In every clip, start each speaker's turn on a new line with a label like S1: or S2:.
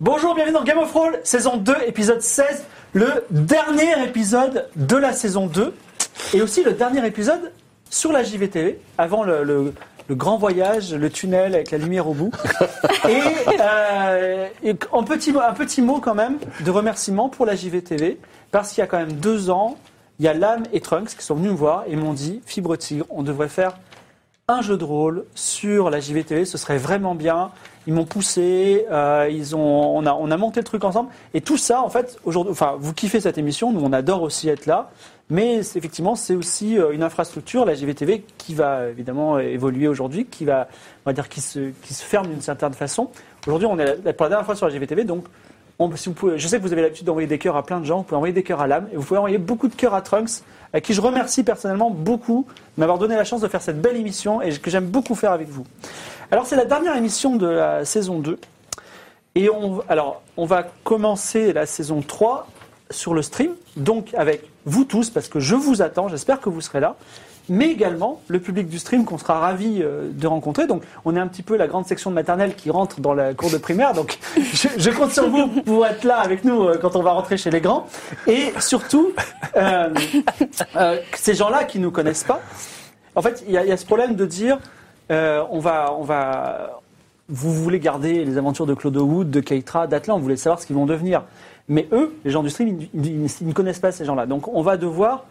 S1: Bonjour, bienvenue dans Game of Roll, saison 2, épisode 16, le dernier épisode de la saison 2 et aussi le dernier épisode sur la JVTV avant le, le- le grand voyage, le tunnel avec la lumière au bout. et euh, et en petit mot- un, petit, mot quand même de remerciement pour la JVTV parce qu'il y a quand même deux ans, il y a Lame et Trunks qui sont venus me voir et m'ont dit Fibre Tigre, on devrait faire un jeu de rôle sur la JVTV, ce serait vraiment bien. Ils m'ont poussé, euh, ils ont, on, a, on a monté le truc ensemble. Et tout ça, en fait, aujourd'hui, enfin, vous kiffez cette émission, nous on adore aussi être là. Mais c'est- effectivement, c'est aussi euh, une infrastructure, la JVTV, qui va euh, évidemment euh, évoluer aujourd'hui, qui va, on va dire, qui se, qui se ferme d'une certaine façon. Aujourd'hui, on est là pour la dernière fois sur la JVTV, donc on- si vous pouvez- je sais que vous avez l'habitude d'envoyer des cœurs à plein de gens, vous pouvez envoyer des cœurs à l'âme, et vous pouvez envoyer beaucoup de cœurs à Trunks, à qui je remercie personnellement beaucoup de m'avoir donné la chance de faire cette belle émission, et que j'aime beaucoup faire avec vous. Alors c'est la dernière émission de la saison 2, et on, alors, on va commencer la saison 3 sur le stream, donc avec vous tous, parce que je vous attends, j'espère que vous serez là, mais également le public du stream qu'on sera ravi euh, de rencontrer. Donc, on est un petit peu la grande section de maternelle qui rentre dans la cour de primaire, donc je, je compte sur vous pour être là avec nous euh, quand on va rentrer chez les grands. Et surtout, euh, euh, ces gens-là qui ne nous connaissent pas, en fait, il y, a- il y a ce problème de dire, euh, on va... On va vous voulez garder les aventures de Claude Wood, de Keitra, d'Atlan, vous voulez savoir ce qu'ils vont devenir. Mais eux, les gens du stream, ils, ils- ils ne connaissent pas ces gens-là. Donc on va devoir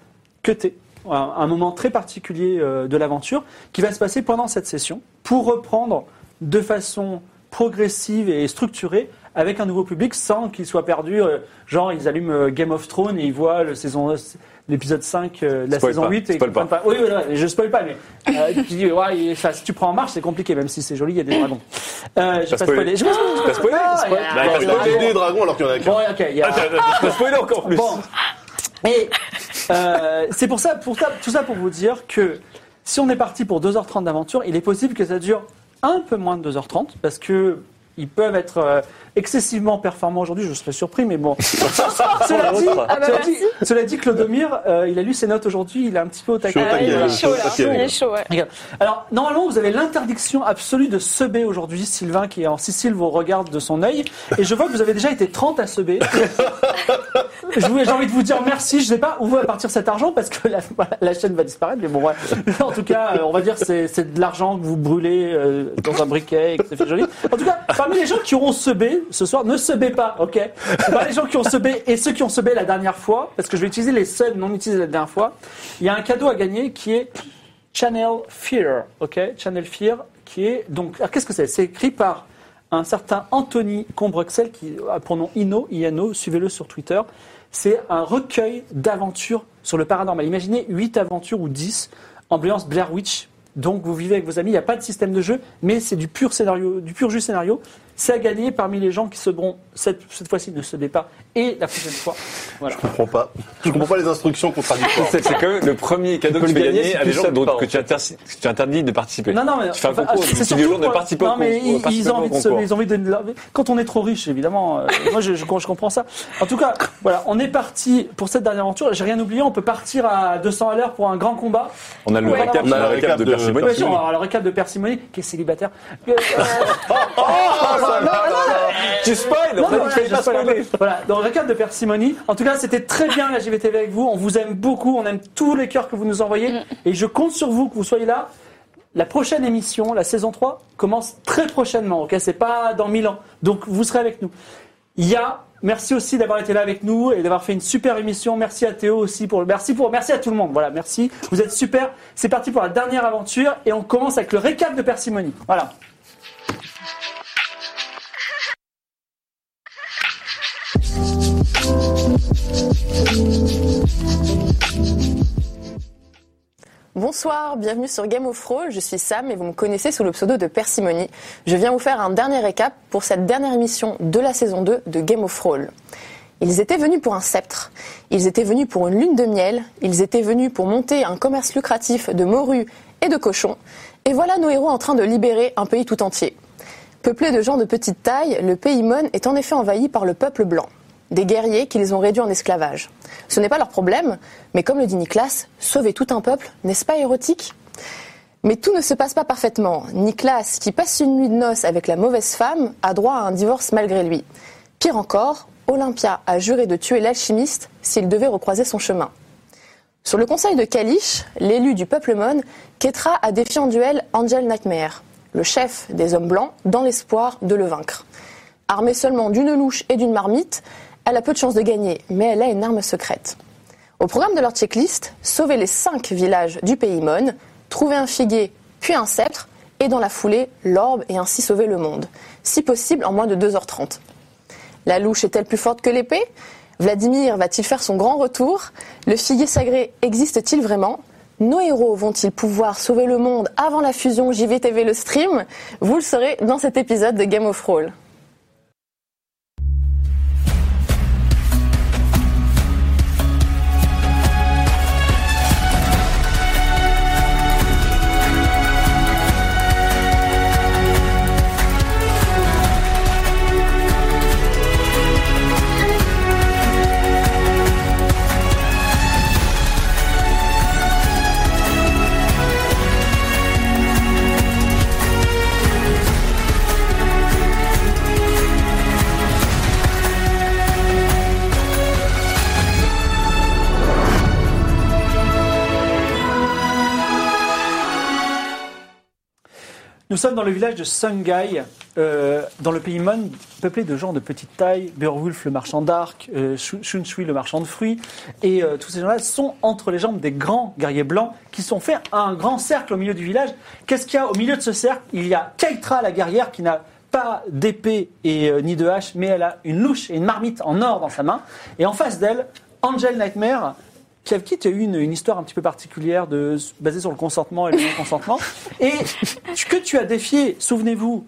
S1: cutter un, un moment très particulier euh, de l'aventure qui va se passer pendant cette session pour reprendre de façon progressive et structurée avec un nouveau public sans qu'il soit perdu. euh, genre, ils allument euh, Game of Thrones et ils voient le saison- l'épisode 5 euh, de la
S2: Spoil
S1: saison
S2: pas,
S1: 8 et
S2: spoil pas.
S1: Enfin, oui, oui, non, je spoil pas, mais euh, tu dis, ouais, et ça, si tu prends en marche, c'est compliqué, même si c'est joli, il y a des dragons. Euh, je vais
S2: T'as
S1: pas spoiler.
S2: spoilé.
S1: Je vais pas spoiler.
S2: T'as spoilé
S1: Ah,
S2: spoil-
S1: il y a-
S2: Bah,
S1: il y a
S2: t'as
S1: des
S2: spoilé
S1: dragons.
S2: des
S3: des dragons alors qu'il y en a
S1: Bon,
S3: qu'un.
S1: ouais, ok, il y a-
S2: T'as spoilé encore plus.
S1: Bon. Et euh, c'est pour ça, pour ça, tout ça pour vous dire que si on est parti pour 2h30 d'aventure, il est possible que ça dure un peu moins de 2h30 parce que ils peuvent être euh, excessivement performants aujourd'hui, je serais surpris, mais bon. cela, dit, ah bah cela, dit, cela dit, Clodomir, euh, il a lu ses notes aujourd'hui, il est un petit peu au taquet.
S2: Je suis au taquet, là.
S3: Ah, il est chaud là,
S2: Ok,
S3: il est
S2: allez.
S3: chaud, ouais.
S1: Regarde. Alors, normalement, vous avez l'interdiction absolue de seber aujourd'hui, Sylvain, qui est en Sicile, vous regarde de son œil. Et je vois que vous avez déjà été 30 à seber. Je voulais- J'ai envie de vous dire merci. Je sais pas où va partir cet argent parce que la, la chaîne va disparaître. Mais bon, ouais. en tout cas, euh, on va dire que c'est c'est de l'argent que vous brûlez euh, dans un briquet et que c'est fait joli. En tout cas, parmi les gens qui auront sebé ce soir, ne sebez pas, ok Parmi les gens qui ont sebé et ceux qui ont sebé la dernière fois, parce que je vais utiliser les seuls non utilisés la dernière fois, il y a un cadeau à gagner qui est Channel Fear, ok Channel Fear, qui est donc. Alors qu'est-ce que c'est C'est écrit par un certain Anthony Combrexel, qui a pour nom Ino, Iano, suivez-le sur Twitter. C'est un recueil d'aventures sur le paranormal. Imaginez 8 aventures ou 10, ambiance Blair Witch. Donc vous vivez avec vos amis, il n'y a pas de système de jeu, mais c'est du pur scénario, du pur jus scénario. C'est à gagner parmi les gens qui se bront cette, cette fois-ci ne se débat et la prochaine fois. Voilà.
S3: Je comprends pas. Je comprends pas les instructions contradictoires.
S2: C'est c'est quand même le premier cadeau que
S4: peux
S2: tu
S4: le
S2: peux
S4: gagner si
S2: gagner à
S4: tu
S2: des gens
S4: sapes
S2: dont-
S4: pas, en
S2: que tu interdis- que tu interdis de participer.
S1: Non, non, mais
S2: Tu fais un
S1: enfin,
S2: concours,
S1: c'est
S2: tu dis
S1: surtout
S2: aux gens de
S1: pour-
S2: participer au
S1: Non, mais
S2: concours,
S1: ils,
S2: participer
S1: ils ont
S2: au
S1: envie de se,
S2: concours.
S1: ils ont envie de. Quand on est trop riche, évidemment, euh, moi je, je- je comprends ça. En tout cas, voilà, on est parti pour cette dernière aventure. J'ai rien oublié, on peut partir à 200 à l'heure pour un grand combat.
S2: On a le
S1: Ouais.
S2: récap,
S1: On a
S2: on a
S3: le
S2: le récap
S3: récap
S2: de
S3: de-
S2: Percy
S1: Ouais, on
S2: Bonnet.
S1: va avoir le récap de Persimony, qui est célibataire. Euh, euh,
S3: Ah, bah,
S2: Tu spoil,
S1: Non,
S2: en
S1: mais
S2: fait,
S1: voilà,
S2: tu fais
S1: je
S2: pas
S1: spoil un peu.
S2: spoiler.
S1: Voilà, dans le récap de Persimony. En tout cas, c'était très bien la JVTV avec vous. On vous aime beaucoup. On aime tous les cœurs que vous nous envoyez. Et je compte sur vous que vous soyez là. La prochaine émission, la saison 3, commence très prochainement. Ok, c'est pas dans 1000 ans. Donc vous serez avec nous. Il y a. Merci aussi d'avoir été là avec nous et d'avoir fait une super émission. Merci à Théo aussi pour le merci pour merci à tout le monde. Voilà, merci. Vous êtes super. C'est parti pour la dernière aventure et on commence avec le récap de Persimony. Voilà.
S4: Bonsoir, bienvenue sur Game of Thrones. Je suis Sam et vous me connaissez sous le pseudo de Persimony. Je viens vous faire un dernier récap pour cette dernière émission de la saison 2 de Game of Thrones. Ils étaient venus pour un sceptre, ils étaient venus pour une lune de miel, ils étaient venus pour monter un commerce lucratif de morues et de cochons. Et voilà nos héros en train de libérer un pays tout entier. Peuplé de gens de petite taille, le pays Mon est en effet envahi par le peuple blanc, des guerriers qui les ont réduits en esclavage. Ce n'est pas leur problème, mais comme le dit Niklas, sauver tout un peuple, n'est-ce pas érotique mais tout ne se passe pas parfaitement. Niklas, qui passe une nuit de noces avec la mauvaise femme, a droit à un divorce malgré lui. Pire encore, Olympia a juré de tuer l'alchimiste s'il devait recroiser son chemin. Sur le conseil de Kalish, l'élu du peuple Mon, Ketra a défié en duel Angel Nightmare, le chef des hommes blancs, dans l'espoir de le vaincre. Armée seulement d'une louche et d'une marmite, elle a peu de chances de gagner, mais elle a une arme secrète. Au programme de leur checklist, sauver les cinq villages du pays Mon, trouver un figuier, puis un sceptre, et dans la foulée, l'orbe et ainsi sauver le monde, si possible en moins de 2h30. La louche est-elle plus forte que l'épée Vladimir va-t-il faire son grand retour Le figuier sagré existe-t-il vraiment Nos héros vont-ils pouvoir sauver le monde avant la fusion JVTV le stream Vous le saurez dans cet épisode de Game of Thrones.
S1: Nous sommes dans le village de Sungai, euh, dans le pays Mon, peuplé de gens de petite taille. Beowulf, le marchand d'arc, euh, Shu- Shun Shui, le marchand de fruits, et euh, tous ces gens-là sont entre les jambes des grands guerriers blancs qui sont fait un grand cercle au milieu du village. Qu'est-ce qu'il y a au milieu de ce cercle Il y a Keitra, la guerrière, qui n'a pas d'épée et euh, ni de hache, mais elle a une louche et une marmite en or dans sa main. Et en face d'elle, Angel Nightmare. Qui a qui a eu une, une histoire un petit peu particulière de, basée sur le consentement et le non-consentement. Et tu- que tu as défié, souvenez-vous,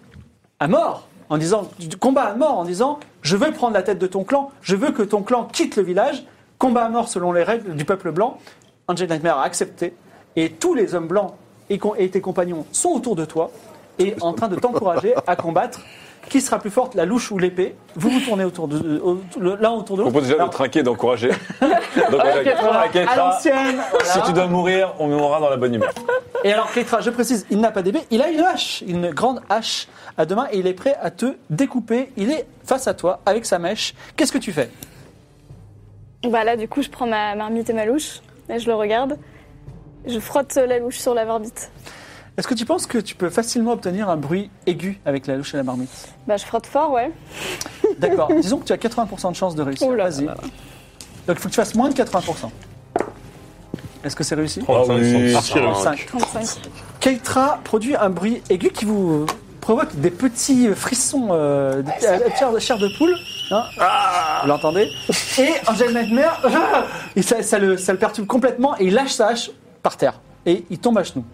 S1: à mort, en disant, du combat à mort, en disant, je veux prendre la tête de ton clan, je veux que ton clan quitte le village, combat à mort selon les règles du peuple blanc. Angel Nightmare a accepté, et tous les hommes blancs et, con- et tes compagnons sont autour de toi, et en train de t'encourager à combattre. Qui sera plus forte, la louche ou l'épée Vous vous tournez autour de euh, au- le- l'un autour de
S2: Je
S1: l'autre.
S2: propose déjà de
S1: Alors,
S2: trinquer et d'encourager. Donc, à
S1: Kétra,
S2: Kétra,
S1: à l'ancienne.
S2: Si tu dois mourir, on mourra dans la bonne humeur.
S1: Et alors, Clétra, je précise, il n'a pas d'épée, il a une hache, une grande hache à deux mains et il est prêt à te découper. Il est face à toi avec sa mèche. Qu'est-ce que tu fais
S5: Bah là, du coup, je prends ma marmite et ma louche. Là, je le regarde. Je frotte la louche sur la marmite.
S1: Est-ce que tu penses que tu peux facilement obtenir un bruit aigu avec la louche et la marmite
S5: Bah, je frotte fort, ouais.
S1: D'accord, disons que tu as 80% de chance de réussir.
S5: Oh là
S1: Vas-y. Donc, il faut que tu fasses moins de 80%. Est-ce que c'est réussi
S2: Ah oui.
S1: Cinq.
S5: 35.
S1: Keitra produit un bruit aigu qui vous provoque des petits frissons euh, de, à- à chair, de- chair de poule. hein. vous l'entendez Et Angel Nightmare, et ça, ça le, ça le perturbe complètement et il lâche sa hache par terre. Et il tombe à genoux.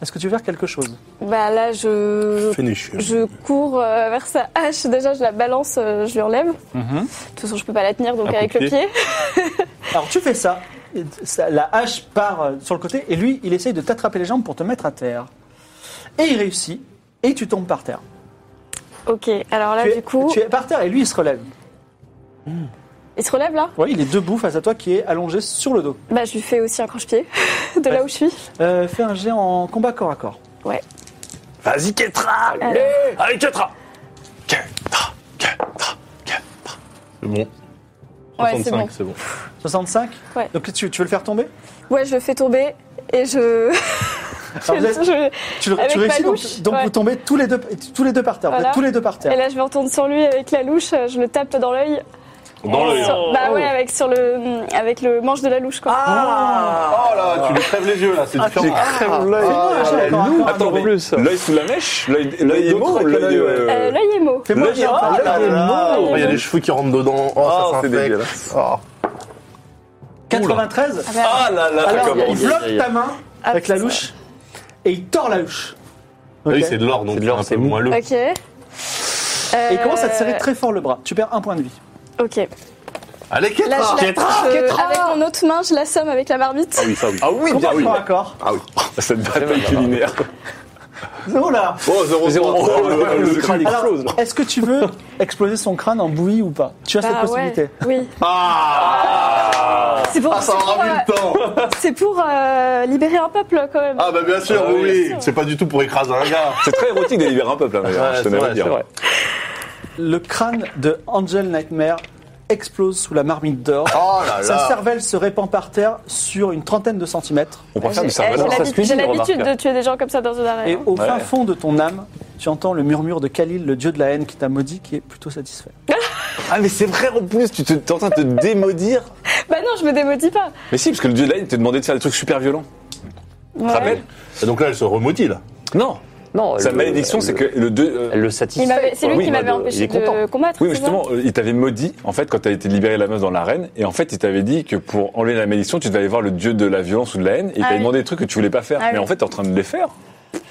S1: Est-ce que tu veux faire quelque chose
S5: Bah là, je,
S3: Finish.
S5: je cours euh, vers sa hache. Déjà, je la balance, euh, je lui enlève.
S1: Mhm.
S5: De toute façon, je peux pas la tenir, donc
S2: Un coup
S5: avec
S2: de
S5: le pied.
S1: Alors tu fais ça, et ça- la hache part euh, sur le côté et lui, il essaye de t'attraper les jambes pour te mettre à terre. Et il réussit et tu tombes par terre.
S5: Ok, alors là,
S1: tu, es,
S5: Ah, du coup,
S1: tu es par terre et lui, il se relève.
S5: il se relève là
S1: Oui, il est debout face à toi qui est allongé sur le dos.
S5: Bah, je lui fais aussi un croche-pied de là où je suis.
S1: Euh, fais un jet en combat corps à corps.
S2: Vas-y, Ketra
S1: Eh,
S5: Allez.
S2: Allez, Ketra Ketra, Ketra, Ketra.
S3: C'est bon.
S5: Ouais, c'est bon.
S3: 65, c'est bon.
S1: 65
S5: Ouais.
S1: Donc tu, tu veux le faire tomber
S5: Ouais, je le fais tomber et je.
S1: Alors, vous êtes-
S5: je-
S1: Tu, le-
S5: Avec
S1: tu
S5: ma
S1: réussis,
S5: louche,
S1: donc, donc
S5: ouais.
S1: vous tombez tous les deux, tous les deux par terre. Vous
S5: Voilà.
S1: êtes tous les deux par
S5: Et
S1: terre.
S5: là, je me retourne sur lui avec la louche, euh, je le tape dans l'œil.
S3: Dans l'œil. hein.
S5: Sur- Bah ouais, avec, sur le, avec le manche de la louche, quoi.
S3: Oh là, tu lui crèves les yeux là, c'est différent.
S1: Ah, j'ai encore Ah. un
S2: Attends,
S1: corps à
S2: mais
S1: corps.
S2: l'œil sous la mèche L'œil l'œil
S3: l'autre
S2: émo ou
S3: avec
S2: l'œil...
S3: l'œil,
S2: euh,
S5: Euh, L'œil est mot.
S1: Fais-moi
S2: Là,
S1: un jet Ah, en
S2: j'ai-
S1: combat.
S3: Oh là là,
S5: non.
S3: Il y a les cheveux qui rentrent dedans. Oh,
S2: Ah,
S3: ça
S2: c'est
S3: c'est Ah
S2: dégueulasse.
S3: dégueulasse. Oh.
S1: 93
S2: Ah là là
S5: bah,
S1: Alors,
S2: ça commence.
S1: il bloque ta main avec la louche. Et il tord la louche.
S3: Ah Oui,
S1: Ok.
S3: c'est de l'or, donc
S6: C'est de l'or,
S3: un
S6: c'est
S3: peu
S6: mou.
S3: moelleux.
S5: Ok.
S1: Et il commence à te
S5: Euh.
S1: serrer très fort le bras. Tu perds un point de vie.
S5: Ok.
S3: Allez,
S5: Là,
S3: Kétra
S5: je la- je- avec mon autre main, je l'assomme avec la marmite.
S6: Ah oui, ça oui.
S2: Ah oui,
S1: Combat
S2: bien oui.
S1: corps à corps.
S3: Ah oui.
S2: Cette bataille culinaire.
S1: Non là.
S3: Bon, 0
S2: Zéro point. Le crâne
S1: Alors, est-ce que tu veux exploser son crâne en bouillie ou pas Tu as cette
S5: Bah, ouais.
S1: possibilité.
S5: Oui.
S3: Ah
S5: C'est pour,
S3: Ah, ça
S5: c'est pour,
S3: aura mis
S5: euh,
S3: le temps
S5: c'est pour, euh, libérer un peuple quand même.
S3: Ah bah bien sûr,
S2: Ah
S3: oui,
S2: oui,
S3: oui.
S5: bien sûr.
S3: C'est pas du tout pour écraser un gars.
S2: C'est très érotique de libérer un peuple, hein, d'ailleurs,
S3: Ouais,
S2: je tenais
S3: c'est
S2: à
S3: vrai,
S2: le dire.
S3: c'est vrai.
S1: Le crâne de Angel Nightmare explose sous la marmite d'or.
S3: Oh là
S1: Sa
S3: là
S1: cervelle se répand par terre sur une trentaine de centimètres.
S2: On peut faire
S5: Eh, J'ai-
S2: du cerveau.
S5: j'ai
S6: ça se
S5: l'habitude-
S6: cuisine,
S5: J'ai l'habitude
S6: remarque.
S5: de tuer des gens comme ça dans une
S1: Et
S5: arène. hein.
S1: au fin
S2: Ouais.
S1: fond de ton âme, tu entends le murmure de Khalil, le dieu de la haine qui t'a maudit, qui est plutôt satisfait.
S2: Ah, mais c'est vrai, en plus, tu te- t'es en train de te démaudire.
S5: Bah non, je me démodis pas.
S2: Mais si, parce que le dieu de la haine t'a demandé de faire des trucs super violents.
S5: Ouais. Oh,
S2: Tu te rappelles
S3: Et Donc là, elle se remodie, là.
S2: Non.
S6: Non,
S2: Sa
S6: le-
S2: malédiction,
S6: le-
S2: c'est que le dieu. euh,
S6: Elle le
S5: Il
S6: satisfait.
S5: m'avait- C'est
S6: quoi.
S5: lui
S6: Oui,
S5: qui
S6: bah,
S5: m'avait
S6: de- il
S5: empêché
S6: est content.
S5: de combattre.
S2: Oui, mais
S5: c'est ça
S2: justement, euh, il t'avait maudit, en fait, quand t'as été libéré la meuf dans l'arène, et en fait, il t'avait dit que pour enlever la malédiction, tu devais aller voir le dieu de la violence ou de la haine, et il
S5: Ah
S2: t'avait
S5: oui.
S2: demandé des trucs que tu voulais pas faire.
S5: Ah
S2: mais
S5: oui.
S2: en fait, t'es en train de les faire.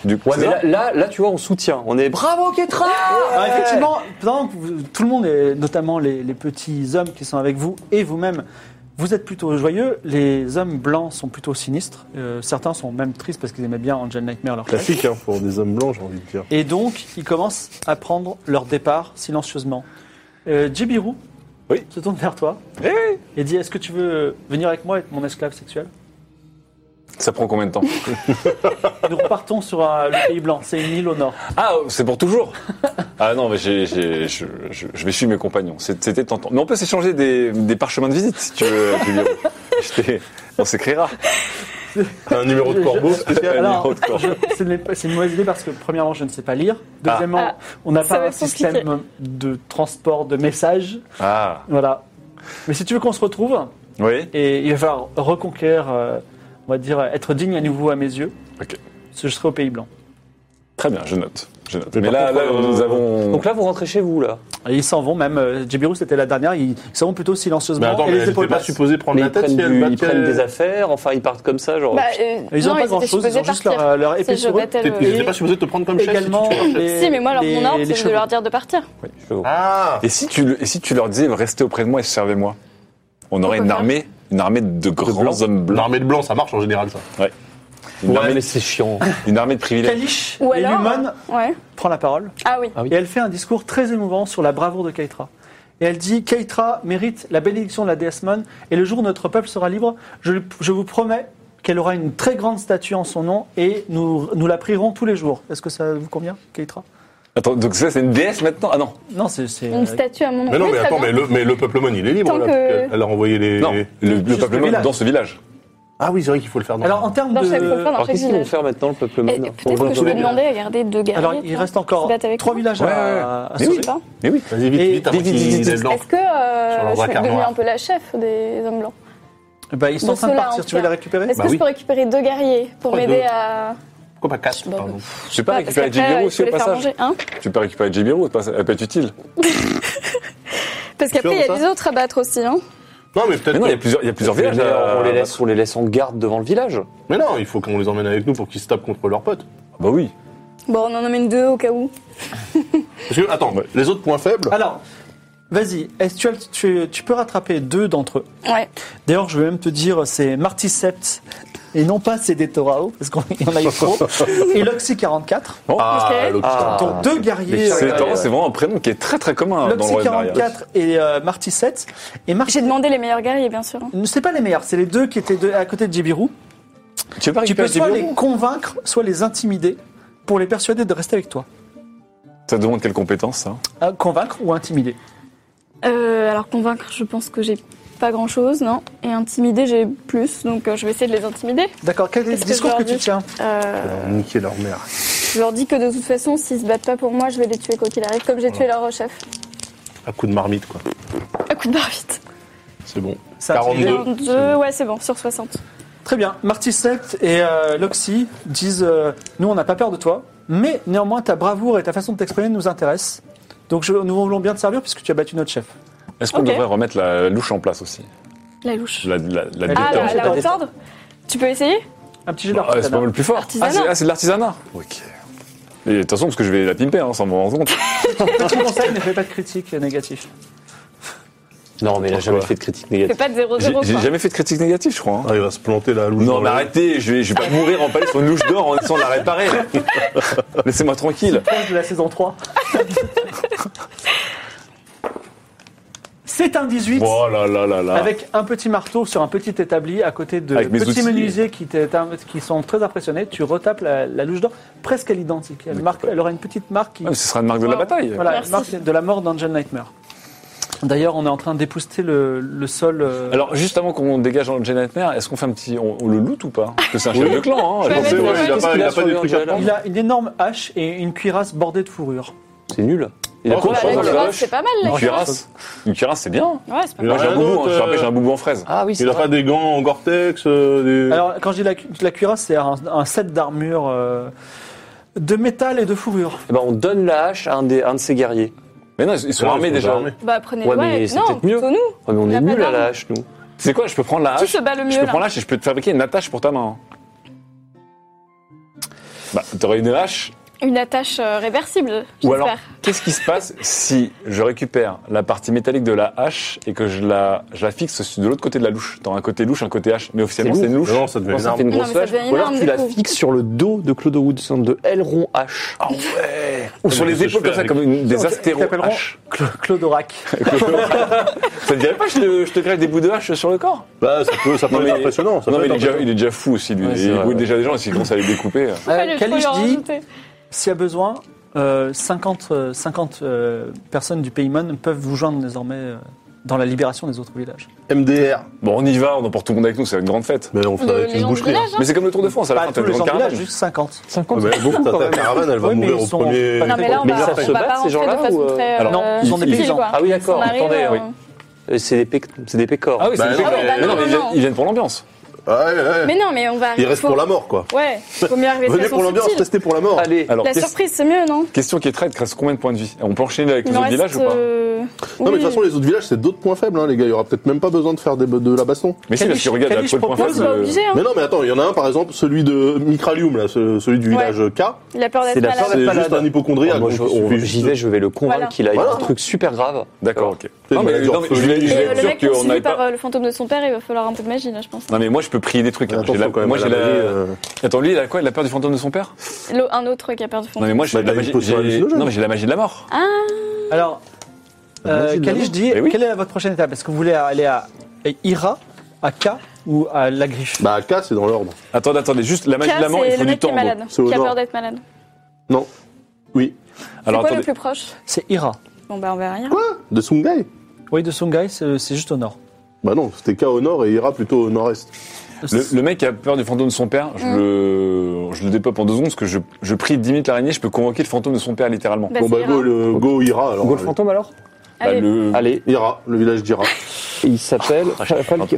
S2: Du coup,
S6: Ouais,
S2: c'est
S6: mais
S2: ça.
S6: là, là, là, tu vois, on soutient. On est bravo, Ketra
S1: Alors effectivement, pendant que vous- tout le monde, et notamment les, les petits hommes qui sont avec vous et vous-même, vous êtes plutôt joyeux. Les hommes blancs sont plutôt sinistres. Euh, certains sont même tristes parce qu'ils aimaient bien Angel Nightmare leur chef.
S3: Classique, hein, pour des hommes blancs, j'ai envie de dire.
S1: Et donc, ils commencent à prendre leur départ silencieusement. Euh, Jibiru
S2: Oui.
S1: se tourne vers toi
S2: Eh,
S1: et dit Est-ce que tu veux venir avec moi être mon esclave sexuel
S2: ça prend combien de temps
S1: Nous repartons sur euh, le pays blanc, c'est une île au nord.
S2: Ah, c'est pour toujours Ah non, mais j'ai- j'ai- je, je- je vais suivre mes compagnons. C'est- C'était tentant. Mais on peut s'échanger des, des parchemins de visite, si tu veux, Julien. Je t'ai- on s'écrira.
S3: Un numéro de corbeau spécial
S1: Alors,
S2: Numéro de corps.
S1: je- ce n'est pas- C'est une mauvaise idée parce que, premièrement, je ne sais pas lire. Deuxièmement,
S5: Ah.
S1: on n'a
S5: Ça
S1: pas
S5: va
S1: un
S5: être compliqué.
S1: système de transport de messages.
S2: Ah,
S1: Voilà. Mais si tu veux qu'on se retrouve,
S2: oui
S1: et il va falloir reconquérir, euh, on va dire, être digne à nouveau à mes yeux,
S2: Ok.
S1: je serai au Pays Blanc.
S2: Très bien, je note. Je note.
S3: Mais
S2: Mais,
S3: par
S2: là,
S3: contre,
S2: là,
S3: euh,
S2: nous avons...
S6: Donc là, vous rentrez chez vous, là.
S1: Et ils s'en vont, même euh, Jibiru, c'était la dernière, ils ils s'en vont plutôt silencieusement.
S3: Mais attends,
S1: et
S3: mais
S1: les
S3: j'étais
S1: épaules
S3: pas
S1: basses.
S3: supposé prendre
S6: Mais
S3: la
S6: ils
S3: tête
S6: prennent,
S3: si
S6: du-
S3: elle
S6: ils prennent des
S3: battait...
S6: affaires, enfin, ils partent comme ça, genre.
S5: Bah, euh,
S1: Ils
S5: non,
S1: n'ont pas grand
S5: étaient
S1: chose, ils
S5: supposés
S1: ont juste
S5: partir.
S1: leur, euh, leur épée
S5: C'est je
S1: sur eux.
S5: battais
S3: T'étais-
S5: le-
S3: Ils étaient pas supposés de te prendre comme chef si tu
S1: Également,
S3: tuais leur chef.
S1: les-
S5: Si, mais moi, alors,
S1: les-
S5: mon ordre,
S1: les
S5: c'est de
S1: chevaux.
S5: leur dire de partir.
S3: Ah
S2: Et si, tu, le- et si tu leur disais, restez auprès de moi et servez-moi On aurait
S5: Pourquoi
S2: une
S5: pas
S2: armée, une armée de grands
S3: blancs.
S2: hommes
S3: Une
S2: blancs.
S3: armée de blancs, ça marche en général, ça.
S2: Une,
S5: euh,
S2: armée,
S6: c'est chiant.
S2: une armée de privilèges.
S1: Kalish
S5: Ou
S1: et
S5: alors- euh,
S1: Lumon
S5: Ouais.
S1: prend la parole
S5: Ah oui.
S6: Ah oui.
S1: et elle fait un discours très émouvant sur la bravoure de Keitra. Et elle dit Keitra mérite la bénédiction de la déesse Mon et le jour où notre peuple sera libre, je, je vous promets qu'elle aura une très grande statue en son nom et nous, nous la prierons tous les jours. Est-ce que ça vous convient, Keitra
S2: Attends, donc ça, c'est une déesse maintenant Ah non
S1: Non, c'est. c'est, euh,
S5: Une statue à mon nom.
S3: Mais non,
S5: Oui,
S3: mais
S5: très
S3: attends,
S5: bien.
S3: mais le, mais le peuplement, il est libre,
S5: Tant
S3: là.
S5: que-
S3: parce qu'elle- Elle a envoyé les...
S2: Non, le, le
S1: Juste
S2: peuple
S1: le
S2: blanc
S1: village.
S2: dans ce village.
S3: Ah oui, c'est vrai qu'il faut le faire. dans-
S1: Alors, en termes
S5: Dans
S1: de.
S5: chaque conférence, dans
S6: Alors,
S5: chaque
S6: qu'est-ce qu'ils vont
S5: village.
S6: faire maintenant, le peuple
S5: Et
S6: maintenant
S5: Eh, Peut-être que je peux demander à garder deux guerriers.
S1: Alors, il
S5: tiens,
S1: reste
S5: qui se
S1: encore
S5: battent avec
S1: trois
S5: moi.
S1: villages à, à
S5: Je
S1: sauver.
S5: sais pas.
S2: Mais oui.
S3: Vas-y, vite,
S1: Et-
S3: vite, avant
S1: dis-
S3: qu'il
S1: dis- dis-
S3: ait
S1: dis-
S3: le blanc.
S5: Est-ce que euh,
S3: Sur leur
S5: je suis
S3: braquard
S5: devenue
S3: noir.
S5: un peu la chef des hommes blancs
S1: Bah, ils sont
S5: De
S1: en train de
S5: ceux-là,
S1: partir.
S5: en
S1: Tu veux
S5: tout
S1: les
S5: cas.
S1: récupérer
S5: Est-ce
S3: Bah
S5: que
S3: oui.
S5: je peux récupérer deux guerriers pour
S3: Pourquoi
S5: m'aider
S3: deux
S5: à.
S3: Pourquoi pas 4
S5: Bah,
S3: pardon
S2: Tu peux
S5: Bah, parce
S2: récupérer
S5: qu'après,
S2: Jibiru
S5: il
S2: aussi
S5: faut
S2: au
S5: les faire
S2: passage.
S5: manger, hein
S2: Tu peux récupérer Jibiru au passage. Elle peut être utile.
S5: Parce
S3: Sûr
S5: qu'après, il y
S3: de
S5: a les
S3: ça
S5: autres à battre aussi. hein.
S3: Non, mais peut-être...
S2: Mais non, il y a
S3: que-
S2: plusieurs, il y a plusieurs
S6: Mais euh,
S2: villages. euh, à-
S6: on, les laisse, on les laisse en garde devant le village.
S3: Mais non, il faut qu'on les emmène avec nous pour qu'ils se tapent contre leurs potes.
S2: Bah oui.
S5: Bon, on en emmène deux au cas où.
S3: Parce que, attends,
S2: Ouais.
S3: les autres points faibles...
S1: Alors, vas-y, est-ce que tu, as- tu- tu peux rattraper deux d'entre eux
S5: Ouais.
S1: D'ailleurs, je vais même te dire, c'est Marticept et non pas c'est des Torao, parce qu'on y en a eu trop, et l'Oxy 44.
S3: Ah,
S5: Ok.
S3: l'autre,
S6: Ah.
S3: putain.
S1: Donc deux guerriers.
S2: C'est
S1: euh,
S2: attends, c'est vraiment un prénom qui est très très commun dans le
S1: L'Oxy
S2: royaume d'Aria.
S1: 44 et euh, Marticept. Et Marti-
S5: J'ai demandé les meilleurs guerriers, bien sûr. hein.
S1: ne C'est pas les meilleurs, c'est les deux qui étaient de- à côté de Jibiru.
S2: hein. Tu peux pas
S1: Tu peux
S2: récupérer
S1: soit
S2: Jibiru
S1: les convaincre, soit les intimider pour les persuader de rester avec toi.
S2: Ça demande quelle compétence, ça
S1: Ah, Convaincre ou intimider.
S5: Euh, alors, convaincre, je pense que j'ai pas grand chose, non. Et intimider, j'ai plus, donc euh, je vais essayer de les intimider.
S1: D'accord, quel est le
S5: Qu'est-ce que
S1: discours
S5: je
S1: que,
S5: leur
S1: tu
S5: dis
S1: tiens
S5: Euh,
S3: Niquer leur mère.
S5: je leur dis que de toute façon, s'ils se battent pas pour moi, je vais les tuer quoi qu'il arrive, comme j'ai tué leur euh, chef.
S3: À coup de marmite, quoi.
S5: Un Ah, coup de barre vite.
S3: C'est bon.
S1: Ça a
S3: 42.
S1: intimidé.
S5: 42, ouais, c'est bon, sur 60.
S1: Très bien. Marticept et euh, Loxy disent euh, Nous, on n'a pas peur de toi, mais néanmoins, ta bravoure et ta façon de t'exprimer nous intéressent. Donc, je- nous voulons bien te servir puisque tu as battu notre chef.
S2: Est-ce qu'on
S5: Ok.
S2: devrait remettre la louche en place aussi
S5: La louche.
S2: La,
S1: Ah,
S2: la, la
S5: Ah,
S2: détente.
S5: la, la
S1: la
S5: haute ordre Tu peux essayer
S1: Un petit hein. jet
S2: Bah, c'est pas
S1: d'artisanat.
S2: mal plus fort. Ah,
S5: Artisanat.
S2: c'est ah, c'est de l'artisanat.
S3: Ok.
S2: Et attention, parce que je vais la pimper, hein, sans m'en rendre compte.
S1: Petit conseil, ne fais pas de critique négative.
S6: Non, mais il a jamais
S3: Pourquoi
S6: fait de critique
S5: Fais
S6: négative.
S5: pas de
S2: J'ai
S5: 0-0.
S2: j'ai
S5: quoi.
S2: jamais fait de critique négative, je crois. hein.
S3: Ah, il va se planter là, à louche.
S2: Non,
S3: dans
S2: mais
S3: la-
S2: arrêtez, je vais, je vais pas mourir en palais sur une louche d'or en essayant de la réparer. Laissez-moi tranquille.
S1: Proche de la saison 3. C'est un 18
S2: Oh là là là là.
S1: avec un petit marteau sur un petit établi à côté de
S2: Avec mes
S1: petits
S2: outils.
S1: menuisiers qui, t'éta- qui sont très impressionnés. Tu retapes la, la louche d'or presque à l'identique. Elle, marque- elle aura une petite marque qui,
S2: Ah, mais ce sera une marque de la bataille.
S1: voilà,
S5: Merci.
S1: marque de la mort d'Angel Nightmare. D'ailleurs, on est en train d'épousseter le, le sol. euh,
S2: Alors, juste avant qu'on dégage Angel Nightmare, est-ce qu'on fait un petit. On, on le loot ou pas Parce que c'est un chef de clan, hein.
S5: Je vais
S2: pensais,
S5: mettre
S2: ouais,
S5: la
S2: il a
S5: main.
S2: pas- il a pas des trucs à
S1: il a une énorme hache et une cuirasse bordée de fourrure.
S6: C'est nul. Il a
S3: Oh,
S6: quoi
S3: bah,
S6: sur
S5: Bah, la
S6: la
S5: cuirasse,
S6: gauche
S5: c'est pas mal, la
S2: Une
S5: cuirasse.
S2: cuirasse Une cuirasse, c'est bien.
S5: Ouais, c'est pas
S3: Il
S2: Moi,
S5: mal.
S2: j'ai un
S3: Ah,
S2: boubou,
S3: non,
S2: hein, je te rappelle, j'ai un boubou en fraise.
S6: Ah oui, c'est
S3: Il a
S6: vrai.
S3: pas des gants en Gore-Tex euh, des-
S1: Alors, quand je dis la, cu- la cuirasse, c'est un, un set d'armure euh, de métal et de fourrure.
S6: Eh ben, on donne la hache à un, des, un de ses guerriers.
S2: Mais non, ils sont
S3: Ah,
S2: armés
S3: ils sont
S2: déjà.
S3: armés.
S5: Bah, prenez
S6: Ouais, mais c'est
S5: non,
S6: peut-être mieux.
S5: plutôt nous.
S6: Ouais, mais on
S5: Il a
S6: est
S5: pas
S6: nuls à la
S5: d'armes.
S6: hache, nous.
S2: C'est quoi Je peux prendre la
S5: Qui
S2: hache
S5: se bat le
S2: Ah, Je
S5: mieux,
S2: peux prendre
S5: là
S2: la hache et je peux te fabriquer une attache pour ta main. Bah, t'aurais une hache.
S5: Une attache euh, réversible,
S2: Ou alors,
S5: j'espère.
S2: qu'est-ce qui se passe si je récupère la partie métallique de la hache et que je la, je la fixe sur- de l'autre côté de la louche T'auras un côté louche, un côté hache. Mais officiellement,
S6: C'est
S2: c'est une louche.
S3: Non, ça devait
S6: Non,
S3: une
S6: ça fait
S3: arme.
S6: une
S5: Non,
S6: grosse
S5: mais ça
S6: hache.
S5: devient
S6: Ou alors
S5: énorme,
S6: tu
S5: du
S6: la
S5: coup.
S6: fixes sur le dos de Claude Woodson de Elron H.
S2: Ou sur les épaules comme Euh, ça, comme une- des astéros.
S1: t'appelleront
S2: haches.
S1: Cla- Claude Orac.
S2: Ça te dirait pas que je te, je te greffe des bouts de hache sur le corps
S3: Bah, ça peut, ça peut
S2: Non,
S3: être
S2: mais-
S3: impressionnant. Ça
S2: Non,
S3: peut
S2: mais il
S3: être
S2: est, déjà,
S3: impressionnant.
S2: il est déjà fou aussi. Lui.
S6: Ouais, c'est
S2: il
S6: vrai,
S2: goûte
S6: ouais.
S2: déjà des gens et s'il commence à les découper. euh.
S5: Faut pas le- faut
S1: Kalish
S5: leur
S1: dit
S5: rajouter.
S1: s'il y a besoin, euh, 50, euh, 50 euh, personnes du Paymon peuvent vous joindre désormais euh, dans la libération des autres villages.
S3: MDR.
S2: Bon, on y va, on emporte tout le monde avec nous, c'est une grande fête.
S3: Mais on fait
S5: De
S3: avec une
S5: Léon
S3: boucherie.
S5: Village, hein.
S2: Mais c'est comme le Tour de France, à la
S1: Pas
S2: fin, t'as
S1: tous
S2: une
S1: les gens
S2: grande
S1: du village,
S2: caravane.
S1: juste 50.
S6: 50
S3: Ah, mais bon, ta ta caravane, elle va
S1: Ouais, mais
S3: mourir
S1: ils
S3: au
S1: sont
S3: premier.
S1: pas
S5: Non, mais là, on
S6: Mais
S5: va,
S6: ça
S5: on
S6: se
S5: va
S6: bat,
S5: pas
S6: ces
S5: rentrer
S6: gens-là,
S5: de façon
S6: ou, euh,
S5: très.
S2: Alors,
S5: euh,
S1: ils sont des
S5: utile,
S1: paysans.
S5: quoi.
S6: Ah oui,
S5: Ils
S6: d'accord,
S5: sont arrivés,
S6: attendez,
S5: euh,
S6: oui. Euh, C'est des, péc- c'est des pécores.
S2: Ah oui, c'est
S3: Bah,
S2: des
S3: non,
S2: gens.
S3: mais bah,
S2: Mais non,
S5: non,
S2: mais ils
S5: non,
S2: viennent-
S5: non.
S2: ils viennent pour l'ambiance.
S3: Ouais, ouais, ouais.
S5: Mais non, mais on va.
S3: Il reste
S5: faut-
S3: pour la mort, quoi.
S5: Ouais, faut mieux arriver de
S3: Venez
S5: façon
S3: pour l'ambiance,
S5: subtile.
S3: testez pour la mort.
S6: Allez,
S2: Alors,
S5: La
S2: qu'est-
S5: surprise, c'est mieux, non
S2: question qui est traite, il reste combien de points de vie On peut enchaîner avec les
S5: Il en
S2: autres
S5: reste.
S2: villages ou pas
S5: euh,
S3: Non, mais de
S5: oui.
S3: toute façon, les autres villages, c'est d'autres points faibles, hein, les gars. Il y aura peut-être même pas besoin de faire des- de la baston.
S2: Mais si,
S1: Kalish-
S2: parce que regarde, là,
S1: Kalish
S2: tout le point
S1: propose-
S2: faible.
S5: Non, c'est pas
S2: euh,
S5: obligé, hein.
S3: Mais non, mais attends, il y en a un, par exemple, celui de Micralium, là, ce- celui du
S5: Ouais.
S3: village K.
S5: Il a peur d'être
S6: C'est la
S5: malade.
S6: peur
S3: C'est
S1: Palade.
S3: juste un hypochondriaque.
S6: Ah, moi,
S3: donc
S6: je-
S3: il
S6: on-
S3: suffit
S6: j'y
S3: juste-
S6: vais, je vais le convaincre
S5: Voilà.
S6: qu'il a
S3: Voilà.
S6: un truc super grave.
S2: D'accord, ok.
S3: le
S2: Non, mais,
S3: manager
S2: non, mais je vais je
S3: Feuille.
S5: Et
S2: vais
S5: euh,
S2: être
S5: le
S2: sûr
S5: mec
S2: qu'on
S5: poursuivi
S2: n'aille
S5: par
S2: pas.
S5: euh, le fantôme de son père, il va falloir un peu de magie, là, je pense.
S2: Non, mais moi je peux prier des trucs. hein. J'ai
S3: Attention
S2: la-
S3: quand même
S2: Moi
S3: à
S2: j'ai
S3: la magie,
S2: la.
S3: euh,
S2: Attends, lui il a quoi Il a peur du fantôme de son père
S5: L'au- Un autre qui a perdu fond.
S2: Non, mais moi j'ai
S3: Bah,
S2: la
S3: il a
S2: magie.
S3: une potion
S2: j'ai-
S3: hallucinogène.
S2: Non, mais j'ai la magie de la mort.
S1: Alors, euh,
S3: Vas-y,
S1: Kalish dit
S2: Eh oui.
S1: quelle est votre prochaine étape Est-ce que vous voulez aller à Ira, à K ou à la griffe
S3: Bah, K, c'est dans l'ordre.
S2: Attendez, attendez, juste la magie
S5: Cas,
S2: de la mort, il
S5: c'est
S2: faut
S5: le
S2: du
S5: mec qui est
S2: temps.
S5: malade,
S3: C'est au
S5: qui a
S3: nord.
S5: peur d'être malade.
S3: Non. Oui.
S5: C'est
S2: Alors
S5: quoi le
S2: attendez.
S5: plus proche
S1: C'est Ira.
S5: Bon, bah, on verra rien.
S3: De Sungai
S1: Oui, de Songhai, c'est c'est juste au nord.
S3: Bah non, c'était K au nord et Ira plutôt au nord-est.
S2: Le, le mec qui a peur du fantôme de son père, je,
S5: Mm.
S2: le, je le dépeuple en deux secondes parce que je, je prie 10 minutes l'araignée, je peux convoquer le fantôme de son père littéralement.
S5: Bah,
S3: Bon,
S5: c'est
S3: bah, go,
S5: grave.
S3: le, go Ira, alors.
S6: Go le
S3: allez.
S6: fantôme alors
S2: Bah,
S5: Allez.
S2: le-
S6: Allez,
S3: Ira, le village d'Ira.
S6: il s'appelle Fal- Fal-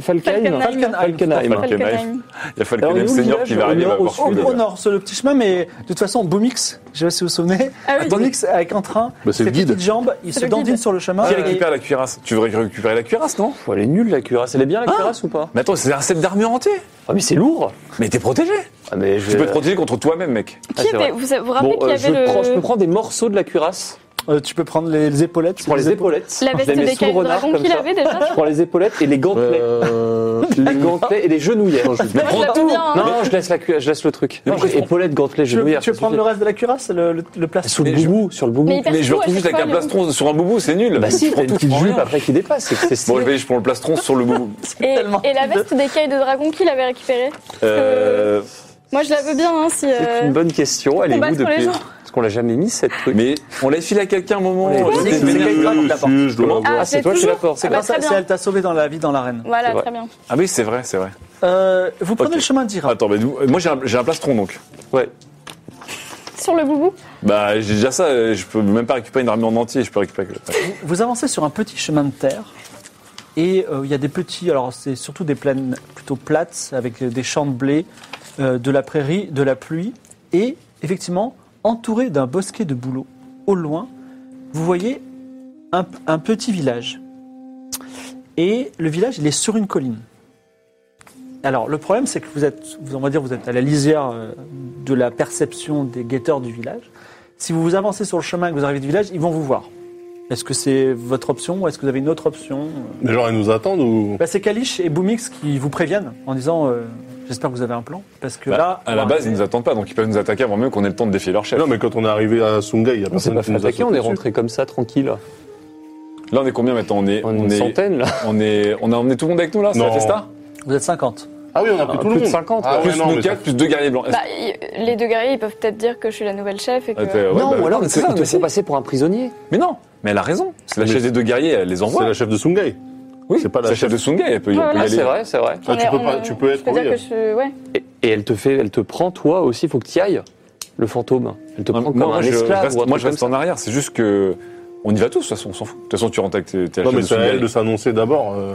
S5: Falkenheim.
S6: Falkenheim. Ah, Falkenheim.
S2: Falkenheim.
S5: Falkenheim.
S2: Il a fallu
S6: Alors,
S2: que le
S6: nous,
S2: seigneur
S6: village,
S2: qui va
S6: Ah, on
S2: arriver bah,
S6: est
S2: va
S6: au
S2: voir
S1: Au,
S6: sud.
S2: Frodo.
S1: au nord, sur le petit chemin, mais de toute façon, Boomix, je sais pas si vous vous souvenez,
S5: Ah oui.
S1: Boomix avec un train,
S3: Bah, c'est
S1: ses
S3: le guide.
S1: petites jambes, il
S5: C'est
S1: se
S5: le
S1: dandine
S5: guide.
S1: sur le chemin.
S2: Qui
S1: et-
S2: récupère la cuirasse Tu veux récupérer la cuirasse, non
S6: Faut, Elle est nulle la cuirasse. Elle est bien la cuirasse ou pas
S2: Mais attends, c'est un set d'armure entier
S6: Ah mais c'est lourd
S2: Mais t'es protégé
S6: ah, mais je...
S2: Tu peux te protéger contre toi-même, mec.
S6: Ah,
S5: Qui
S6: c'est
S5: était
S6: vrai.
S5: Vous vous vous rappelez
S6: Bon,
S5: qu'il y
S6: euh, je,
S5: avait
S6: prends, je me
S5: le.
S6: prends des morceaux de la cuirasse,
S1: Euh, tu peux prendre les, les épaulettes.
S6: je prends les épaulettes,
S5: La
S6: je
S5: veste
S6: les mets
S5: des
S6: sous le
S5: cailloux
S6: renard
S5: dragon
S6: comme
S5: qu'il
S6: ça.
S5: avait déjà
S6: Je prends les épaulettes et les gantelets,
S3: Euh,
S6: les gantelets et les genouillères.
S3: non, je-
S5: Moi, je la prends bien, hein.
S6: Non, non, je laisse la cuirasse, je laisse le truc.
S2: Mais
S6: Non,
S2: pourquoi
S6: j'ai épaulettes, gantelets,
S1: Tu veux,
S6: genouillères.
S1: tu veux
S6: ça
S1: prendre
S6: suffit.
S1: le reste de la cuirasse, le, le, le plastique
S6: Sous le
S2: Mais je-
S6: boubou, sur le
S5: Mais
S6: boubou.
S5: hyper
S2: Mais je le
S5: chaud,
S2: retrouve
S5: à
S2: juste
S5: chaque
S2: avec un
S5: fois, les
S2: plastron sur un boubou, c'est nul.
S6: Bah si,
S2: Je prends
S6: t'as une
S2: tout,
S6: petite
S2: je prends
S6: jupe
S2: rien.
S6: après qui dépasse, c'est c'est
S2: Bon,
S6: stylé.
S2: je vais, je prends le plastron sur le boubou.
S5: Et,
S1: tellement
S5: et la veste d'écaille de dragon qu'il avait récupérée
S2: Euh,
S5: Moi je la veux bien hein, si.
S6: C'est
S5: euh,
S6: une bonne question, elle est
S5: combattre
S6: où
S5: les
S6: depuis
S5: gens.
S6: Parce qu'on l'a jamais mis cette truc.
S2: mais on l'a filé à quelqu'un un moment.
S6: Ouais,
S2: j'étais
S1: c'est-
S6: c'est-
S5: Ah,
S2: venu-
S1: c'est-
S3: oui,
S1: d'abord.
S3: si, je dois
S2: Comment
S3: l'avoir.
S6: Ah, c'est toi qui
S5: toujours
S6: l'as porté,
S5: bah, Ah,
S6: quoi.
S5: bah, très
S1: c'est
S5: bien.
S1: elle t'a sauvé dans la vie dans l'arène.
S6: C'est
S5: Voilà,
S6: vrai.
S5: très bien.
S2: Ah oui, c'est vrai, c'est vrai.
S1: Euh, vous prenez
S2: Ok.
S1: le chemin d'Ira.
S2: Attends, mais nous- moi j'ai un, j'ai un plastron donc.
S6: Ouais.
S5: Sur le boubou
S2: Bah j'ai déjà ça, euh, je peux même pas récupérer une armée en entier, je peux récupérer. que-
S1: Vous avancez sur un petit chemin de terre. Et euh, il y a des petits, alors c'est surtout des plaines plutôt plates, avec des champs de blé, euh, de la prairie, de la pluie. Et effectivement, entouré d'un bosquet de bouleaux, au loin, vous voyez un, un petit village. Et le village, il est sur une colline. Alors, le problème, c'est que vous êtes, vous- on va dire, vous êtes à la lisière euh, de la perception des guetteurs du village. Si vous vous avancez sur le chemin et que vous arrivez du village, ils vont vous voir. Est-ce que c'est votre option ou est-ce que vous avez une autre option
S3: Mais genre, ils nous attendent ou.
S1: Bah, C'est Kalish et Boomix qui vous préviennent en disant euh, J'espère que vous avez un plan. Parce que
S2: Bah,
S1: là.
S2: à la base, ils nous attendent pas, donc ils peuvent nous attaquer avant même qu'on ait le temps de défier leur chef.
S3: Non, mais quand on est arrivé à Sungai, il y a
S6: On s'est
S3: personne
S6: pas
S3: qui
S6: fait
S3: nous a
S6: attaquer,
S3: sauté
S6: on est
S3: dessus.
S6: rentré comme ça, tranquille.
S2: Là, on est combien maintenant On est,
S6: On est une
S2: est-
S6: centaine, là.
S2: on est, on a emmené tout le monde avec nous là, c'est la
S3: Non.
S2: festa.
S1: Vous êtes 50.
S3: Ah oui, on a pris
S6: Ah,
S3: tout
S6: plus
S3: le
S6: de
S3: monde.
S6: 50,
S3: Ah
S6: quoi.
S3: ouais,
S2: plus
S3: non,
S2: nos
S3: mais
S2: quatre,
S3: ça-
S2: plus deux guerriers blancs.
S5: Bah, y- les deux guerriers, ils peuvent peut-être dire que je suis la nouvelle chef et que.
S2: Ah, t'es- ouais,
S6: non,
S2: bah,
S6: ou alors,
S2: mais
S6: ils
S2: c'est ça,
S6: te
S2: mais
S6: font
S2: c'est-
S6: passer pour un prisonnier.
S2: Mais non, mais elle a raison. C'est la
S3: Mais-
S2: chef des deux guerriers, elle les envoie.
S3: C'est la chef de Sungai.
S2: Oui,
S3: c'est pas la
S2: c'est chef de Sungai, elle peut y,
S5: Ouais,
S2: on peut y
S5: voilà,
S6: Ah,
S2: aller.
S6: c'est vrai, c'est vrai.
S3: Ah, tu
S5: On
S3: peux
S5: est-
S3: pas-
S5: on-
S3: tu peux être
S5: Je peux dire
S3: oui. euh.
S5: que je suis. Ouais.
S6: Et, et elle te fait, elle te prend, toi aussi, faut que tu y ailles. Le fantôme. Elle te
S2: Moi,
S6: prend comme
S2: moi,
S6: un
S2: je
S6: esclave
S2: reste,
S6: ou un
S2: moi,
S6: truc
S2: je reste
S6: comme
S2: en arrière, c'est juste que. On y va tous, de toute façon, on s'en fout. De toute façon, tu rentres avec tes, tes
S3: Non,
S2: chefs
S3: mais
S2: de
S3: c'est à
S2: Sungai.
S3: elle de s'annoncer d'abord. euh,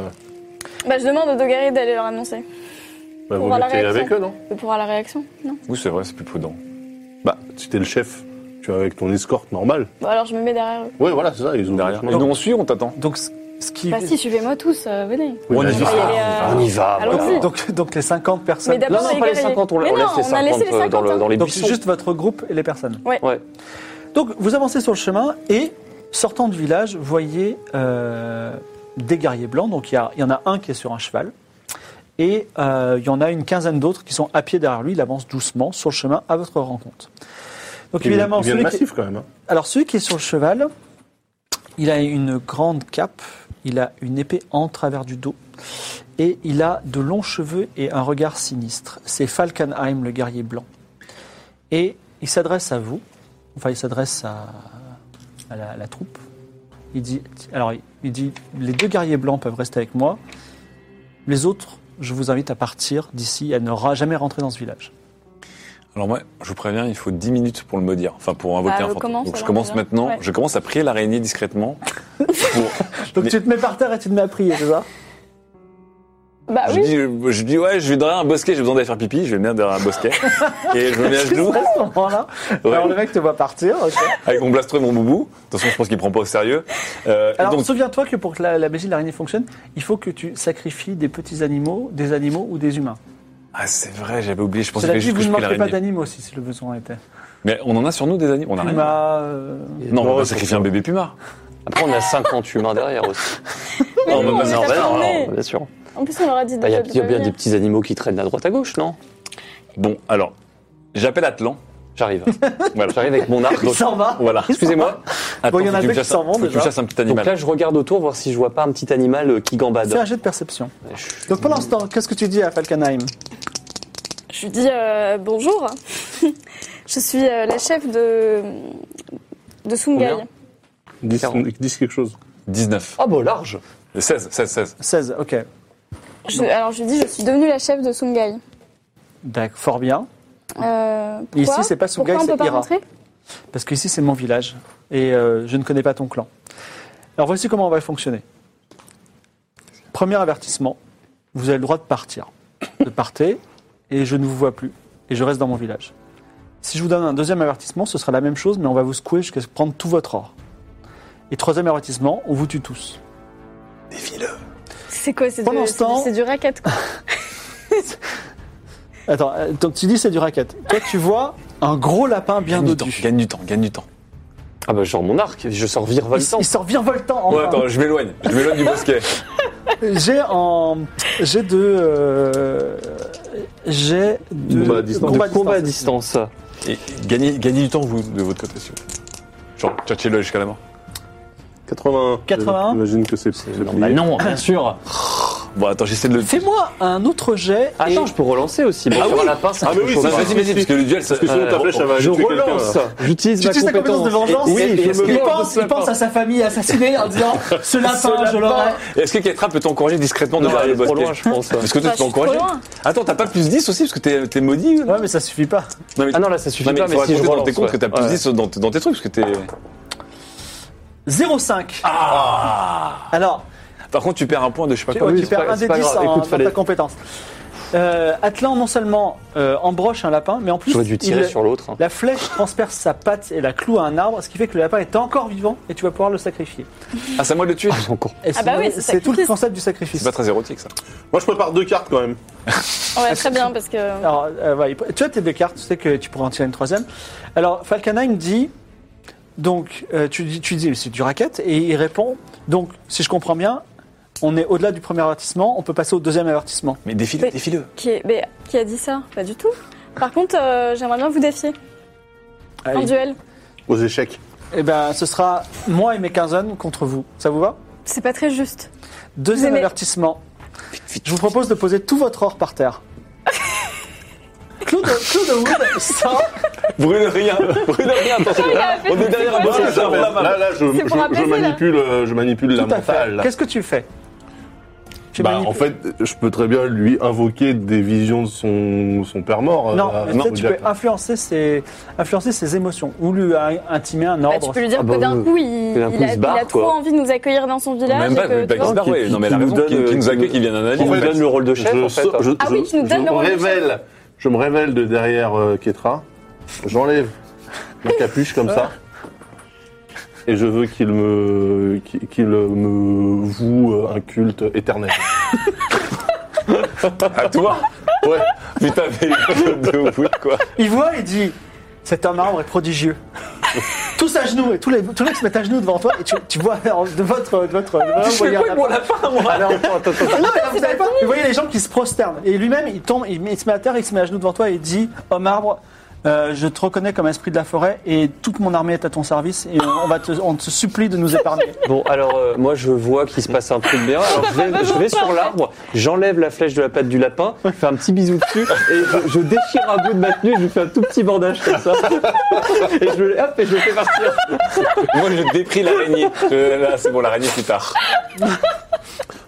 S5: Bah, je demande aux deux guerriers d'aller leur annoncer.
S3: Bah,
S5: Pour
S3: vous
S5: voir la
S3: mettez
S5: réaction.
S3: avec eux, non
S5: De pouvoir la réaction, non
S2: Oui, c'est vrai, c'est plus prudent.
S3: Bah, si t'es le chef, tu es avec ton escorte normale.
S5: Bon, Bah, alors je me mets derrière eux.
S3: Ouais, voilà, c'est ça, ils ont
S2: Derrière. Et nous, on suit, on t'attend.
S1: Donc, ce ce qui.
S5: Bah, si, suivez-moi tous, euh, venez.
S2: On y
S5: On va y aller, euh,
S6: ça. On y va,
S5: allons-y.
S6: voilà.
S1: donc, donc, les 50 personnes.
S5: Mais d'abord,
S6: Non,
S5: les
S6: non, pas les
S5: guerriers.
S6: 50, on,
S5: Mais
S6: on
S5: non,
S6: laisse les
S5: on a laissé
S6: 50,
S5: les
S6: euh, dans, le-
S5: 50,
S6: dans les
S1: donc,
S6: buissons.
S1: c'est juste votre groupe et les personnes.
S6: Ouais.
S1: Donc vous avancez sur le chemin et sortant du village, vous voyez euh, des guerriers blancs. Donc il y, a- il y en a un qui est sur un cheval et euh, il y en a une quinzaine d'autres qui sont à pied derrière lui. Il avance doucement sur le chemin à votre rencontre. Donc
S3: Ils-
S1: évidemment,
S3: ils viennent
S1: celui qui,
S3: massifs quand même. hein.
S1: alors celui qui est sur le cheval, il a une grande cape, il a une épée en travers du dos et il a de longs cheveux et un regard sinistre. C'est Falkenheim, le guerrier blanc. Et il s'adresse à vous, enfin il s'adresse à, à la, à la troupe. Il dit, alors il- il dit, les deux guerriers blancs peuvent rester avec moi. Les autres, je vous invite à partir d'ici, à ne ra- jamais rentrer dans ce village.
S2: Alors moi, je vous préviens, il faut 10 minutes pour le maudire, enfin pour invoquer
S5: Ah,
S1: Bah,
S2: un
S5: euh,
S2: fantôme.
S5: commence
S2: Donc je
S5: alors,
S2: commence
S5: déjà.
S2: maintenant,
S5: Ouais.
S2: je commence à prier l'araignée discrètement. pour-
S1: Donc
S2: Mais-
S1: tu te mets par terre et tu te mets à prier, c'est ça
S5: Bah
S1: Ah
S2: je,
S5: oui,
S2: dis, euh, je dis ouais, je vais derrière un bosquet, j'ai besoin d'aller faire pipi, je vais venir derrière un bosquet. et je me mets à
S1: Qu'est-ce qui se
S2: genoux
S1: passe à ce moment-là
S2: Ouais.
S1: Alors le mec te voit partir. ok.
S2: avec mon blastreux et mon boubou. De toute façon, je pense qu'il prend pas au sérieux. Euh, et
S1: Alors
S2: donc,
S1: souviens-toi que pour que la, la magie de l'araignée fonctionne, il faut que tu sacrifies des petits animaux, des animaux ou des humains.
S2: ah c'est vrai, j'avais oublié, je pensais
S1: Cela
S2: que
S1: dit,
S2: juste
S1: vous
S2: que je
S1: ne
S2: prie
S1: manquez pas
S2: l'araignée.
S1: d'animaux aussi si le besoin était.
S2: Mais on en a sur nous des animaux, on a rien.
S1: Puma, euh,
S2: Non, on va
S3: Non,
S2: sacrifier un bébé puma.
S6: Après, on a 50 humains derrière aussi.
S5: mais
S2: non,
S5: non,
S2: mais
S5: on est
S2: non,
S5: à
S2: mais non,
S5: tourner.
S6: Bien sûr.
S5: En plus, on leur a dit
S6: Bah, Il y
S5: déjà
S6: a
S5: de
S6: il y a bien des
S5: venir.
S6: petits animaux qui traînent à droite à gauche, non
S2: Bon, alors j'appelle Atlan.
S6: J'arrive.
S2: Voilà.
S6: J'arrive avec mon arc.
S1: il
S6: Donc,
S1: s'en va.
S2: Voilà.
S6: Excusez-moi.
S2: Attends,
S1: il y en
S2: faut
S1: a
S2: que tu
S1: deux
S2: me
S1: qui
S2: chasses-
S1: s'en vont
S2: faut que tu
S1: déjà.
S2: me chasses un petit
S6: Donc
S2: animal.
S6: là, je regarde autour, voir si je vois pas un petit animal euh, qui gambade.
S1: C'est un jet de perception.
S6: Je-
S1: Donc pour l'instant, qu'est-ce que tu dis à Falkenheim
S5: Je lui dis euh, bonjour. je suis euh, la chef de. de Sungai.
S6: Combien
S3: Dis,
S6: Quarante.
S3: dis quelque chose.
S2: 19.
S6: Ah, bah, large
S2: 16, 16, 16.
S1: 16, ok.
S5: Je- alors je lui dis, je suis devenue la chef de Sungai.
S1: D'accord, fort bien.
S5: Euh,
S1: Ici,
S5: pourquoi
S1: c'est pas Sungai,
S5: Pourquoi on
S1: c'est
S5: peut pas
S1: Ira.
S5: rentrer
S1: Parce qu'ici, c'est mon village et euh, je ne connais pas ton clan. Alors voici comment on va fonctionner. Premier avertissement, vous avez le droit de partir. De partez et je ne vous vois plus et je reste dans mon village. Si je vous donne un deuxième avertissement, ce sera la même chose, mais on va vous secouer jusqu'à prendre tout votre or. Et troisième avertissement, on vous tue tous.
S5: C'est quoi C'est
S1: Pendant
S5: du,
S1: ce
S5: c'est du-
S1: temps-
S5: c'est du racket. quoi.
S1: Attends, euh, donc tu dis c'est du racket. Toi, tu vois un gros lapin bien
S2: Gagne du temps,
S1: dodu.
S2: gagne du temps, gagne du temps.
S6: Ah, bah, genre mon arc, je sors
S1: Il,
S6: virevoltant.
S1: il sort virevoltant.
S2: Ouais,
S1: enfin.
S2: attends, je m'éloigne. Je m'éloigne du bosquet.
S1: J'ai en. J'ai de. euh, J'ai de.
S3: Combat à distance.
S6: De combat à
S1: distance.
S6: distance.
S2: Et gagnez, gagnez du temps, vous, de votre côté, s'il vous plaît. Genre, tchatchez-le jusqu'à la mort.
S3: 81.
S1: 81.
S3: J'imagine que c'est
S6: C'est
S3: c'est
S6: normal.
S3: plié.
S6: Bah non, bien sûr.
S2: Bon, attends, j'essaie de le.
S1: Ah, Fais-moi un autre jet. et-
S6: Attends, Ah, je peux relancer aussi. Bon,
S3: Ah
S6: sur
S3: oui.
S6: un lapin, ça
S3: Ah,
S6: me
S3: mais oui,
S6: chauffe
S3: ça,
S6: pas.
S2: vas-y, vas-y, parce que le duel, ça.
S3: Parce que sinon,
S2: euh,
S3: ta flèche, elle va aller
S6: Je
S3: tuer quelqu'un.
S6: relance.
S3: là.
S6: J'utilise
S1: Tu
S6: ma
S1: utilises ta compétence de vengeance
S6: Et- Oui,
S1: et-
S6: je
S1: et
S6: me
S1: est-ce qu'il
S6: venge de
S1: pense,
S6: ce
S1: il pense
S6: lapin.
S1: à sa famille assassinée en disant Ce lapin, je l'aurai.
S2: Est-ce que Ketra peut t'encourager discrètement de
S6: Non, elle
S2: derrière
S6: est
S2: le
S6: trop
S2: bosquet
S6: loin, je pense.
S2: Parce que toi,
S5: Bah,
S2: tu
S5: je
S2: peux
S5: suis trop
S2: encourager.
S5: loin.
S2: Attends, t'as pas plus 10 aussi, parce que t'es t'es maudit là
S1: Ouais, mais ça suffit pas.
S2: Non, mais,
S6: Ah non, là, ça suffit
S2: non, mais
S6: pas.
S2: il faut
S6: Mais si je
S2: rajouter dans tes
S6: relance,
S2: comptes
S6: ouais.
S2: que t'as plus
S6: Ouais.
S2: 10 dans, tes- dans tes trucs, parce que t'es.
S1: 0,5. Alors,
S6: Ah.
S2: Par contre, tu perds un point de je sais pas quoi.
S1: tu
S6: c'est
S1: perds
S6: pas-
S1: un
S6: c'est
S1: des
S6: pas
S1: 10
S6: grave.
S1: en
S6: Écoute,
S1: dans
S6: fallait-
S1: ta compétence. euh, Atlan non seulement euh, embroche un lapin, mais en plus
S6: J'aurais dû tirer
S1: il-
S6: sur l'autre. hein.
S1: la flèche transperce sa patte et la cloue à un arbre, ce qui fait que le lapin est encore vivant et tu vas pouvoir le sacrifier.
S2: Ah, c'est à moi de le tuer.
S6: Ah, c'est encore.
S1: Et
S5: Ah bah
S1: sinon,
S5: oui, c'est
S1: c'est tout le
S5: sacrifice.
S1: concept du
S2: C'est
S1: sacrifice.
S2: pas très érotique, ça.
S3: Moi, je prépare deux cartes quand même.
S5: Ouais, très bien, parce que.
S1: Alors, euh, ouais, tu as tes deux cartes, tu sais que tu pourrais en tirer une troisième. Alors, Falkenheim dit, donc, euh, tu, dis- tu dis, c'est du racket, et il répond, donc, si je comprends bien, on est au-delà du premier avertissement, on peut passer au deuxième avertissement.
S2: Mais défile,
S5: Oui.
S2: défile.
S5: Qui, est- mais qui a dit ça Pas du tout. Par contre, euh, j'aimerais bien vous défier en duel.
S3: Aux échecs.
S1: Et ben, ce sera moi et mes 15 hommes contre vous. Ça vous va
S5: C'est pas très juste.
S1: Deuxième
S5: Vous aimez-
S1: avertissement. Je vous propose de poser tout votre or par terre. Claude, Claude Wood sort
S2: Brûle rien, brûle rien, attention.
S5: Il
S1: Ah,
S5: a fait-
S2: On est derrière
S5: c'est
S2: un
S5: quoi,
S2: bol,
S3: Voilà,
S5: bah, ça
S2: ça,
S3: ça,
S2: on
S3: là,
S2: la
S3: là,
S2: marche.
S3: je,
S5: C'est pour
S3: je- je
S5: apaiser, là.
S3: manipule, euh, je manipule la
S1: Tout à fait.
S3: mentale.
S1: Qu'est-ce que tu fais Tu
S3: Bah,
S1: manipules-
S3: en fait, je peux très bien lui invoquer des visions de son, son père mort.
S1: Non,
S3: euh,
S1: mais
S3: non,
S1: peut-être tu
S3: déjà.
S1: peux influencer ses, influencer ses émotions ou lui in- intimer un
S5: Bah,
S1: ordre.
S5: tu peux lui dire
S6: Ah
S5: que
S6: bah,
S5: d'un
S6: euh,
S5: coup, il,
S6: d'un coup,
S5: il a,
S6: il se barre,
S5: il a trop
S6: quoi.
S5: envie de nous accueillir dans son village.
S2: Même
S5: et
S2: pas,
S5: que,
S2: mais
S5: tu vois,
S2: Bagsbar,
S3: vois,
S2: ouais,
S3: qui-
S2: non, mais
S3: qui
S2: elle a
S3: nous
S2: raison, qui
S3: donne-
S2: qui nous accueille, qui vient
S6: Qui nous
S2: d'analyser.
S6: donne le rôle de chef,
S3: je,
S6: en fait. hein.
S3: sors- je-
S5: Ah oui,
S3: je-
S5: tu nous donnes
S3: je
S5: le rôle de
S3: révèle, Je me révèle de derrière euh, Ketra. J'enlève ma capuche comme ça. Et je veux qu'il me, qu'il qu'il me voue euh, un culte éternel.
S2: À toi
S3: Ouais.
S2: Putain, mais de ouf, quoi.
S1: Il voit et dit Cet homme arbre est prodigieux. tous à genoux, et tous les, tous les mecs se mettent à genoux devant toi, et tu, tu vois alors, de votre. De votre de votre voyeur lapin.
S6: Ah,
S1: Alors, attends, attends, attends. Non, mais là, vous savez pas, vous voyez les gens qui se prosternent. Et lui-même, il tombe, il, met- il se met à terre, il se met à genoux devant toi et il dit Homme arbre, euh, je te reconnais comme esprit de la forêt et toute mon armée est à ton service et on, va te, on te supplie de nous épargner.
S6: Bon, alors euh, moi je vois qu'il se passe un truc bien. Alors je vais, je vais sur l'arbre, j'enlève la flèche de la patte du lapin, je fais un petit bisou dessus et je, je déchire un bout de ma tenue, je lui fais un tout petit bandage comme ça. Et je le, hop, et je le fais partir.
S2: Moi, je dépris l'araignée. Euh, Là, c'est bon, l'araignée plus tard.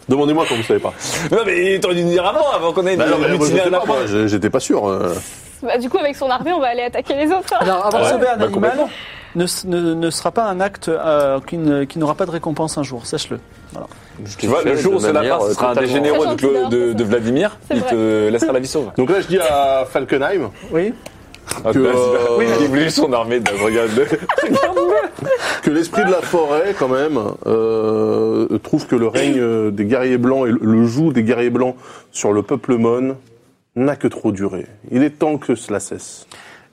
S3: Demandez-moi quand vous savez
S6: Bah,
S3: pas.
S2: Non, mais t'aurais dû nous dire avant, avant qu'on ait
S3: Bah non, mais moi, je
S2: mutiné
S3: sais
S2: un
S3: pas,
S2: lapin.
S3: moi, je- J'étais pas sûr. euh.
S5: Bah, du coup, avec son armée, on va aller attaquer les autres.
S1: Alors, avoir
S3: Ouais,
S1: sauvé un
S3: bah,
S1: animal ne, s- ne, ne sera pas un acte euh, qui, ne- qui n'aura pas de récompense un jour, sache-le.
S2: Tu vois, le jour où ce lapin
S6: euh,
S2: ce sera un des généraux de,
S5: C'est gentil
S2: Cla- de,
S5: d'avoir
S2: de
S5: fait
S2: Vladimir,
S5: C'est
S2: il te laissera la vie sauve.
S3: Donc là, je dis à Falkenheim.
S1: Oui
S2: Ah,
S3: Que,
S2: bah,
S3: euh,
S2: c'est- Il voulait juste bah, son armée, là, je regarde.
S3: que l'esprit de la forêt, quand même, euh, trouve que le règne euh, des guerriers blancs et le- le joug des guerriers blancs sur le peuple mon n'a que trop duré. Il est temps que cela cesse.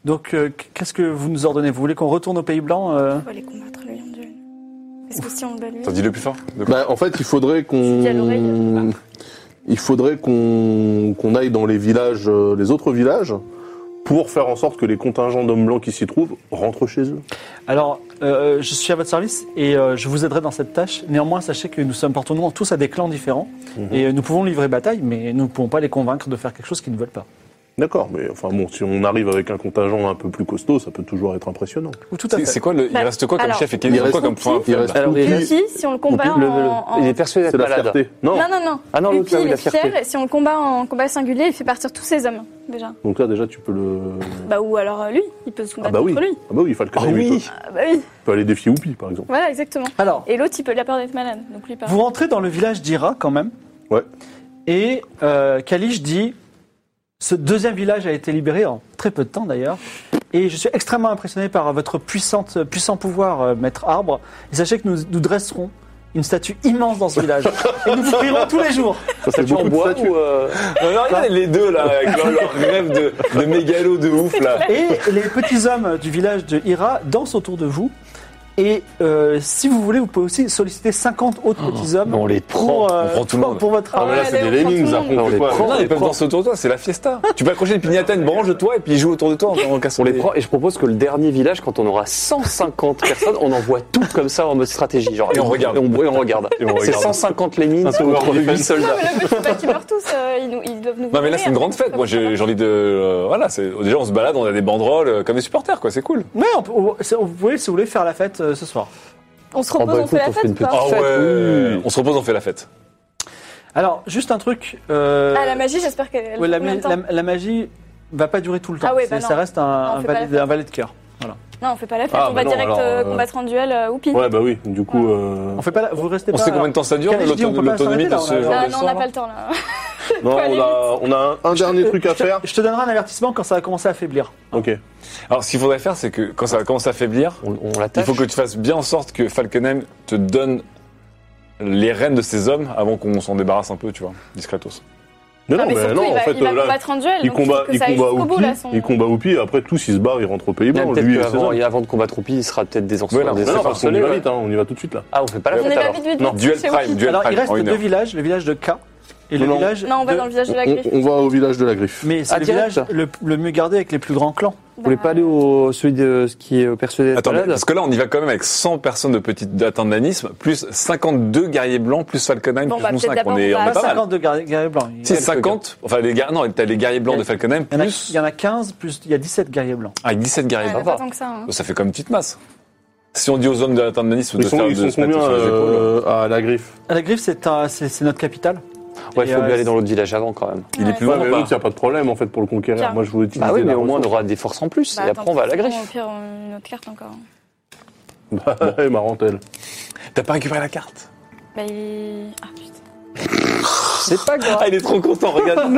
S1: Donc, euh, qu'est-ce que vous nous ordonnez Vous voulez qu'on retourne au Pays Blanc euh
S5: On va aller combattre le lion de duel. Est-ce que si on le bat lui
S2: T'as dit le plus fort. De quoi
S3: Bah, en fait, il faudrait
S5: Je dis à
S3: qu'on
S5: l'oreille.
S3: il faudrait qu'on qu'on aille dans les villages, euh, les autres villages, pour faire en sorte que les contingents d'hommes blancs qui s'y trouvent rentrent chez eux.
S1: Alors, euh, je suis à votre service et euh, je vous aiderai dans cette tâche. Néanmoins, sachez que nous sommes portons tous à des clans différents
S2: Mhm.
S1: et euh, nous pouvons livrer bataille, mais nous ne pouvons pas les convaincre de faire quelque chose qu'ils ne veulent pas.
S3: D'accord, mais enfin bon, si on arrive avec un contingent un peu plus costaud, ça peut toujours être impressionnant.
S1: Ou tout à
S2: C'est
S1: fait.
S2: c'est quoi le. Il
S5: Bah,
S2: reste quoi comme
S5: alors,
S2: chef et
S3: il
S2: quel quoi
S3: reste-
S2: comme point
S3: il
S2: faible
S3: reste
S6: Alors, il,
S3: Poupi,
S5: Si, si on le combat
S6: le- le-
S5: en. en-
S6: il est persuadé
S3: c'est
S6: d'être
S3: la
S6: malade.
S3: fierté. Non.
S5: Non, non, non.
S6: Ah non,
S5: Lui,
S6: l'autre, là,
S5: il
S6: il a
S5: est
S6: fierté.
S5: fier. Et si on le combat en combat singulier, il fait partir tous ses hommes, déjà.
S3: Donc là déjà tu peux le.
S5: Bah, ou alors euh, lui, il peut se
S3: Ah
S5: combattre
S3: bah oui.
S5: contre lui.
S3: Ah bah oui, il faut le
S2: Ah
S3: calmer, il peut-
S2: oui
S5: Ah bah oui,
S3: Il peut aller défier Oupi par exemple.
S5: voilà, exactement.
S1: Alors,
S5: Et l'autre, il peut, il a peur d'être malade, donc lui, pas.
S1: vous rentrez dans le village d'Ira quand même.
S3: Ouais.
S1: Et euh, Kalish dit Ce deuxième village a été libéré en très peu de temps d'ailleurs. Et je suis extrêmement impressionné par votre puissante, puissant pouvoir, euh, maître Arbre. Et sachez que nous, nous dresserons une statue immense dans ce village. et nous vous prierons tous les jours.
S3: Ça c'est
S6: Tu en
S3: beaucoup de
S6: bois
S3: statues.
S6: ou euh,
S2: Non, non, regardez les deux, là, avec leur, leur rêve de, de mégalo de ouf, là.
S1: Et les petits hommes du village de Hira dansent autour de vous. Et euh, si vous voulez, vous pouvez aussi solliciter 50 autres petits hommes
S6: on les
S1: pour, euh,
S2: Ah, on prend tout le
S1: pour-
S2: monde.
S1: pour votre
S3: Ah, mais là,
S5: Ouais,
S3: c'est des
S5: allez, on prend
S3: Lemmings,
S5: tout le
S3: ça,
S5: monde.
S3: on fait
S6: hein. les
S3: quoi
S6: prend.
S2: Non, ils peuvent danser autour de toi, c'est la fiesta. Tu peux accrocher une pignata à une branche de toi et puis ils jouent autour de toi en, en cassant
S6: on les prend et je propose que le dernier village, quand on aura 150 personnes, on envoie toutes comme ça en mode stratégie. Genre,
S2: Et on regarde.
S6: Et on, et on regarde.
S2: Et on regarde.
S6: C'est 150 lémines
S3: Un
S6: contre
S3: Tower
S6: 8
S3: Defense.
S6: soldats.
S5: Mais le but, c'est pas qu'ils meurent tous, euh, ils, nous- ils doivent nous.
S2: Non mais là
S5: voler, hein.
S2: c'est une grande fête. Moi j'ai j'ai envie de euh, voilà c'est déjà on se balade, on a des banderoles euh, comme des supporters quoi, c'est cool.
S1: Ouais, on peut- on- c'est- vous pouvez, si vous voulez, faire la fête euh, ce soir.
S5: On se repose,
S6: Oh, bah,
S5: on fait la
S6: écoute, on fait
S5: fête
S6: une
S5: ou pas
S6: petite- Ah ouais.
S2: On se repose, on fait la fête.
S1: Alors, juste un truc. euh,
S5: Ah, la magie, j'espère qu'elle.
S1: ouais, la, ma-
S5: combien de temps
S1: la- la magie va pas durer tout le temps.
S5: Ah ouais, bah
S1: C'est-
S5: non.
S1: ça reste un, un
S5: fait pas la
S1: valet,
S5: fête.
S1: un valet de cœur. Voilà.
S5: Non, on fait pas la fête,
S3: Ah,
S5: on
S3: bah
S5: va
S3: non,
S5: direct
S3: alors,
S5: euh,
S3: euh,
S5: combattre en duel, euh, oupi.
S3: Ouais bah oui, du coup. euh,
S1: On fait pas. la- vous restez
S2: On
S1: pas.
S2: sait combien de temps ça dure
S1: Kalish dit, on peut pas
S2: l'autonomie de
S1: s'arrêter, là,
S2: ce
S1: on a-
S2: genre
S5: Ah
S2: de
S5: non, on n'a
S2: sort,
S5: pas
S2: là
S5: le temps là.
S3: Non,
S5: aller
S3: on a, on a un, un dernier truc à
S1: Je te-
S3: faire.
S1: Je te donnerai un avertissement quand ça va commencer à faiblir.
S3: Ok.
S2: Alors, ce qu'il faudrait faire, c'est que quand ça commence à faiblir,
S6: On, on
S2: il
S6: l'attaque.
S2: faut que tu fasses bien en sorte que Falkenheim te donne les rênes de ses hommes avant qu'on s'en débarrasse un peu, tu vois, discretos.
S3: Mais
S5: Ah,
S3: non,
S5: mais
S3: mais
S5: surtout,
S3: non,
S5: il
S3: en
S5: va,
S3: fait,
S5: il va
S3: là,
S5: combattre en duel.
S3: il
S5: donc faut
S3: combat,
S5: que
S3: il
S5: ça aille
S3: combat
S5: jusqu'au
S3: au
S5: bout,
S3: pi,
S5: là, son-
S3: il combat au pi, et après tous ils se barrent, ils rentrent au pays
S6: Peut-être
S3: bas, lui et ses
S6: qu'avant-
S3: hommes.
S6: et avant de combattre au pied, il sera peut-être désencerclé.
S2: Voilà, mais
S3: Mais non, parce qu'on y va
S6: ouais.
S3: vite, hein, on y va tout de suite là.
S6: Bah Ah, on fait pas la
S5: On y
S6: fête
S5: va
S6: alors.
S5: vite, vite,
S3: Non.
S5: vite.
S2: Duel
S5: c'est
S2: prime,
S5: ok.
S2: duel
S1: Alors, il
S2: prime
S1: reste
S2: en une
S1: deux
S2: heure.
S1: villages, le village de K et le
S3: Non, non.
S1: village.
S5: Non, on va
S1: de-
S5: dans le village de la
S3: On,
S5: griffe.
S3: on va au village de la griffe.
S1: Mais c'est
S6: Ah,
S1: le
S6: direct.
S1: village le, le mieux gardé avec les plus grands clans.
S6: Vous voulez pas aller au celui de ce qui est persuadé d'être
S2: Attends, mais
S6: malade
S2: parce que là, on y va quand même avec 100 personnes de petite date nanisme, plus 52 guerriers blancs, plus Falkenheim,
S5: Bon,
S2: plus
S5: bah,
S2: mon
S5: peut-être
S2: 5. On est,
S5: d'abord,
S2: on
S5: on
S1: Pas
S2: est
S5: va-
S2: pas mal.
S1: 50 de gar- Ah, guerriers blancs. Il y
S2: Si,
S1: a-
S2: 50, enfin, les guerriers, non, t'as les guerriers blancs de Falkenheim,
S1: il y en a-
S2: plus
S1: Il y en a 15 plus il y a 17 guerriers blancs.
S2: ah, 17 guerriers
S5: Ouais,
S2: blancs.
S5: pas tant que ça. hein.
S2: Ça fait comme une petite masse. Si on dit aux hommes de la Tente de Nice de
S3: Ils sont,
S2: faire
S3: ils
S2: de
S3: sont
S2: se mettre
S3: combien
S2: sur les épaules,
S3: euh, à la griffe
S1: À la griffe c'est un- c'est c'est notre capitale.
S6: Ouais,
S1: Et,
S6: il faut mieux
S1: euh,
S6: aller dans l'autre village avant quand même.
S2: il est
S5: Ouais.
S2: plus
S3: Ouais,
S2: loin
S3: mais
S2: ou
S3: l'autre,
S2: pas
S3: il n'y a pas de problème en fait pour le conquérir.
S5: Tiens.
S3: Moi je voulais utiliser.
S6: Bah oui, mais
S3: la
S6: au moins on
S3: ressource.
S6: aura des forces en plus.
S5: Bah,
S6: et
S5: attends,
S6: après on va à la
S5: Au
S6: griffe.
S5: pire, on- une autre carte encore.
S3: Bah, ouais, marantelle.
S2: T'as pas récupéré la carte
S5: Bah, il... Ah putain.
S6: C'est pas grave.
S2: Ah, il est trop content, regarde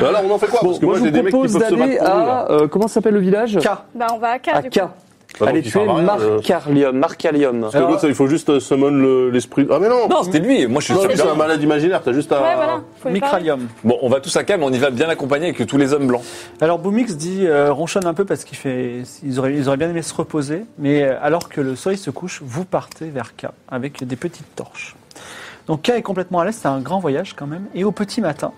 S3: Bah alors on en fait quoi Parce que
S6: moi,
S3: moi
S6: je
S3: j'ai des
S6: vous
S3: mecs qui peuvent
S6: propose
S3: se
S6: d'aller
S3: battre pour nous, là.
S6: à. euh, comment s'appelle le village
S1: K.
S5: Bah, on va à K,
S6: À
S5: du
S6: K.
S5: coup.
S3: Bah,
S6: Allez
S3: donc, il sert à
S6: tuer
S3: rien, euh,
S6: Marcarium. Marcarium.
S3: Parce que l'autre, ça, il faut juste euh, summon le- l'esprit. Ah, mais non
S2: Non, c'était lui, moi je suis
S3: Non,
S2: sûr
S3: lui,
S2: que
S3: c'est un
S2: là-
S3: malade imaginaire, t'as juste à.
S5: Ouais, voilà. Faut lui parler.
S1: Micralium.
S2: Bon, on va tous à Cam, on y va bien accompagné avec tous les hommes blancs.
S1: Alors Boomix dit euh, ronchonne un peu parce qu'il fait ils auraient ils auraient bien aimé se reposer mais euh, alors que le soleil se couche, vous partez vers K avec des petites torches. Donc K est complètement à l'est, c'est un grand voyage quand même et au petit matin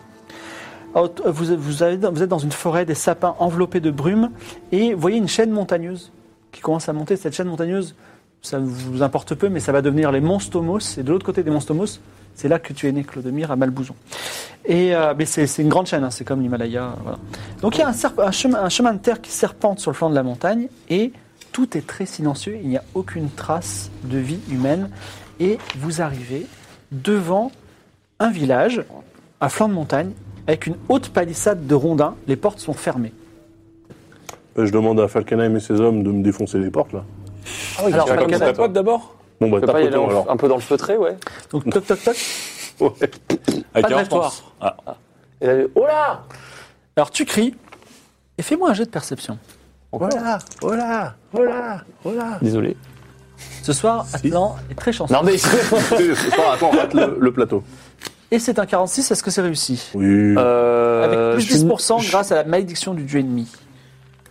S1: alors, t- vous, vous avez- vous êtes dans une forêt des sapins enveloppés de brume et voyez une chaîne montagneuse qui commence à monter. Cette chaîne montagneuse, ça vous importe peu, mais ça va devenir les Monts Stomos. Et de l'autre côté des Monts Stomos, c'est là que tu es né, Clodomir, à Malbouzon. Et euh, mais c'est c'est une grande chaîne, hein, c'est comme l'Himalaya. euh, voilà. Donc il y a un, serp- un chemin, un chemin de terre qui serpente sur le flanc de la montagne et tout est très silencieux. Il n'y a aucune trace de vie humaine. Et vous arrivez devant un village à flanc de montagne avec une haute palissade de rondins. Les portes sont fermées.
S3: Euh, Je demande à Falkenheim et ses hommes de me défoncer les portes là.
S6: Ah
S1: Alors,
S2: Tu vas comme
S1: Falkenheim,
S2: ta pote d'abord
S3: Bon bah
S6: On peut pas y aller
S3: tapotons
S6: en-
S3: alors.
S6: un peu dans le feutré, ouais.
S1: donc toc toc toc.
S3: Ouais.
S2: Avec
S1: de
S2: un
S1: victoire.
S2: horse. Ah,
S6: Et là, oh là
S1: Alors tu cries et fais-moi un jet de perception.
S3: Voilà, voilà, voilà, voilà.
S6: Désolé.
S1: Ce soir,
S3: Si.
S1: Atlan est très chanceux.
S6: Non mais.
S3: Attends, attends, rate le, le plateau.
S1: Et c'est un 46, est-ce que c'est réussi
S3: Oui.
S6: Euh,
S1: Avec
S6: je
S1: plus
S6: suis-
S1: 10% grâce à la malédiction du dieu ennemi.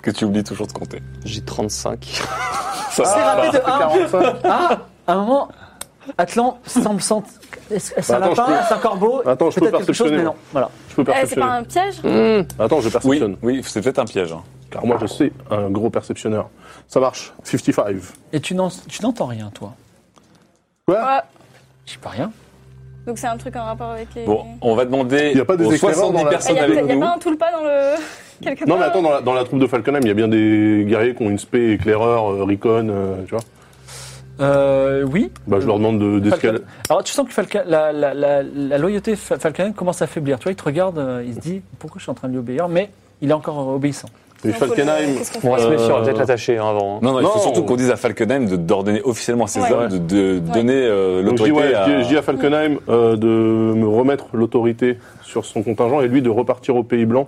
S2: que tu oublies toujours de compter.
S6: J'ai 35.
S2: Ça,
S1: C'est
S2: ça
S3: bah,
S1: raté
S2: va.
S1: de 1 Ah À un moment, Atlan semble sentir... Est-ce est-ce un
S3: Bah, attends,
S1: lapin
S3: je peux-
S1: Est-ce un corbeau
S3: Attends, je peux
S1: Peut-être quelque chose,
S3: perceptionner,
S1: mais non.
S3: moi.
S1: Voilà.
S3: Je peux
S5: Eh, c'est pas
S3: perceptionner.
S5: un piège
S3: Attends, je
S2: Oui,
S3: perceptionne.
S2: oui, c'est peut-être un piège. hein.
S3: Car moi je suis un gros perceptionneur. Ça marche. 55.
S1: Et tu n'en- tu n'entends rien, toi
S3: Quoi
S5: Ouais.
S1: Je sais pas rien.
S5: Donc, c'est un truc en rapport avec les.
S2: Bon, on va demander
S3: Il y a pas des
S2: aux
S3: éclaireurs
S2: 70
S3: dans la-
S5: Il
S2: personnes
S5: y a,
S2: avec
S5: y a
S2: nous.
S5: pas un tout le pas dans le. Quelque
S3: Non mais
S5: part,
S3: attends, dans la, dans la troupe de Falkenheim, il y a bien des guerriers qui ont une spé, éclaireur, euh, Recon, euh, tu vois.
S1: Euh, oui.
S3: Bah je leur demande de- d'escalader.
S1: Falcon. Alors tu sens que Falcon- la, la- la- la loyauté fa- falconienne commence à faiblir. Tu vois, il te regarde, euh, il se dit pourquoi je suis en train de lui obéir, mais il est encore euh, obéissant.
S3: Et
S5: sinon, faut le-
S3: Falkenheim,
S5: qu'est-ce qu'on fait
S6: On va se
S3: Euh,
S6: méfier, on va peut-être l'attacher hein, avant. hein.
S2: Non, non, il faut
S3: Non.
S2: surtout qu'on dise à Falkenheim de- d'ordonner officiellement à ses
S5: Ouais.
S2: hommes de, de donner euh,
S3: Donc je dis,
S2: l'autorité
S3: ouais,
S2: à...
S3: je dis- je dis à Falkenheim euh, de me remettre l'autorité sur son contingent et lui de repartir au Pays Blanc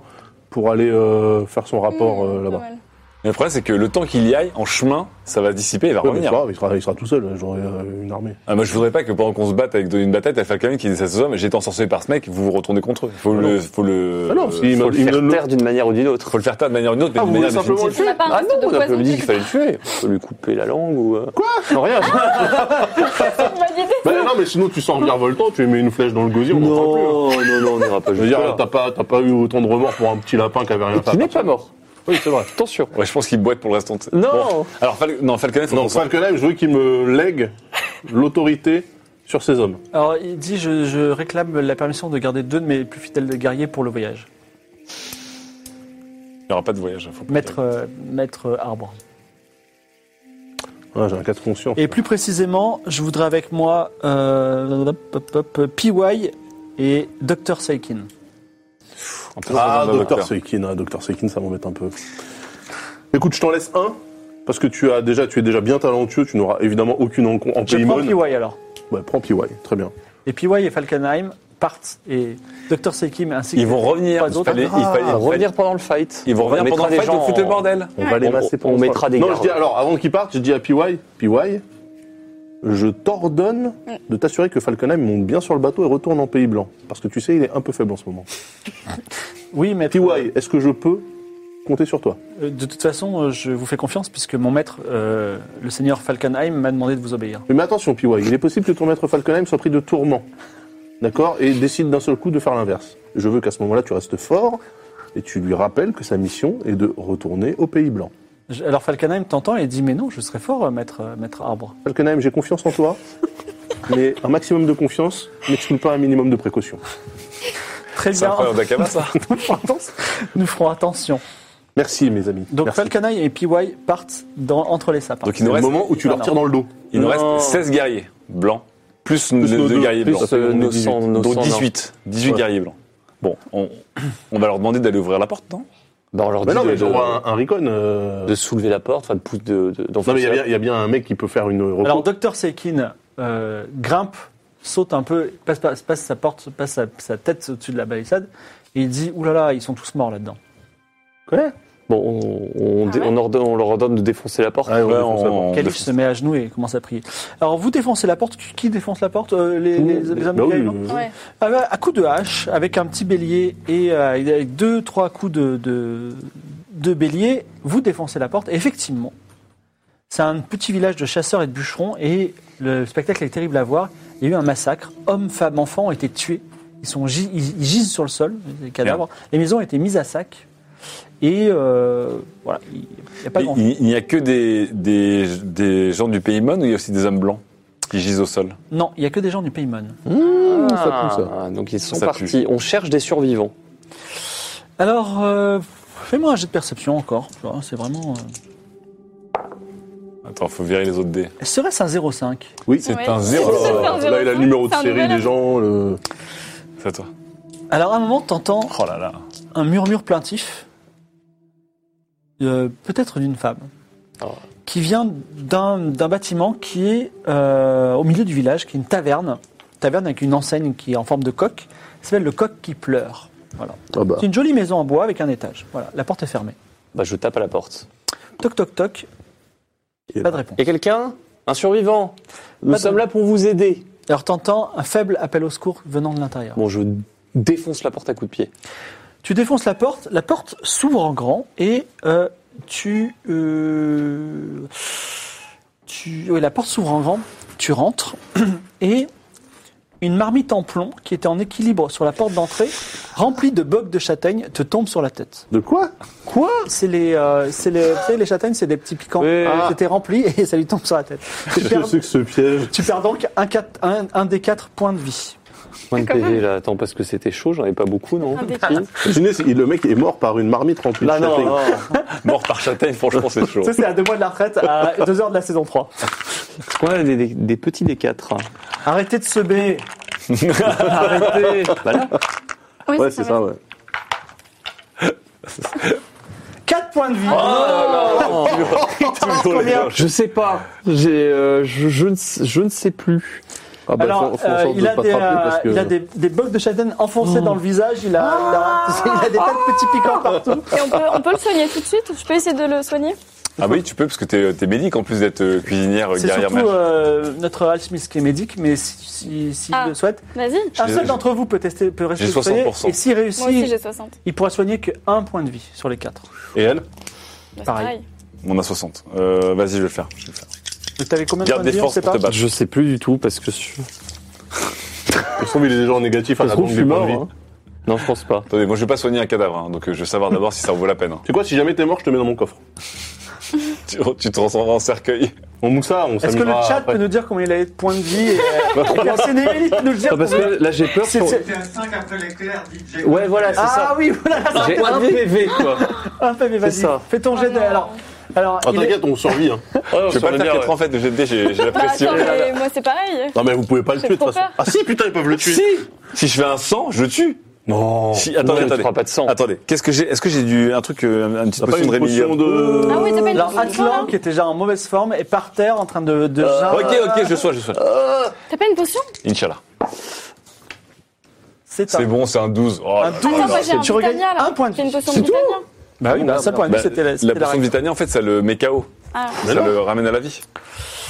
S3: pour aller euh, faire son rapport euh,
S5: Mmh,
S3: là-bas.
S5: pas mal.
S2: Mais le problème, c'est que le temps qu'il y aille, en chemin, ça va se dissiper, il va
S3: Ouais, mais c'est
S2: revenir.
S3: pas grave, il sera, il sera tout seul, j'aurai euh, une armée.
S2: Ah, moi, je voudrais pas que pendant qu'on se batte avec donner une bataille, t'as Falkenhayn qui dit à ses hommes, j'ai été ensorcelé par ce mec, vous vous retournez contre eux. Faut le, faut le,
S3: Ah non,
S2: euh,
S3: parce qu'il
S6: Faut
S3: me-
S6: le
S3: il me
S6: faire
S3: donne
S6: taire d'une manière ou d'une autre.
S2: faut le faire taire de manière ou d'une autre, mais
S3: Ah,
S2: de
S3: vous
S2: manière
S3: voulez simplement
S2: définitive.
S5: On n'a pas un
S6: Ah
S5: reste
S6: non, on
S5: de
S6: a pas
S5: poison.
S6: dit qu'il fallait le tuer. On peut lui couper la langue ou. Quoi Non, rien.
S3: Ah,
S5: validé.
S3: Bah, non, mais sinon, tu sors virevoltant, tu lui mets une flèche dans le gosier, on n'en parle plus. hein.
S6: Non, non, non, on n'ira pas
S3: Je veux dire,
S6: jusque-là.
S3: t'as pas, t'as pas eu autant de remords pour un petit lapin qui avait rien fait.
S6: Qui n'est pas mort.
S3: Oui, c'est vrai. Ah,
S6: Attention.
S2: Ouais, je pense qu'il boite pour le restant. de-
S6: Non.
S2: Alors, Fal... non, Falconet, faut qu'on
S3: Donc,
S2: s'en-
S3: Falkenheim, je veux qu'il me lègue l'autorité sur ses hommes.
S1: Alors il dit je, je réclame la permission de garder deux de mes plus fidèles guerriers pour le voyage.
S2: Il n'y aura pas de voyage. hein, Faut pas
S1: Maître, euh, maître euh, arbre.
S3: Ah, j'ai un cas de conscience.
S1: Et plus précisément, je voudrais avec moi euh, hop, hop, hop, PY et Dr Seikin.
S2: dire. En plus, on
S3: Ah,
S2: a un
S3: Docteur
S2: docteur.
S3: Seikin, ah, Docteur Seikin, ça m'embête un peu. Écoute, je t'en laisse un, parce que tu, as déjà, tu es déjà bien talentueux, tu n'auras évidemment aucune en, en
S1: Je prends
S3: Paymon.
S1: PY alors.
S3: Ouais, prends PY, très bien.
S1: Et PY et Falkenheim, partent et Dr Sekim ainsi que
S2: Ils vont revenir.
S1: pas
S2: Il
S1: d'autres.
S2: fallait- il
S1: Ah,
S2: fallait- il fallait-
S6: revenir pendant le fight.
S2: Ils vont revenir
S6: On
S2: pendant
S6: mettra
S2: le
S6: des
S2: fight
S6: gens
S2: et foutre le
S6: en-
S2: bordel.
S6: On va les masser
S3: pendant
S6: On
S3: ce
S6: mettra
S3: soir.
S6: des
S3: Non,
S6: gardes.
S3: je dis alors, avant qu'il parte, je dis à PY, PY, je t'ordonne de t'assurer que Falkenheim monte bien sur le bateau et retourne en Pays Blanc. Parce que tu sais, il est un peu faible en ce moment.
S1: Oui, mais
S3: PY, est-ce que je peux compter sur toi
S1: Euh, De toute façon, euh, je vous fais confiance puisque mon maître, euh, le seigneur Falkenheim, m'a demandé de vous obéir.
S3: Mais attention, PY, il est possible que ton maître Falkenheim soit pris de tourment. D'accord Et décide d'un seul coup de faire l'inverse. Je veux qu'à ce moment-là, tu restes fort et tu lui rappelles que sa mission est de retourner au Pays Blanc.
S1: Je- Alors Falkenheim t'entend et dit mais non, je serai fort, euh, maître, euh, maître arbre.
S3: Falkenheim, j'ai confiance en toi, mais un maximum de confiance n'exclut pas un minimum de précaution.
S1: Très
S2: C'est
S1: bien.
S2: incroyable d'Akaba, ça.
S1: Nous ferons atten- Nous ferons attention.
S3: Merci, mes amis.
S1: Donc
S3: Merci.
S1: Falkenheim et PY partent dans, entre les sapins.
S2: Donc, il
S3: C'est
S2: nous
S3: le
S2: reste-
S3: moment où tu
S1: Non,
S3: leur tires dans le dos.
S2: Il nous
S6: Non.
S2: reste 16 guerriers blancs, plus, nos
S3: nos
S2: deux,
S3: deux,
S2: guerriers
S3: plus
S2: blancs.
S3: euh, nos
S6: nos 100, nos
S2: Donc
S6: 100,
S2: 18. 18
S3: Ouais.
S2: guerriers blancs. Bon, on, on va leur demander d'aller ouvrir la porte, non
S6: Bah, on leur
S3: Mais
S6: dit
S3: non, mais
S6: de,
S3: j'envoie un, un recon. euh,
S6: de soulever la porte, enfin de pousser. De, de-
S3: Non, mais
S6: d'enfoncer
S3: il y a
S6: la-
S3: bien- il y, a bien un mec qui peut faire une reco.
S1: Alors Dr Sekin euh, grimpe, saute un peu, passe, passe- passe sa porte, passe sa, sa tête au-dessus de la balissade et il dit oulala, là là, ils sont tous morts là-dedans.
S6: Bon, on, on,
S5: Ah ouais
S6: on ordonne- on leur ordonne de défoncer la porte.
S3: Ouais, on
S2: Ouais,
S3: défonce la porte.
S2: on-
S1: Calif se met à genoux et commence à prier. Alors vous défoncez la porte. Qui défonce la porte Euh, Les, les, les hommes
S3: Bah
S1: du
S3: oui,
S1: Gaïlan
S3: euh,
S5: Ouais.
S1: Ah bah, à coups de hache, avec un petit bélier et euh, avec deux, trois coups de, de, de bélier, vous défoncez la porte. Et effectivement, c'est un petit village de chasseurs et de bûcherons et le spectacle est terrible à voir. Il y a eu un massacre. Hommes, femmes, enfants ont été tués. Ils, sont, gi- ils, ils gisent sur le sol, les cadavres. Les maisons ont été mises à sac. Et euh, voilà, il n'y a pas
S2: Il-
S1: grand
S2: Il il n'y a que des, des, des gens du Paymon ou il y a aussi des hommes blancs qui gisent au sol
S1: Non, il n'y a que des gens du Paymon.
S3: ça pue,
S6: Ah, Donc ils sont
S2: Ça pue.
S6: partis. On cherche des survivants.
S1: Alors, euh, fais-moi un jet de perception encore. tu vois, C'est vraiment. euh,
S2: Attends, faut virer les autres dés.
S1: Serait-ce un 0,5
S3: Oui,
S5: Ouais. zéro.
S3: Oh là là,
S5: C'est un
S3: là, il a le
S5: zéro.
S3: numéro de
S5: C'est un
S3: série
S5: nouvel
S3: des
S5: homme.
S3: gens. le-
S2: C'est à toi.
S1: Alors à un moment, t'entends
S2: Oh là là.
S1: un murmure plaintif, euh, peut-être d'une femme,
S6: Oh.
S1: qui vient d'un d'un bâtiment qui est euh, au milieu du village, qui est une taverne, taverne avec une enseigne qui est en forme de coq, qui s'appelle le coq qui pleure. Voilà.
S3: Ah bah.
S1: C'est une jolie maison en bois avec un étage. Voilà, la porte est fermée.
S6: Bah, je tape à la porte.
S1: Toc toc toc,
S3: Et
S1: pas de réponse.
S6: Il y a quelqu'un Un survivant Nous
S1: Pas de-
S6: sommes là pour vous aider.
S1: Alors t'entends un faible appel au secours venant de l'intérieur.
S6: Bon, je défonce la porte à coups de pied.
S1: Tu défonces la porte, la porte s'ouvre en grand et euh, tu, euh, tu- oui, la porte s'ouvre en grand, tu rentres et une marmite en plomb qui était en équilibre sur la porte d'entrée, remplie de bogues de châtaignes, te tombe sur la tête.
S3: De quoi
S1: Quoi C'est les, euh, c'est les, vous savez, les châtaignes, c'est des petits piquants.
S6: Oui.
S1: Ah. C'était rempli et ça lui tombe sur la tête. Tu
S3: Je
S1: perds,
S3: sais que ce piège.
S1: tu perds donc un, quatre- un- un des quatre points de vie.
S6: Point de
S5: Quand même.
S6: PV là, attends, parce que c'était chaud, j'en ai pas beaucoup, non
S5: Un des
S6: Si
S3: Imaginez, si le mec est mort par une marmite remplie de
S6: Ah. Là, non,
S3: châtaignes.
S6: non.
S2: Mort par châtaigne, franchement, c'est chaud.
S1: Ça, c'est à deux mois de la retraite, à deux heures de la saison 3.
S6: Parce qu'on a des, des- des petits D4.
S1: Arrêtez de se baigner. Arrêtez.
S5: Oui,
S3: Ouais, c'est ça, ouais.
S1: 4 points de vie.
S3: Oh.
S6: Ah,
S2: Toujours les
S1: combien
S2: loges.
S6: Je sais pas. J'ai, euh, je, je ne, sais- je ne sais plus.
S3: Ah bah,
S1: Alors,
S3: faut- faut en
S1: euh,
S3: sorte
S1: il,
S3: de
S1: a
S3: pas
S1: des,
S3: frapper
S1: euh,
S3: parce que- Oh.
S1: il
S3: Ah.
S1: a des, des bocs de châtaigne enfoncés dans le visage. Il a, il a- il a des tas de petits piquants partout.
S5: Et on peut, on peut le soigner tout de suite Je peux essayer de le soigner
S2: Ah oui, tu peux, parce que t'es es médic en plus d'être euh, cuisinière euh,
S1: C'est
S2: guerrière
S1: surtout
S2: mage.
S1: euh, notre alchimiste qui est médic, mais s'il si, s'il
S5: Ah.
S1: le souhaite,
S5: Vas-y.
S1: un
S2: les-
S1: seul
S2: je-
S1: d'entre vous peut tester, peut rester
S2: J'ai
S1: soigné,
S2: 60%.
S1: Et s'il réussit,
S5: Moi aussi, j'ai 60.
S1: il pourra soigner que un point de vie sur les 4.
S2: Et elle
S5: Bah, c'est
S1: Pareil.
S5: pareil.
S2: On a 60. Euh, Vas-y, je vais le faire. Je vais le faire.
S1: Donc t'avais combien de
S2: Garde
S1: points de
S2: des
S1: vie on
S2: forces
S1: sait
S2: pour
S1: pas.
S2: te battre.
S6: Je sais plus du tout parce que je,
S3: Ça se trouve, il est déjà en négatif à
S6: ça se
S3: la
S6: trouve,
S3: banque
S6: je suis
S3: des points
S6: mort.
S3: de vie.
S6: hein. Non, je pense pas.
S2: Attendez, moi je vais pas soigner un cadavre, hein, donc euh, je vais savoir d'abord si ça en vaut la peine. hein.
S3: Tu sais quoi, si jamais t'es mort, je te mets dans mon coffre.
S2: Tu, tu te transformeras en cercueil.
S3: On moussa, on s'amusera.
S1: Est-ce que le chat
S3: Ah, après.
S1: peut nous dire combien il a de points de vie et, euh, Merci Némélie de nous le
S5: Ah,
S1: dire.
S6: Non, parce que là, j'ai peur.
S1: C'est-
S6: qu'on-
S1: c'est-
S7: C'était un 5 après l'éclair, DJ.
S6: Ouais, voilà, c'est
S1: Ah oui, voilà,
S6: ça. J'ai
S1: point de
S6: un
S1: vie.
S6: PV, quoi.
S1: Ah, fais, mais vas-y,
S6: ça.
S1: fais ton jet de...
S5: Oh non.
S1: Alors, alors
S3: Ah,
S1: il est-
S3: t'inquiète, on survit. hein.
S2: je vais pas le faire 4 en fait de GD, j'ai j'ai la
S5: Bah,
S2: pression.
S5: attends, mais moi, c'est pareil.
S3: Non, mais vous pouvez pas le
S5: C'est
S3: tuer de toute
S5: trop
S3: façon.
S5: peur.
S3: Ah si, putain, ils peuvent le tuer.
S2: Si Si je fais un 100, je le tue
S3: Non.
S2: Si, attendez,
S6: non, tu
S2: attendez.
S6: feras pas de sang.
S2: Attendez, qu'est-ce que j'ai Est-ce que j'ai du un truc, euh, une petite
S3: T'as pas
S2: potion de
S3: une potion
S2: rémission
S3: de.
S5: Ah oui, t'as pas une
S1: Alors,
S5: potion de soin,
S1: Atlan,
S5: là
S1: qui était déjà en mauvaise forme, est par terre en train de. de geindre.
S2: Ok, ok, je soigne, je soigne.
S5: T'as pas une potion
S2: Inch'Allah.
S1: C'est
S2: C'est
S1: un.
S2: bon, c'est un 12. Oh,
S1: Un
S2: là là.
S1: 12,
S5: Attends, moi j'ai un
S1: tu regagnes
S5: Britannia là.
S1: un point de
S5: J'ai une
S1: vie.
S5: potion
S1: C'est
S5: de Britannia.
S1: Bah oui, bah, ça point de vue,
S2: Bah,
S1: c'était la, c'était
S2: la
S1: la
S2: potion de
S1: règle.
S2: Titania, en fait, ça le met KO.
S5: Ah,
S2: Ça
S3: non.
S2: le ramène à la vie.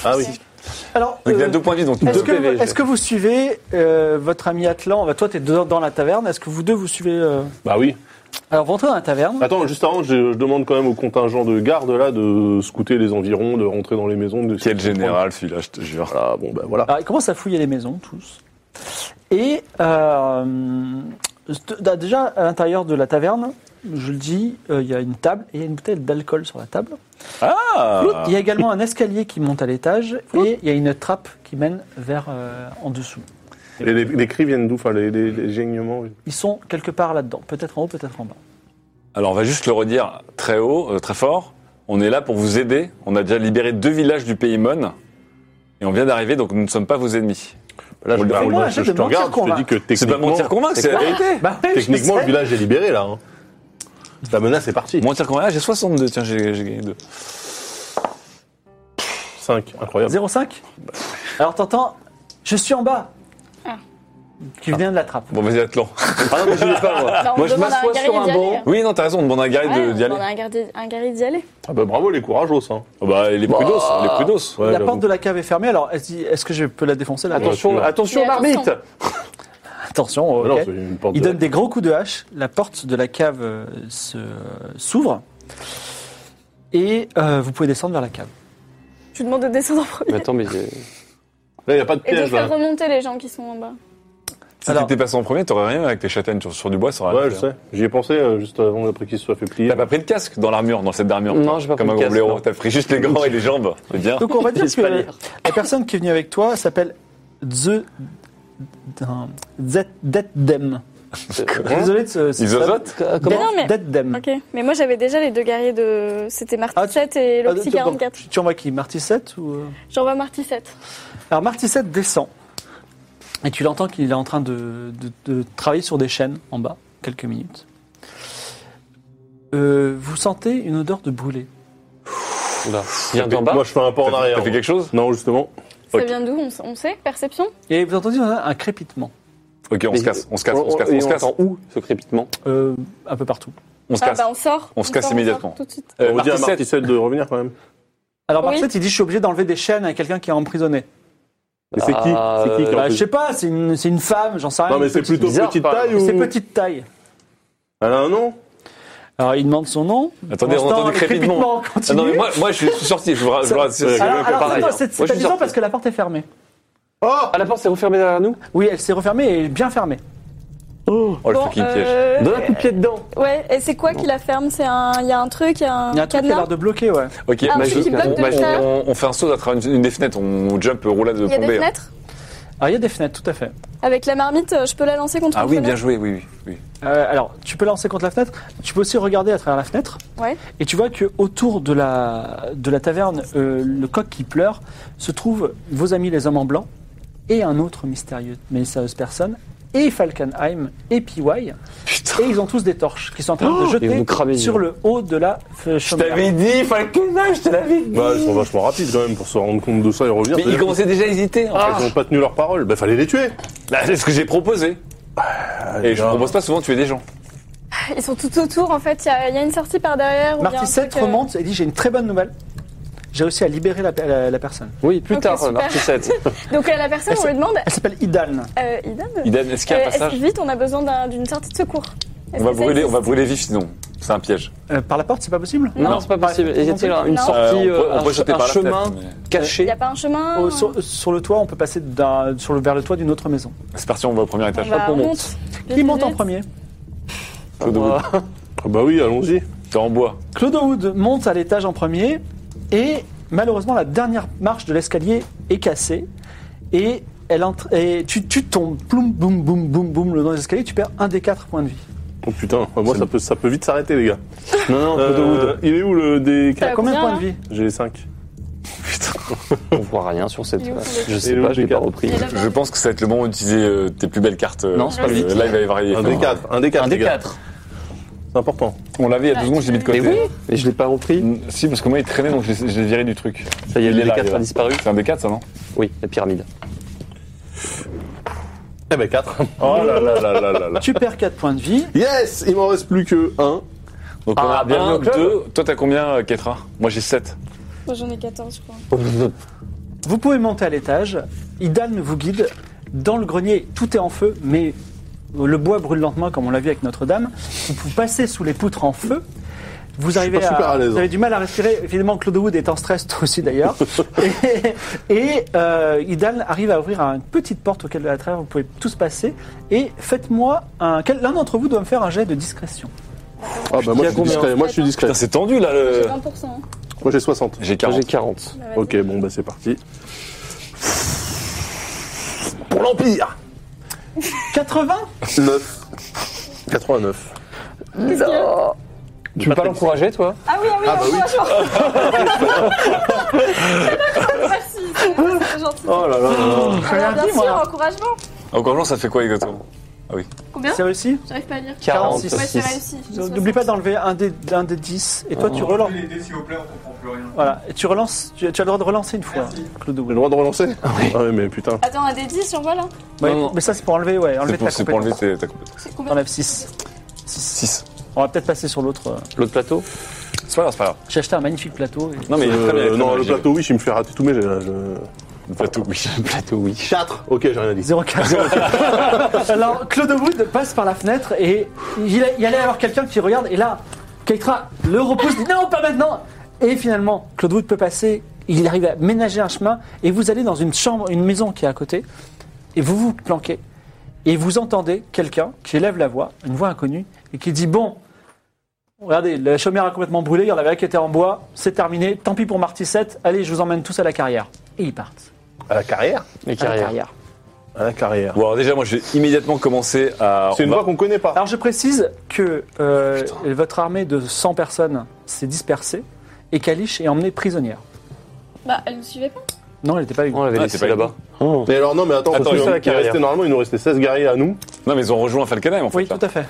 S3: Ah oui.
S1: Alors,
S2: Donc il a
S1: euh,
S2: deux points de vie, donc
S1: Est-ce
S2: deux
S1: que,
S2: PV. je
S1: est-ce que vous suivez euh, votre ami Atlan Bah, Toi, t'es dehors dans la taverne. Est-ce que vous deux, vous suivez euh,
S3: Bah oui.
S1: Alors, vous rentrez dans la taverne.
S3: Attends, juste avant, je, je demande quand même au contingent de garde là de scouter les environs, de rentrer dans les maisons. De
S2: Quel général, celui-là, je te jure.
S3: Ah bon, bah voilà.
S1: Alors, ils commencent à fouiller les maisons, tous. Et euh, d- déjà, à l'intérieur de la taverne, je le dis, euh, il y a une table et il y a une bouteille d'alcool sur la table.
S2: Ah
S1: Il y a également un escalier qui monte à l'étage et il y a une trappe qui mène vers euh, en dessous.
S3: Et les, les cris viennent d'où Enfin, les, les- les geignements. oui.
S1: Ils sont quelque part là-dedans, peut-être en haut, peut-être en bas.
S2: Alors on va juste le redire très haut, euh, très fort. On est là pour vous aider. On a déjà libéré deux villages du pays Mon. Et on vient d'arriver, donc nous ne sommes pas vos ennemis.
S3: Là, je,
S2: Fais-moi
S3: bah,
S2: un
S3: moi,
S1: jet
S3: je,
S1: de
S3: je te
S1: mentir
S3: regarde, je te
S1: convaincre.
S3: dis que techniquement.
S2: C'est pas mentir convaincre, c'est la vérité.
S1: Bah ouais, je
S3: Techniquement,
S1: sais.
S3: le village est libéré là. hein. La menace est partie.
S2: Mentir convaincre. Ah, j'ai 62, tiens, j'ai j'ai gagné deux.
S3: 5, incroyable.
S1: 0,5 Alors t'entends, je suis en bas
S5: Ah.
S1: Qui vient de la trappe.
S2: Bon, vas-y, Atlan.
S6: Ah non, mais je l'ai pas, moi.
S5: Bah, on
S6: moi, je
S5: demande à un
S6: m'assois sur
S5: guerrier
S6: un
S5: d'y
S6: banc.
S5: aller.
S2: Oui, non, t'as raison, on demande à un guerrier
S5: Ouais,
S2: de- d'y
S5: on
S2: aller.
S5: demande à un gardi- un guerrier d'y aller.
S3: Ah bah bravo les courageux. Hein.
S2: Ah bah, les prudos, les prudos.
S3: Ouais,
S1: la
S3: j'avoue. Bah,
S1: porte de la cave est fermée, alors est-ce est-ce que je peux la défoncer là
S6: Attention,
S3: Ouais,
S6: attention,
S5: Mais
S6: l'arbitre
S5: attention.
S1: Attention,
S3: Ah
S1: ok.
S3: non, c'est une porte
S1: Il
S3: de-
S1: donne des gros coups de hache, la porte de la cave euh, se- s'ouvre et euh, vous pouvez descendre vers la cave.
S5: Je lui demande de descendre en premier.
S6: Mais attends, mais. euh,
S3: Là, il n'y a pas de
S5: Et de
S3: piège
S5: faire
S3: là.
S5: remonter les gens qui sont en bas.
S2: Si
S1: Alors-
S2: t'étais passé en premier, t'aurais rien avec tes châtaignes sur, sur du bois, ça aurait
S3: Ouais, je
S2: rien. hein.
S3: sais. J'y ai pensé euh, juste avant, après qu'il se soit fait plier.
S2: T'as pas pris de casque dans l'armure, dans cette armure
S6: Non,
S2: toi,
S6: j'ai pas
S2: Comme un
S6: pris de
S2: gros
S6: casque,
S2: blaireau.
S6: non.
S2: T'as pris juste les gants et les jambes. C'est bien.
S1: Donc on va dire que
S6: J'espère.
S1: la personne qui est venue avec toi s'appelle Ze... d'un- Zet- Detdem.
S6: Hein
S1: Désolé de ce... ce-
S2: Isozote
S1: Det-
S5: Mais non, mais-
S1: Detdem.
S5: Ok. Mais moi j'avais déjà les deux guerriers de. C'était Marty
S1: Hmm. Ah, tu-
S5: 7 et
S1: Ah,
S5: le petit
S1: tu-
S5: 44.
S1: tu- Tu envoies qui Martissette ou... euh
S5: J'envoie Marty 7.
S1: Alors Martissette descend et tu l'entends qu'il est en train de, de- de travailler sur des chaînes en bas, quelques minutes. Euh, vous sentez une odeur de brûlé.
S6: Là, viens d'en bas.
S3: Moi, je fais un pas en
S2: T'as-
S3: arrière.
S2: T'as fait quelque chose
S3: Non, justement.
S5: Ça
S3: Ok.
S5: vient d'où on, s- on sait Perception
S1: Et vous entendez un, un crépitement
S2: Ok, on
S6: Mais-
S2: se casse, on se casse, on se casse,
S6: et
S2: on se casse.
S6: entend où ce crépitement
S1: euh, un peu partout.
S2: On se
S5: Ah
S2: casse.
S5: bah on sort.
S2: On se casse
S5: sort,
S2: immédiatement.
S5: sort tout de suite.
S2: Euh,
S3: on dit à
S2: Marty Sept.
S3: Martissette de revenir quand même.
S1: Alors
S5: Oui.
S1: Martissette, il dit je suis obligé d'enlever des chaînes à quelqu'un qui est emprisonné.
S3: Et c'est qui
S6: Ah,
S3: C'est qui qui
S6: euh,
S3: est en
S1: Bah, je
S3: plus
S1: sais pas, c'est une, c'est une femme, j'en sais rien.
S3: Non, mais
S1: une
S3: c'est
S1: petite-
S3: plutôt
S6: bizarre,
S3: petite
S6: par
S3: taille
S6: exemple.
S1: C'est
S3: ou.
S1: petite taille.
S3: Elle a un nom
S1: Alors il demande son nom.
S2: Attendez,
S1: Pour
S2: on entend
S1: l'instant,
S2: du crépitement.
S1: le
S2: Ah
S1: continue.
S2: non, mais moi, moi, je suis sorti, je vous ra- je vous ra- c'est- c'est-
S1: alors, alors,
S6: pareil,
S1: attends, c'est
S6: hein. Moi,
S1: c'est
S6: je suis
S1: amusant
S6: sorti.
S1: parce que la porte est fermée.
S6: Ah, la porte s'est refermée derrière nous
S1: Oui, elle s'est refermée et bien fermée.
S2: Oh le
S5: Bon,
S2: fucking piège.
S5: euh,
S6: Donne un coup de pied dedans
S5: Ouais, et c'est quoi qui la ferme C'est un. Il y a un truc, il y a un,
S1: Il y a un truc qui a
S5: cadenas.
S1: l'air de bloquer, ouais.
S2: Ok,
S5: Ah,
S2: magique.
S5: c'est une
S6: blague
S2: On,
S6: de
S2: magique.
S5: ça.
S2: on, on fait un saut à travers une, une des fenêtres, on jump roulade de
S5: Il y a des
S2: tombée.
S5: fenêtres
S1: Alors il y a des fenêtres, tout à fait.
S5: Avec la marmite, euh, je peux la lancer contre
S2: Ah
S5: une
S2: oui, bien
S5: fenêtre
S2: joué, oui, oui. oui.
S1: Euh, alors, tu peux lancer contre la fenêtre. Tu peux aussi regarder à travers la fenêtre.
S5: Ouais.
S1: Et tu vois que autour de la de la taverne, euh, le coq qui pleure, se trouvent vos amis les hommes en blanc et un autre mystérieux mais mystérieuse personne et Falkenheim et PY. Et ils ont tous des torches qui sont en train de
S6: ils vont
S1: jeter
S6: cramer,
S1: sur le haut de la f- chaumière.
S2: dit, Falkenheim, je te l'avais dit.
S3: Bah, ils sont vachement rapides quand même pour se rendre compte de ça et revenir.
S2: Mais ils commençaient déjà à hésiter. en
S5: Ah.
S3: Ils n'ont pas tenu leur parole. Bah, fallait les tuer.
S2: fait. Là, C'est ce que j'ai proposé. Et je
S3: gars.
S2: propose pas souvent de tuer des gens.
S5: Ils sont tout autour en fait, il y, a- il y a une sortie par derrière. ou il y a un
S1: Marty Sept
S5: truc, euh,
S1: remonte et dit j'ai une très bonne nouvelle. J'ai réussi à libérer la, pe- la- la personne.
S6: Oui, plus
S5: Ok,
S6: tard,
S5: super.
S6: Marty 7.
S5: Donc euh, la personne, on lui demande
S1: Elle s'appelle Idan.
S5: euh, Idan,
S2: Idan, est-ce qu'il y a
S5: euh,
S2: un
S5: est-ce que
S2: passage
S5: vite, on a besoin d'un- d'une sortie de secours Est-ce
S2: On va
S5: que ça
S2: brûler, on
S5: existe
S2: va brûler vif sinon. C'est un piège.
S1: Euh, par la porte, c'est pas possible
S6: Non, c'est pas possible.
S1: Ouais,
S6: Y a-t-il
S1: non plus.
S6: une
S5: Non.
S6: sortie,
S2: Euh, on peut-
S6: euh,
S2: on peut
S6: un,
S2: jeter
S6: un
S2: par la
S6: chemin
S2: fenêtre, mais-
S5: Il n'y
S6: caché
S5: a pas un chemin
S2: Oh,
S1: Au- sur, sur le toit, on peut passer d'un- sur le, vers le toit d'une autre maison.
S2: C'est parti, on va au premier
S5: On
S2: étage.
S5: va-
S6: qu'on
S5: on
S6: monte.
S5: monte.
S1: Qui monte en
S5: Vite.
S1: premier
S2: Claude Wood,
S3: Ah Bah oui, allons-y.
S2: T'es en bois.
S1: Claude Wood monte à l'étage en premier et malheureusement la dernière marche de l'escalier est cassée et, elle entre- et tu, tu tombes, ploum, boum, boum, boum, boum, le long des escaliers, tu perds un des quatre points de vie.
S3: Oh putain, Ah, moi, ça peut, ça peut vite s'arrêter, les gars.
S6: Non, non, Claude
S3: Euh,
S6: Wood.
S3: il est où le des
S5: Ça va
S1: Combien de
S5: bien, hein
S1: points
S5: là
S1: de vie
S3: J'ai les 5. Putain.
S6: On voit rien sur cette.
S5: Il est où, Claude
S6: Je
S3: Il
S6: sais
S3: est où,
S6: pas, je l'ai
S3: Lucas
S6: pas repris.
S5: Il est là-bas.
S2: Je pense que ça va être le moment d'utiliser euh, tes plus belles cartes. euh,
S6: Non, c'est
S2: parce
S6: pas
S2: que
S6: vite.
S2: Là, il va y varier.
S3: Un
S2: Enfin,
S3: des 4. Un des 4.
S6: Un des quatre.
S3: C'est important.
S2: On l'avait il y a 12 secondes, j'ai mis de
S6: Mais
S2: côté.
S6: oui, mais je l'ai pas repris.
S2: Mm, Si, parce que moi, il traînait, donc je l'ai je l'ai viré du truc.
S6: Ça y est,
S2: Il
S6: le
S2: est là, il est
S6: D4
S2: là.
S6: a disparu.
S2: C'est un des 4, ça, non
S6: Oui, la pyramide.
S3: Eh ben 4.
S2: Oh là là là là là là.
S1: Tu perds 4 points de vie.
S3: Yes Il m'en reste plus que 1.
S2: Donc on
S6: Ah,
S2: a
S6: bienvenue
S2: 1,
S6: au club.
S2: 2. Toi, t'as combien, euh, Ketra Moi, j'ai 7.
S5: Moi, j'en ai 14, je crois.
S2: Euh.
S1: Vous pouvez monter à l'étage. Idan vous guide. Dans le grenier, tout est en feu, mais le bois brûle lentement, comme on l'a vu avec Notre-Dame. Vous pouvez passer sous les poutres en feu. Vous
S3: suis
S1: arrivez
S3: pas super à l'aise, hein.
S1: vous avez du mal à respirer. Évidemment, Claude Wood est en stress, toi aussi d'ailleurs. et et, euh, Idan arrive à ouvrir une petite porte auquel à travers vous pouvez tous passer. Et faites-moi un. quel- L'un d'entre vous doit me faire un jet de discrétion.
S3: Ah bah moi
S6: à
S3: je suis
S6: combien
S3: discret, moi je suis discret.
S2: Putain, c'est tendu là. Le...
S5: J'ai 20%. hein.
S3: Moi j'ai 60.
S2: J'ai
S6: Moi,
S2: 40.
S6: J'ai 40.
S5: Bah, vas-y.
S3: Ok, bon bah c'est parti. Pour l'Empire
S1: 80
S3: 9. 89.
S5: Qu'est-ce qu'il y a
S6: Tu peux pas l'encourager, toi
S5: Ah oui, ah oui,
S3: Ah, bah
S5: ah,
S3: oui.
S5: moi, je- Merci, c'est- c'est gentil.
S3: Oh là là là
S5: Alors,
S1: rien
S5: bien
S1: dit,
S5: sûr,
S1: moi.
S5: encouragement.
S2: Encouragement, ça fait quoi exactement
S5: Combien
S1: C'est réussi
S5: J'arrive pas à lire.
S1: 46.
S5: Ouais, c'est
S6: 46.
S5: réussi. j'ai
S1: N'oublie pas d'enlever un des, un des 10. Et toi, tu relances.
S7: Les dés, s'il vous plaît, on comprend plus rien.
S1: Voilà, et tu relances, tu, tu as le droit de relancer une fois,
S7: Merci.
S1: hein, Claude
S3: J'ai le
S1: Wood.
S3: droit de relancer Ah ouais mais putain.
S5: Attends, un des 10 sur moi là
S1: Ouais,
S6: Non, non.
S1: mais ça c'est pour enlever, ouais, enlever
S2: C'est pour,
S1: ta
S2: c'est pour enlever
S1: compétence.
S2: tes- ta compétence.
S5: C'est combien
S1: T'enlèves 6.
S2: 6.
S1: On va peut-être passer sur l'autre. euh.
S6: L'autre plateau
S2: C'est pas grave, c'est pas grave.
S1: J'ai acheté un magnifique plateau. et-
S2: Non, mais
S3: Euh,
S2: très bien, très
S3: non,
S2: bien,
S3: le
S2: j'ai-
S3: plateau oui, je me fais rater tout mais j'ai...
S2: Le plateau, oui.
S6: Le plateau, oui.
S3: 4 Ok, j'ai rien dit.
S1: 0,4. Alors, Claude Wood passe par la fenêtre et il, a- il allait avoir quelqu'un qui regarde. Et là, Keitra le repousse, dit non, pas maintenant. Et finalement, Claude Wood peut passer. Il arrive à ménager un chemin. Et vous allez dans une chambre, une maison qui est à côté. Et vous vous planquez. Et vous entendez quelqu'un qui élève la voix, une voix inconnue, et qui dit Bon, regardez, la chaumière a complètement brûlé. Il y en avait un qui était en bois. C'est terminé. Tant pis pour Marty 7. Allez, je vous emmène tous à la carrière. Et ils partent.
S3: À la carrière
S6: Les
S1: À la
S6: carrières.
S1: carrière.
S3: À la carrière. Bah.
S2: Bon, alors déjà, moi, je vais immédiatement commencer à.
S3: C'est une
S2: on va-
S3: voix qu'on connaît pas.
S1: Alors je précise que euh, votre armée de 100 personnes s'est dispersée et Kalish est emmenée prisonnière.
S5: Bah, elle nous suivait pas.
S1: Non, elle n'était pas avec vous.
S6: On l'avait
S2: Ah, t'es
S6: laissé
S2: pas
S6: là-bas.
S3: Mais alors non mais attends,
S2: Attends,
S3: parce
S2: ils
S3: que
S2: sont à la
S3: il restait-
S6: carrière.
S3: normalement il nous restait 16 guerriers à nous.
S2: Non, mais ils ont rejoint Falkenheim en fait.
S1: Oui,
S2: là.
S1: tout à fait.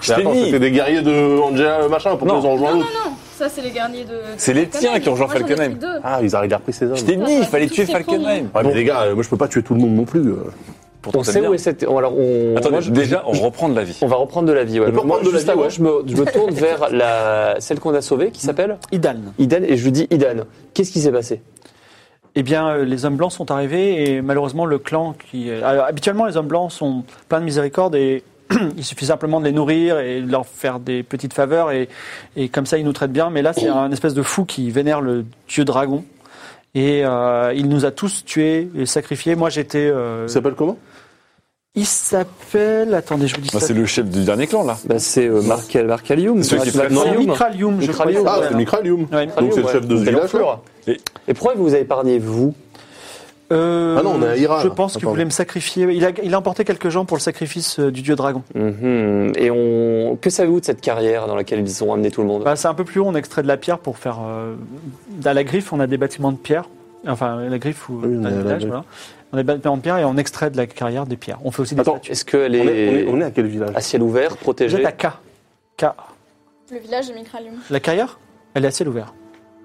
S2: Je t'ai
S3: Attends,
S2: mis.
S3: c'était des guerriers de Angela machin, pourquoi
S2: Non.
S3: ils ont rejoint l'autre
S5: Ça, c'est les garniers de.
S2: C'est les tiens qui ont joué à
S5: Moi, j'en ai pris
S2: Falkenheim.
S5: deux.
S3: Ah, ils arrivent à repris ses hommes.
S2: Je t'ai
S5: Putain,
S2: mis, il
S5: t'as
S2: fallait
S5: tous
S2: tuer
S5: les
S2: Falkenheim.
S3: Ouais, mais les gars, euh, moi je peux pas tuer tout le monde non plus. euh.
S6: On
S2: Pourtant, t'aimes
S6: sait
S2: bien.
S6: où est cette. on- Alors, on.
S2: Attendez,
S6: moi, je-
S2: déjà, on reprend de la vie.
S6: On va reprendre de la vie. Ouais.
S3: On peut
S6: Moi,
S3: reprendre de la
S6: juste
S3: vie,
S6: avant,
S3: ouais.
S6: je, me, je me tourne vers la, celle qu'on a sauvée, qui s'appelle
S1: Idan.
S6: Idan, et je lui dis Idan, qu'est-ce qui s'est passé
S1: Eh bien, euh, les hommes blancs sont arrivés et malheureusement le clan qui... euh, alors, habituellement, les hommes blancs sont pleins de miséricorde et il suffit simplement de les nourrir et de leur faire des petites faveurs et, et comme ça, ils nous traitent bien. Mais là, c'est un espèce de fou qui vénère le dieu dragon. Et euh, il nous a tous tués et sacrifiés. Moi, j'étais... euh,
S3: Il s'appelle comment
S1: Il s'appelle. Attendez, je vous dis
S2: Bah,
S1: ça.
S2: c'est le chef du dernier clan là.
S6: bah, C'est euh, Marc, Marc Allium.
S2: Celui qui
S6: Marc-
S2: flatte-
S6: Marc
S1: C'est
S6: Allium.
S1: Micralium, je crois.
S6: Micralium,
S3: Ah,
S1: Ouais.
S3: c'est Micralium.
S1: Ouais,
S6: Allium,
S3: Donc c'est le
S6: ouais.
S3: chef de ce
S6: C'est
S3: village là
S6: l'enflure.
S2: Et-
S6: Et pourquoi vous avez épargné, vous
S1: Euh,
S3: Ah non, on est à Hira,
S1: Je
S3: là.
S1: pense qu'il
S3: Attends.
S1: voulait me sacrifier. Il a, il a emporté quelques gens pour le sacrifice euh, du dieu dragon.
S6: Mhm. Et on... que savez-vous de cette carrière dans laquelle ils ont amené tout le monde
S1: Bah, c'est un peu plus haut. On extrait de la pierre pour faire. euh, à la griffe, on a des bâtiments de pierre. Enfin, la griffe ou
S3: Oui, on
S1: dans
S3: a
S1: le
S3: la
S1: village,
S3: griffe.
S1: voilà. On a des bâtiments de pierre et on extrait de la carrière des pierres. On fait aussi des
S3: Attends,
S1: statues.
S6: Est-ce qu'elle
S3: On
S6: est,
S3: est, on est- on est à quel village
S6: à ciel ouvert,
S1: Vous
S6: protégée
S1: êtes à K. K.
S5: Le village de Micralium.
S1: La carrière, elle est à ciel ouvert.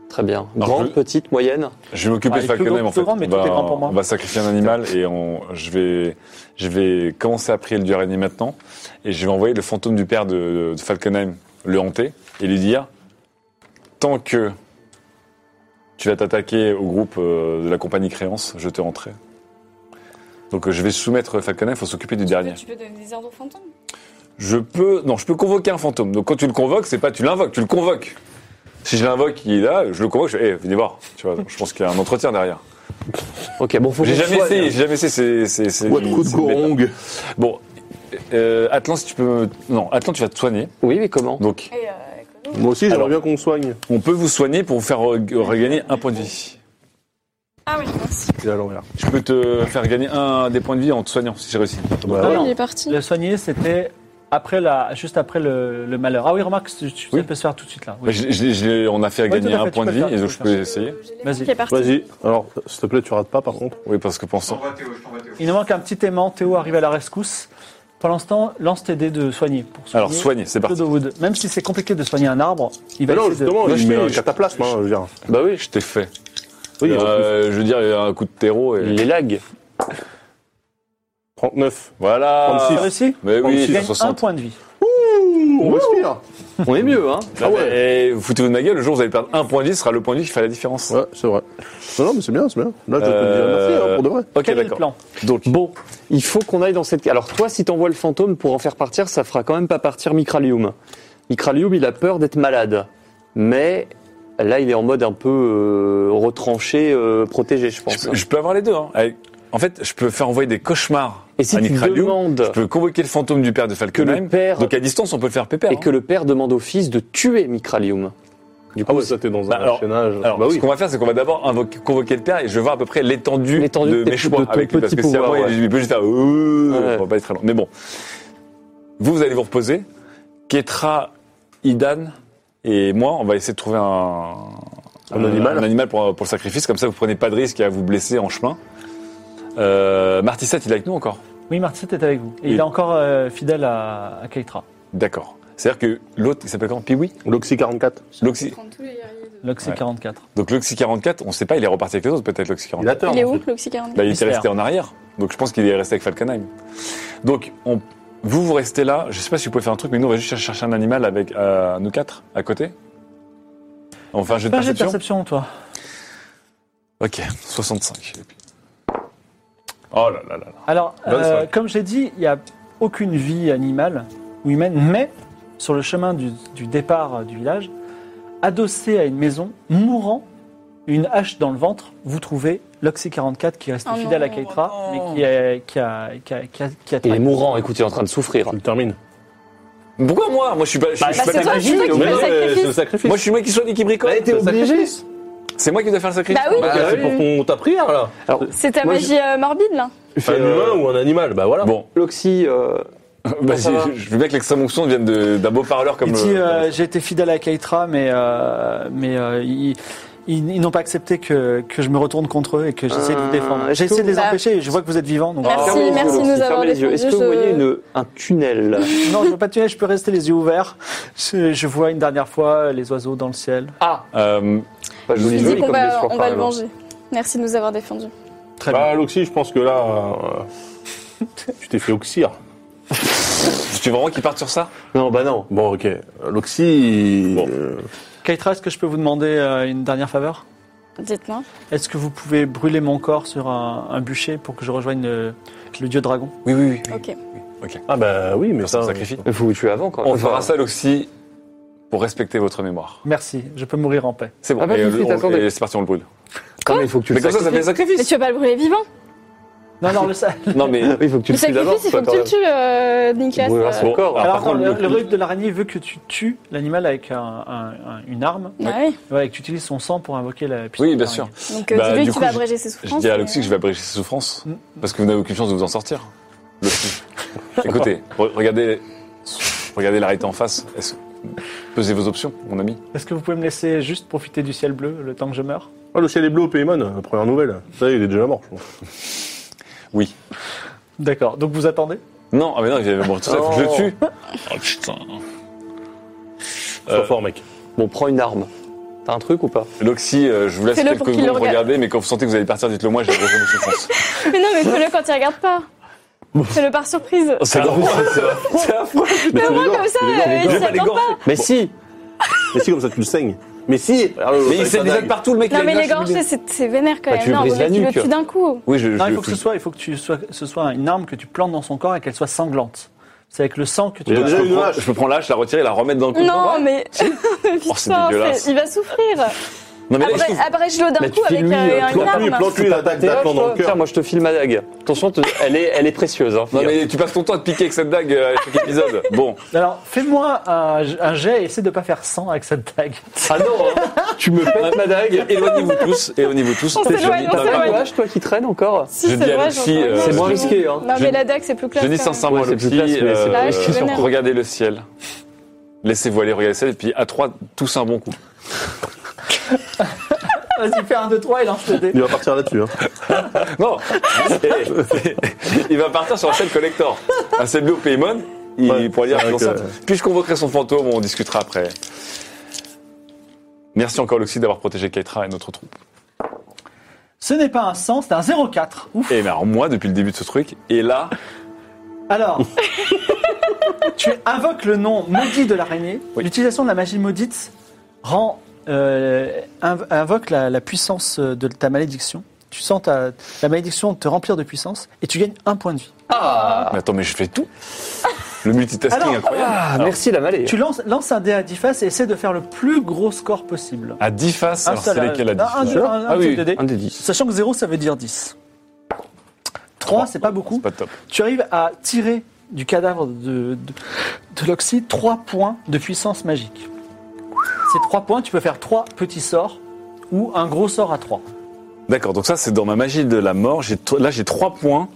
S6: Très bien.
S2: Alors,
S6: Grande,
S2: je-
S6: petite, moyenne
S2: Je vais m'occuper
S1: Ah,
S2: de
S1: il est plus
S2: Falkenheim
S1: grand-
S2: en fait.
S1: plus grand, mais
S2: on,
S1: tout
S2: va,
S1: est grand pour moi.
S2: on va sacrifier un animal et on, je, vais, je vais commencer à prier le dieu araignée maintenant. Et je vais envoyer le fantôme du père de, de Falkenheim le hanter et lui dire Tant que tu vas t'attaquer au groupe euh, de la compagnie Créance, je te rentrerai. Donc euh, je vais soumettre Falkenheim, il faut s'occuper du dernier.
S5: Tu peux donner des airs de fantôme.
S2: Je peux. Non, je peux convoquer un fantôme. Donc quand tu le convoques, c'est pas tu l'invoques, tu le convoques. Si je l'invoque, il est là, je le convoque, je fais, Eh, venez voir. Tu vois, je pense qu'il y a un entretien derrière.
S6: Ok, bon, faut
S2: J'ai
S6: qu'on
S2: jamais
S6: soit-
S2: essayé, j'ai jamais essayé. C'est, c'est, c'est,
S3: What coup de
S2: c'est bête.
S3: Gorong
S2: Bon, euh, Atlan, si tu peux. me- Non, Atlan, tu vas te soigner.
S6: Oui, mais comment
S2: Donc,
S5: Et euh, Claude.
S3: Moi aussi,
S2: Alors.
S3: j'aimerais bien qu'on soigne.
S2: on peut vous soigner pour vous faire re- regagner un point de vie.
S5: Ah oui, merci.
S3: Il est à l'envers.
S2: Je peux te faire gagner un des points de vie en te soignant si j'ai réussi.
S3: Bah,
S1: Ah
S5: Ah,
S1: non.
S5: il est parti.
S1: Le soigner, c'était après la, juste après le, le malheur. Ah oui, remarque, tu- tu-
S2: Oui.
S1: ça peut se faire tout de suite là. Oui.
S2: Bah, je- je- je- on a fait
S1: tout
S2: gagner
S1: à fait,
S2: un
S1: tu
S2: point de
S1: peux
S2: vie
S1: le faire,
S2: et
S1: tu
S2: donc
S1: peux
S2: je
S1: le
S2: peux
S1: faire.
S2: essayer.
S1: Vas-y.
S5: Qui est parti.
S3: Vas-y. Alors, s'il te plaît, tu rates pas par contre.
S2: Oui, parce que
S7: Je
S2: pensant.
S7: t'envoie Théo, je t'envoie Théo.
S1: Il nous manque un petit aimant. Théo arrive à la rescousse. Pour l'instant, lance tes dés de soigner. Pour
S2: Alors, soigner, c'est parti.
S1: Claude Wood. Même si c'est compliqué de soigner un arbre, il va
S3: Mais non,
S1: essayer de...
S3: justement,
S2: Moi, je
S3: il met
S2: fais-
S3: un
S2: je-
S3: cataplasme, hein, je veux dire.
S6: Bah oui,
S2: Je t'ai fait.
S3: Oui, en
S6: euh,
S2: Euh, je veux dire, il y a un coup de terreau et.
S6: les lags.
S3: 39.
S2: Voilà.
S3: 36.
S1: Réussi
S2: Mais oui,
S1: Tu
S2: sur
S1: gagnes un
S2: 60.
S1: point de vie.
S3: Ouh, on respire.
S6: On est mieux, hein
S2: Ah ouais. Et vous foutez-vous de ma gueule, le jour où vous allez perdre un point de vie, ce sera le point de vie qui fait la différence.
S3: Ouais, c'est vrai. Non, non, mais c'est bien, c'est bien. Là, je
S2: Euh,
S3: te dis merci hein, pour de vrai.
S2: Ok,
S1: Quel est le
S2: d'accord.
S1: plan
S2: Donc,
S6: Bon, il faut qu'on aille dans cette. Alors toi, si t'envoies le fantôme pour en faire partir, ça fera quand même pas partir Micralium. Micralium, il a peur d'être malade, mais là, il est en mode un peu euh, retranché, euh, protégé, je pense.
S2: je, je peux avoir les deux. hein. Avec- En fait, je peux faire envoyer des cauchemars
S6: Et si
S2: à
S6: tu
S2: Nikraliou,
S6: demandes
S2: Je peux convoquer le fantôme du père de
S6: Que
S2: Falkenheim.
S6: le père-
S2: Donc à distance, on peut le faire pépère.
S6: et que
S2: hein.
S6: le père demande au fils de tuer Micralium, du
S3: Ah
S6: coup,
S3: ouais, ça, t'es dans un
S2: Bah, alors-
S3: chaînage.
S2: Alors,
S3: bah
S2: ce
S3: oui.
S2: qu'on va faire, c'est qu'on va d'abord invoquer- convoquer le père et je vais voir à peu près l'étendue
S6: L'étendue
S2: de
S6: de tes-
S2: mes choix
S6: de ton
S2: avec lui. Parce
S6: petit
S2: que si à
S6: pouvoir,
S2: moi,
S6: ouais.
S2: il peut juste faire. Ouh
S6: Ouais.
S2: On va pas être très long. Mais bon. Vous, vous allez vous reposer. Ketra, Idan et moi, on va essayer de trouver un.
S3: Un animal.
S2: Un animal pour, pour le sacrifice. Comme ça, vous prenez pas de risque à vous blesser en chemin. Euh, Martissette, il est avec nous encore
S1: Oui, Martissette est avec vous. Et
S2: Et-
S1: il est encore euh, fidèle à, à Keitra.
S2: D'accord. C'est-à-dire que l'autre, il s'appelle comment Piwi
S3: L'Oxy 44.
S2: L'Oxy.
S5: Prendre tous les guerriers de-
S1: L'Oxy
S2: Ouais.
S1: 44.
S2: Donc l'Oxy 44, on sait pas, il est reparti avec les autres peut-être l'Oxy 44.
S3: Il a tort.
S5: Il est
S3: en
S5: où,
S3: fait.
S5: l'Oxy 40
S2: Bah, il était
S1: Mystère.
S2: resté en arrière. Donc je pense qu'il est resté avec Falkenheim. Donc on- vous, vous restez là. Je sais pas si vous pouvez faire un truc, mais nous, on va juste chercher un animal avec euh, nous quatre, à côté. On fait un jeu de
S1: Pas de perception,
S2: perception.
S1: toi.
S2: Ok, 65. Et puis- Oh là là là là.
S1: Alors,
S2: Bonne
S1: euh,
S2: soirée.
S1: comme j'ai dit, il n'y a aucune vie animale ou humaine, mais sur le chemin du, du départ euh, du village, adossé à une maison, mourant, une hache dans le ventre, vous trouvez l'Oxy 44 qui reste
S5: Oh
S1: fidèle à
S5: non,
S1: Keitra,
S2: oh non.
S1: mais qui a, qui a, qui a, qui a, qui a
S6: il est
S1: trahi.
S6: mourant. Écoute, il est en train de souffrir.
S3: Tu le termines.
S2: Pourquoi moi Moi, je suis pas. Je,
S1: Bah,
S2: je suis
S1: c'est
S2: pas
S1: toi,
S2: sacrifié.
S5: c'est toi qui
S2: Ouais,
S5: fais le
S2: ouais,
S5: sacrifice.
S2: je-
S3: sacrifice.
S2: Moi, je suis moi qui soigne et qui bricole.
S6: Bah, t'es obligé.
S2: C'est moi qui dois faire le sacrifice.
S5: Bah oui.
S3: Bah,
S6: Ah
S3: c'est
S6: oui.
S3: pour ton, ta prière, là.
S6: Alors,
S5: C'est ta
S6: Moi,
S5: magie euh, morbide là
S3: Un humain ou un animal, bah voilà.
S2: Bon,
S6: L'Oxy, euh,
S2: bah,
S6: ça va.
S2: je je veux bien que l'extrême-onction vienne de- d'un beau parleur comme.
S1: Il dit,
S2: euh,
S1: euh, j'ai été fidèle à Keitra, mais, euh, mais euh, ils, ils- ils n'ont pas accepté que, que je me retourne contre eux et que j'essaie de vous
S6: Euh,
S1: défendre.
S6: est-ce
S1: J'ai
S6: que
S1: essayé de les
S5: vous-
S1: empêcher et je vois que vous êtes vivants. Donc...
S5: Merci,
S6: fermez les yeux,
S5: merci de
S6: l'Oxy,
S5: nous avoir
S6: fermez les yeux. Est-ce que vous
S5: défendus,
S6: voyez
S5: je-
S6: une- un tunnel
S1: Non, je ne veux pas tuer, je peux rester les yeux ouverts. Je, je vois une dernière fois les oiseaux dans le ciel.
S6: Ah,
S2: euh,
S6: pas
S5: Je
S6: joli,
S5: lui
S6: joli
S5: dis qu'on
S6: comme
S5: va,
S6: blessure,
S5: on
S6: par
S5: va le
S6: exemple.
S5: venger. Merci de nous avoir défendus.
S1: Très bien.
S3: Bah, l'Oxy, je pense que là, euh, tu t'es fait oxyre.
S2: tu veux vraiment qu'ils partent sur ça
S6: Non, bah non.
S3: Bon, ok. L'Oxy.
S2: Bon.
S3: euh,
S1: Keitra, est-ce que je peux vous demander euh, une dernière faveur
S5: Dites-moi.
S1: Est-ce que vous pouvez brûler mon corps sur un, un bûcher pour que je rejoigne le, le dieu dragon
S2: Oui, oui, oui.
S5: Ok.
S3: Ah, bah oui, mais
S2: Faire ça,
S3: ça.
S2: on sacrifie.
S6: Il faut vous tuer avant quand même.
S2: On fera ça, Loxy, pour respecter votre mémoire.
S1: Merci, je peux mourir en paix.
S2: C'est bon.
S6: Ah, pas
S2: et,
S6: de
S2: euh,
S6: suite,
S2: on-
S6: attendez.
S2: et c'est parti, on le brûle.
S6: Non, mais il faut que tu
S2: Mais
S6: le
S2: comme ça, ça fait
S6: sacrifies.
S5: Mais
S2: sacrifice.
S5: tu vas pas le brûler vivant
S1: Non, non, le sa-
S6: Non, mais il faut que tu
S5: Le
S6: le tues d'abord.
S5: sacrifice, il faut
S6: toi,
S5: que tu le
S6: quand
S5: tues, euh, Nicolas.
S6: Brûlera
S5: euh,
S6: son corps.
S1: Alors,
S2: par
S1: attends,
S2: contre,
S1: le,
S2: le-
S1: le rude de l'araignée veut que tu tues l'animal avec un- un- un- une arme
S5: Bah oui.
S1: ouais, et que tu utilises son sang pour invoquer la puissance.
S2: Oui,
S1: de
S2: bien sûr.
S1: l'araignée.
S5: Donc euh,
S2: Bah,
S5: dis-lui
S2: du
S5: que
S2: coup,
S5: tu vas
S2: je-
S5: abréger ses
S2: Je
S5: souffrances.
S2: dis à
S5: mais-
S2: Loxy que je vais abréger ses souffrances.
S1: Mm.
S2: Parce que vous n'avez aucune chance de vous en sortir. Loxy. Écoutez, re- regardez, regardez l'arrêté en face. Est-ce- Pesez vos options, mon ami.
S1: Est-ce que vous pouvez me laisser juste profiter du ciel bleu le temps que je meurs
S3: Ah, le ciel est bleu au Paymon, première nouvelle. Ça, il est déjà mort, je pense.
S2: Oui.
S1: D'accord, donc vous attendez
S2: Non, ah mais non, il y avait- bon, tout ça, il faut que je le tue. Oh putain.
S3: Sois
S2: Euh,
S3: fort, mec.
S6: Bon, prends une arme. T'as un truc ou pas
S2: Loxy, euh, je vous laisse
S5: Fais-le
S2: quelques
S5: pour qu'il le
S2: secondes
S5: regarde.
S2: regarder, mais quand vous sentez que vous allez partir, dites-le moi, j'ai abrégé mes souffrances.
S5: Mais non, mais fais-le quand il regarde pas. Fais-le par surprise.
S6: Oh,
S2: C'est
S6: Ah,
S3: Mais
S5: Mais au
S3: tu
S5: moins
S3: l'égores,
S5: comme ça,
S3: tu
S5: euh,
S3: l'égores.
S5: il
S2: J'ai pas les
S5: s'attend
S2: gorges.
S5: pas.
S6: Mais si Ah,
S3: Mais si, comme ça, tu le saignes. Mais si Mais
S2: partout, le mec.
S5: Non, mais les gorges, c'est c'est vénère quand
S6: Bah,
S5: même.
S6: tu lui
S5: non,
S6: brises
S5: vaut mieux
S6: la
S5: que tu
S6: nuque.
S5: le tues d'un coup.
S2: Oui, je,
S1: Non, il
S2: je le
S1: faut que
S2: fous.
S1: ce soit, il faut que tu sois, ce soit une arme que tu plantes dans son corps et qu'elle soit sanglante. C'est avec le sang que tu.
S3: Il y a
S1: vas-
S3: déjà
S2: Je
S3: une
S2: prends-
S3: hache.
S2: Je peux prendre la hache, la retirer, la remettre dans le
S5: Non, mais.
S2: Oh, c'est
S5: Putain,
S2: dégueulasse.
S5: c'est- il va souffrir.
S2: Non, mais là, il se
S5: Abrè-
S2: trouve-
S5: Abrège-le
S6: Bah,
S5: d'un
S6: tu
S5: coup avec
S6: fais-lui,
S5: euh,
S6: euh,
S5: un
S6: plante-lui,
S5: arme.
S3: plante-lui une attaque
S6: T'es là,
S3: d'aplomb dans
S6: toi
S3: le cœur.
S6: Tiens, moi je te file ma dague. Attention, te- elle, est, elle est précieuse. Hein,
S2: Non,
S6: Fais gaffe.
S2: mais tu passes ton temps à te piquer avec cette dague euh, à chaque épisode. Bon,
S1: Alors, fais-moi un, un jet et essaie de pas faire sang avec cette dague.
S6: Ah non hein, Tu me pètes ma dague.
S2: éloignez-vous tous, éloignez-vous tous.
S5: On
S2: Je
S5: s'éloigne,
S2: dis-
S5: on
S6: T'as pas
S5: s'éloigne.
S6: de hache, toi qui traîne encore
S5: Si,
S2: Je
S5: c'est
S2: dis à
S5: vrai,
S2: Lucie,
S5: j'entends
S2: euh,
S5: rien,
S6: C'est moins
S5: bon.
S6: risqué. Hein.
S5: Non,
S2: Je-
S5: mais la DAC, c'est plus classe. hein.
S2: Je dis
S5: quand
S2: sans
S5: même.
S2: symbole,
S6: Ouais, c'est
S2: Loxy,
S6: plus classe, mais c'est-
S2: euh,
S5: Là, je suis
S2: euh,
S5: vénère.
S2: regardez le ciel. Laissez-vous aller regarder le ciel, et puis à trois, tous un bon coup.
S1: Vas-y, fais un, deux, trois et lance le dé.
S3: Il va partir là-dessus. Hein.
S2: Non c'est- Il va partir sur un ciel collector. Un ciel bleu au Paymon, il
S3: Ouais,
S2: pourra dire
S3: c'est
S2: dans
S3: vrai
S2: ça.
S3: que-
S2: Puis je convoquerai son fantôme, on discutera après. Merci encore, Luxy, d'avoir protégé Keitra et notre troupe.
S1: Ce n'est pas un 100, c'est un 04. Ouf.
S2: Et ben, alors moi, depuis le début de ce truc, et là,
S1: Alors, tu invoques le nom maudit de l'araignée.
S2: Oui.
S1: L'utilisation de la magie maudite rend, euh, inv- invoque la, la puissance de ta malédiction. Tu sens ta, la malédiction te remplir de puissance et tu gagnes un point de vie.
S2: mais attends, mais je fais tout. Le multitasking
S1: Alors,
S2: incroyable.
S6: Ah,
S2: Alors,
S6: merci la malée.
S1: Tu lances, lance un dé à 10 faces et essaie de faire le plus gros score possible.
S2: À 10 faces, alors c'est
S1: seul, euh,
S2: lesquels à 10
S1: un- un-
S2: faces
S1: un- un- un
S6: Ah oui,
S1: type de dé.
S6: un des dix.
S1: Sachant que 0, ça veut dire 10. 3,
S2: Trois.
S1: c'est pas beaucoup.
S2: C'est pas top.
S1: Tu arrives à tirer du cadavre de, de, de l'Oxy 3 points de puissance magique. Ces 3 points, tu peux faire 3 petits sorts ou un gros sort à 3.
S2: D'accord, donc ça c'est dans ma magie de la mort. J'ai t- Là j'ai 3 points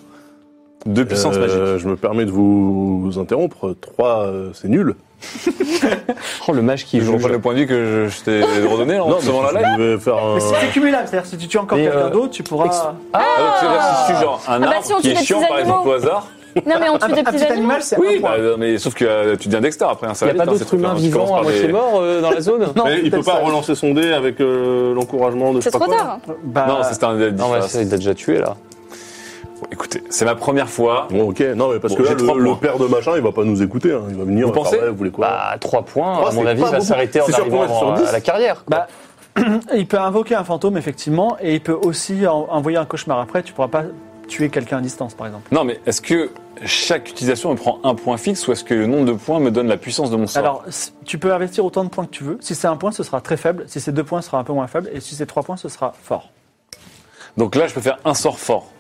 S2: de puissance
S3: Euh,
S2: magique.
S3: Je me permets de vous interrompre. 3, c'est nul.
S6: Oh, le mage qui
S2: Je
S6: joue.
S2: reprends le point de vue que je, je t'ai redonné en recevant la
S3: mais
S2: lettre.
S3: je vais faire un.
S1: Mais
S2: Euh.
S1: si c'est cumulable, c'est-à-dire si tu tues encore
S6: Mais,
S1: quelqu'un
S6: euh,
S1: d'autre, tu pourras.
S2: Ah, donc c'est-à-dire si je suis genre un
S5: Ah bah,
S2: arbre
S5: si on
S2: qui
S5: tue
S2: est
S5: des
S2: chiant
S5: petits
S2: par exemple
S5: animaux.
S2: au hasard.
S5: Non, mais on tue des
S1: un
S5: petits animaux.
S1: animal, c'est
S2: Oui,
S1: un point.
S2: bah, mais sauf que euh, tu deviens dexter après un
S6: Il n'y a
S2: salaire.
S6: pas d'autre humain vivant à moitié mort euh, dans la zone
S1: Non,
S3: Mais il peut
S1: peut-être
S3: pas
S1: ça.
S3: relancer son dé avec euh, l'encouragement de. je
S5: C'est
S3: sais
S5: trop
S3: pas quoi.
S5: tard.
S1: Bah,
S2: Non, c'est un dé-
S6: Non, mais
S2: dix
S6: ça, il
S2: faces.
S6: t'a déjà tué là.
S2: Bon, Écoutez, c'est ma première fois.
S3: Bon, ok, non, mais parce
S2: Bon,
S3: que là,
S2: j'ai trois
S3: le, le
S2: points.
S3: père de machin, il va pas nous écouter. hein. Il va venir.
S2: Vous
S3: il va faire,
S2: pensez
S3: ouais, Vous voulez quoi
S6: Bah, 3 points,
S3: Trois,
S6: à mon
S3: c'est
S6: avis,
S3: pas
S6: il va
S3: beaucoup.
S6: s'arrêter en
S3: C'est sur
S6: arrivant
S3: combien, sur
S6: avant,
S3: dix
S6: euh, à la carrière. quoi.
S1: Bah, il peut invoquer un fantôme, effectivement, et il peut aussi en- envoyer un cauchemar après. Tu pourras pas tuer quelqu'un à distance, par exemple.
S2: Non, mais est-ce que chaque utilisation me prend un point fixe ou est-ce que le nombre de points me donne la puissance de mon sort
S1: Alors, c- tu peux investir autant de points que tu veux. Si c'est un point, ce sera très faible. Si c'est deux points, ce sera un peu moins faible. Et si c'est trois points, ce sera fort.
S2: Donc là, je peux faire un sort fort.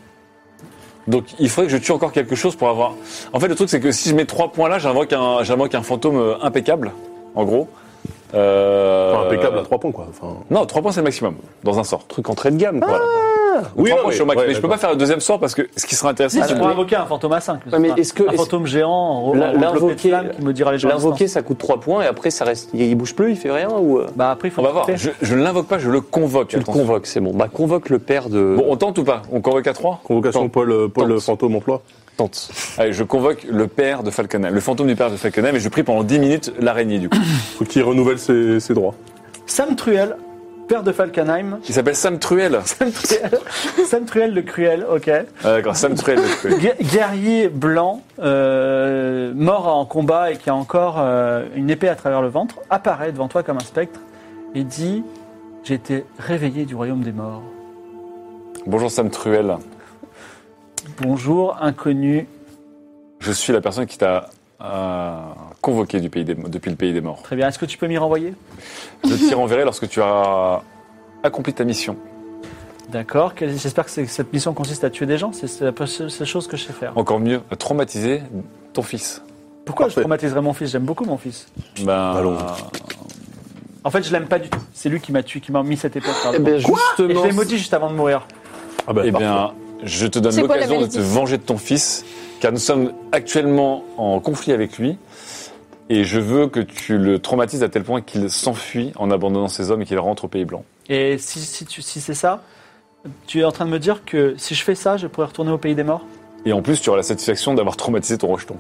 S2: Donc il faudrait que je tue encore quelque chose pour avoir. En fait, le truc, c'est que si je mets trois points là, j'invoque un, j'invoque un fantôme euh, impeccable, en gros. Euh,
S3: Enfin, impeccable à 3 points, quoi. Enfin,
S2: Non, trois points, c'est le maximum, dans un sort.
S6: Truc entrée de gamme, quoi.
S2: Oui,
S3: non,
S2: points,
S3: mais-
S2: je suis au max.
S3: ouais,
S2: mais je peux
S3: d'accord.
S2: pas faire le deuxième sort parce que ce qui serait intéressant,
S1: Si,
S2: c'est
S1: Ah, tu
S2: de-
S1: pourras invoquer un fantôme à 5.
S6: Ouais, mais est-ce que-
S1: un
S6: est-ce-
S1: fantôme géant en
S6: La-
S1: enveloppé de
S6: l'invoquer-
S1: flammes qui me dira les gens. à
S6: L'invoquer,
S1: distance.
S6: ça coûte 3 points et après, ça reste. il il bouge plus, il fait rien ou. euh,
S1: Bah, après, il faut
S2: On va voir.
S1: tenter.
S2: Je, je ne l'invoque pas, je le convoque.
S6: Tu le
S2: attention.
S6: convoques, c'est bon. Bah, convoque le père de.
S2: Bon, on tente ou pas On convoque à trois
S3: convocation
S2: Tente.
S3: Paul, euh, Paul
S2: Tente.
S3: Fantôme Emploi.
S6: tente.
S2: Allez, je convoque le père de Falconem, le fantôme du père de Falconem, et je prie pendant 10 minutes l'araignée du coup.
S3: Faut qu'il renouvelle ses, ses droits.
S1: Sam Truel, père de Falkenheim.
S2: Qui s'appelle Sam Truel.
S1: Sam Truel, Sam Truel le cruel, ok.
S2: Ah, D'accord, Sam Truel. le Truel.
S1: Gu- Guerrier blanc, euh, mort en combat et qui a encore euh, une épée à travers le ventre, apparaît devant toi comme un spectre et dit J'ai été réveillé du royaume des morts.
S2: Bonjour Sam Truel.
S1: Bonjour, inconnu.
S2: Je suis la personne qui t'a euh, convoqué du pays des- depuis le pays des morts.
S1: Très bien, est-ce que tu peux m'y renvoyer
S2: Je t'y renverrai lorsque tu as accompli ta mission.
S1: D'accord, quelle- j'espère que c'est- cette mission consiste à tuer des gens, c'est- c'est la seule seule chose que je sais faire.
S2: Encore mieux, traumatiser ton fils.
S1: Pourquoi je
S3: Parfait.
S1: traumatiserais mon fils J'aime beaucoup mon fils.
S2: Ben,
S3: Allons.
S1: En fait, je l'aime pas du tout. C'est lui qui m'a tué, qui m'a mis cette épée. à travers
S6: Eh
S1: le ventre.
S6: ben,
S1: Et je
S6: justement.
S1: l'ai maudit juste avant de mourir.
S3: Ah bah,
S2: eh
S3: parfait.
S2: bien, je te donne
S5: C'est quoi la
S2: l'occasion de te
S5: malédiction
S2: venger de ton fils, car nous sommes actuellement en conflit avec lui. Et je veux que tu le traumatises à tel point qu'il s'enfuit en abandonnant ses hommes et qu'il rentre au Pays Blanc.
S1: Et si, si, tu- si c'est ça, tu es en train de me dire que si je fais ça, je pourrais retourner au pays des morts
S2: Et en plus, tu auras la satisfaction d'avoir traumatisé ton rejeton.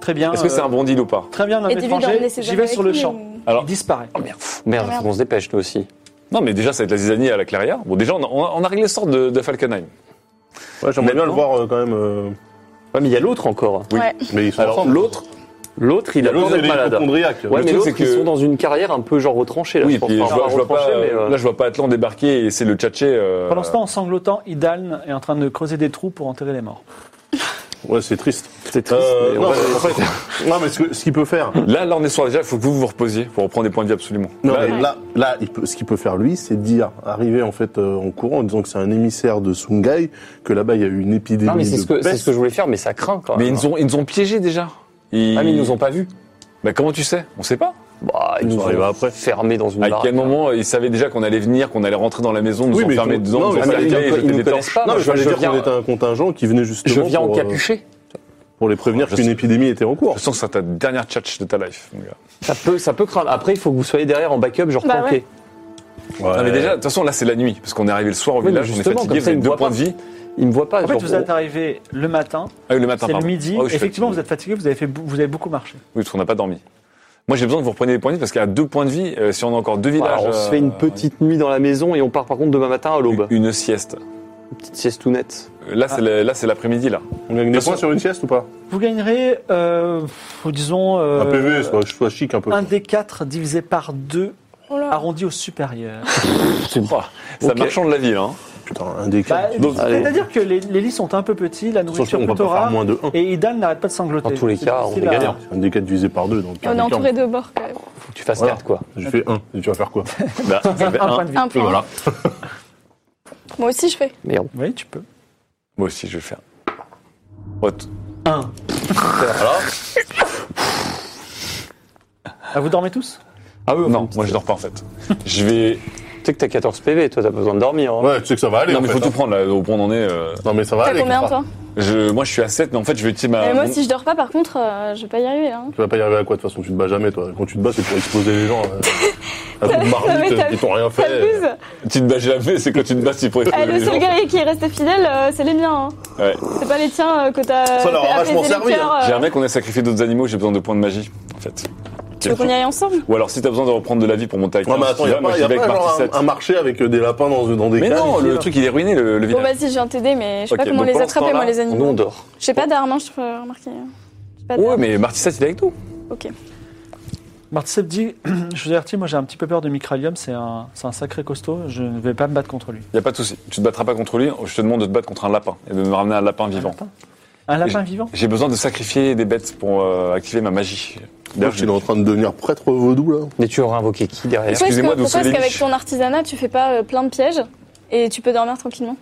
S1: Très bien.
S3: Ah,
S2: Est-ce que
S1: euh,
S2: c'est un bon deal ou pas
S1: Très bien, un homme
S5: Et dis-lui
S1: étranger.
S5: d'emmener ses
S1: J'y
S5: amis
S1: vais
S5: avec
S1: sur le
S5: lui,
S1: champ.
S5: ou-
S2: Alors,
S1: Il disparaît.
S6: Pff, Merde, faut qu'on se dépêche, nous aussi.
S2: non, mais déjà, ça va être la zizanie à la clairière. Bon, déjà, on a, on a- on a réglé le sort de, de Falkenheim.
S3: Ouais, j'aimerais bien le
S2: Maintenant-
S3: voir euh, quand même. euh,
S6: Ouais, mais il y a l'autre encore.
S2: Oui.
S5: Ouais.
S3: Mais ils sont
S2: Alors,
S3: ensemble.
S2: l'autre,
S6: L'autre, il a peur
S3: L'autre,
S6: d'être
S3: il est
S6: malade.
S3: hypochondriaque.
S6: Ouais,
S2: Le
S6: mais
S2: truc,
S6: l'autre,
S2: c'est
S6: ils
S2: que-
S6: sont dans une carrière un peu genre retranchée, là.
S2: oui,
S6: je pense.
S2: puis je
S6: Enfin,
S2: vois,
S6: pas
S2: je vois pas,
S6: retranchée, mais, euh,
S2: là, je vois pas Atlan débarquer et essayer de le tchatcher. euh,
S1: Pendant ce temps, en sanglotant, Idalne est en train de creuser des trous pour enterrer les morts.
S3: Ouais, c'est triste.
S6: c'est triste.
S3: Euh,
S6: mais on
S3: non,
S6: va-
S3: mais en fait, non, mais ce que- ce qu'il peut faire.
S2: Là, là, on est sur déjà, il faut que vous vous reposiez pour reprendre des points de vie absolument.
S3: Non,
S2: Là,
S3: mais là, là, il peut- ce qu'il peut faire lui, c'est dire, arriver en fait euh, en courant, en disant que c'est un émissaire de Sungai, que là-bas il y a eu une épidémie
S6: Non, mais c'est
S3: de
S6: ce, que, c'est
S3: peste.
S6: ce que je voulais faire, mais ça craint quand
S2: mais ils
S6: même.
S2: nous ont, ils nous ont piégés déjà.
S6: Ah, mais ils nous ont pas vus.
S2: Bah, comment tu sais On sait pas.
S6: Bah, ils
S3: Ils
S6: nous
S3: sont
S6: ont
S3: arrivés après.
S6: fermés dans une
S2: À
S6: barre.
S2: quel moment euh, ils savaient déjà qu'on allait venir, qu'on allait rentrer dans la maison, nous
S3: Oui, mais ils
S2: enfermer
S3: ont-
S2: dedans,
S3: non,
S2: nous
S3: mais
S2: enfermer
S3: ils-
S2: dedans,
S3: ils-
S2: jeter
S6: ils nous
S2: des
S6: connaissent
S2: torches
S6: pas,
S3: Non, mais je
S6: je
S3: voulais dire
S6: viens-
S3: qu'on était un contingent qui venait justement
S6: Je viens
S3: pour,
S6: en
S3: euh,
S6: capuché.
S3: pour les prévenir
S2: Je
S3: qu'une
S2: sais. Ah,
S3: épidémie était en cours.
S2: Je sens que c'est ta dernière tchatch de ta life, mon gars.
S6: Ça peut, ça peut craindre. Après, il faut que vous soyez derrière en backup, genre
S5: Bah
S6: tanké.
S2: Non, mais déjà, de toute façon, là, c'est la nuit, parce qu'on est arrivé le soir au
S6: Oui, mais
S2: village, on est
S6: justement,
S2: fatigué,
S6: comme
S2: vous
S6: ça, ils
S2: avez
S6: me
S2: deux
S6: voient
S2: points
S6: pas.
S2: de vie.
S6: Ils me voient pas.
S1: En fait,
S6: genre,
S1: vous êtes arrivé le matin,
S2: Ah oui, le matin,
S1: c'est le
S2: pardon.
S1: midi.
S2: Ah oui, je suis
S1: Effectivement,
S2: fatigué.
S1: vous êtes fatigué, vous avez, fait, bou- vous avez beaucoup marché.
S2: Oui, parce qu'on n'a pas dormi. Moi, j'ai besoin que vous repreniez des points de vie parce qu'à deux points de vie, euh, si on a encore deux villages.
S6: Alors, Bah, on se
S2: euh,
S6: fait une petite nuit dans la maison et on part par contre demain matin à l'aube.
S2: Une sieste.
S6: Une petite sieste tout nette.
S2: Là, c'est la- là, c'est l'après-midi, là.
S3: On gagne des points sur une sieste ou pas
S1: Vous gagnerez, euh, pff, disons, euh,
S3: Un PV, c'est pas- je sois chic un peu.
S1: un des quatre divisé par deux,
S5: Oh là.
S1: arrondi au supérieur.
S2: C'est
S6: Ok.
S2: un marchand de la ville, hein.
S3: Putain, un des
S1: Bah,
S3: quatre.
S1: donc, C'est-à-dire que les, les lits sont un peu petits, la
S3: Surtout,
S1: nourriture
S3: on va
S1: plutôt
S3: pas faire
S1: rare,
S3: moins de 1.
S1: et Idan n'arrête pas de sangloter.
S6: Dans tous les
S1: C'est
S6: cas, Ah, on
S1: difficile
S6: est
S1: à-
S6: gagnant.
S3: Un des quatre divisé par deux, donc.
S5: On est
S3: Donc,
S5: entouré de bords quand même.
S6: Faut que tu fasses
S3: Voilà.
S6: 4 quoi.
S3: J'ai fait un. Et tu vas faire quoi
S2: Bah, ça fait
S1: Un
S2: un.
S1: point de vie.
S5: Un point.
S3: Voilà.
S5: Moi aussi, je fais.
S6: Merde.
S1: Oui, tu peux.
S2: Moi aussi, je vais faire. What
S1: Un.
S2: Alors
S1: Ah, vous dormez tous
S2: Ah oui, non, moi je dors pas en fait. Je vais.
S6: Tu sais que t'as 14 PV, toi t'as pas besoin de dormir. hein.
S3: Ouais, tu sais que ça va aller.
S2: non,
S3: en
S2: mais faut
S3: fait,
S2: tout
S3: hein.
S2: prendre là, au point où on en est. euh,
S3: Non, mais ça va
S5: T'as
S3: aller.
S5: combien, toi
S2: je... Moi je suis à 7, mais en fait je vais utiliser ma.
S5: Et Moi,
S2: mon-
S5: si je dors pas, par contre, euh, je vais pas y arriver. Hein.
S3: Tu vas pas y arriver à quoi De toute façon, tu te bats jamais, toi. Quand tu te bats, c'est pour exploser les gens. euh, À coup de
S5: mais
S3: marmite,
S5: t'as-
S3: ils t'ont rien fait.
S5: T'abuses
S2: Tu te bats jamais, c'est quand tu te bats, il faut
S5: Eh, Le
S2: exploser les
S5: seul
S2: gens.
S5: gars qui est resté fidèle, euh, c'est les miens. hein.
S2: Ouais.
S5: C'est pas les tiens euh, que t'as.
S3: Ça leur a
S5: t'as
S3: vachement
S5: apaisé les
S3: servi,
S5: cœurs, euh.
S2: J'ai un mec, on a sacrifié d'autres animaux, j'ai besoin de points de magie en fait.
S5: Tu veux qu'on y aille ensemble
S2: Ou alors si t'as besoin de reprendre de la vie pour monter avec
S3: Ouais, mais
S2: moi,
S3: attends, il y a
S2: moi
S3: pas,
S2: j'y
S3: y a
S2: vais
S3: pas
S2: avec
S3: genre
S2: partie
S3: un,
S2: 7.
S3: un marché avec euh, des lapins dans, dans des
S2: Bah, Mais hein.
S3: cages
S2: non, le truc il est ruiné, le, le
S5: Bon,
S2: village.
S5: vas-y, je viens t'aider, mais je sais
S2: Ok,
S5: pas comment
S2: donc
S5: les
S2: pendant ce
S5: attraper, moi,
S2: temps-là,
S5: les
S6: Nous
S5: animaux.
S6: on dort.
S5: J'ai pas d'armes, hein, je peux remarquer. J'ai pas
S2: Ouais,
S5: d'armes.
S2: mais Marty 7 il est avec nous.
S1: Marticep dit Je vous avertis, moi j'ai un petit peu peur de Micralium, c'est un, c'est un sacré costaud, je ne vais pas me battre contre lui.
S2: Y a pas de souci. Tu te battras pas contre lui, je te demande de te battre contre un lapin et de me ramener un lapin vivant.
S1: Un lapin vivant
S2: J'ai besoin de sacrifier des bêtes pour euh, activer ma magie.
S3: D'ailleurs, il est en train de devenir prêtre vaudou, là.
S6: Mais tu auras invoqué qui derrière
S5: Pourquoi est-ce
S2: excusez-moi
S5: que-
S2: de vous
S5: pourquoi est-ce
S2: sauver les
S5: qu'avec
S2: biches.
S5: ton artisanat, tu fais pas euh, plein de pièges et tu peux dormir tranquillement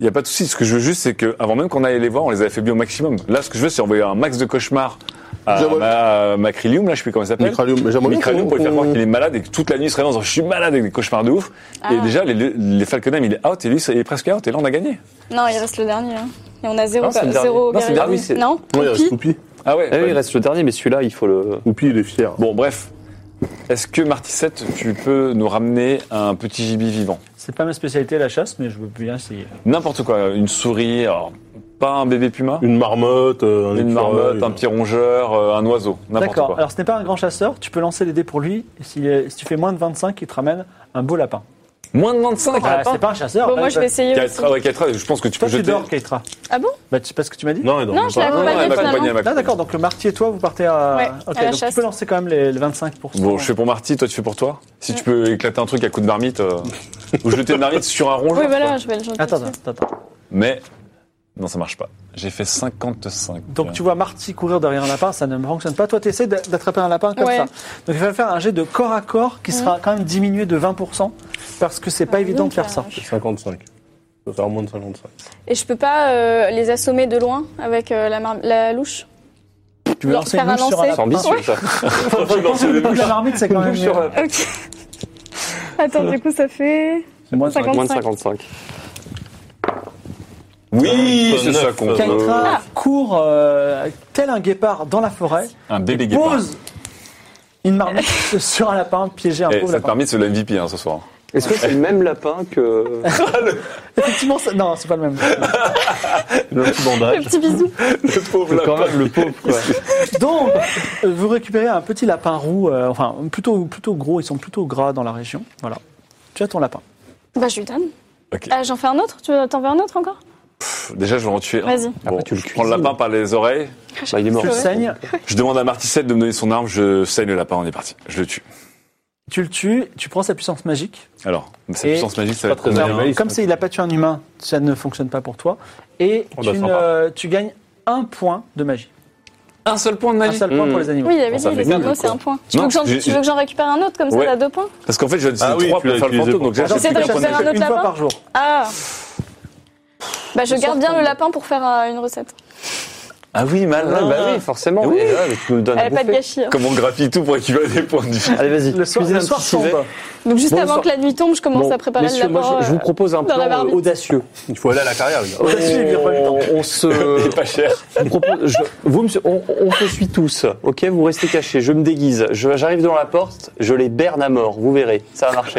S2: Il n'y a pas de souci. Ce que je veux juste, c'est que avant même qu'on aille les voir, on les avait fait bien au maximum. Là, ce que je veux, c'est envoyer un max de cauchemars à
S3: J'aimerais-
S2: ma, ma Krillium, là, je sais plus comment il s'appelle.
S3: Micralium, mais j'aimerais bien
S2: Micralium
S3: qu'on-
S2: pour lui faire
S3: qu'on-
S2: croire qu'il est malade et que toute la nuit il se réveille en disant je suis malade avec des cauchemars de ouf.
S5: Ah.
S2: Et déjà, les, les Falconheim, il est out et lui, il est presque out et là, on a gagné.
S5: Non, il reste le dernier. hein. Et on a zéro,
S6: Non, c'est
S5: pas-
S6: le dernier.
S5: zéro
S6: Non, c'est
S5: guerrier.
S6: le dernier, c'est-
S5: Non,
S3: Ouais, il
S5: Poupie.
S3: reste Poupi.
S2: Ah ouais.
S6: Ah oui,
S2: ouais.
S6: il reste le dernier, mais celui-là, il faut le.
S3: Poupi, il est fier.
S2: Bon, bref. Est-ce que Marty 7, tu peux nous ramener un petit gibier vivant
S1: C'est pas ma spécialité la chasse, mais je veux bien essayer.
S2: N'importe quoi, une souris, alors, pas un bébé puma,
S3: Une marmotte, euh, un
S2: une,
S3: écureuil,
S2: marmotte, un petit rongeur, euh, un oiseau, n'importe
S1: D'accord,
S2: quoi.
S1: alors ce n'est pas un grand chasseur, tu peux lancer les dés pour lui, et s'il est- si tu fais moins de 25, il te ramène un beau lapin.
S2: Moins de 25
S1: Ah, c'est pas un chasseur
S5: Bon,
S1: bah,
S5: moi, je
S1: bah,
S5: vais essayer. aussi.
S2: Quatre- ah ouais, quatre heures, je pense que tu peux
S1: Toi tu
S2: jeter.
S1: dors, Keitra.
S5: Ah bon
S1: Bah tu sais pas ce que tu m'as dit
S3: Non, elle dort
S5: Non,
S3: même
S5: je
S3: pas.
S5: l'ai
S2: Non, non, elle
S5: accompagné
S2: m'a
S5: finalement.
S2: accompagné, elle m'a
S1: Ah d'accord,
S2: accompagné.
S1: donc le marty et toi vous partez à...
S5: Ouais,
S1: ok,
S5: à la
S1: donc
S5: chasse.
S1: tu peux lancer quand même les, les 25%.
S2: Bon, je fais pour Marty, toi tu fais pour toi. Si tu peux éclater un truc à coup de marmite, euh, ou jeter une marmite sur un rongeur.
S5: Oui, voilà,
S2: quoi.
S5: je vais le jeter.
S1: Attends,
S5: dessus.
S1: attends, attends.
S2: Mais non, ça marche pas. J'ai fait 55.
S1: Donc tu vois Marty courir derrière un lapin, ça ne fonctionne pas. Toi, tu essaies d'a- d'attraper un lapin comme
S5: Ouais.
S1: ça. Donc il va faire un jet de corps à corps qui sera quand même diminué de 20% parce que c'est pas
S5: Ah,
S1: évident
S5: donc,
S1: de faire
S5: euh,
S1: ça.
S5: je-
S3: 55. Ça va faire moins de 55.
S5: Et je peux pas euh, les assommer de loin avec euh, la, mar- la louche
S1: Tu veux
S5: Leur
S1: lancer une
S5: faire
S1: mouche
S5: un
S1: sur un
S5: lancer.
S6: C'est
S1: lapin
S6: ambitieux ça.
S1: Je pense que le coup de la marmite, c'est Ah quand même
S6: Sur,
S1: mieux.
S6: euh,
S5: Ok. Attends, du coup, ça fait.
S1: Moins de
S5: 55.
S6: Moins de 55.
S1: Ah,
S2: Oui, c'est
S3: 29,
S2: ça qu'on
S3: euh,
S2: veut.
S1: Keitra court euh, tel un guépard dans la forêt,
S2: Un bébé guépard.
S1: pose une marmite sur un lapin, piéger un
S2: Eh,
S1: pauvre
S2: ça te
S1: lapin.
S2: permet de se la MVP hein, ce soir.
S6: Est-ce que c'est le même lapin que.
S1: Effectivement, ça- non, c'est pas le même.
S3: Le petit
S5: Le
S3: bandage.
S5: petit bisou.
S2: Le pauvre
S6: quand même le pauvre quoi.
S1: Donc, euh, vous récupérez un petit lapin roux, euh, enfin plutôt plutôt gros, ils sont plutôt gras dans la région. Voilà. Tu as ton lapin.
S5: Bah, je lui donne.
S2: Ok.
S5: Ah, J'en fais un autre Tu veux- t'en veux un autre encore
S2: Déjà, je vais en tuer un.
S5: Vas-y.
S2: Bon,
S6: Après, tu le
S2: je prends le
S6: cuisines.
S2: lapin par les oreilles.
S6: Bah, il est mort.
S1: Tu le saignes,
S2: Je demande à Marticette de me donner son arme. Je saigne le lapin. On est parti. Je le tue.
S1: tu le tues, tu prends sa puissance magique.
S2: Alors, sa
S1: Et
S2: puissance magique, ça va
S3: pas
S2: être
S3: très
S2: combien
S3: animaliste.
S1: Comme c'est il a pas tué un humain, ça ne fonctionne pas pour toi. Et
S3: Oh,
S1: tu,
S3: bah,
S1: ne-
S3: sympa.
S1: tu gagnes un point de magie.
S2: Un seul point de
S1: Un seul point
S6: Mmh.
S1: pour les animaux.
S5: Oui, il avait
S2: Ça
S5: dit,
S2: fait
S5: les animaux,
S2: deux,
S5: c'est
S2: quoi.
S5: un point. Tu
S2: Non,
S5: veux que j'en-
S2: j'ai-
S5: tu veux que j'en récupère un autre, comme ça,
S2: Ouais.
S5: t'as deux points
S2: Parce qu'en fait, je utilisé
S3: Ah oui,
S2: trois
S3: tu
S2: pour
S3: l'as
S2: faire le
S3: utilisé
S2: fantôme.
S3: pour-
S2: Donc, j'ai
S5: J'essaie
S2: acheté
S5: de
S2: un point
S5: choisir
S2: de
S5: un autre
S1: Une fois
S5: lapin
S1: par jour.
S5: Ah Bah, je
S1: Le soir,
S5: garde bien
S1: quand
S5: le
S1: même.
S5: lapin pour faire euh, une recette.
S2: Ah oui, malin.
S6: Ah, bah oui, forcément.
S2: Oui.
S6: mais, ouais, mais tu nous le donnes à
S5: Elle n'a pas de
S6: bouffer.
S5: gâchis. hein.
S2: Comment on graphille tout pour équivaler des points de vie
S6: Allez, vas-y.
S1: Le soir,
S6: cuisine
S1: le
S6: un
S1: soir
S6: petit civet.
S1: tombe.
S5: Donc, juste
S6: Bon,
S5: avant
S6: ça-
S5: que la nuit tombe, je commence
S6: Bon,
S5: à préparer le
S6: messieurs, moi,
S5: lapin.
S6: je, je vous propose un
S5: dans la
S6: plan euh,
S5: barbite.
S6: audacieux.
S3: Il faut aller à la carrière, les gars.
S6: On,
S1: Audacieux, il vient pas le temps.
S6: on
S3: Euh.
S6: se,
S2: Pas cher.
S6: on propose- je- vous me su- on, on se suit tous, ok Vous restez cachés, je me déguise, je- j'arrive devant la porte, je les berne à mort, vous verrez, ça va marcher.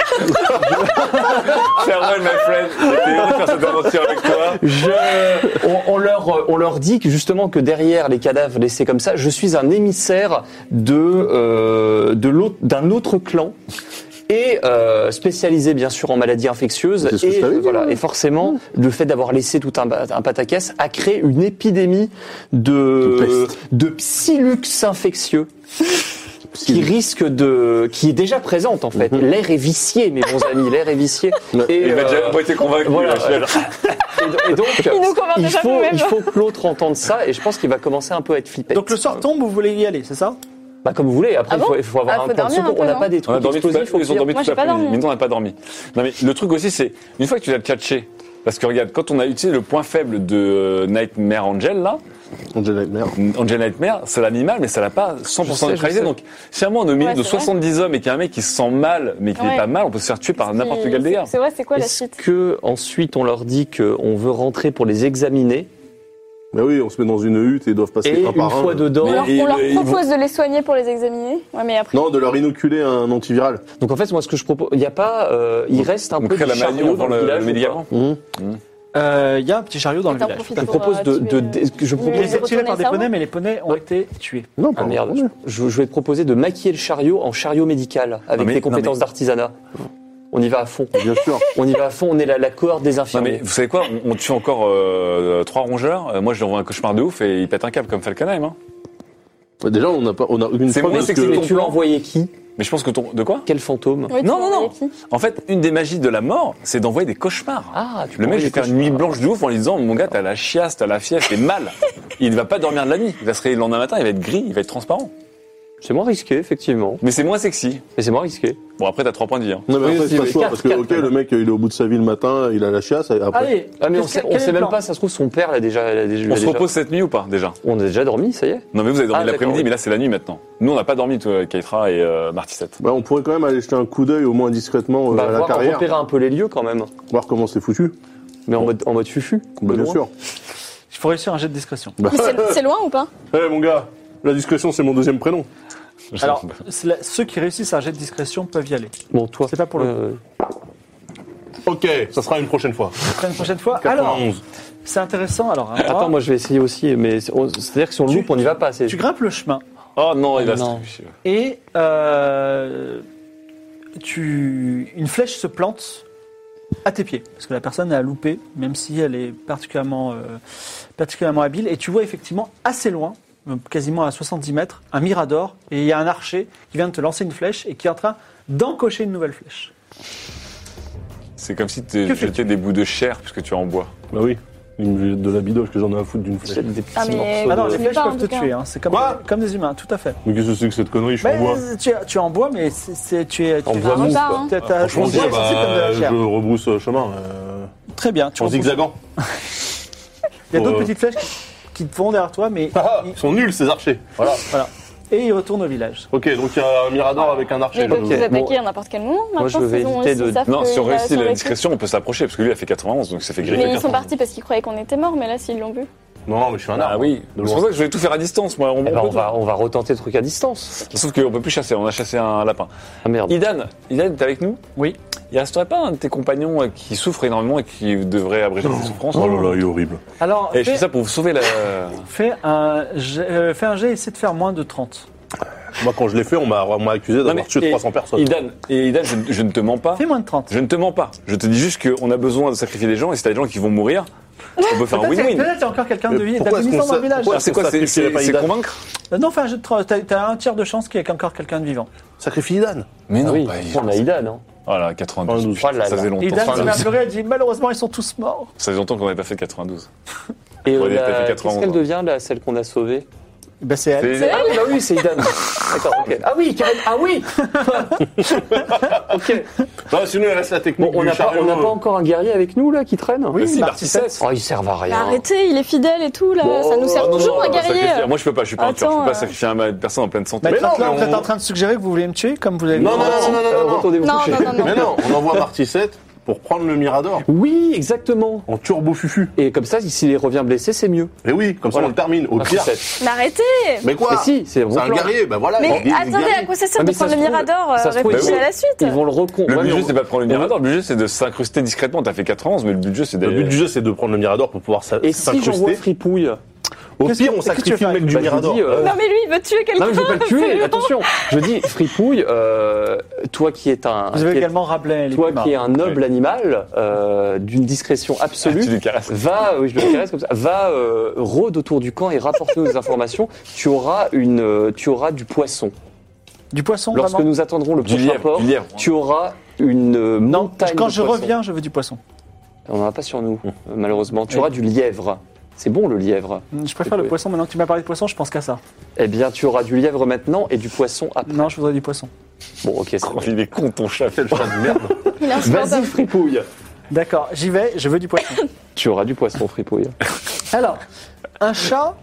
S2: Farewell, my friend. J'étais heureux de faire cette aventure avec toi.
S6: Je- on, on leur, on leur dit que justement que derrière les cadavres laissés comme ça, je suis un émissaire de euh, de l'autre- d'un autre clan. Et euh, spécialisé bien sûr en maladies infectieuses
S3: C'est ce que je
S6: et
S3: t'avais dit,
S6: voilà
S3: ouais.
S6: et forcément le fait d'avoir laissé tout un, ba- un pataquès a créé une épidémie de
S3: De
S6: de psilux infectieux qui risque de qui est déjà présente en fait l'air est vicié mes bons amis l'air est vicié
S3: Mm-hmm. Ouais.
S6: et,
S2: Il m'a
S6: euh,
S2: bah, déjà pas été convaincu. là,
S6: voilà.
S2: je l'ai-
S6: et do- et donc
S5: Il nous convainc
S6: il
S5: déjà
S6: faut,
S5: lui-même.
S6: il faut que l'autre entende ça et je pense qu'il va commencer un peu à être flippé.
S1: Donc le sort tombe, vous voulez y aller, c'est ça
S6: Bah, comme vous voulez, après
S5: Ah
S6: il, faut,
S5: bon
S6: il faut avoir
S5: Ah,
S6: un
S5: faut
S6: plan de
S5: dormir un
S6: secours.
S5: peu,
S6: On n'a
S5: non
S6: pas des
S2: On a
S6: trucs
S2: dormi toute la-
S6: explosifs, au
S2: ils ont
S6: pire.
S2: dormi
S5: Moi,
S2: toute
S5: j'ai pas
S2: l'après-midi.
S5: dormi.
S2: Mais non, on n'a pas dormi. Non, mais le truc aussi, c'est une fois que tu l'as catché, parce que regarde, quand on a utilisé le point faible de euh, Nightmare Angel, là,
S3: On dirait, merde.
S2: Angel Nightmare, c'est l'animal, mais ça l'a pas 100%
S6: Je sais, je
S2: neutralisé.
S6: sais.
S2: Donc, si à un moment on est au milieu
S5: Ouais,
S2: de
S5: c'est
S2: 70 hommes et qu'il y a un mec qui se sent mal, mais qui n'est
S5: Ouais.
S2: pas mal, on peut se faire tuer par n'importe quel dégât.
S5: C'est vrai, c'est quoi la
S6: Est-ce
S5: suite
S6: que ensuite on leur dit qu'on veut rentrer pour les examiner
S3: Bah oui, on se met dans une hutte et ils doivent passer
S6: et
S3: un
S6: une
S3: par un.
S6: fois dedans.
S5: on leur,
S2: Et
S5: on leur
S2: le- ils
S5: propose de les soigner pour les examiner. Ouais, mais après.
S3: Non, de leur inoculer un antiviral.
S6: Donc en fait moi ce que je propose, il y a pas, euh, il reste un
S2: On
S6: peu
S2: crée
S6: de
S2: la maladie
S6: chariot
S2: on
S6: dans
S2: vend le, le
S6: le, village. ou pas
S2: médicament.
S1: Il Euh, y a un petit chariot dans le
S5: Attends,
S1: village.
S5: profite.
S6: Je propose de, de- de- je
S1: Il
S6: propose
S1: a été
S5: Retourner
S1: tiré par des
S5: le cerveau.
S1: poneys, mais les poneys ont été tués.
S3: Non,
S6: Ah
S3: pas
S6: merde, je, je vais te proposer de maquiller le chariot en chariot médical
S2: Non,
S6: avec
S2: mais-
S6: tes compétences
S2: non, mais-
S6: d'artisanat. On y va à fond.
S3: Bien sûr.
S6: On y va à fond, on est la, la cohorte des
S2: Non,
S6: infirmiers.
S2: mais vous savez quoi on, on tue encore euh, trois rongeurs. Euh, moi, je lui envoie un cauchemar de ouf et il pète un câble comme Falkenheim. Hein.
S3: Bah, Déjà, on n'a pas, on a aucune
S2: C'est
S3: preuve
S2: moi,
S3: de ce
S2: c'est que
S3: que-
S2: c'est
S6: Mais
S2: ton
S6: tu l'as
S2: plan.
S6: envoyé qui
S2: Mais je pense que ton. De quoi
S6: Quel fantôme
S5: Oui, tu
S2: Non,
S5: vas
S2: non,
S5: envoyer
S2: non.
S5: qui
S2: En fait, une des magies de la mort, c'est d'envoyer des cauchemars.
S6: Ah, tu
S2: Le mec, je
S6: j'ai
S2: vais faire une nuit blanche de ouf en lui disant Mon gars, t'as la chiasse, t'as la fièvre, t'es mal. Il ne va pas dormir de la nuit. Il va se réveiller le lendemain matin, il va être gris, il va être transparent.
S6: C'est moins risqué, effectivement.
S2: Mais c'est moins sexy.
S6: Mais c'est moins risqué.
S2: Bon, après, t'as trois points de vie. hein.
S3: Non, mais
S6: Oui,
S3: après,
S6: aussi,
S3: c'est pas
S6: oui.
S3: sûr,
S6: Quatre,
S3: parce que,
S6: quatre,
S3: ok,
S6: quatre.
S3: le mec, il est au bout de sa vie le matin, il a la chiasse, et après.
S1: Allez,
S6: Ah, mais on
S1: qu'est-ce
S6: sait,
S1: que-
S6: on
S1: quel est
S6: sait
S1: le
S6: même
S1: plan
S6: pas, ça se trouve, son père l'a déjà. l'a déjà-
S2: On
S6: l'a
S2: se
S6: déjà-
S2: repose cette nuit ou pas déjà
S6: On a déjà dormi, ça y est.
S2: Non, mais vous avez dormi
S6: Ah, d'accord,
S2: l'après-midi,
S6: oui.
S2: mais là, c'est la nuit maintenant. Nous, on n'a pas dormi, toi, Keitra et euh, Martissette.
S3: Bah, on pourrait quand même aller jeter un coup d'œil, au moins discrètement, euh,
S6: On va
S3: à la
S6: Bah, voir,
S3: carrière,
S6: repérer un peu les lieux quand même.
S3: voir comment c'est foutu.
S6: Mais en mode, en mode fufu.
S3: Bah,
S6: de
S3: bien
S6: loin.
S3: sûr.
S1: Il faut réussir un jet de discrétion.
S3: Bah,
S5: Mais c'est- C'est loin ou pas
S3: Eh, mon gars, la discrétion, c'est mon deuxième prénom.
S1: Alors, c'est la- ceux qui réussissent un jet de discrétion peuvent y aller.
S6: Bon, toi.
S1: C'est pas pour le-
S6: Euh,
S3: Ok, ça sera une prochaine fois.
S1: Après une prochaine fois. Alors, c'est intéressant. Alors, hein. un endroit.
S6: Attends, moi je vais essayer aussi, mais c'est- on- c'est-à-dire que si on le
S1: Ah. Tu-
S6: loupe, on n'y va pas. c'est-
S1: tu grimpes le chemin
S2: Oh non, il a
S6: Non.
S2: se-
S1: et euh, tu, une flèche se plante à tes pieds parce que la personne a loupé, même si elle est particulièrement, euh, particulièrement habile. Et tu vois effectivement assez loin, euh, quasiment à 70 mètres, un mirador et il y a un archer qui vient de te lancer une flèche et qui est en train d'encocher une nouvelle flèche.
S2: C'est comme si
S1: Que
S2: tu
S1: fais-tu
S2: jetais des bouts de chair puisque tu es en bois.
S3: Bah oui. Il me jette de la bidoche que j'en ai à foutre d'une flèche.
S6: Jette des petits
S5: Ah, mais-
S6: morceaux
S1: Ah non,
S6: de-
S1: les
S5: Je
S1: flèches
S5: sais pas, en
S1: peuvent te
S5: tout cas.
S1: tuer, hein, c'est comme,
S3: Quoi
S1: comme des humains, tout à fait.
S3: Mais qu'est-ce que c'est que cette connerie Je suis
S1: Mais euh,
S3: en bois.
S1: tu, es- tu es en bois, mais c'est- c'est- tu es, tu
S6: En
S1: es
S6: bois
S1: vraiment-
S6: mou,
S5: Ah,
S6: quoi.
S5: hein.
S1: t'as- t'as-
S3: Franchement,
S1: ton
S3: je,
S1: bois est sensible comme de la chair.
S3: je rebrousse euh, chemin. euh,
S1: Très bien. Tu
S3: en
S1: repousses.
S3: zigzagant.
S1: Il y a d'autres
S3: Euh.
S1: petites flèches qui, qui te vont derrière toi, mais
S3: Ah,
S1: ils-
S3: ils sont nuls ces archers. Voilà.
S1: et ils retournent au village.
S3: Ok, donc il y a un mirador avec un
S5: Mais
S3: archer.
S5: ils peuvent nous
S6: Ok.
S5: attaquer à n'importe quel moment.
S6: Moi, je
S5: maintenant,
S6: vais
S5: ils ont-
S6: éviter
S5: ils
S6: de-
S5: savent
S2: Non, si on
S5: que- bah,
S2: réussit
S5: ils ont
S2: la
S5: vécu.
S2: discrétion, on peut s'approcher parce que lui a fait 91, donc ça fait griller.
S5: Mais ils sont partis parce qu'ils croyaient qu'on était morts, mais là, s'ils l'ont bu.
S3: Non, mais je suis un arbre.
S2: Ah oui,
S3: De
S2: c'est pour
S3: loin.
S2: ça que je vais tout faire à distance, moi. On,
S6: Eh ben,
S2: on
S6: on
S2: peut
S6: va, on va retenter le truc à distance.
S2: tout. Sauf qu'on peut plus chasser, on a chassé un lapin.
S6: Ah merde.
S2: Idan, Idan, t'es avec nous
S1: Oui.
S2: Il resterait pas un de tes compagnons euh, qui souffre énormément et qui devrait abréger ses souffrances
S3: Oh là là, il est horrible.
S1: Alors,
S2: hein, Et je
S1: fais,
S2: fais ça pour vous sauver la.
S1: fais un, jet- euh, fais un jet, essaie de faire moins de 30.
S3: Moi, quand je l'ai fait, on m'a on m'a accusé
S2: Non, mais-
S3: d'avoir tué
S2: et-
S3: 300 personnes.
S2: Idan, et Idan, je, je ne te mens pas.
S1: Fais moins de 30.
S2: Je ne te mens pas. Je te dis juste qu'on a besoin de sacrifier des gens et si t'as des gens qui vont mourir, on peut faire un
S1: Peut-être qu'il y a-
S2: Ah, win-win.
S1: peut-être qu'il y a encore quelqu'un de
S3: Mais
S1: vi-
S3: pourquoi est-ce
S1: d'agonisant
S3: qu'on
S1: dans le
S3: sait-
S1: village.
S3: pourquoi-
S2: Ah, C'est quoi C'est
S3: Sacrifier
S2: c'est-
S3: pas
S2: c'est
S3: Idan.
S2: convaincre
S1: Euh, Non, fais un jet de 30. T'as- T'as un tiers de chance qu'il y ait encore quelqu'un de vivant.
S3: Sacrifie Dan.
S2: Mais
S6: Ah
S2: non,
S6: oui,
S2: bah, il-
S6: on a Ida, non
S2: Voilà, 92.
S3: 92.
S2: Putain,
S6: Oh là
S2: Oh ça faisait
S6: là.
S1: Et
S2: longtemps.
S1: Dan s'est mis à
S2: Enfin,
S1: pleurer, elle dit malheureusement, ils sont tous morts.
S2: Ça faisait longtemps qu'on n'avait pas fait 92. Ouais,
S6: Et on
S2: elle a
S6: a-
S2: fait
S6: qu'est-ce
S2: 91,
S6: qu'elle
S2: hein.
S6: devient, là, celle qu'on a sauvée
S1: Ben, c'est elle.
S2: C'est-
S6: Ah oui, bah oui, c'est Idan. D'accord, ok. Ah oui, Karen, ah oui Ok.
S3: Non, sinon, il reste la technique.
S6: Bon, on
S3: du
S6: n'a pas,
S3: chariot. euh.
S6: on n'a pas encore un guerrier avec nous, là, qui traîne
S1: Oui,
S2: si,
S1: Martissette.
S2: Martissette.
S6: Oh, ils servent à
S5: Mais
S6: rien.
S5: arrêtez, il est fidèle et tout, là. ça nous sert
S2: Ah, non, non,
S5: toujours,
S2: on
S5: un
S2: va pas sacrifier.
S5: guerrier.
S2: Moi, je peux pas, je suis pas un tueur. Je
S5: Attends,
S2: peux pas
S5: euh.
S2: sacrifier un- une personne en pleine santé.
S1: Mais
S3: Mais
S1: donc
S3: non,
S1: là,
S3: mais
S1: vous êtes
S3: on-
S1: en train de suggérer que vous voulez me tuer, comme vous l'avez
S3: Non, non, non, non,
S6: Euh,
S3: non, non, non.
S6: Retournez-vous
S5: Non,
S6: coucher.
S5: non, non, non.
S3: Mais non, on envoie Marty 7 pour prendre le Mirador
S6: Oui, exactement.
S3: en turbo fufu.
S6: Et comme ça, s'il revient blessé, c'est mieux.
S3: Et oui, comme ça
S6: Voilà.
S3: on le termine. Au
S6: Ah,
S3: pire.
S6: c'est-
S5: Mais arrêtez
S3: Mais quoi
S6: Mais si, c'est un bon
S3: C'est un
S6: plan.
S3: guerrier, bah voilà.
S5: Mais
S3: il est- il est
S5: attendez,
S3: guerrier.
S5: à quoi ça
S6: Ah,
S5: sert
S6: mais
S5: de
S6: ça
S5: prendre
S6: se
S5: le
S6: trouve-
S5: Mirador euh,
S6: ça se trouve,
S5: Réfléchissez
S2: ils-
S5: à la suite.
S6: Ils vont le recon.
S2: Le
S6: Ouais,
S2: but du
S6: mais
S2: jeu,
S6: on-
S2: c'est pas de prendre le mirador. Le but du jeu, c'est de s'incruster discrètement. T'as fait 91, mais le but du jeu, c'est
S3: Le but
S2: d'aller.
S3: du jeu, c'est de prendre le Mirador pour pouvoir s'a-
S6: Et si j'envoie
S3: s'incruster.
S6: Fripouille
S3: Au
S1: Qu'est-ce
S3: pire,
S1: que-
S3: on
S1: qu'est-ce que tu
S3: sacrifie
S1: veux
S3: le mec du
S6: Bah, je
S3: Mirador.
S6: dis, euh,
S5: Non, mais lui, il veut tuer quelqu'un.
S6: Non, mais je veux pas le tuer,
S5: absolument.
S6: attention. Je dis, fripouille, euh, toi qui es un.
S1: Vous avez
S6: qui es-
S1: également Rabelais. les
S6: toi
S1: Pimard.
S6: qui es un noble animal, euh, d'une discrétion absolue,
S2: Ah,
S3: Ah,
S2: Tu les caresses.
S6: va, euh, oui, je le caresse comme ça, va euh, rôde autour du camp et rapporte nos informations. Tu auras une, euh, tu auras du poisson.
S1: Du poisson,
S6: Lorsque
S1: vraiment
S6: nous attendrons le
S2: Du
S6: prochain
S2: lièvre,
S6: port,
S2: du lièvre.
S6: tu auras une euh,
S1: Non,
S6: montagne
S1: quand
S6: de
S1: je
S6: poissons.
S1: reviens, je veux du poisson.
S6: On n'en a pas sur nous,
S3: Hum.
S6: euh, malheureusement. Tu
S1: Oui.
S6: auras du lièvre. C'est bon le lièvre.
S1: Hmm, Je préfère
S6: Et
S1: le
S6: puis-
S1: poisson. Maintenant que tu m'as parlé de poisson, je pense qu'à ça.
S6: Eh bien, tu auras du lièvre maintenant et du poisson après.
S1: Non, je voudrais du poisson.
S6: Bon, ok, c'est bon.
S2: Il est con ton chat, fait le chat de merde.
S5: Il est
S6: Vas-y,
S5: insupportable.
S6: fripouille.
S1: D'accord, j'y vais, je veux du poisson.
S6: Tu auras du poisson, fripouille.
S1: Alors, un chat,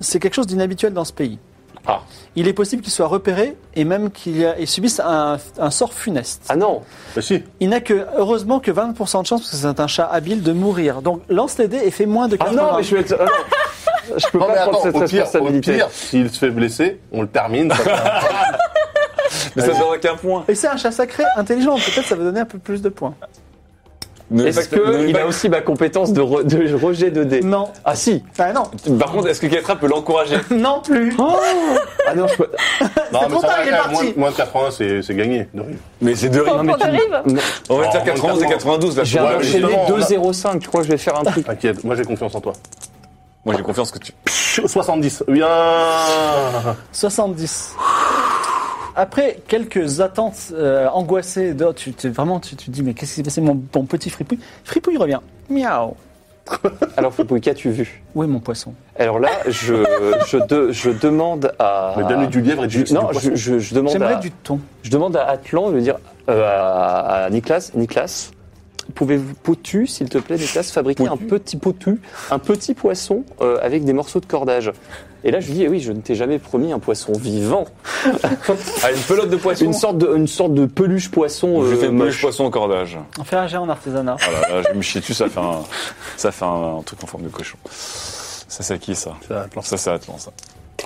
S1: c'est quelque chose d'inhabituel dans ce pays.
S6: Ah.
S1: Il est possible qu'il soit repéré et même qu'il y a- il subisse un, un sort funeste.
S6: Ah non,
S3: Bah si,
S1: Il n'a que, heureusement, que 20% de chance, parce que c'est un chat habile, de mourir. Donc lance les dés et fais moins de
S6: ah
S1: 80.
S6: non, mais je vais être. ah non. Je peux
S3: Non,
S6: pas
S3: mais
S6: prendre
S3: attends,
S6: cette
S3: au pire, au
S6: responsabilité.
S3: pire, s'il se fait blesser, on le termine. ça fait un-
S2: Mais ça ne donnera qu'un point.
S1: Et c'est un chat sacré, intelligent. Peut-être ça va donner un peu plus de points.
S2: Ne-
S6: Est-ce
S2: ne- ne-
S6: qu'il a aussi ma compétence de, re- de rejet de dés
S1: Non.
S6: Ah si
S1: Ah non,
S2: Par contre, est-ce que Ketra peut l'encourager
S1: non plus.
S6: Ah non, je peux...
S3: Non,
S1: trop
S3: ça
S1: tard,
S3: va,
S1: il est
S3: eh,
S1: parti.
S3: Moins, moins de 80, c'est c'est gagné. de rire.
S2: Mais c'est de
S5: Pour,
S2: rire.
S5: pour de rive
S2: On va
S3: Oh,
S2: dire 91 et 92 là.
S6: J'ai
S3: Ouais,
S6: un
S3: mais
S6: enchaîné
S3: justement, on a-
S6: 2,05. Tu crois que je vais faire un truc
S3: T'inquiète, moi j'ai confiance en toi.
S2: Moi j'ai confiance que tu.
S3: Pfiou, 70. Bien
S6: Ah.
S1: 70. Après quelques attentes euh, angoissées, de, tu, tu- vraiment tu te dis mais qu'est-ce qui s'est passé mon, mon petit fripouille Fripouille revient. Miaou.
S6: Alors, Fipouille, qu'as-tu vu
S1: Où est mon poisson
S6: Alors là, je, je, de- je demande à.
S3: Mais donne-lui du lièvre et du,
S6: Non,
S3: du poisson.
S6: je, je, je demande
S1: J'aimerais
S6: à,
S1: du thon.
S6: je demande à Atlan de dire euh, à, à Nicolas, Nicolas, pouvez-vous potu, s'il te plaît, Nicolas, fabriquer un petit potu, un petit poisson euh, avec des morceaux de cordage. Et là, je lui dis, eh oui, je ne t'ai jamais promis un poisson vivant,
S2: Ah, une pelote de poisson.
S6: une sorte de, une sorte de peluche poisson.
S2: Je
S6: euh,
S2: fais une
S6: moche.
S2: peluche poisson en cordage.
S1: On fait un jet en artisanat.
S2: Oh là là, je vais me chier dessus, ça fait un, ça fait un, un truc en forme de cochon. Ça, c'est à qui ça
S3: Ça va, plan.
S2: Ça, c'est à Atlan, ça.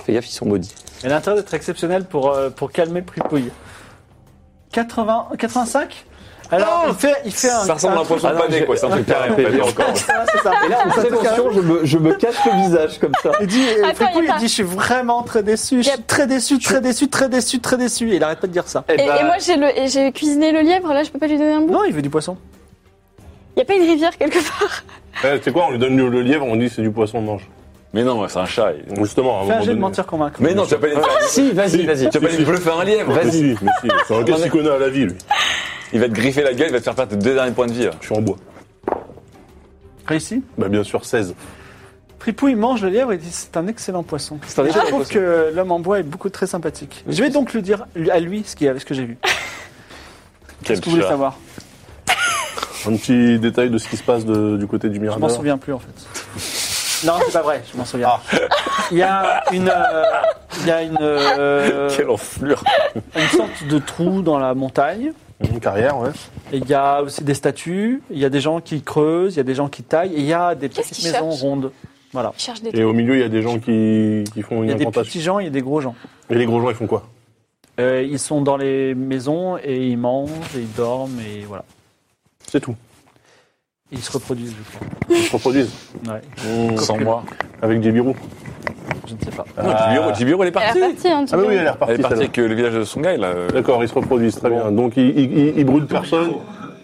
S6: Fais gaffe, ils sont maudits.
S1: Elle a intérêt d'être exceptionnelle pour, euh, pour calmer Fripouille. 80, 85 Alors il fait, il fait un.
S2: Ça ressemble à un poisson
S6: Ah non,
S2: pané,
S6: j'ai-
S2: quoi. C'est un truc carré, on
S6: j'ai-
S2: va dire encore.
S1: Voilà, Ah, c'est ça.
S6: Et là, en prévention, je me, je me cache le visage comme ça.
S1: Il dit, euh,
S5: Attends,
S1: Fripouille,
S5: y a
S1: il
S5: pas-
S1: dit je suis vraiment très déçu, je suis très déçu, très déçu, très déçu, très déçu. Et il arrête pas de dire ça.
S6: Eh
S5: Et,
S6: ben,
S5: et moi, j'ai le- et j'ai cuisiné le lièvre, là, je peux pas lui donner un bout.
S1: Non, il veut du poisson.
S5: Il y a pas une rivière quelque part
S3: Eh, c'est quoi, on lui donne le, le lièvre, on dit c'est du poisson, on mange.
S2: Mais non, c'est un chat. il-
S3: Justement, à
S1: Fais un
S3: un moment
S1: jet de
S3: donné.
S1: mentir convaincre.
S2: Mais non, tu vas pas les faire.
S6: Ah, Si, vas-y, vas-y.
S2: Tu vas pas les bluffer un lièvre.
S3: Mais si, mais si. Enfin, Qu'est-ce qu'il connaît à la vie, lui
S2: Il va te griffer la gueule, il va te faire perdre tes deux derniers points de vie. hein. là.
S3: Je suis en bois.
S1: Réussi
S3: Bah bien sûr, 16.
S1: Fripouille mange le lièvre et dit c'est un excellent poisson.
S6: C'est un
S1: Je
S6: échec,
S1: trouve
S6: poisson.
S1: que l'homme en bois est beaucoup très sympathique. Je vais donc lui dire lui- à lui ce, qu'il y avait, ce que j'ai vu. Qu'est-ce que vous voulez
S2: chat.
S1: savoir
S3: Un petit détail de ce qui se passe de- du côté du
S1: Je m'en
S3: Mirador.
S1: souviens plus en fait. Ah. Non, c'est pas vrai, je m'en souviens. Il y a une, euh, il y a une, euh,
S2: Quelle enflure.
S1: une sorte de trou dans la montagne.
S3: Une carrière, ouais.
S1: Et Il y a aussi des statues, il y a des gens qui creusent, il y a des gens qui taillent, et il y a des
S5: Qu'est-ce
S1: petites
S5: qu'ils
S1: maisons
S5: cherchent
S1: rondes. Voilà.
S5: Il cherche des
S3: Et au milieu, il y a des gens qui, qui font
S1: Il
S3: une
S1: y a des
S3: incantation.
S1: petits gens, il y a des gros gens.
S3: Et les gros gens, ils font quoi
S1: Euh, ils sont dans les maisons et ils mangent et ils dorment et voilà.
S3: C'est tout.
S1: Et Ils se reproduisent, je crois.
S3: Ils se reproduisent.
S1: Ouais,
S3: Mmh.
S2: Sans moi.
S3: Avec des birous.
S1: je ne sais pas.
S2: Non, Tibiru, Tibiru, elle Ah. est
S5: Elle est
S2: partie.
S5: partie, hein, tu
S3: Ah, bah oui,
S5: vois.
S3: elle est
S2: Elle est
S3: repartie.
S2: partie
S3: celle-là.
S2: avec euh, le village de son gars, là.
S3: D'accord, ils se reproduisent, très bien. Donc ils, ils, ils- ils brûlent personne.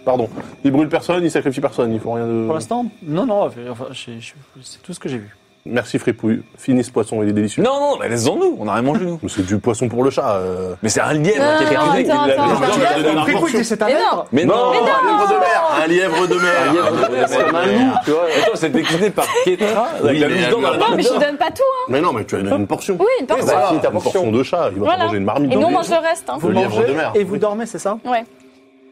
S3: Pardon. Ils brûlent personne, ils sacrifient personne, ils font rien de.
S1: Pour l'instant, non, non, enfin, j'ai- j'ai- c'est tout ce que j'ai vu.
S3: Merci Fripouille. Finis ce poisson, il est délicieux.
S2: Non, non, mais laissons-nous, on a rien mangé, nous.
S3: Mais C'est du poisson pour le chat. euh.
S2: Mais c'est un lièvre
S5: Non,
S2: qui est
S5: attends,
S2: récupéré.
S5: Ah, attends,
S2: Non, non,
S5: attends.
S2: non, non, non.
S3: Fripouille,
S1: Fripouille, c'est un
S5: Mais non.
S1: être
S2: Mais non,
S5: non.
S3: Un lièvre de mer Un lièvre de mer
S6: Un lièvre de mer, Ah, c'est comme un loup, tu vois.
S2: Attends, c'est décliné par Ketra.
S3: Oui,
S2: avec la
S3: mais
S2: louche
S3: elle
S2: d'or dans la
S3: lui
S2: main.
S5: Non, mais je lui donne pas tout, hein.
S3: Mais non, mais tu as donné une portion. Eh,
S5: Oui, une portion.
S3: Voilà,
S6: Bah, si, ta
S3: une
S6: portion.
S3: portion de chat, il va
S5: Voilà.
S3: pas manger une marmite.
S5: Et nous, on
S3: Oui.
S5: mange le reste, hein.
S3: Le lièvre de mer.
S1: Et vous dormez, c'est ça
S5: Ouais.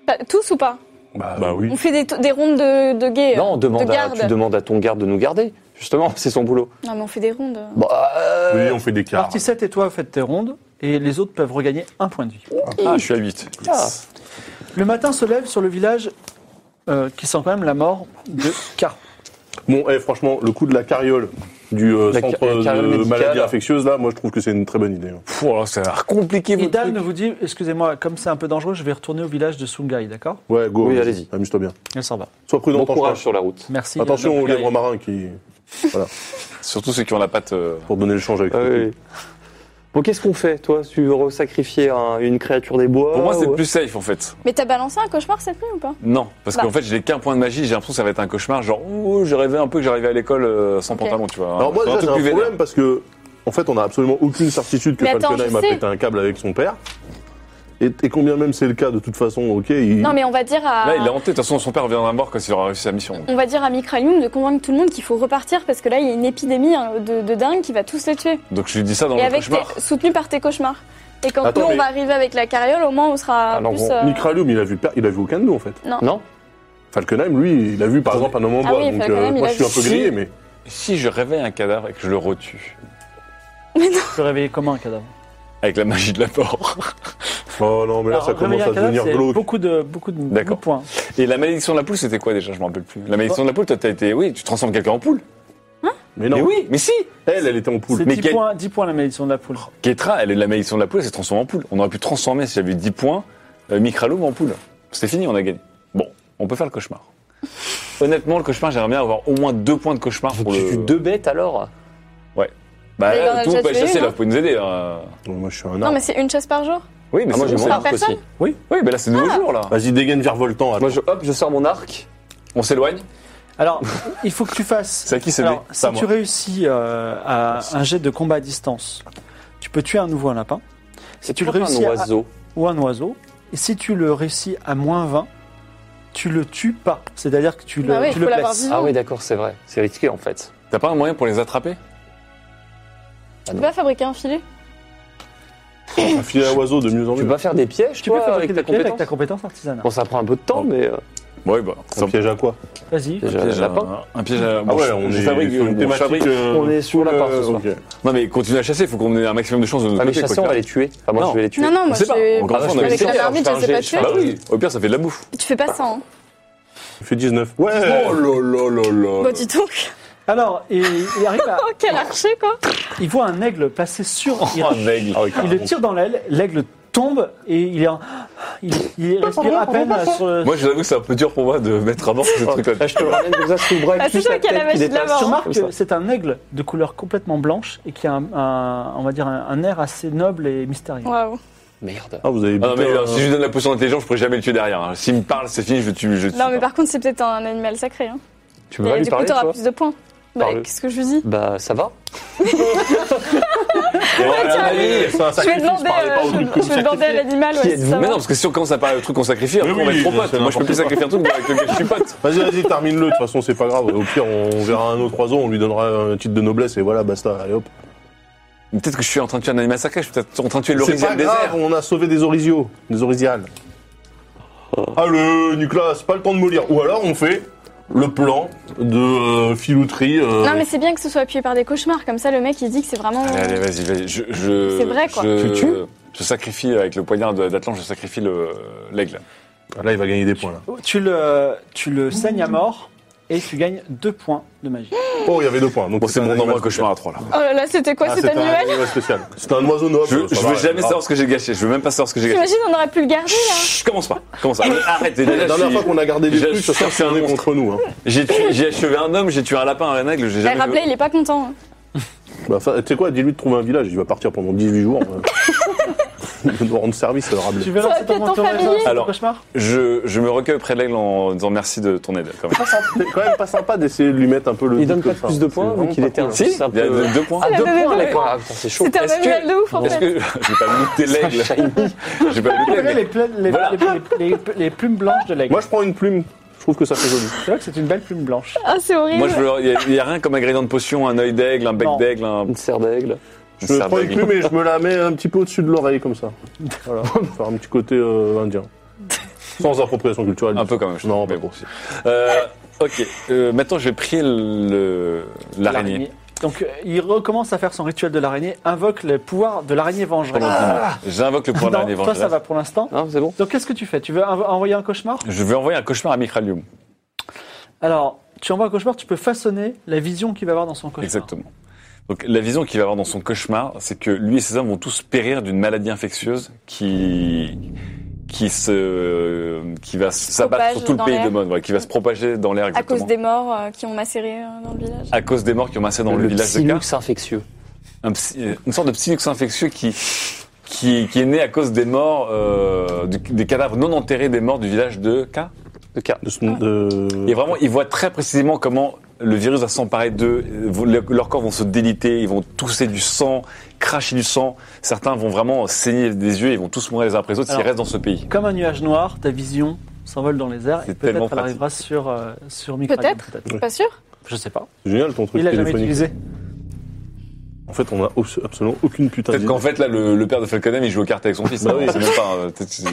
S5: Bah, Tous ou pas
S3: Bah, bah oui.
S5: On fait des, des rondes de, de gays.
S6: Non, on demande
S5: euh, de
S6: à,
S5: garde.
S6: tu demandes à ton garde de nous garder. Justement, c'est son boulot.
S5: Non, mais on fait des rondes.
S6: Bah,
S3: Oui,
S6: euh,
S3: on fait des quarts.
S1: Partie 7 et toi, faites tes rondes, et les autres peuvent regagner un point de vie.
S2: Ah, je suis à 8.
S6: Ah.
S1: Le matin se lève sur le village euh, qui sent quand même la mort de K.
S3: Bon, eh, franchement, le coup de la carriole du euh,
S6: La ca-
S3: centre
S6: la carriole
S3: de
S6: médicale.
S3: maladies infectieuses, là, moi, je trouve que c'est une très bonne idée. hein.
S2: Pfff, alors, ça a l'air compliqué,
S1: Et
S2: votre
S1: Dan
S2: truc.
S1: vous dit, excusez-moi, comme c'est un peu dangereux, je vais retourner au village de Sungai, d'accord
S3: Ouais, go.
S6: Oui,
S3: vas-y.
S6: allez-y.
S3: Amuse-toi bien.
S1: Elle s'en va.
S3: Sois prudent,
S6: bon
S3: penche-toi.
S6: courage sur la route.
S1: Merci.
S3: Attention
S1: euh,
S3: aux
S1: Sungai.
S3: lièvres marins qui. Voilà.
S2: Surtout ceux qui ont la patte. euh,
S3: pour donner le change avec
S6: Ah
S3: le
S6: oui. Bon, qu'est-ce qu'on fait, toi Tu veux sacrifier une créature des bois
S2: Pour moi,
S5: Oh.
S2: c'est
S6: ou-
S2: plus safe en fait.
S5: Mais t'as balancé un cauchemar cette nuit ou pas
S2: Non, parce
S5: Bah.
S2: qu'en fait, j'ai qu'un point de magie. J'ai l'impression que ça va être un cauchemar. Genre, ouh, j'ai rêvé un peu que j'arrivais à l'école euh, sans
S5: Ok.
S2: pantalon, tu vois.
S3: Alors moi
S2: Enfin,
S3: déjà
S2: un
S3: j'ai
S2: truc Ah, plus
S3: un
S2: vénère.
S3: problème parce que en fait on a absolument aucune certitude que
S5: Mais attends,
S3: Falconheim
S5: je
S3: a
S5: sais.
S3: pété un câble avec son père. Et, et combien même c'est le cas de toute façon, ok. il-
S5: Non, mais on va dire à.
S2: Là, il est hanté. De toute façon, son père viendra mort quand il aura réussi sa mission.
S5: On va dire à Mikralium de convaincre tout le monde qu'il faut repartir parce que là, il y a une épidémie hein, de, de dingue qui va tous les tuer.
S2: Donc, je lui dis ça dans
S5: et
S2: le
S5: avec
S2: cauchemar.
S5: tes- soutenu par tes cauchemars. Et quand
S3: Attends,
S5: nous,
S3: mais-
S5: on va arriver avec la carriole, au moins, on sera
S6: Ah non,
S5: plus.
S6: bon,
S5: euh,
S3: Micralium il a vu per- il a vu aucun de nous en fait.
S6: Non
S3: Falkenheim lui il a vu par exemple un homme en
S5: Ah
S3: bois
S5: oui,
S3: donc
S5: Falkenheim, il
S3: moi
S5: a
S3: je suis
S5: vu.
S3: un peu grillé mais
S2: Si je réveille un cadavre et que je le retue
S1: Je le réveiller comme un cadavre.
S2: avec la magie de la mort
S3: oh non mais là ça
S1: Alors, réveiller
S3: commence
S1: un
S3: à
S1: cadavre,
S3: devenir
S1: c'est
S3: glauque.
S1: Beaucoup de beaucoup de, beaucoup de
S2: D'accord.
S1: points.
S2: Et la malédiction de la poule, c'était quoi déjà Je me rappelle plus. La malédiction de la poule, toi, t'as été. Oui, tu transformes quelqu'un en poule.
S3: Mais non
S2: Mais oui, mais si
S3: elle elle était en poule.
S1: C'est
S2: Mais
S1: 10
S2: quel-
S1: points, 10 points la malédiction de la poule.
S2: Ketra, elle est de la malédiction de la poule, elle s'est transformée en poule. On aurait pu transformer, si j'avais eu 10 points, euh, Micraloum en poule. C'était fini, on a gagné. Bon, on peut faire le cauchemar. Honnêtement, le cauchemar, j'aimerais bien avoir au moins 2 points de cauchemar
S6: Vous
S2: pour le.
S6: tuez deux bêtes alors
S2: Bah,
S5: Mais il en a
S2: tout le monde
S5: déjà
S2: peut aller
S5: tué
S2: chasser,
S5: une,
S2: là,
S5: hein.
S2: vous pouvez nous aider. là.
S3: Donc, moi je suis un
S5: Non,
S3: arbre.
S5: mais c'est une chasse par jour.
S6: Oui, mais
S2: Ah, moi, j'ai
S6: c'est
S2: mon
S6: mon
S5: arc
S6: arc
S5: personne.
S6: aussi.
S5: aussi.
S2: Oui, mais là, c'est
S5: Ah.
S2: nouveau jour, là.
S3: Vas-y dégaine virevoltant.
S6: Moi, je, hop, je sors mon arc.
S2: On s'éloigne
S1: Alors, il faut que tu fasses.
S2: C'est à qui c'est lui
S1: Alors, si
S2: C'est à
S1: tu
S2: moi.
S1: réussis euh, à un jet de combat à distance, tu peux tuer à nouveau un lapin
S6: C'est
S1: tu le
S6: pas un
S1: réussis à-
S6: oiseau.
S1: ou un oiseau. Et si tu le réussis à moins 20, tu le tues pas. C'est-à-dire que tu le,
S5: Bah oui,
S1: tu
S5: faut
S1: le
S5: l'avoir
S1: blesses.
S5: vivant.
S6: Ah oui, d'accord, c'est vrai. C'est risqué en fait.
S2: T'as pas un moyen pour les attraper
S5: Tu peux pas fabriquer un filet
S3: Un filet à oiseau de mieux en
S6: Tu peux
S3: mieux.
S6: pas faire des pièges,
S1: Tu peux
S6: toi,
S1: fabriquer
S6: avec ta
S1: des pièges avec
S6: compétence
S1: ta compétence artisanale.
S6: Bon, ça prend un peu de temps, mais. euh,
S2: Ouais, bah.
S3: Un piège à quoi
S1: Vas-y.
S6: piège à
S2: piège à-
S6: lapin.
S2: Un piège à.
S3: Ah
S2: bon,
S3: ouais
S2: je-
S3: on
S2: je
S3: est
S2: fabrique-
S3: sur
S2: bon,
S3: une
S2: je
S3: thématique.
S2: fabrique-
S3: euh,
S6: on est sur la part ce
S3: euh,
S6: soir.
S3: ok.
S2: Non, mais continue à chasser, faut qu'on ait un maximum de chances de notre
S6: Ah, mais
S2: côté.
S6: chasser, on va les tuer. Enfin, moi,
S2: Non.
S6: je vais les tuer.
S5: Non, non,
S2: On
S5: moi,
S2: sait pas.
S5: je...
S2: Encore une fois, on
S6: Ah,
S2: avait
S6: avec
S2: essayé.
S6: la
S5: marmite,
S2: Je fais
S5: je sais
S2: un
S5: pas
S2: jet-
S5: tuer.
S2: Bah oui, au pire, ça fait de la bouffe.
S5: tu fais pas ça, hein.
S3: Il fait 19. Ouais Oh là là là là.
S5: Bah, dis donc,
S1: Alors, et- il arrive à-
S5: oh, quel archer, quoi
S1: il voit un aigle placé sur
S6: Oh,
S1: Ira.
S2: Un aigle.
S3: Ah oui,
S1: Il le
S3: carrément.
S1: tire dans l'aile, l'aigle tombe et il est en- il, il respire à peine sur le-
S2: Moi, je vous avoue que c'est un peu dur pour moi de mettre à mort ce truc-là.
S6: Là, je te le ramène comme ça sous le bras.
S5: Ah, c'est
S6: juste
S5: toi
S6: la
S5: qui as la
S6: tête
S5: magie de la
S6: dépasse.
S5: mort.
S1: Tu remarques
S6: Comme ça.
S1: que c'est un aigle de couleur complètement blanche et qui a un, un- on va dire un, un air assez noble et mystérieux.
S5: Waouh.
S6: Merde.
S3: Ah vous avez
S2: Ah non, mais
S3: buté
S2: euh,
S3: un-
S2: si je lui donne la potion d'intelligence, je pourrais jamais le tuer derrière. hein. S'il me parle, c'est fini, je le tue. Je le tue
S5: Non, mais
S2: pas.
S5: par contre, c'est peut-être un animal sacré. Hein.
S6: Tu peux
S5: Et
S6: pas lui
S5: du coup,
S6: Bah, parler,
S5: t'auras
S6: toi
S5: plus de points. Bah,
S6: Parle.
S5: qu'est-ce que je lui dis
S6: Bah, ça va.
S2: Et voilà,
S5: tiens,
S2: on a
S5: mais-
S2: dit, c'est un
S5: Je vais
S2: sacrifice,
S5: demander,
S2: parlez pas
S5: euh,
S2: au
S5: je
S2: truc
S5: vais- je vais demander à l'animal,
S6: Qui
S5: ouais,
S6: êtes-vous
S5: ça
S2: Mais
S5: va.
S2: non, parce que si on commence à parler de trucs qu'on sacrifie, après
S3: Mais
S2: on va
S3: oui,
S2: être trop
S3: c'est
S2: potes. Moi, je peux
S3: n'importe
S2: plus sacrifier un truc avec lequel je suis pote.
S3: Vas-y, vas-y, termine-le. De toute façon, c'est pas grave. Au pire, on verra un autre oiseau, on lui donnera un titre de noblesse et voilà, basta. Allez hop.
S2: Mais Peut-être que je suis en train de tuer un animal sacré, je suis peut-être en train de tuer
S3: C'est
S2: l'horizon
S3: pas
S2: du désert.
S3: grave, on a sauvé des orisios, des orisiales. Allez, Nicolas, c'est pas le temps de me lire. Ou alors, on fait le plan de euh, filouterie. euh,
S5: Non, mais c'est bien que ce soit appuyé par des cauchemars. Comme ça, le mec, il dit que c'est vraiment.
S2: Allez, allez, vas-y, vas-y. Je, je-
S5: C'est vrai, quoi.
S2: Je,
S6: Tu tues
S2: je sacrifie avec le poignard de- d'Atlan, je sacrifie le- l'aigle.
S3: Là, il va gagner des points. Là.
S1: Tu le, tu le saignes à mort et tu gagnes deux points de magie.
S3: Oh, il y avait deux points. Donc
S2: Bon, c'est
S3: un
S2: mon
S3: animal
S2: endroit
S3: spécial.
S2: cauchemar à trois là.
S5: Oh là là, c'était quoi
S3: Ah,
S5: cet
S3: c'est un
S5: animal
S3: animal spécial. C'est un oiseau noble.
S2: Je,
S3: ça
S2: je
S3: va,
S2: veux
S3: elle
S2: jamais
S3: est
S2: savoir ce que j'ai gâché. Je veux même pas savoir ce que j'ai gâché.
S5: T'imagines, on aurait pu le garder, là
S2: Chut, commence pas. Commence. Allez, arrête.
S3: grave. La dernière
S2: je
S3: fois
S2: suis-
S3: qu'on a gardé des
S2: je-
S3: trucs,
S2: je
S3: ça s'est
S2: cherche un
S3: retourné
S2: monstre.
S3: contre nous. Hein.
S2: J'ai tué- j'ai achevé un homme, j'ai tué un lapin, un aigle, j'ai
S5: Eh,
S2: jamais.
S5: Rappelez, il est pas content. hein.
S3: Bah, enfin, tu sais quoi, dis-lui de trouver un village. Il va partir pendant 18 jours. euh. il doit rendre service, le Rabelais.
S1: Tu verras
S5: Ça
S1: c'est
S5: aurait pu être ton
S1: mentor-
S5: familier.
S1: c'est ton
S2: Alors.
S1: cauchemar.
S2: Je, je me recueille près de l'aigle en disant merci de ton aide quand même.
S3: C'est quand même pas sympa d'essayer de lui mettre un peu le.
S6: Il donne
S3: doute
S6: pas
S3: comme ça.
S6: plus de points
S3: C'est
S6: vu qu'il
S3: vraiment
S6: était
S3: pas
S6: un
S3: cool.
S2: Si,
S6: c'est un
S2: il y a
S6: peu.
S2: deux, deux points.
S6: Ah, deux
S5: Elle avait
S6: points,
S5: deux
S6: d'accord. Ah, putain, c'est chaud.
S5: C'était un
S2: Est-ce
S5: animal de ouf, en
S2: Est-ce
S5: fait.
S2: que j'ai pas muté l'aigle J'ai pas
S1: Tu
S2: muté
S1: connais
S2: l'aigle.
S1: les, pla- les-
S2: Voilà.
S1: les- les- les- les plumes blanches de l'aigle.
S3: Moi, je prends une plume. Je trouve que ça fait joli.
S1: C'est vrai que c'est une belle plume blanche.
S5: Ah, c'est horrible.
S2: Moi, je veux. Il y a- il y, a rien comme ingrédient de potion, un œil d'aigle, un bec
S1: Non.
S2: d'aigle, un.
S6: Une serre d'aigle.
S3: Je prends une plume et je me la mets un petit peu au-dessus de l'oreille comme ça. Voilà, pour faire un petit côté euh, indien. Sans appropriation culturelle.
S2: Un peu quand même. Je
S3: Non,
S2: trouve,
S3: pas
S2: mais bon.
S3: trop.
S2: Euh, ok. Euh, maintenant, je vais prier le- l'araignée.
S1: Donc euh, il recommence à faire son rituel de l'araignée, invoque le pouvoir de l'araignée vengeresse.
S2: J'invoque le point
S1: Non,
S2: de l'araignée
S1: toi ça
S2: vengeresse.
S1: va pour l'instant.
S6: Hein, c'est bon
S1: Donc qu'est-ce que tu fais Tu veux envo- envoyer un cauchemar
S2: Je vais envoyer un cauchemar à Micralium.
S1: Alors, tu envoies un cauchemar, tu peux façonner la vision qu'il va avoir dans son cauchemar.
S2: Exactement. Donc la vision qu'il va avoir dans son cauchemar, c'est que lui et ses hommes vont tous périr d'une maladie infectieuse qui, qui se, qui va s'abattre
S5: propage
S2: sur tout le
S5: dans
S2: pays
S5: l'air.
S2: de Mone, voilà, qui va se propager dans l'air
S5: à
S2: exactement.
S5: cause des morts euh, qui ont macéré euh, dans le village.
S2: À cause des morts qui ont massé dans le, village de K.
S6: Psylux infectieux.
S2: Un psy- une sorte de psylux infectieux qui, qui, qui est né à cause des morts, euh, du- des cadavres non enterrés des morts du village de K.
S6: De cas.
S3: De ce- de-
S2: Et vraiment, ils voient très précisément comment le virus va s'emparer d'eux. Le- Leurs corps vont se déliter, ils vont tousser du sang, cracher du sang. Certains vont vraiment saigner des yeux, ils vont tous mourir les uns après les autres s'ils
S1: Alors-
S2: restent dans ce pays.
S1: Comme un nuage noir, ta vision s'envole dans les airs
S2: C'est
S1: et
S2: tellement
S1: peut-être elle
S2: pratique.
S1: arrivera sur, euh, sur Micradium,
S5: Peut-être. Pas sûr
S1: Je sais pas.
S3: C'est génial ton truc
S1: Il l'a jamais
S3: téléphonique.
S1: utilisé.
S3: En fait, on a obs- absolument aucune putain
S2: Peut-être
S3: d'idée.
S2: qu'en fait, là, le, le père de Falconem, il joue aux cartes avec son fils.
S3: Bah
S2: hein,
S3: oui.
S2: on sait même pas, euh, peut-être qu'il-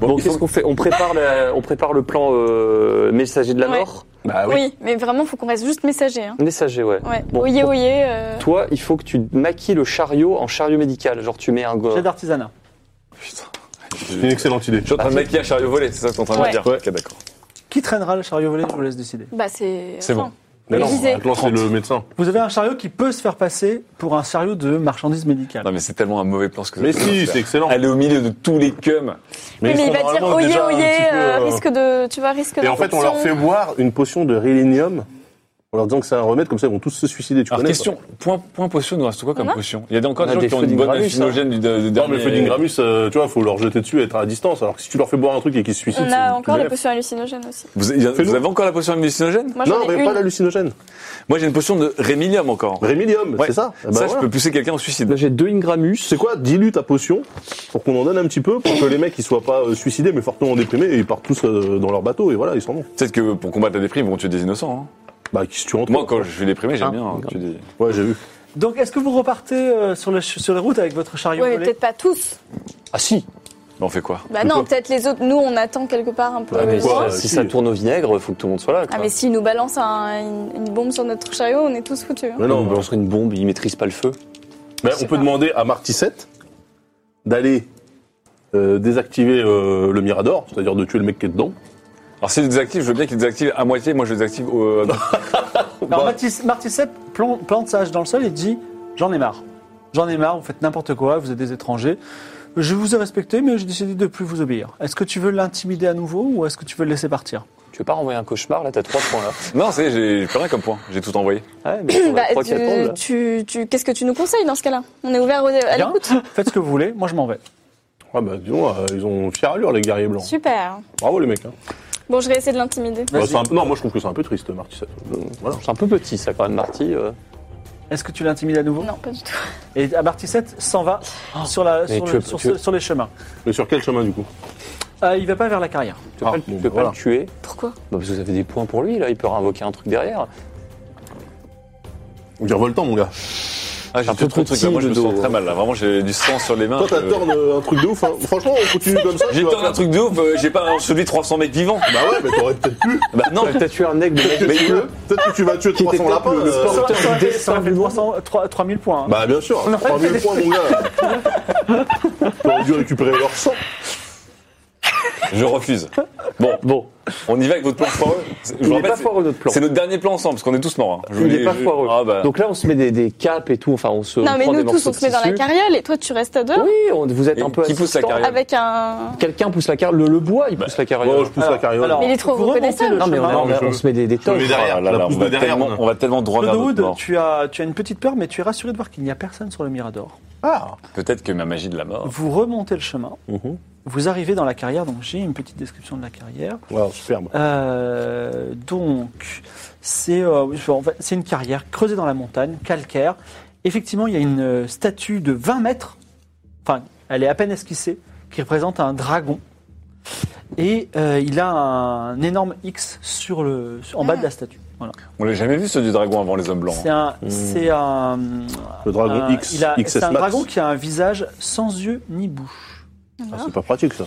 S6: Bon,
S2: Bon, ils
S6: qu'est-ce
S2: sont-
S6: qu'on fait on prépare, la- on prépare le plan euh, messager de la
S5: Ouais.
S6: mort
S2: Bah
S5: oui.
S2: oui.
S5: mais vraiment, faut qu'on reste juste messager. Hein.
S6: Messager, ouais.
S5: Ouais.
S6: Bon,
S5: oyez,
S6: bon.
S5: oyez. euh,
S6: Toi, il faut que tu maquilles le chariot en chariot médical. Genre, tu mets un go-
S1: J'ai d'artisanat.
S3: C'est une excellente idée.
S2: Je suis en train de maquiller un chariot volé, c'est ça que t'es en train de me
S5: Ouais.
S2: dire
S3: Ah, Ouais.
S2: Ok, d'accord.
S1: Qui traînera le chariot volé Je vous laisse décider.
S5: Bah, c'est.
S2: C'est bon.
S5: Enfin,
S3: Mais non,
S5: Visée.
S3: Atlan, c'est le médecin.
S1: Vous avez un chariot qui peut se faire passer pour un chariot de marchandises médicales.
S2: Non, mais c'est tellement un mauvais plan ce que
S3: Mais
S2: ça peut
S3: si,
S2: faire.
S3: c'est excellent.
S2: Elle est au milieu de tous les cums.
S5: Oui, mais il va dire
S3: normalement,
S5: oyez,
S3: déjà, un petit
S5: oyez,
S3: peu,
S5: euh,
S3: euh,
S5: risque de. Tu vois, risque
S3: Et en fait, on leur fait boire une potion de rélinium en leur disant que c'est un remède, comme ça ils vont tous se suicider. Tu
S2: Alors,
S3: connais
S2: question, point, point potion, il nous reste quoi comme
S5: On a
S2: potion Il y a encore
S6: On
S2: des
S6: a
S2: gens
S6: des
S2: qui ont
S6: feux
S2: une bonne
S6: d'Ingramus,
S2: fumogène du, de- du
S3: pas Non, mais
S2: dernier-
S3: le Fodingramus, euh, tu vois, faut leur jeter dessus et être à distance. Alors que si tu leur fais boire un truc et qu'ils se suicident,
S5: On
S3: c'est
S5: a
S3: tout
S5: encore la
S3: bénef.
S5: potion hallucinogène aussi.
S2: Vous, il y a-
S3: Fais-nous.
S2: vous avez encore la potion hallucinogène
S5: Moi, j'en
S3: Non,
S5: ai
S3: mais
S5: une.
S3: pas l'hallucinogène.
S2: Moi, j'ai une potion de rémilium encore.
S6: Bah,
S3: Rémilium,
S2: Ouais.
S3: c'est ça. Eh ben,
S2: ça, je
S3: voilà.
S2: peux pousser quelqu'un au suicide.
S6: Là, j'ai deux ingramus.
S3: C'est quoi Dilue ta potion pour qu'on en donne un petit peu, pour que les mecs ils soient pas euh, suicidés mais fortement déprimés et ils partent tous euh, dans leur bateau et voilà, ils sont bons.
S2: Peut-être que pour combattre la déprime, ils vont tuer des innocents. hein.
S3: Bah, qui se tuent entre
S2: Moi,
S3: eux.
S2: quand je suis déprimé, j'aime
S6: Ah,
S2: bien hein,
S6: d'accord.
S2: tuer des-
S3: Ouais, j'ai vu.
S1: Donc, est-ce que vous repartez euh, sur, la ch- sur les routes avec votre chariot
S5: Ouais, mais
S1: volé
S5: peut-être pas tous.
S6: Ah si
S2: Mais on fait quoi
S5: Bah non, peut-être les autres. Nous, on attend quelque part un peu.
S3: Ah, mais
S5: loin.
S3: quoi,
S6: Si
S3: si.
S6: ça tourne au vinaigre, faut que tout le monde soit là. quoi.
S5: Ah, mais s'ils nous balancent un- une, une bombe sur notre chariot, on est tous foutus. hein.
S3: Mais
S6: Ah Non,
S3: non,
S6: on
S3: bah,
S6: balancerait une bombe, il maîtrise pas le feu.
S3: bah,
S5: sais
S3: on peut
S5: pas.
S3: demander à Martissette d'aller euh, désactiver euh, le Mirador, c'est-à-dire de tuer le mec qui est dedans.
S2: Alors, s'il désactive, je veux bien qu'il désactive à moitié. Moi, je le désactive au. euh,
S1: Alors,
S6: Bah.
S1: Mathis- Martisep plon- plante sa hache dans le sol et dit J'en ai marre. J'en ai marre, vous faites n'importe quoi, vous êtes des étrangers. Je vous ai respecté, mais j'ai décidé de plus vous obéir. Est-ce que tu veux l'intimider à nouveau ou est-ce que tu veux le laisser partir
S6: Tu veux pas renvoyer un cauchemar là T'as trois points là.
S2: non, c'est, j'ai j'ai plus rien comme point. J'ai tout envoyé.
S6: Ouais, mais t'en as
S5: Bah,
S6: trois qui attendent, là.
S5: tu, tu, tu- qu'est-ce que tu nous conseilles dans ce cas-là On est ouvert au- à
S1: Bien,
S5: l'écoute.
S1: faites ce que vous voulez, moi je m'en vais.
S3: Ah bah disons, euh, ils ont fière allure les guerriers blancs.
S5: Super.
S3: Bravo les mecs. hein.
S5: Bon, je vais essayer de l'intimider.
S3: Bah,
S1: Vas-y.
S3: c'est un peu- Non, moi je trouve que c'est un peu triste, Martissette. Euh, Voilà.
S6: C'est un peu petit ça quand même, Marty. euh.
S1: Est-ce que tu l'intimides à nouveau
S5: Non, pas du tout.
S1: Et Amartisette s'en va sur, la,
S6: Oh. mais
S1: sur, le-
S6: tu veux-
S1: sur
S6: tu
S1: ce-
S6: veux-
S1: sur les chemins.
S3: Mais sur quel chemin du coup
S1: Euh, il va pas vers la carrière.
S6: Tu peux,
S3: Ah,
S6: pas, le- tu
S3: bon,
S6: peux
S3: bah,
S6: pas
S3: voilà.
S6: le tuer
S5: Pourquoi
S6: Bah, Parce que ça fait des points pour lui là, il peut réinvoquer un truc derrière.
S3: On dirait Voltan, mon gars.
S2: Ah, j'ai
S6: Un
S2: fait
S6: peu
S2: trop de
S6: petit,
S2: trucs. là. Moi, je
S6: le
S2: me sens
S6: dos. hein.
S2: très mal. Là. Vraiment, j'ai du sang sur les mains.
S3: Toi, t'as
S2: Je-
S3: turn euh, un truc de ouf. hein. Franchement, on continue comme ça. tu
S2: Ah, J'ai
S3: vas
S2: tort
S3: faire-
S2: d'un truc de ouf. euh, j'ai pas celui de 300 mecs vivants.
S3: Bah ouais, mais t'aurais peut-être pu.
S2: Bah, non,
S6: Ouais, T'as tué un aigle de mec
S3: Peut-être
S6: bleu.
S3: que- peut-être que tu vas tuer
S6: Qui était
S3: 300 lapins.
S6: peut-être le
S3: euh,
S6: sport.
S1: Ça aurait fait- ça aurait fait
S6: descend du
S1: 300 trois- 3000 points. hein.
S3: Bah bien sûr, 3000 points, mon gars. T'aurais dû récupérer leur sang.
S2: je refuse. Bon,
S6: Bon,
S2: on y va avec votre plan foireux. C'est- je vous
S6: il est
S2: rappelle,
S6: pas
S2: c'est-
S6: foireux notre plan.
S2: C'est notre dernier plan ensemble, parce qu'on est tous morts. hein. Je vous
S6: Il
S2: dis-
S6: est pas
S2: je-
S6: foireux.
S2: Ah, bah.
S6: Donc là, on se met des, des capes et tout. Enfin, on se.
S5: Non, mais
S6: prend
S5: nous
S6: des
S5: tous,
S6: morceaux
S5: on
S6: de
S5: se met dans la
S6: tissu.
S5: carriole et toi, tu restes à deux
S6: Oui, on- vous êtes
S2: Et
S6: un peu.
S2: qui pousse la
S6: assistant.
S2: carriole
S5: avec un.
S6: Quelqu'un pousse la carriole. Le, le bois, il pousse la carriole.
S3: Bon, je pousse la carriole.
S1: Ah, alors,
S5: Mais il est trop
S1: vous remontez
S5: reconnaissable.
S1: le
S6: non, mais on,
S1: chemin.
S6: on-
S3: mais je-
S6: on se met des, des
S3: mets
S6: toches.
S3: derrière,
S2: Ah là
S3: la
S2: là, on,
S3: pousse
S2: va
S3: de derrière,
S2: tellement-
S3: on a.
S2: on va tellement droit vers notre
S1: Claude,
S2: mort.
S1: tu as, tu as une petite peur, mais tu es rassuré de voir qu'il n'y a personne sur le Mirador.
S3: Ah,
S2: Peut-être que ma magie de la mort.
S1: Vous remontez le chemin,
S3: Mhm.
S1: vous arrivez dans la carrière, donc j'ai une petite description de la carrière.
S3: wow, superbe.
S1: Euh, donc, c'est euh, oui, en fait, c'est une carrière creusée dans la montagne, calcaire. Effectivement, il y a une euh, statue de 20 mètres, enfin, elle est à peine esquissée, qui représente un dragon. Et euh, il a un énorme X sur le, en bas de la statue. Voilà.
S2: On l'a jamais vu, ceux du dragon avant les hommes blancs. hein.
S1: C'est un, c'est un,
S3: Hmm. Ah, Le dragon
S1: un-
S3: X,
S1: Euh, il a-
S3: XS
S1: C'est un
S3: Max.
S1: dragon qui a un visage sans yeux ni bouche.
S3: Ah, c'est pas pratique ça.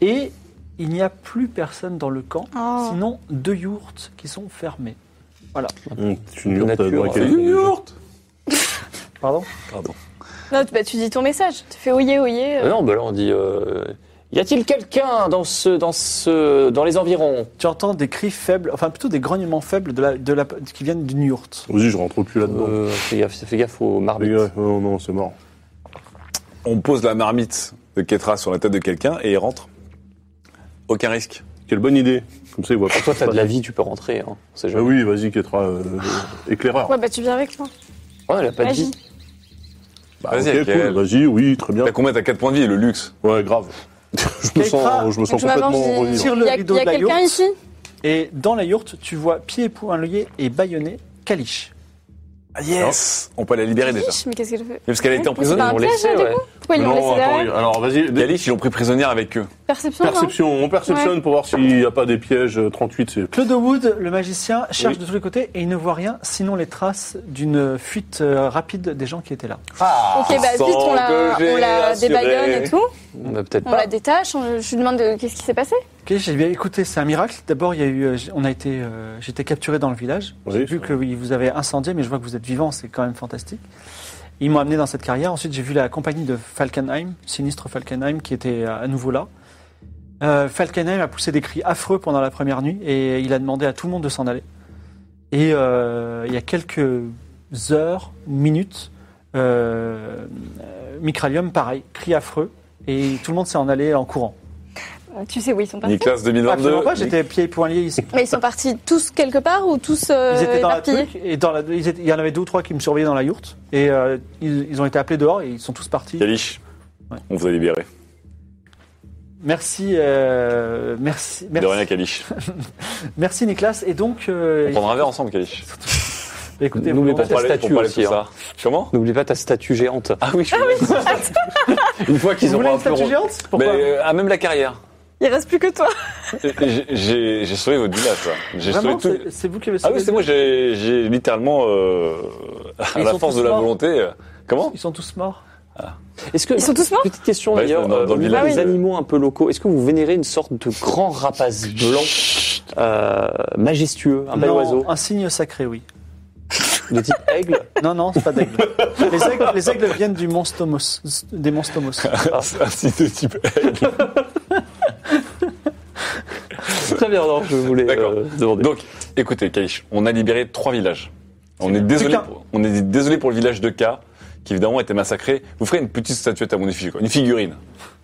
S1: Et il n'y a plus personne dans le camp,
S5: Oh.
S1: sinon deux yourtes qui sont fermées.
S3: Hum, C'est une yurte
S6: nature,
S3: à
S6: hein.
S3: laquelle-
S6: C'est une
S1: Pardon
S5: Non, tu- bah, tu dis ton message. Tu fais oyez, oyez.
S6: Ah
S5: euh.
S6: non, bah là, on dit. euh, y a-t-il quelqu'un dans ce, dans ce, dans les environs
S1: Tu entends des cris faibles, enfin plutôt des grognements faibles de la, de la, qui viennent d'une yourte.
S3: Vas-y, je rentre au cul là-dedans.
S6: euh, Fais gaffe, fais gaffe aux
S3: Les
S6: marmites.
S3: gars, oh non, non, c'est mort.
S2: On pose la marmite de Ketra sur la tête de quelqu'un et il rentre. Aucun risque.
S3: Quelle bonne idée. Comme ça, il voit pas.
S6: Toi, t'as de la vie, tu peux rentrer. Hein. On sait
S3: Ah
S6: jamais.
S3: oui, vas-y, Ketra, euh, éclaireur.
S5: Ouais, bah tu viens avec moi.
S6: Ouais, Ah, elle a pas de
S5: Magie.
S6: vie.
S3: Bah,
S2: Vas-y,
S3: ok,
S2: Ketra.
S3: cool, vas-y, oui, très bien.
S2: T'as combien T'as 4 points de vie, le luxe.
S3: Ouais, grave. je me
S1: Ketra,
S3: sens, je me
S5: Donc
S3: sens
S5: je m'avance,
S3: complètement
S5: je dis-
S1: Tire
S3: revivre.
S1: le
S5: Il y a,
S1: rideau
S5: il y a
S1: de la
S5: quelqu'un
S1: yourte.
S5: ici
S1: Et dans la yourte, tu vois pieds et poings liés et bâillonnés, Kalish.
S2: Ah, yes On peut la libérer déjà.
S5: Ish, Mais qu'est-ce qu'elle fait
S2: Mais Parce qu'elle a été
S5: Ouais, c'est
S2: emprisonnée.
S5: pas un
S6: ils l'ont
S5: piège,
S6: laissé,
S5: là, du
S6: ouais.
S5: coup Pourquoi ils l'ont laissé
S3: Non, attends,
S5: derrière
S3: alors vas-y, des-
S2: Galich, ils l'ont pris prisonnière avec eux.
S5: Perception, hein. non
S3: perception, on perceptionne pour voir s'il n'y a pas des pièges. euh, 38, c'est...
S1: Claude Wood, le magicien, cherche
S3: Oui.
S1: de tous les côtés et il ne voit rien, sinon les traces d'une fuite euh, rapide des gens qui étaient là.
S5: Ok, bah vite, on la, on la débaillonne et tout.
S6: On a peut-être
S5: On
S6: pas.
S5: la détache, on- je lui demande de- qu'est-ce qui s'est passé.
S1: Ok, j'ai bien écouté, c'est un miracle. D'abord, il y a eu, euh, j- on a été, euh, j'étais capturé dans le village.
S3: Oui,
S1: j'ai
S3: c'est
S1: vu que oui, vous avez incendié, mais je vois que vous êtes vivant, c'est quand même fantastique. Ils m'ont amené dans cette carrière. Ensuite, j'ai vu la compagnie de Falkenheim, sinistre Falkenheim, qui était euh, à nouveau là. Euh, Falkenheim a poussé des cris affreux pendant la première nuit et il a demandé à tout le monde de s'en aller. Et euh, il y a quelques heures, minutes, euh, euh, Micralium, pareil, cri affreux et tout le monde s'est en allé en courant.
S5: Euh, Tu sais où ils sont partis
S2: Nicolas 2022.
S1: Absolument Bah, pas, j'étais pieds et poings liés ici.
S5: Mais ils sont partis tous quelque part ou tous euh,
S1: Ils étaient dans la
S5: éparpillés
S1: truc et dans la- ils étaient- il y en avait deux ou trois qui me surveillaient dans la yourte et euh, ils, ils ont été appelés dehors et ils sont tous partis.
S2: Galich,
S1: Ouais.
S2: on vous a libéré.
S1: Merci, euh, merci,
S2: De rien,
S1: merci,
S2: Galich.
S1: merci Nicolas. Et donc, euh, bah,
S2: On prendra un verre ensemble, Galich.
S1: écoutez,
S6: N'oubliez
S1: vous-
S6: pas
S2: Pour
S6: ta
S2: parler-
S6: statue
S2: pour parler
S6: aussi.
S2: de tout
S6: hein.
S2: ça. Comment
S6: N'oublie pas ta statue géante.
S2: Ah oui, je
S6: Une fois
S1: vous
S6: qu'ils
S1: voulez
S6: auront un
S1: une
S6: peu.
S1: statue
S6: re-
S1: géante
S2: Mais
S1: Pourquoi
S2: euh, ah, même la carrière.
S5: Il reste plus que toi.
S2: J'ai- J'ai j'ai sauvé votre village, là. J'ai sauvé
S1: Vraiment,
S2: tout.
S1: c'est- c'est vous qui avez
S2: Ah
S1: sauvé
S2: oui, c'est moi, j'ai j'ai littéralement, euh, à
S1: Ils
S2: la
S1: sont
S2: force
S1: tous
S2: de la
S1: morts.
S2: volonté. euh, Comment
S1: Ils sont tous morts.
S6: Est-ce que
S5: Ils sont tous morts
S6: petite question
S2: Ouais,
S6: d'ailleurs
S2: dans-
S6: euh,
S2: dans
S6: au
S2: le
S6: niveau
S2: village. Ah
S6: des animaux un peu locaux Est-ce que vous vénérez une sorte de grand rapace blanc euh, majestueux, un bel
S1: Non,
S6: oiseau
S1: Un signe sacré, oui.
S6: de type aigle
S1: Non, non, c'est pas d'aigle. les, aigles, les aigles viennent du monstomos, des monstomos.
S2: Un site de type
S6: Très bien, non, je voulais
S2: D'accord.
S6: euh, demander.
S2: Donc, écoutez, Kaish, on a libéré trois villages. On est,
S1: Plus
S2: désolé
S1: qu'un.
S2: pour, on est désolé pour le village de K, qui évidemment a été massacré. Vous ferez une petite statuette à mon effigie, quoi. Une figurine.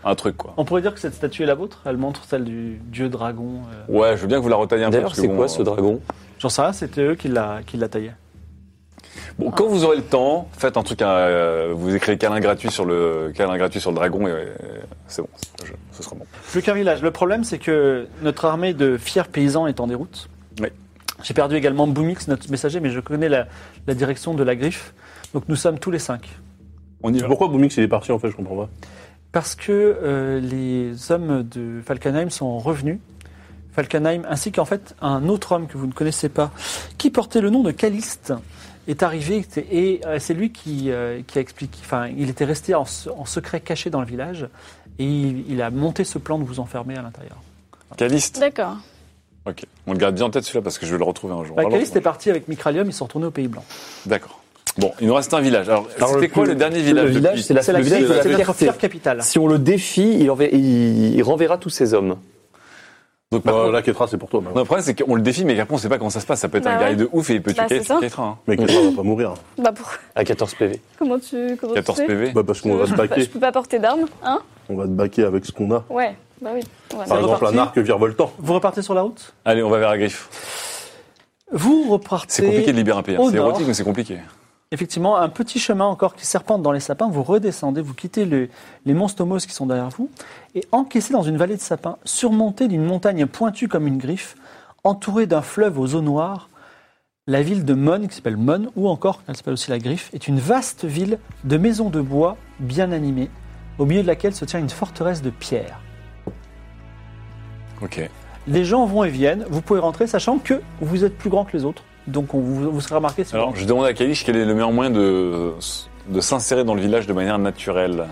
S2: Un truc, quoi.
S1: On pourrait dire que cette statue est la vôtre. Elle montre celle du dieu dragon. euh,
S2: Ouais, je veux bien que vous la retaillez un peu.
S6: D'ailleurs,
S2: parce que
S6: c'est
S2: bon,
S6: quoi
S2: euh,
S6: ce dragon
S1: J'en sais rien, c'était eux qui l'a qui l'a taillé.
S2: euh, Bon, quand vous aurez le temps, faites un truc, euh, vous écrivez câlin gratuit sur le, câlin gratuit sur le dragon et, euh, c'est bon. je- ce sera bon.
S1: Plus qu'un village. Le problème, c'est que notre armée de fiers paysans est en déroute.
S2: Oui.
S1: J'ai perdu également Boomix, notre messager, mais je connais la, la direction de la griffe. Donc nous sommes tous les cinq.
S2: On y va.
S3: Pourquoi Boomix, il est parti, en fait, je comprends pas.
S1: Parce que euh, les hommes de Falkenheim sont revenus. Falkenheim, ainsi qu'en fait un autre homme que vous ne connaissez pas, qui portait le nom de Caliste, est arrivé et euh, c'est lui qui, euh, qui a expliqué. Enfin, il était resté en, se- en secret caché dans le village et il, il a monté ce plan de vous enfermer à l'intérieur.
S2: Caliste.
S5: D'accord.
S2: Ok. On le garde bien en tête celui-là parce que je vais le retrouver un jour.
S1: Bah,
S2: Alors,
S1: Caliste est parti avec Micralium, ils sont retournés au Pays Blanc.
S2: D'accord. Bon, il nous reste un village. Alors,
S6: Alors,
S2: c'était
S6: le
S2: quoi
S6: plus-
S2: le dernier village
S6: le village,
S2: depuis-
S6: c'est la-
S1: C'est la
S6: le village
S1: capitale,
S6: de la
S1: c'est notre
S6: fierté.
S1: fière capitale.
S6: Si on le défie, il, enver- il- il renverra tous ses hommes.
S2: Donc, par
S3: Bah,
S2: contre-
S3: là, Ketra, c'est pour toi. bah.
S2: Non, le problème, c'est qu'on le défie, mais après, on sait pas comment ça se passe. Ça peut être
S5: Bah
S2: un guerrier
S5: ouais.
S2: de ouf et il peut
S5: Bah,
S2: tuer
S5: c'est ça.
S2: Ketra. hein.
S3: Mais Ketra va pas mourir.
S5: Bah pour...
S6: À 14 PV.
S5: comment tu comment
S2: 14
S5: tu fais
S2: PV.
S3: Bah, parce qu'on va se
S5: Bah, Je
S3: baquer.
S5: peux pas porter d'armes, hein
S3: On va se baquer avec ce qu'on a.
S5: Ouais, bah oui. Ouais.
S3: Par
S1: C'est
S3: exemple,
S1: reparti.
S3: un arc virevoltant.
S1: Vous repartez sur la route
S2: Allez, on va vers la griffe.
S1: Vous
S2: C'est compliqué
S1: repartez
S2: de libérer un pays. hein.
S1: au
S2: C'est
S1: nord.
S2: érotique, mais c'est compliqué.
S1: effectivement un petit chemin encore qui serpente dans les sapins. Vous redescendez, vous quittez le- les monstomos qui sont derrière vous et encaissez dans une vallée de sapins, surmontée d'une montagne pointue comme une griffe, entourée d'un fleuve aux eaux noires. La ville de Mon, qui s'appelle Mon, ou encore, elle s'appelle aussi la Griffe, est une vaste ville de maisons de bois bien animées, au milieu de laquelle se tient une forteresse de pierre.
S2: Ok.
S1: Les gens vont et viennent, vous pouvez rentrer sachant que vous êtes plus grand que les autres. Donc on vous, vous serez remarqué si vous
S2: Alors,
S1: rentrez.
S2: je demande à Kalish quel est le meilleur moyen de, de s'insérer dans le village de manière naturelle.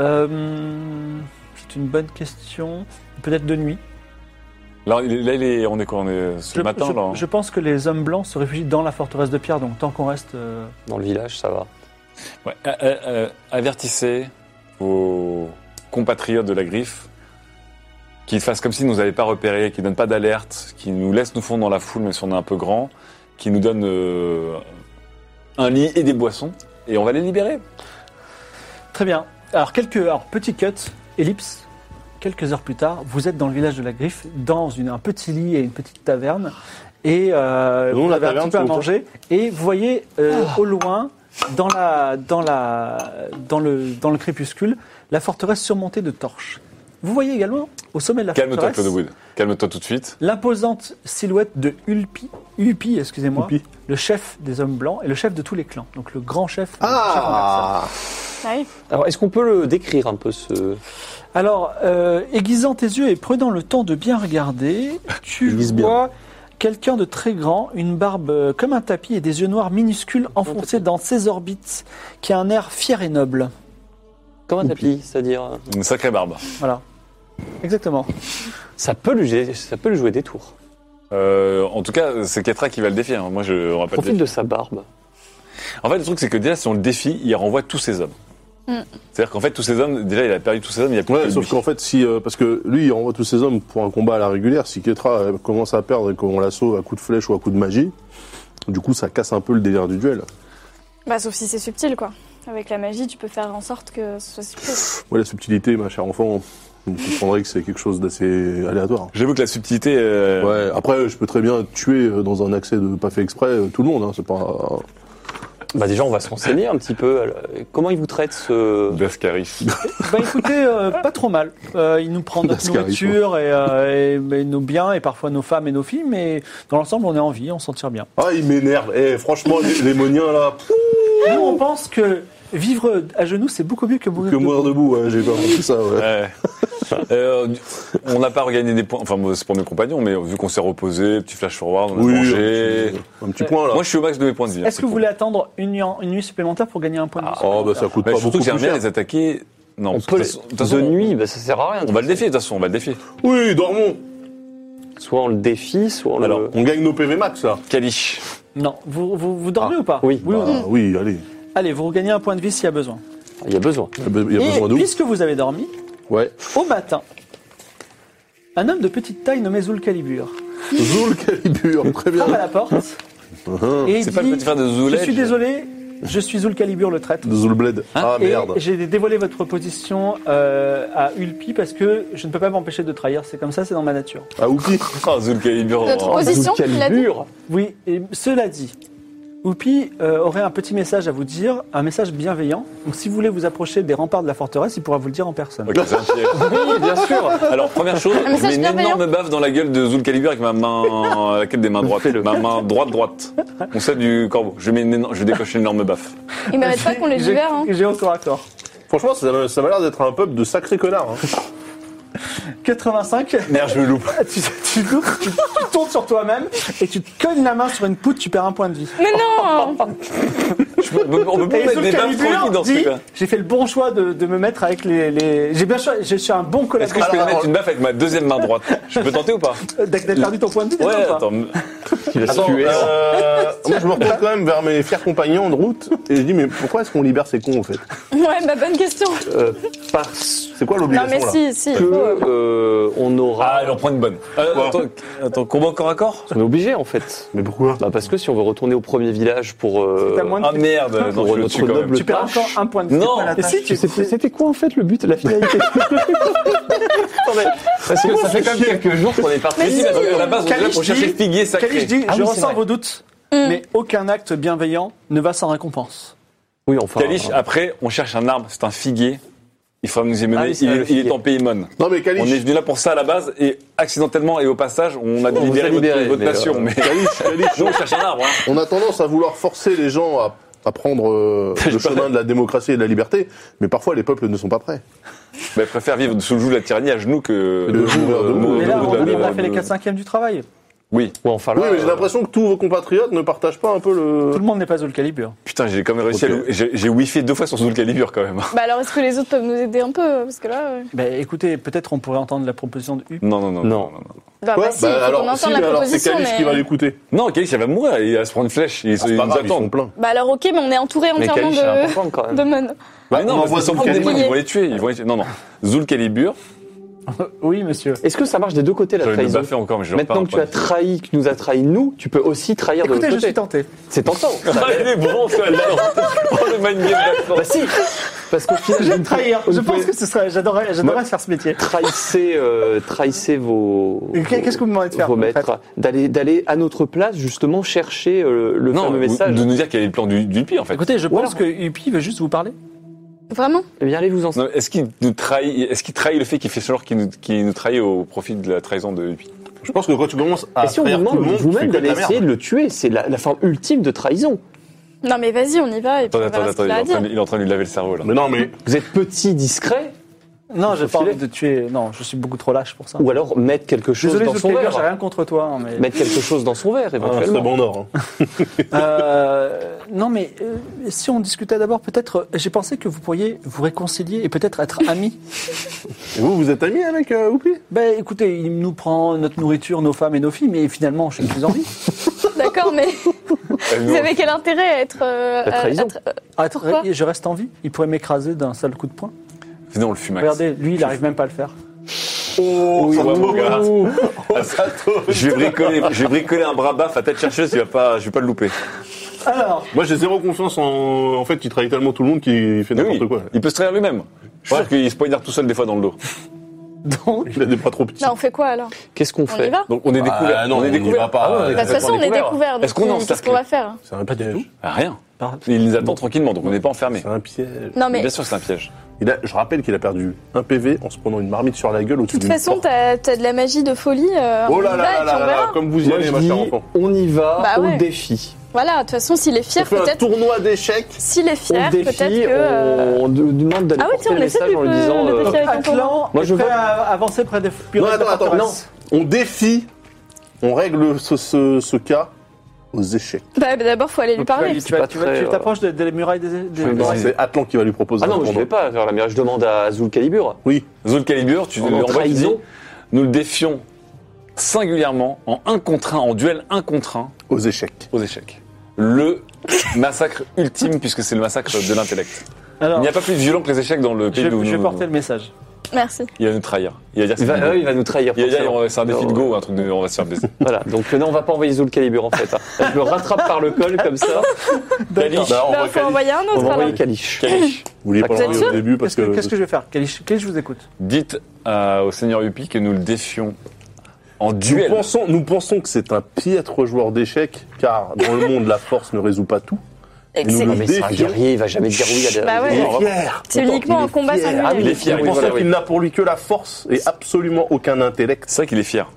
S1: Euh, c'est une bonne question. Peut-être de nuit.
S2: Là, il est- là, il est- on est quoi On est ce
S1: je,
S2: matin,
S1: je-
S2: là hein
S1: je pense que les hommes blancs se réfugient dans la forteresse de pierre, donc tant qu'on reste. euh,
S6: Dans le village, ça va.
S2: Ouais. Euh, euh, euh, avertissez vos compatriotes de la griffe qu'ils fassent comme s'ils nous avaient pas repérés, qu'ils donnent pas d'alerte, qu'ils nous laissent nous fondre dans la foule, même si on est un peu grand, qu'ils nous donnent euh, un lit et des boissons, et on va les libérer.
S1: Très bien. Alors, quelques. Alors, petit cut, ellipse. Quelques heures plus tard, vous êtes dans le village de la Griffe, dans une- un petit lit et une petite taverne, et euh,
S3: Le nom
S1: vous
S3: de la
S1: avez un
S3: taverne,
S1: petit peu à
S3: c'est
S1: manger, et vous voyez euh, au loin, dans, la, dans, la, dans, le, dans le crépuscule, la forteresse surmontée de torches. Vous voyez également, au sommet de la
S2: Calme-toi, Claude
S1: forteresse,
S2: Wood. Calme-toi tout de suite.
S1: l'imposante silhouette de Ulpi, Ulpi, excusez-moi,
S3: Ulpi.
S1: le chef des hommes blancs et le chef de tous les clans, donc le grand chef. le chef universel.
S3: Ah
S5: Ah oui.
S6: Alors, est-ce qu'on peut le décrire un peu ce.
S1: Alors, euh, aiguisant tes yeux et prenant le temps de bien regarder, tu
S3: Aiguise bien.
S1: vois quelqu'un de très grand, une barbe euh, comme un tapis et des yeux noirs minuscules enfoncés dans ses orbites, qui a un air fier et noble.
S6: Comme un tapis, c'est-à-dire. euh,
S2: Une sacrée barbe.
S1: Voilà. Exactement.
S6: Ça peut, lui, jouer- ça peut lui jouer des tours.
S2: Euh, en tout cas, c'est Ketra qui va le défier. hein. Moi, je on va pas le
S6: Profite
S2: défier.
S6: de sa barbe.
S2: En fait, le truc, c'est que déjà, si on le défie, il renvoie tous ses hommes.
S5: Mm.
S2: C'est-à-dire qu'en fait, tous ses hommes, déjà, il a perdu tous ses hommes, il y a plus
S3: Ouais,
S2: que
S3: sauf
S2: lui.
S3: qu'en fait, si euh, parce que lui, il envoie tous ses hommes pour un combat à la régulière. Si Ketra euh, commence à perdre et qu'on la sauve à coup de flèche ou à coup de magie, du coup, ça casse un peu le délire du duel.
S5: Bah, sauf si c'est subtil, quoi. Avec la magie, tu peux faire en sorte que ce soit subtil.
S3: Ouais, la subtilité, ma chère enfant, vous comprendrez que c'est quelque chose d'assez aléatoire.
S2: J'avoue que la subtilité. euh,
S3: Ouais. Après, je peux très bien tuer euh, dans un accès de pas fait exprès euh, tout le monde. Hein, c'est pas.
S6: Bah, déjà, on va se renseigner un petit peu. Alors, Comment il vous traite ce.
S2: D'Ascaris.
S1: Bah écoutez, euh, pas trop mal. Euh, il nous prend notre
S3: Mascaris,
S1: nourriture et, euh, et- mais nos biens et parfois nos femmes et nos filles, mais dans l'ensemble, on est en vie, on s'en tire bien.
S3: Ah, il m'énerve. Eh, franchement, les, les moniens là, pff,
S1: Nous, on pense que vivre à genoux, c'est beaucoup mieux que mourir
S3: que
S1: debout.
S3: mourir debout. ouais, J'ai pas compris ça. Ouais.
S2: Ouais. Euh, du- on n'a pas regagné des points, enfin moi, c'est pour mes compagnons, mais vu qu'on s'est reposé, petit flash forward, on a
S3: Oui, un
S2: mangé.
S3: petit, un petit point là.
S2: Moi je suis au max de mes points de vie. hein,
S1: Est-ce que
S2: c'est
S1: vous
S2: cool.
S1: voulez attendre une nuit, en- une nuit supplémentaire pour gagner un point de vie
S3: oh, bah ça
S1: supplémentaire
S3: coûte
S2: Ouais,
S3: pas
S2: surtout
S3: beaucoup
S2: que
S3: plus
S2: j'aimerais bien
S3: cher.
S2: les attaquer. Non,
S6: On
S2: parce que
S6: peut
S2: de toute
S6: les-
S2: façon- de toute façon,
S6: de
S2: on-
S6: nuit, bah, ça sert à rien.
S2: On va le défier de toute façon, on va le défier.
S3: Oui, dormons.
S6: Soit on le défie, soit on
S2: Alors,
S6: le.
S3: On gagne nos PV max là.
S2: Kalish.
S1: Non, vous, vous, vous dormez
S6: Ah,
S1: ou pas
S6: oui.
S3: Ah,
S1: ou non
S3: oui, allez.
S1: Allez, vous regagnez un point de vie s'il y a besoin.
S6: Il y a besoin.
S3: Il y a be- il ben, y a
S1: Et
S3: besoin de nous.
S1: puisque vous avez dormi,
S3: Ouais.
S1: au matin, un homme de petite taille nommé Zul Calibur
S3: Zoul Calibur, très bien.
S1: frappe à la porte
S2: Ah.
S3: Hein,
S1: et
S2: C'est pas le
S1: dit,
S2: petit frère de Zulej
S1: Je suis désolé, je suis Zul Calibur le traître.
S3: de Zoul Blade. Ah
S1: Hein et
S3: merde.
S1: j'ai dévoilé votre position euh, à Ulpi parce que je ne peux pas m'empêcher de le trahir, c'est comme ça, c'est dans ma nature.
S3: Ah oupi.
S2: Oh, Zulkalibur.
S5: Notre
S2: oh.
S5: position,
S6: Quel
S5: il a dit.
S6: mur
S1: Oui, et cela dit, Oupi euh, aurait un petit message à vous dire, un message bienveillant. Donc si vous voulez vous approcher des remparts de la forteresse, il pourra vous le dire en personne.
S2: Ok, c'est un piège.
S6: Oui, bien sûr
S2: Alors première chose, je mets
S5: message
S2: une
S5: bienveillant.
S2: énorme baffe dans la gueule de Zulkalibur avec ma main, à laquelle des mains droites, ma main droite droite. On sait du corbeau. Je mets une énorme- je décoche une énorme baffe.
S5: Il m'arrête pas qu'on les
S1: J'ai-
S5: libère, hein.
S1: J'ai au corps à corps.
S3: Franchement, ça m'a ça m'a l'air d'être un peuple de sacrés connards. hein.
S1: 85,
S2: Merde, je me loupe.
S1: bah, tu, tu, loupes, tu, tu tombes sur toi-même et tu te cognes la main sur une poutre, tu perds un point de vie.
S5: Mais non
S2: Je peux- on peut pas
S1: Et
S2: mettre
S1: sur
S2: des baffes tranquilles dans ce
S1: dit,
S2: truc-là.
S1: j'ai fait le bon choix de, de me mettre avec les... les- J'ai bien choisi, je suis un bon
S2: Est-ce que je
S1: collaborateur.
S2: peux mettre une baffe avec ma deuxième main droite Je peux tenter ou pas
S1: T'as t'as euh, perdu ton point de vie
S2: Ouais,
S1: déjà ou pas
S2: attends.
S6: Il a
S3: Attends,
S6: sué.
S3: Ah euh, moi, je me retourne quand même vers mes fiers compagnons de route et je dis mais pourquoi est-ce qu'on libère ces cons en fait
S5: Ouais, bah bonne question.
S6: Euh, parce
S3: C'est quoi
S5: Non, mais
S3: l'obligation là
S5: si, si.
S6: que euh, on
S2: Ah,
S6: aura.
S2: j'en prends une bonne. Euh, attends, attends, combat corps à corps
S6: On est obligé en fait.
S3: Mais pourquoi
S6: Bah, parce que si on veut retourner au premier village pour. euh,
S1: T'as moins de-
S2: Ah merde, non,
S6: Pour
S2: je le
S6: notre
S2: tue quand même.
S6: noble-
S1: Tu perds encore un point de vie.
S2: Non.
S1: c'est pas la
S6: Et
S1: tâche.
S6: si, tu- c'était c'était quoi en fait le but, la finalité Attendez, Parce que ça fait quand même quelques jours qu'on est parti.
S2: Mais si, parce que à la base, on est là
S1: Kalish
S2: pour
S1: dit-
S2: chercher le figuier
S1: Kalish
S2: sacré.
S1: dit,
S6: Ah
S1: je
S6: oui, c'est
S1: ressens
S6: vrai.
S1: vos doutes,
S5: Mm.
S1: mais aucun acte bienveillant ne va sans récompense.
S6: Oui, enfin.
S2: Kalish, après, on cherche un arbre, c'est un figuier. Il faudra nous y mener.
S6: Ah oui, c'est
S2: il, est-
S6: vrai, le
S2: il est
S6: figuier.
S2: en Paymon.
S3: Non mais
S2: On est
S3: Kalish,
S2: venu là pour ça à la base, et accidentellement et au passage, on a
S6: On vous a
S2: libéré
S6: libéré,
S2: votre, votre
S6: mais,
S2: nation.
S6: euh,
S2: Mais
S3: Kalish, Kalish,
S2: nous, on cherche un arbre. hein.
S3: on a tendance à vouloir forcer les gens à, à prendre euh,
S2: Je
S3: le
S2: sais pas.
S3: chemin de la démocratie et de la liberté, mais parfois les peuples ne sont pas prêts.
S2: Mais je préfère vivre sous le joug de la tyrannie à genoux que.
S3: Et de jour, de jour.
S1: Mais là,
S3: Euh,
S1: on
S3: euh,
S1: on
S3: euh,
S1: a fait les 4 5 du travail.
S2: Oui.
S6: Ouais, enfin là, euh,
S3: oui, mais j'ai l'impression que tous vos compatriotes ne partagent pas un peu le.
S1: Tout le monde n'est pas au calibre.
S2: Putain, j'ai quand même réussi
S3: Ok.
S2: à. le- J'ai j'ai wifi deux fois sur Zulkalibur quand même.
S5: Bah alors, est-ce que les autres peuvent nous aider un peu Parce que là... euh,
S1: Ben, écoutez, peut-être on pourrait entendre la proposition de U.
S2: Non, non, non.
S6: Non.
S2: non.
S5: Bah,
S3: Quoi
S5: bah, si, il faut qu'on
S3: si, mais
S5: entende la
S3: alors c'est
S5: proposition,
S3: Kalish qui va
S5: mais...
S3: l'écouter.
S2: Non, Kalish, elle va mourir, il va se prendre une flèche, ils,
S3: Ah, C'est
S2: ils
S3: pas
S2: nous
S3: grave, ils sont
S2: attendent.
S3: pleins.
S5: Bah alors, ok, mais on est entouré
S6: Mais
S5: entièrement
S6: Kalish, c'est
S5: de...
S6: important quand
S5: de
S6: même.
S5: mon.
S2: Bah non, parce
S3: on envoie
S2: qu'ils sont
S3: Zul
S2: prendre des
S5: Calibur.
S2: mains, ils vont les tuer, ils vont les tuer. Non, non. Zul Calibur,
S1: Oui, monsieur.
S6: Est-ce que ça marche des deux côtés la
S2: j'aurais
S6: trahison
S2: pas fait encore, mais je leur
S6: Maintenant
S2: parle
S6: que tu as
S2: pas.
S6: trahi, que tu nous as trahi nous, tu peux aussi trahir de
S1: Écoutez,
S6: l'autre
S1: je suis
S6: côté.
S1: tenté.
S6: C'est tentant.
S2: Ah, il est bon, celui-là. Oh, le mind game d'accord.
S6: Bah si Parce qu'au final,
S1: Je vais
S6: vous
S1: te trahir.
S6: pouvez-
S1: Je
S6: vous
S1: pense
S6: pouvez
S1: que ce serait. J'adorerais j'adorerais
S6: Ouais.
S1: faire ce métier.
S6: trahissez, euh, trahissez vos.
S1: Et qu'est- qu'est-ce que vous me demandez de faire,
S6: vos
S1: en fait
S6: maîtres, d'aller, d'aller à notre place justement chercher euh, le
S2: Non,
S6: fameux
S2: ou-
S6: message.
S2: de nous dire quel est le plan du, du pire en fait.
S1: Écoutez, je
S6: Ou
S1: pense
S6: alors-
S1: que Yuppie veut juste vous parler.
S5: Vraiment
S6: Eh bien, allez vous en.
S2: Non, Est-ce qu'il nous trahit Est-ce qu'il trahit le fait qu'il fait ce genre qui nous, qu'il nous trahit au profit de la trahison de Yuppie
S3: Je pense que quand tu commences à
S6: Et si on vous
S3: trahir tout
S6: demande
S3: le monde, tu fais
S6: vous-même
S3: que
S6: d'aller
S3: de la
S6: essayer de
S3: merde.
S6: le tuer, c'est la, la forme ultime de trahison.
S5: Non, mais vas-y, on y va. Et
S2: Attends,
S5: puis on
S2: attends,
S5: verra ce
S2: attends,
S5: qu'il
S2: il est,
S5: a bah, à
S2: en train,
S5: dire.
S2: de- il est en train de lui laver le cerveau là.
S3: Mais non, mais
S6: Vous êtes petit, discret,
S1: Non, j'ai pas
S6: filer.
S1: envie de tuer. Non, je suis beaucoup trop lâche pour ça.
S6: ou alors mettre quelque chose
S1: Désolé,
S6: dans son
S1: Zuckerberg, j'ai
S6: verre.
S1: rien contre toi. hein, mais...
S6: Mettre quelque chose dans son verre,
S3: ah, c'est
S6: éventuellement.
S3: bon or. hein.
S1: Euh, non, mais euh, si on discutait d'abord, peut-être. euh, J'ai pensé que vous pourriez vous réconcilier et peut-être être amis.
S3: Et vous, vous êtes amis avec euh, Oupi
S1: ben, écoutez, il nous prend notre nourriture, nos femmes et nos filles, mais finalement, je suis plus en vie.
S5: D'accord, mais
S2: Elle nous-
S5: vous avez quel intérêt à être. euh,
S6: La
S5: à-
S6: trahison.
S5: être- euh,
S1: Ah, très-
S5: Pourquoi
S1: je reste en vie. Il pourrait m'écraser d'un seul coup de poing.
S2: Venez, on le fume. Max.
S1: Regardez, lui, il n'arrive même pas à le faire.
S2: Oh, ça
S3: Ouh.
S2: me regarde.
S3: Oh, ça tourne.
S2: Je vais bricoler, je vais bricoler un bras baf à tête chercheuse, il va pas, je vais pas le louper.
S1: Alors,
S3: Moi, j'ai zéro confiance en. En fait, il trahit tellement tout le monde qu'il fait
S2: Mais
S3: n'importe
S2: oui,
S3: quoi.
S2: il peut se trahir lui-même. Je suis
S3: Ouais.
S2: sûr qu'il se poignarde tout seul des fois dans le dos.
S1: donc,
S3: Il a des bras trop petits.
S5: Là, on fait quoi alors
S6: Qu'est-ce qu'on
S5: On y
S6: fait
S5: va
S2: Donc on est découvert.
S3: Ah non,
S2: on est
S3: on y va
S2: découvert.
S3: pas.
S2: Ah ouais,
S5: Bah, De toute façon, on est découvert.
S2: Est-ce
S5: donc, euh,
S2: qu'on est
S5: Qu'est-ce qu'on va faire
S3: C'est un piège.
S2: Ah, rien. Il nous attend tranquillement, donc on n'est pas enfermé.
S3: C'est un piège.
S5: Non, mais
S2: Bien
S5: de
S2: sûr, c'est un piège.
S3: Il a- je rappelle qu'il a perdu un PV en se prenant une marmite sur la gueule au-dessus
S5: toute
S3: d'une
S5: façon,
S3: porte.
S5: t'as t'as de la magie de folie. euh,
S3: Oh
S5: on y
S3: là
S5: va,
S3: là
S5: et
S3: là
S5: puis on
S3: là là,
S5: verra.
S3: comme vous y
S6: Moi,
S3: allez,
S6: je
S3: ma
S6: dis,
S3: chère enfant.
S6: on y va,
S5: Bah
S6: on
S5: ouais.
S6: défie.
S5: Voilà, de toute façon, s'il est
S3: On
S5: fier,
S3: fait un
S5: peut-être.
S3: tournoi d'échecs.
S5: S'il est
S6: On
S5: fier,
S6: défie,
S5: peut-être que. euh,
S6: on lui demande d'aller
S5: Ah oui,
S6: porter
S5: tiens, on
S6: le
S5: essaie
S6: message
S5: de
S6: en lui
S5: le-
S6: disant...
S5: de le
S6: euh,
S5: défier. avec un
S1: Atlan
S6: Moi,
S1: est
S6: je
S1: prêt
S6: veux-
S1: à avancer près des
S3: Non,
S1: pirates de
S3: attends,
S1: la
S3: attends, non.
S1: forteresse.
S3: On défie. On règle ce, ce, ce cas aux échecs.
S5: Bah, bah, d'abord, faut aller lui
S1: Donc, tu vas-
S5: parler.
S1: Tu vas-
S6: pas
S1: tu vas-
S6: très,
S1: tu
S6: euh,
S1: t'approches des, des murailles des. des-
S6: Oui,
S3: Non,
S6: vas-y.
S3: c'est Atlan qui va lui proposer
S6: Ah
S3: un
S6: non, je ne
S3: tournoi.
S6: vais pas faire la merde, je demande à Azul Calibur.
S3: Oui.
S2: Zul Calibur, tu
S6: En
S2: en bas, tu dis,
S6: trahison.
S2: nous le défions singulièrement en un contre un, en duel un contre un
S3: aux échecs.
S2: aux échecs. Le massacre ultime, puisque c'est le massacre de l'intellect. Il
S1: Alors,
S2: n'y a pas plus violent que les échecs dans le
S1: je
S2: pays
S1: vais,
S2: où
S1: je vais
S2: nous-
S1: porter le message.
S5: Merci.
S2: Il va nous trahir. Il va ah dire
S6: Il
S2: c'est
S6: va,
S2: une
S6: euh,
S2: idée.
S6: il va nous trahir.
S2: Il va dire,
S6: forcément.
S2: on- euh, c'est un défi
S6: Non,
S2: de go, un truc de- on va se faire blesser.
S6: Voilà, donc euh, non, on va pas envoyer Zul Calibur en fait. hein. Je le rattrape par le col comme ça,
S2: D'accord.
S3: Bah, on
S5: Bah,
S3: va
S5: faut
S3: caler.
S5: envoyer un
S6: on
S5: autre
S6: va
S5: alors.
S6: envoyer Kalish.
S2: Kalish,
S3: Vous vouliez pas
S6: Vous
S5: Bah, êtes
S3: l'envoyer au début parce
S1: Qu'est-ce que,
S3: que.
S1: qu'est-ce que je vais faire Kélish, Kélish, je vous écoute.
S2: dites à- au seigneur Yuppie que nous le défions en
S3: nous
S2: duel.
S3: pensons, nous pensons que c'est un piètre joueur d'échecs, car dans le monde, la force ne résout pas tout.
S4: Et
S3: nous
S4: c'est-
S3: le
S5: Ah,
S6: Mais c'est un
S3: défions.
S6: guerrier, il va jamais dire oui à des-
S5: Bah ouais.
S6: des-
S3: Il est
S5: Non,
S3: fier.
S5: C'est
S3: Pourtant,
S5: uniquement
S3: il est
S5: un combat
S3: fier.
S5: singulier.
S6: Ah oui,
S2: Il
S6: il
S2: est fier,
S3: Nous
S2: oui, voilà,
S3: pensons
S2: oui.
S3: qu'il n'a pour lui que la force et absolument aucun intellect.
S2: C'est vrai qu'il est fier.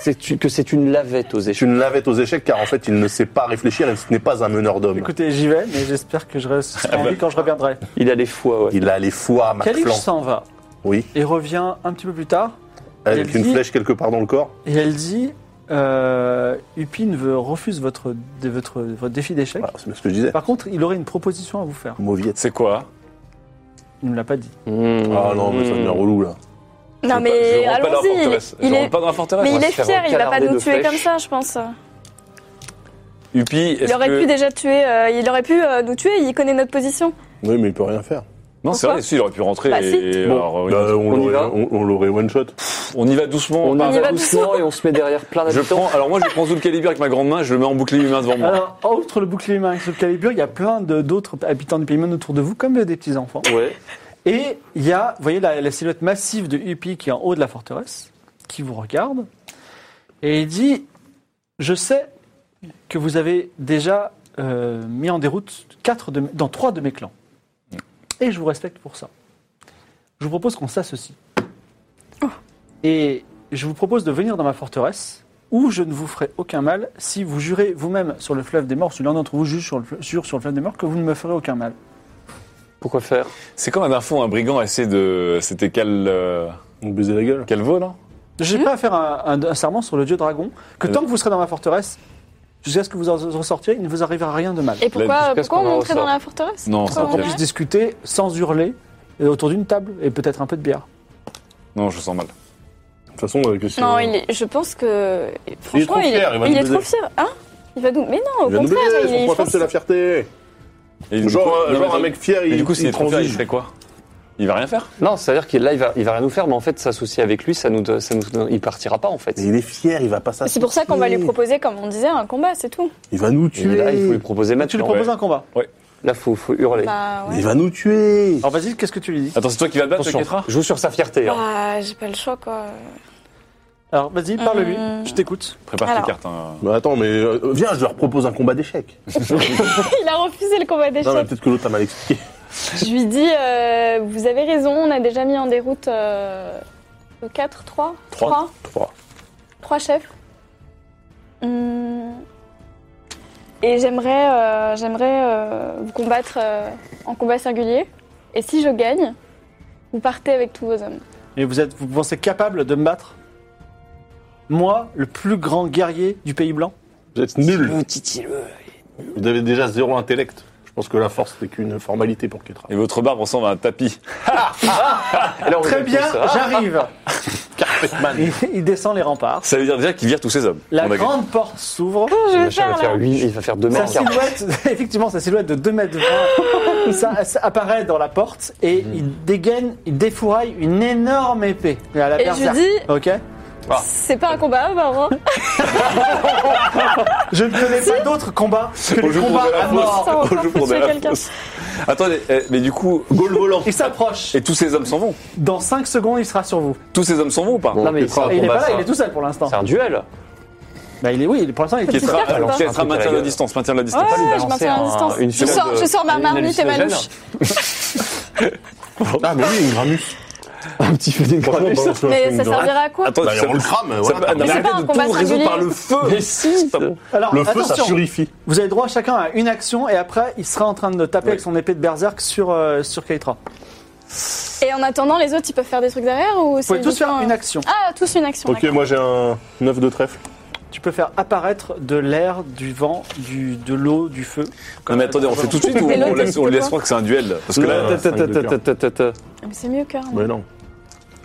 S6: C'est une- que c'est une lavette aux
S3: C'est
S6: échecs.
S3: une navette aux échecs, car en fait, il ne sait pas réfléchir et ce n'est pas un meneur d'hommes.
S1: Écoutez, j'y vais, mais j'espère que je
S3: Ah
S1: resterai en vie
S3: bah.
S1: quand je reviendrai.
S6: Il a les foies, ouais.
S3: Il a les foies,
S1: Kélish
S3: Macflan.
S1: s'en va
S3: Oui,
S1: et revient un petit peu plus tard.
S3: avec
S1: Il
S3: une
S1: dit-
S3: flèche quelque part dans le corps.
S1: Et elle dit euh, Upin veut, refuse votre, de- votre, votre défi d'échec.
S3: Voilà, c'est bien ce que je disais.
S1: Par contre, il aurait une proposition à vous faire.
S3: Mauviette.
S2: C'est quoi
S1: Il ne l'a pas dit.
S3: Ah non, mais ça devient relou, là.
S5: Non,
S2: Je
S5: mais
S2: rentre pas dans la
S5: allons-y. il-
S2: forteresse. Je
S5: Il est.
S2: rentre pas dans la forteresse. hein,
S5: Mais
S6: on
S5: il
S6: va
S5: est
S6: se faire
S5: fier, il va pas
S6: canarder
S5: nous
S6: de
S5: tuer comme
S6: flèches.
S5: ça, je pense.
S2: Yuppie, est-ce
S5: Il aurait
S2: que...
S5: pu déjà tuer, euh, il aurait pu euh, nous tuer, il connaît notre position.
S3: Oui, mais il peut rien faire.
S2: Non, c'est
S5: Pourquoi
S2: vrai, si, il aurait pu rentrer.
S5: Bah, si.
S2: et-
S3: Bon,
S2: alors, oui.
S3: bah, on
S6: on y
S3: l'aurait-
S6: va
S3: on on l'aurait one shot.
S2: bah, on y va doucement.
S6: On
S2: par-
S6: y
S5: y
S6: va
S5: va
S6: doucement et on se met derrière plein
S2: Je
S6: d'habitants.
S2: prends, alors moi je prends Zul Calibur avec ma grande main, je le mets en bouclier humain devant moi.
S1: Alors, outre le bouclier humain et le Calibur, il y a plein de- d'autres habitants du pays même autour de vous, comme des petits-enfants.
S6: Ouais.
S1: Et il y a, vous voyez, la, la silhouette massive de Upi qui est en haut de la forteresse, qui vous regarde. Et il dit Je sais que vous avez déjà euh, mis en déroute quatre de, mes- dans trois de mes clans. Et je vous respecte pour ça. Je vous propose qu'on s'associe. Et je vous propose de venir dans ma forteresse où je ne vous ferai aucun mal si vous jurez vous-même sur le fleuve des morts, si l'un d'entre vous jure sur, le, fle- jure sur le fleuve des morts, que vous ne me ferez aucun mal.
S6: Pourquoi faire
S2: C'est quand la dernière fois un brigand a essayé de. C'était Cal. euh,
S3: On baiser la gueule.
S2: Calvo là
S1: J'ai pas à faire un, un- un serment sur le dieu dragon, que
S2: Euh.
S1: tant que vous serez dans ma forteresse, jusqu'à ce que vous en ressortiez, il ne vous arrivera rien de mal.
S5: Et pourquoi,
S6: jusqu'à ce
S5: pourquoi
S6: qu'on en
S5: on montrait
S6: ressort.
S5: dans la forteresse
S2: Non,
S5: Pourquoi
S2: c'est
S5: on
S2: un
S1: Qu'on
S2: Ouais.
S1: puisse
S5: montrait
S1: discuter sans hurler, et autour d'une table, et peut-être un peu de bière.
S2: Non, je sens mal.
S3: De toute façon, euh, qu'est-ce que-
S5: Non, il est- je pense que. Franchement,
S3: trop fier, il va
S5: il
S3: nous
S5: est trop
S3: baiser.
S5: fier. Hein Il va nous. Mais non, au
S3: Il vient de
S5: contraire,
S3: baiser,
S5: il est.
S3: son point
S5: je
S3: faible,
S5: pense-
S3: c'est la fierté.
S2: Et du
S3: Genre,
S2: coup-
S3: euh,
S2: non,
S3: genre
S2: mais-
S3: un mec fier,
S2: Mais
S3: il
S2: du coup, s'il est trop fier, il
S3: transige.
S2: fait quoi Il va rien faire
S6: Non, c'est-à-dire qu'il là, il va, il va rien nous faire, mais en fait, s'associer avec lui, ça nous, ça nous, il partira pas en fait.
S3: Mais il est fier, il va pas s'asseoir.
S5: C'est pour ça qu'on va lui proposer, comme on disait, un combat, c'est tout.
S3: Il va nous
S6: Et
S3: tuer.
S6: là, il faut lui proposer
S1: Tu lui
S6: maintenant.
S1: proposes un combat.
S6: Là, faut, faut hurler.
S5: Bah ouais.
S3: Il va nous tuer
S1: Alors vas-y, qu'est-ce que tu lui dis
S2: Attends, c'est toi qui vas te battre,
S6: Attention,
S2: Ketra
S6: joue sur sa fierté. hein.
S5: Bah, j'ai pas le choix quoi.
S1: Alors vas-y, parle-lui,
S5: Euh.
S1: je t'écoute.
S2: Prépare tes
S5: Alors.
S2: cartes. hein.
S3: Bah attends, mais euh, viens, je leur propose un combat d'échecs.
S5: Il a refusé le combat
S3: non, mais
S5: d'échecs.
S3: peut-être que l'autre a mal expliqué.
S5: Je lui dis euh, Vous avez raison, on a déjà mis en déroute euh, 4, 3
S3: Trois.
S5: 3
S3: Trois.
S5: 3 chefs. Hum. Et j'aimerais euh, j'aimerais euh, vous combattre euh, en combat singulier. Et si je gagne, vous partez avec tous vos hommes.
S1: Et vous, êtes, vous pensez capable de me battre Moi, le plus grand guerrier du pays blanc
S3: Vous êtes nuls. Vous avez déjà zéro intellect. Je pense que la force n'est qu'une formalité pour Ketra.
S2: Et votre barbe ressemble à un tapis. Oh,
S6: Et là, on
S1: Très
S6: rigole
S1: bien,
S6: tous, hein.
S1: j'arrive
S3: Carpetman.
S1: il, il descend les remparts.
S2: Ça veut dire déjà qu'il vire tous ses hommes.
S1: La
S2: On a-
S1: grande porte s'ouvre.
S5: Je vais
S6: Machin
S5: faire
S6: va
S5: là.
S6: faire huit, il va faire deux
S1: Sa
S6: mètres.
S1: silhouette, effectivement, sa silhouette de 2 mètres vingt, ça, ça apparaît dans la porte et il dégaine, il défouraille une énorme épée. À la
S5: Et je lui
S1: berserk.
S5: dis
S1: Ok
S5: C'est pas un combat, bah, hein.
S1: Je ne connais pas d'autre combat que
S2: On
S1: les
S2: joue pour
S1: combats
S2: de la
S1: à
S5: Ah,
S2: fausse.
S1: mort.
S5: Ça, on va
S2: On joue
S5: encore
S2: pour de
S5: tuer
S2: la
S5: quelqu'un.
S2: fausse. Attendez, eh, mais du coup,
S3: Gaulle volant.
S1: Il s'approche.
S2: et tous ces hommes s'en vont
S1: Dans 5 secondes, il sera sur vous.
S2: Tous ces hommes s'en vont ou pas
S6: Non, mais il sera
S1: Et il est
S6: combat,
S1: pas là,
S6: ça.
S1: il est tout seul pour l'instant.
S6: C'est un duel.
S1: Bah, il est, oui, pour l'instant, il est tout
S5: Qu'est-ce
S1: seul.
S5: qu'il y a
S2: Alors,
S6: Ketra,
S2: Ketra, maintient la distance, maintient la distance.
S5: Ouais,
S6: lui
S5: je
S6: balancer
S5: maintiens
S6: un-
S5: la distance.
S6: une
S5: je,
S6: fumée
S5: sors,
S6: de-
S5: je sors ma
S6: une
S5: marmite et ma
S6: hallucinogène.
S5: louche.
S3: Ah, mais oui, une Gramus.
S6: Un petit feu d'une
S3: Franchement, bah,
S6: grenade.
S3: balance-le un
S5: Mais
S3: peu
S5: ça
S3: une Gramus.
S5: servira à quoi
S2: Attends,
S3: Bah,
S2: ça-
S3: on le crame,
S2: ça-
S3: voilà.
S2: mais
S5: c'est
S2: arrêtez
S5: pas un
S2: de
S5: combat
S2: tout résoudre
S5: singulier.
S2: par le feu
S6: Mais si
S2: Stop.
S1: Alors,
S3: Le feu, ça
S1: attention,
S3: purifie.
S1: vous avez droit chacun à une action et après, il sera en train de taper avec son épée de berserk sur, euh, sur Keitra.
S5: Et en attendant, les autres, ils peuvent faire des trucs derrière ou
S1: Vous pouvez tous faire une action.
S5: Ah, tous une action.
S3: Ok,
S5: d'accord.
S3: moi j'ai un 9 de trèfle.
S1: Tu peux faire apparaître de l'air, du vent, du, de l'eau, du feu.
S2: Non, mais attendez, on fait tout de suite ou
S5: Mais
S2: on
S5: l'autre,
S2: laisse on
S5: c'est
S2: laisse
S5: quoi
S2: croire que c'est un duel Parce que là,
S3: Là,
S6: Ta- ta- ta- ta- ta- ta- ta- ta.
S5: Ah, Mais c'est mieux que rien.
S3: Mais non.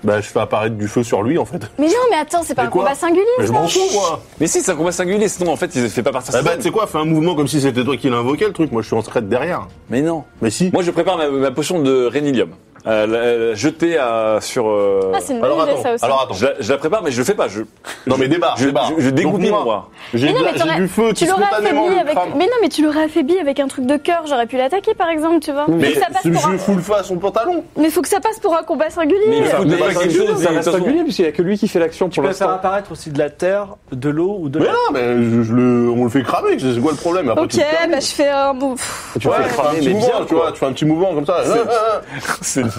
S3: Bah, je fais apparaître du feu sur lui en fait.
S5: Mais non, mais attends, c'est pas
S3: Mais
S5: un
S3: quoi
S5: combat singulier.
S3: Mais je m'en fous, moi
S2: Mais si, c'est un combat singulier, sinon en fait, il ne fait pas partie
S3: Ah bah, tu sais quoi, fais un mouvement comme si c'était toi qui l'invoquais le truc. Moi, je suis en secrète derrière.
S2: Mais non
S3: Mais si.
S2: Moi, je prépare ma, ma potion de Rhénilium. Euh, la- la jetée à, sur. euh,
S5: Ah, c'est une
S3: alors
S5: bonne idée,
S3: attends,
S5: ça aussi.
S3: alors attends.
S2: je, la, je la prépare, mais je le fais pas. Je,
S3: Non mais débarre,
S2: je,
S3: débarre.
S2: je, je dégoupille
S3: Donc,
S2: mon
S3: moi.
S2: bras.
S3: J'ai
S5: Mais non,
S3: de la-
S5: mais
S3: j'ai
S5: t'aurais-
S3: du feu
S5: Tu
S3: qui
S5: l'aurais
S3: spontanément
S5: affaibli
S3: le
S5: avec.
S3: crame.
S5: Mais non, mais tu l'aurais affaibli avec un truc de cœur. J'aurais pu l'attaquer, par exemple, tu vois.
S3: Mais
S5: Faut que ça passe
S3: ce-
S5: pour
S3: je
S5: un-
S3: fous le feu à son pantalon.
S5: Mais faut que ça passe pour un combat
S2: Mais il
S5: singulier.
S3: ça
S2: faut
S3: me
S2: que
S3: passe
S2: je fasse
S3: quelque
S2: quelque
S3: chose,
S2: chose.
S6: Ça
S2: mais de
S6: reste
S2: toute façon-
S6: singulier, puisqu'il n'y a que lui qui fait l'action
S1: Tu
S6: pour
S1: peux faire
S6: l'instant.
S1: apparaître aussi de la terre, de l'eau ou de
S3: Mais
S1: l'air.
S3: non, mais je, je le, on le fait cramer. C'est quoi le problème Après,
S5: Ok,
S3: tu le termines.
S5: bah je fais un. bon, pff,
S6: Tu
S3: Ouais,
S6: fais
S3: tu fais un
S6: cramer,
S3: petit
S6: mais
S3: mouvement,
S6: bien,
S3: tu vois, tu fais un petit mouvement comme ça. Ah, ah, ah.
S2: C'est nul.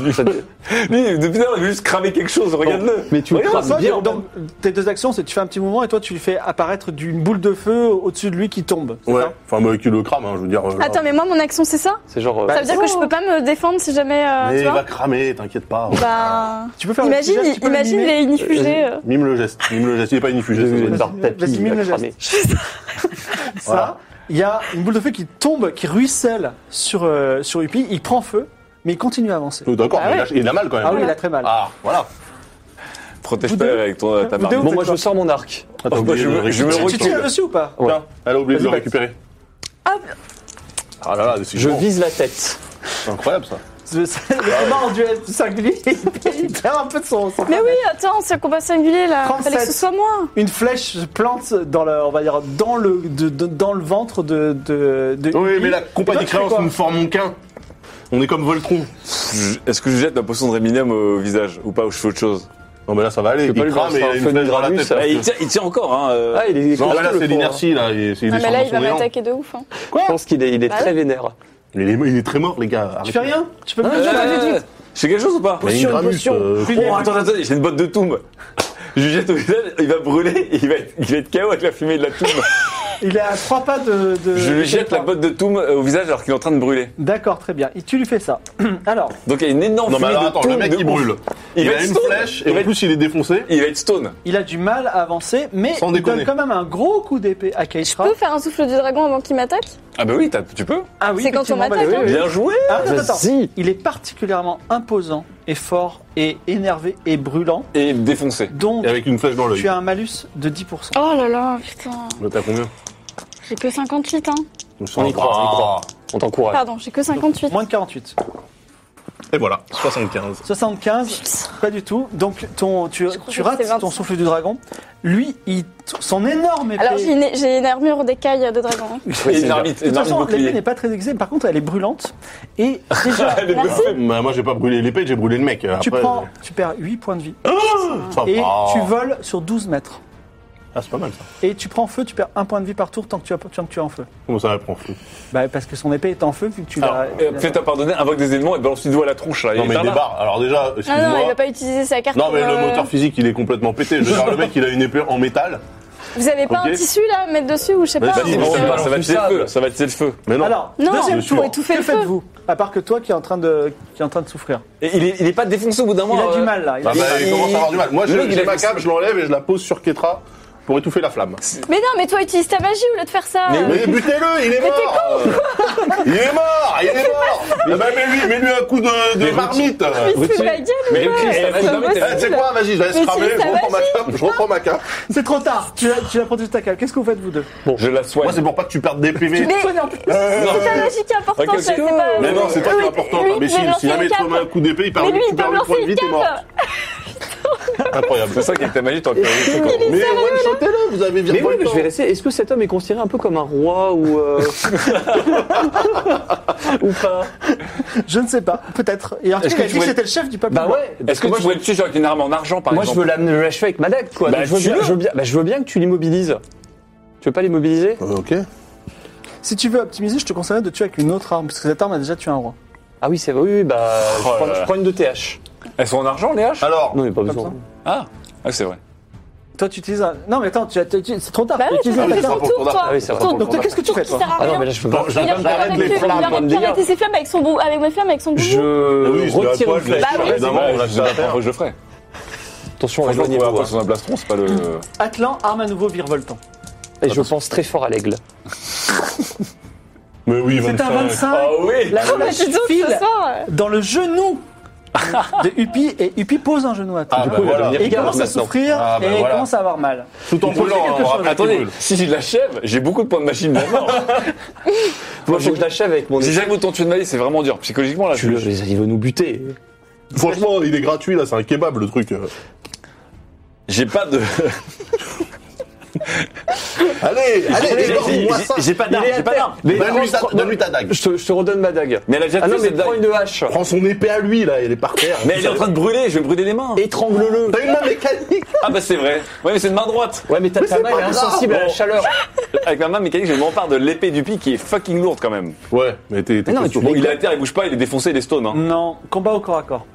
S2: Lui, depuis tout à l'heure, il veut juste cramer quelque chose, regarde-le.
S6: Mais tu le
S1: Regarde,
S6: crames
S1: toi,
S6: bien.
S1: donc, tes deux actions, c'est tu fais un petit mouvement et toi, tu lui fais apparaître d'une boule de feu au-dessus de lui qui tombe. c'est
S3: Ouais.
S1: ça
S3: Enfin, bah, qui le crame, hein, je veux dire. euh,
S5: Attends, mais moi, mon action, c'est ça
S6: C'est genre. euh,
S5: Ça veut dire que je peux pas me défendre si jamais. euh,
S3: Mais bah,
S5: tu
S3: il va
S5: vois
S3: cramer, t'inquiète pas.
S5: Bah.
S1: Tu peux faire
S5: Imagine,
S1: le petit geste, tu peux le
S5: imagine
S1: mimer.
S5: les inifugés. euh.
S3: Mime le geste, mime le geste. Il est pas
S6: Je
S3: inifugé.
S6: vais
S3: c'est
S6: une
S3: bon.
S6: barre de tapis,
S1: Vas-y, mime
S6: il va
S1: le
S6: cramer.
S1: Ça, il y a une boule de feu qui tombe, qui ruisselle sur, euh, sur Upi. Il prend feu, mais il continue à avancer.
S3: Oh, D'accord,
S1: Ah
S3: mais il
S1: ouais.
S3: a- il a mal quand même.
S1: Ah oui, il a très mal.
S3: Ah, voilà.
S1: Vous
S2: Protège-toi
S1: deux-
S2: avec ton, ta
S1: vous deux,
S2: marmite.
S6: Bon, moi je sors mon arc.
S3: Attends,
S2: Oh, bah, je me- je me
S1: tu tu tires
S2: recule.
S1: dessus ou pas
S6: Ouais.
S3: Tiens, elle a oublié de le
S1: Vas-y,
S3: récupérer.
S5: Hop.
S3: Ah là là, c'est
S6: Je
S3: bon,
S6: vise la tête.
S3: c'est incroyable ça.
S1: Le le combat en duel singulier, il perd un peu de son. son
S5: Mais
S1: fun.
S5: oui, attends, c'est un combat singulier là.
S1: 37.
S5: Fallait que ce soit moi.
S1: Une flèche se plante dans le, on va dire, dans le, de- de- dans le ventre de. de, de
S3: Oui,
S1: Upi.
S3: mais la
S1: Et toi,
S3: compagnie
S1: tu fais
S3: créance
S1: quoi
S3: nous forme qu'un. On est comme Voltron.
S2: Je- Est-ce que je jette ma potion de Rhénilium au visage ou pas, ou je fais autre chose
S3: Non, mais là, ça va aller.
S6: peux
S3: Il
S6: pas lui
S3: crame
S6: lancer
S3: et il
S6: un
S3: a une
S6: feu de
S3: flèche dans la
S6: Gramus,
S3: tête.
S6: ça.
S3: parce
S2: Eh,
S3: que-
S2: il, tient, il tient encore, hein. euh,
S6: Ah, il est.
S3: Non,
S6: costaud,
S3: mais là,
S6: le
S3: c'est
S6: pauvre.
S3: l'inertie, là. Il est il est
S5: Non, Ah, mais
S3: descendu
S5: là, il va
S3: son élan.
S5: m'attaquer de ouf. hein.
S6: Je pense qu'il est, il est
S5: Bah
S6: très
S5: oui.
S6: vénère.
S3: Il est, il est très mort, les gars.
S1: Tu
S3: Arrêtez.
S1: fais rien Tu peux
S6: Hein,
S1: plus
S6: je-
S1: rien
S6: Ouais, ouais, ouais.
S2: Je fais quelque chose ou pas
S3: Mais une Gramus, euh,
S1: Plus
S2: Oh,
S1: des-
S2: attends, attends, j'ai une botte de toum. Je lui jette au visage, il va brûler, il va être, il va être KO avec la fumée de la toum.
S1: Il est à trois pas de. de-
S2: je
S1: de-
S2: lui jette la botte de toum euh, au visage alors qu'il est en train de brûler.
S1: D'accord, très bien. Et tu lui fais ça. Alors,
S2: Donc il y a une énorme
S3: Non, mais
S2: fumée
S3: alors,
S2: de
S3: attends,
S2: toum
S3: le mec,
S2: de
S3: il
S2: ouf.
S3: brûle.
S2: Il,
S3: Il
S2: va
S3: a
S2: être
S3: une
S2: stone.
S3: flèche,
S2: il,
S3: et
S2: va
S3: en
S2: être,
S3: plus, il est défoncé.
S2: il va être stone.
S1: il a du mal à avancer, mais
S3: Sans
S1: il donne
S3: déconner.
S1: quand même un gros coup d'épée à Keitra.
S5: Je peux faire un souffle du dragon avant qu'il m'attaque
S2: Ah bah oui, t'as- tu peux.
S1: Ah oui,
S5: C'est quand on
S1: effectivement,
S5: m'attaque,
S1: vas-y.
S5: hein.
S1: Oui, oui.
S2: Bien joué.
S1: Ah, attends, attends.
S6: Vas-y.
S1: Il est particulièrement imposant et fort et énervé et brûlant.
S2: Et défoncé.
S1: Donc,
S3: Et avec une flèche dans l'œil.
S1: tu as un malus de 10%.
S5: Oh là là, putain.
S3: Mais t'as combien
S5: J'ai que 58, hein.
S6: On y croit, on y croit. On t'encourage.
S5: Pardon, j'ai que 58.
S1: Moins de 48.
S8: Et voilà, 75.
S1: 75, pas du tout. Donc ton, tu,
S5: Je crois
S1: tu
S5: que
S1: rates
S5: c'est 25.
S1: ton souffle du dragon. Lui, il, son énorme épée.
S5: Alors j'ai une, j'ai une armure d'écaille de dragon.
S2: Oui,
S1: De
S2: une armite,
S1: toute
S2: une armite
S1: façon, l'épée
S2: bouclier.
S1: n'est pas très aiguisée, mais par contre, elle est brûlante. Et déjà,
S2: Elle est
S5: Merci.
S2: bonne.
S3: Bah, moi, j'ai pas brûlé l'épée, j'ai brûlé le mec. Après,
S1: tu, prends,
S6: euh,
S1: tu perds 8 points de vie.
S6: Oh,
S3: ça
S1: Et
S3: va.
S1: tu voles sur 12 mètres.
S3: Ah, c'est pas mal ça.
S1: Et tu prends feu, tu perds un point de vie par tour tant que tu, as, tant que tu es en feu.
S3: Comment ça, elle prend feu
S1: Bah, parce que son épée est en feu, vu que tu l'as.
S2: Alors, euh, fais-toi pardonner, invoque des éléments et balance du doigt à la tronche. Là.
S3: Non,
S2: Il
S3: mais
S2: est
S3: il
S2: là.
S3: débarre. Alors, déjà,
S5: Ah Non, non, il
S3: excuse-moi.
S5: va pas utiliser sa carte.
S3: Non, mais
S5: pour,
S3: le
S5: euh,
S3: moteur physique, il est complètement pété. Je veux dire, le mec, il a une épée en métal.
S5: Vous avez pas
S3: Ok.
S5: un tissu là à mettre dessus ou je sais
S3: Vas-y,
S5: pas
S2: Vas-y,
S5: un-
S2: mais ça
S3: Non,
S2: va-
S3: balance
S2: ça va
S3: du
S2: tirer le
S3: sable.
S2: feu. Ça va tirer le feu.
S3: Mais non.
S1: Alors,
S5: Non,
S1: deuxième
S3: Dessus.
S1: tour,
S3: Faut
S5: étouffer
S1: que
S5: le feu.
S1: faites-vous À part que toi qui est en train de, qui est en train de souffrir.
S6: Et il est, il est pas défoncé au bout d'un
S1: Il
S6: moment.
S1: a du
S6: euh,
S1: mal là. Il a
S3: Bah,
S1: du
S3: bah, il
S6: Il-
S3: commence à avoir du mal. Moi,
S6: Le mec,
S3: je-
S6: il
S3: j'ai
S6: a
S3: ma
S6: fait
S3: cape, je l'enlève et je la pose sur Ketra pour étouffer la flamme.
S5: Mais non, mais toi utilise ta magie au lieu de faire ça.
S6: Mais
S3: Mais butez-le, il est mort Il est mort Il est mort Ah bah, Mets-lui mets-lui un coup de, de marmite
S5: Il se fout de ma
S6: Brutus.
S5: gueule
S6: Mais
S5: ou quoi
S6: Brutus, ça va,
S5: C'est
S6: non, mais
S5: impossible.
S3: Eh, Tu sais quoi, vas-y, je la laisse
S5: Mais si,
S3: cramer, je
S5: ça va,
S3: reprends ma
S5: si.
S3: cape, je reprends ma cape.
S1: C'est trop tard. Tu as, tu as protégé ta cale. Qu'est-ce que vous faites vous deux
S2: Je la soigne.
S3: Moi, c'est pour pas que tu perdes des PV.
S5: Mais-
S1: Soignez en plus.
S5: C'est ta magie qui est importante,
S2: Ok,
S5: je sais
S2: ok.
S5: pas.
S3: Mais non, c'est toi qui est important,
S5: lui,
S3: mais
S5: il devait
S3: si,
S5: lancer
S3: si jamais
S5: une
S3: tu remets un
S5: cape.
S3: coup d'épée, il perd
S5: Mais lui,
S3: tu
S5: il doit
S3: perds le
S5: lancer
S3: point de vie,
S5: une
S3: t'es mort.
S5: cape.
S3: Incroyable.
S2: C'est ça qu'avec ta magie, t'aurais pu faire le truc,
S3: Mais one-shotez-le, vous avez viré
S6: Mais oui,
S3: le
S6: mais je
S3: temps.
S6: vais rester. Est-ce que cet homme est considéré un peu comme un roi ou. euh, ou pas
S1: Je ne sais pas. Peut-être. Et en tout
S2: Est-ce
S1: cas, il a
S2: que
S1: dit que
S2: tu voulais-
S1: c'était le chef du peuple.
S6: Bah
S1: blanc.
S6: ouais.
S2: Est-ce que
S6: moi,
S2: tu
S6: je
S2: pourrais le tuer genre avec une arme en argent, par
S6: Moi, je
S2: exemple
S6: veux l'amener- le achever avec ma dague, quoi.
S2: Bah,
S6: Donc, je, veux bien,
S2: tue-le.
S6: je veux bien- bah, je veux bien que tu l'immobilises. Tu veux pas l'immobiliser
S3: Euh, Ok.
S1: Si tu veux optimiser, je te conseille de tuer avec une autre arme parce que cette arme a déjà tué un roi.
S6: Ah oui, c'est vrai. Oui, oui, bah. je,
S2: Oh là
S6: prends,
S2: là.
S6: je prends une de TH.
S2: Elles sont en argent, les haches
S3: Alors,
S6: Non, mais pas
S1: ça.
S6: besoin.
S2: Ah, ah c'est vrai.
S1: Toi, tu utilises. un- Non, mais attends, tu as- tu- tu- c'est trop tard.
S5: Bah
S1: Tu
S5: ouais,
S1: utilises
S5: t'as
S1: un
S5: fait
S3: oui, ça
S1: taquin.
S5: ton
S3: rapporte
S5: tour,
S3: ton
S5: toi.
S6: Ah oui, ça
S3: Tour,
S6: rapporte
S1: Donc, toi,
S6: ton
S1: qu'est-ce que tu fais toi
S5: Ça sert à
S6: Ah non, mais
S5: rien.
S6: là, je peux pas.
S5: Il a
S6: j'arrête
S5: arrêté
S6: les
S5: de
S6: flammes, bande de
S5: faire arrêter
S6: gars.
S5: ses flammes avec son bou- avec mes flammes avec son bout.
S2: Ah
S6: Je
S3: oui, c'est
S6: retire
S3: la
S6: une
S3: poêle, la
S6: flèche.
S3: chair,
S5: Bah oui.
S3: évidemment, on l'a
S2: je
S3: fait à terre.
S2: que je le ferai.
S6: Attention,
S2: Franchement,
S6: éloignez-vous.
S2: pour la fois
S6: hein.
S2: sur un plastron, c'est pas le.
S1: Atlan arme à nouveau virevoltant.
S6: Et je pense très fort à l'aigle.
S3: Mais oui,
S1: C'est un 25.
S2: oui
S1: La
S5: Mais
S1: flèche
S5: dis donc, ce
S1: file
S5: soir, euh,
S1: dans le genou de Upi et Upi pose un genou à terre.
S3: Ah, bah voilà.
S1: Et il commence à
S6: maintenant.
S1: souffrir
S3: Ah, bah
S1: et il
S3: voilà.
S1: commence à avoir mal.
S3: Tout en
S1: Il faut
S3: brûlant,
S1: faire quelque
S3: on
S1: chose.
S3: rappelle qu'il
S2: Attendez,
S3: brûle.
S2: si je l'achève, j'ai beaucoup de points de machine là
S6: Moi, faut que je l'achève avec mon
S2: Si j'arrive autant tuer de ma vie, c'est vraiment dur. Psychologiquement, là,
S6: Tu le, il veut nous buter.
S3: Franchement, il est gratuit, là, c'est un kebab, le truc.
S2: j'ai pas de.
S3: Allez, allez,
S6: j'ai-
S3: dévore-moi ça.
S2: J'ai pas d'arme,
S6: Il est à
S2: j'ai pas
S6: terre.
S2: d'arme.
S6: Mais
S3: Donne-lui ta-
S6: prends-
S3: donne-lui ta dague.
S6: Je te, je te redonne ma dague.
S2: Mais elle a déjà
S6: Ah non,
S2: tué,
S6: mais
S2: cette dague.
S6: prends une hache.
S3: Prends son épée à lui, là, elle est par terre.
S2: Mais elle est en train de brûler, je vais brûler les mains.
S6: Étrangle-le.
S3: T'as une main mécanique
S2: Ah bah c'est vrai. Ouais, mais c'est une main droite.
S6: Ouais, mais ta, ta
S3: c'est pas
S6: main elle est
S3: grave.
S6: insensible à la
S3: Bon.
S6: chaleur.
S2: Avec ma main mécanique, je m'empare de l'épée du pic qui est fucking lourde quand même.
S3: Ouais, mais t'es t'es
S6: Mais non, mais tu
S3: costaud.
S2: Bon, il est à terre, il bouge pas, il est défoncé, il est stone. Hein.
S1: Non, combat au corps à corps.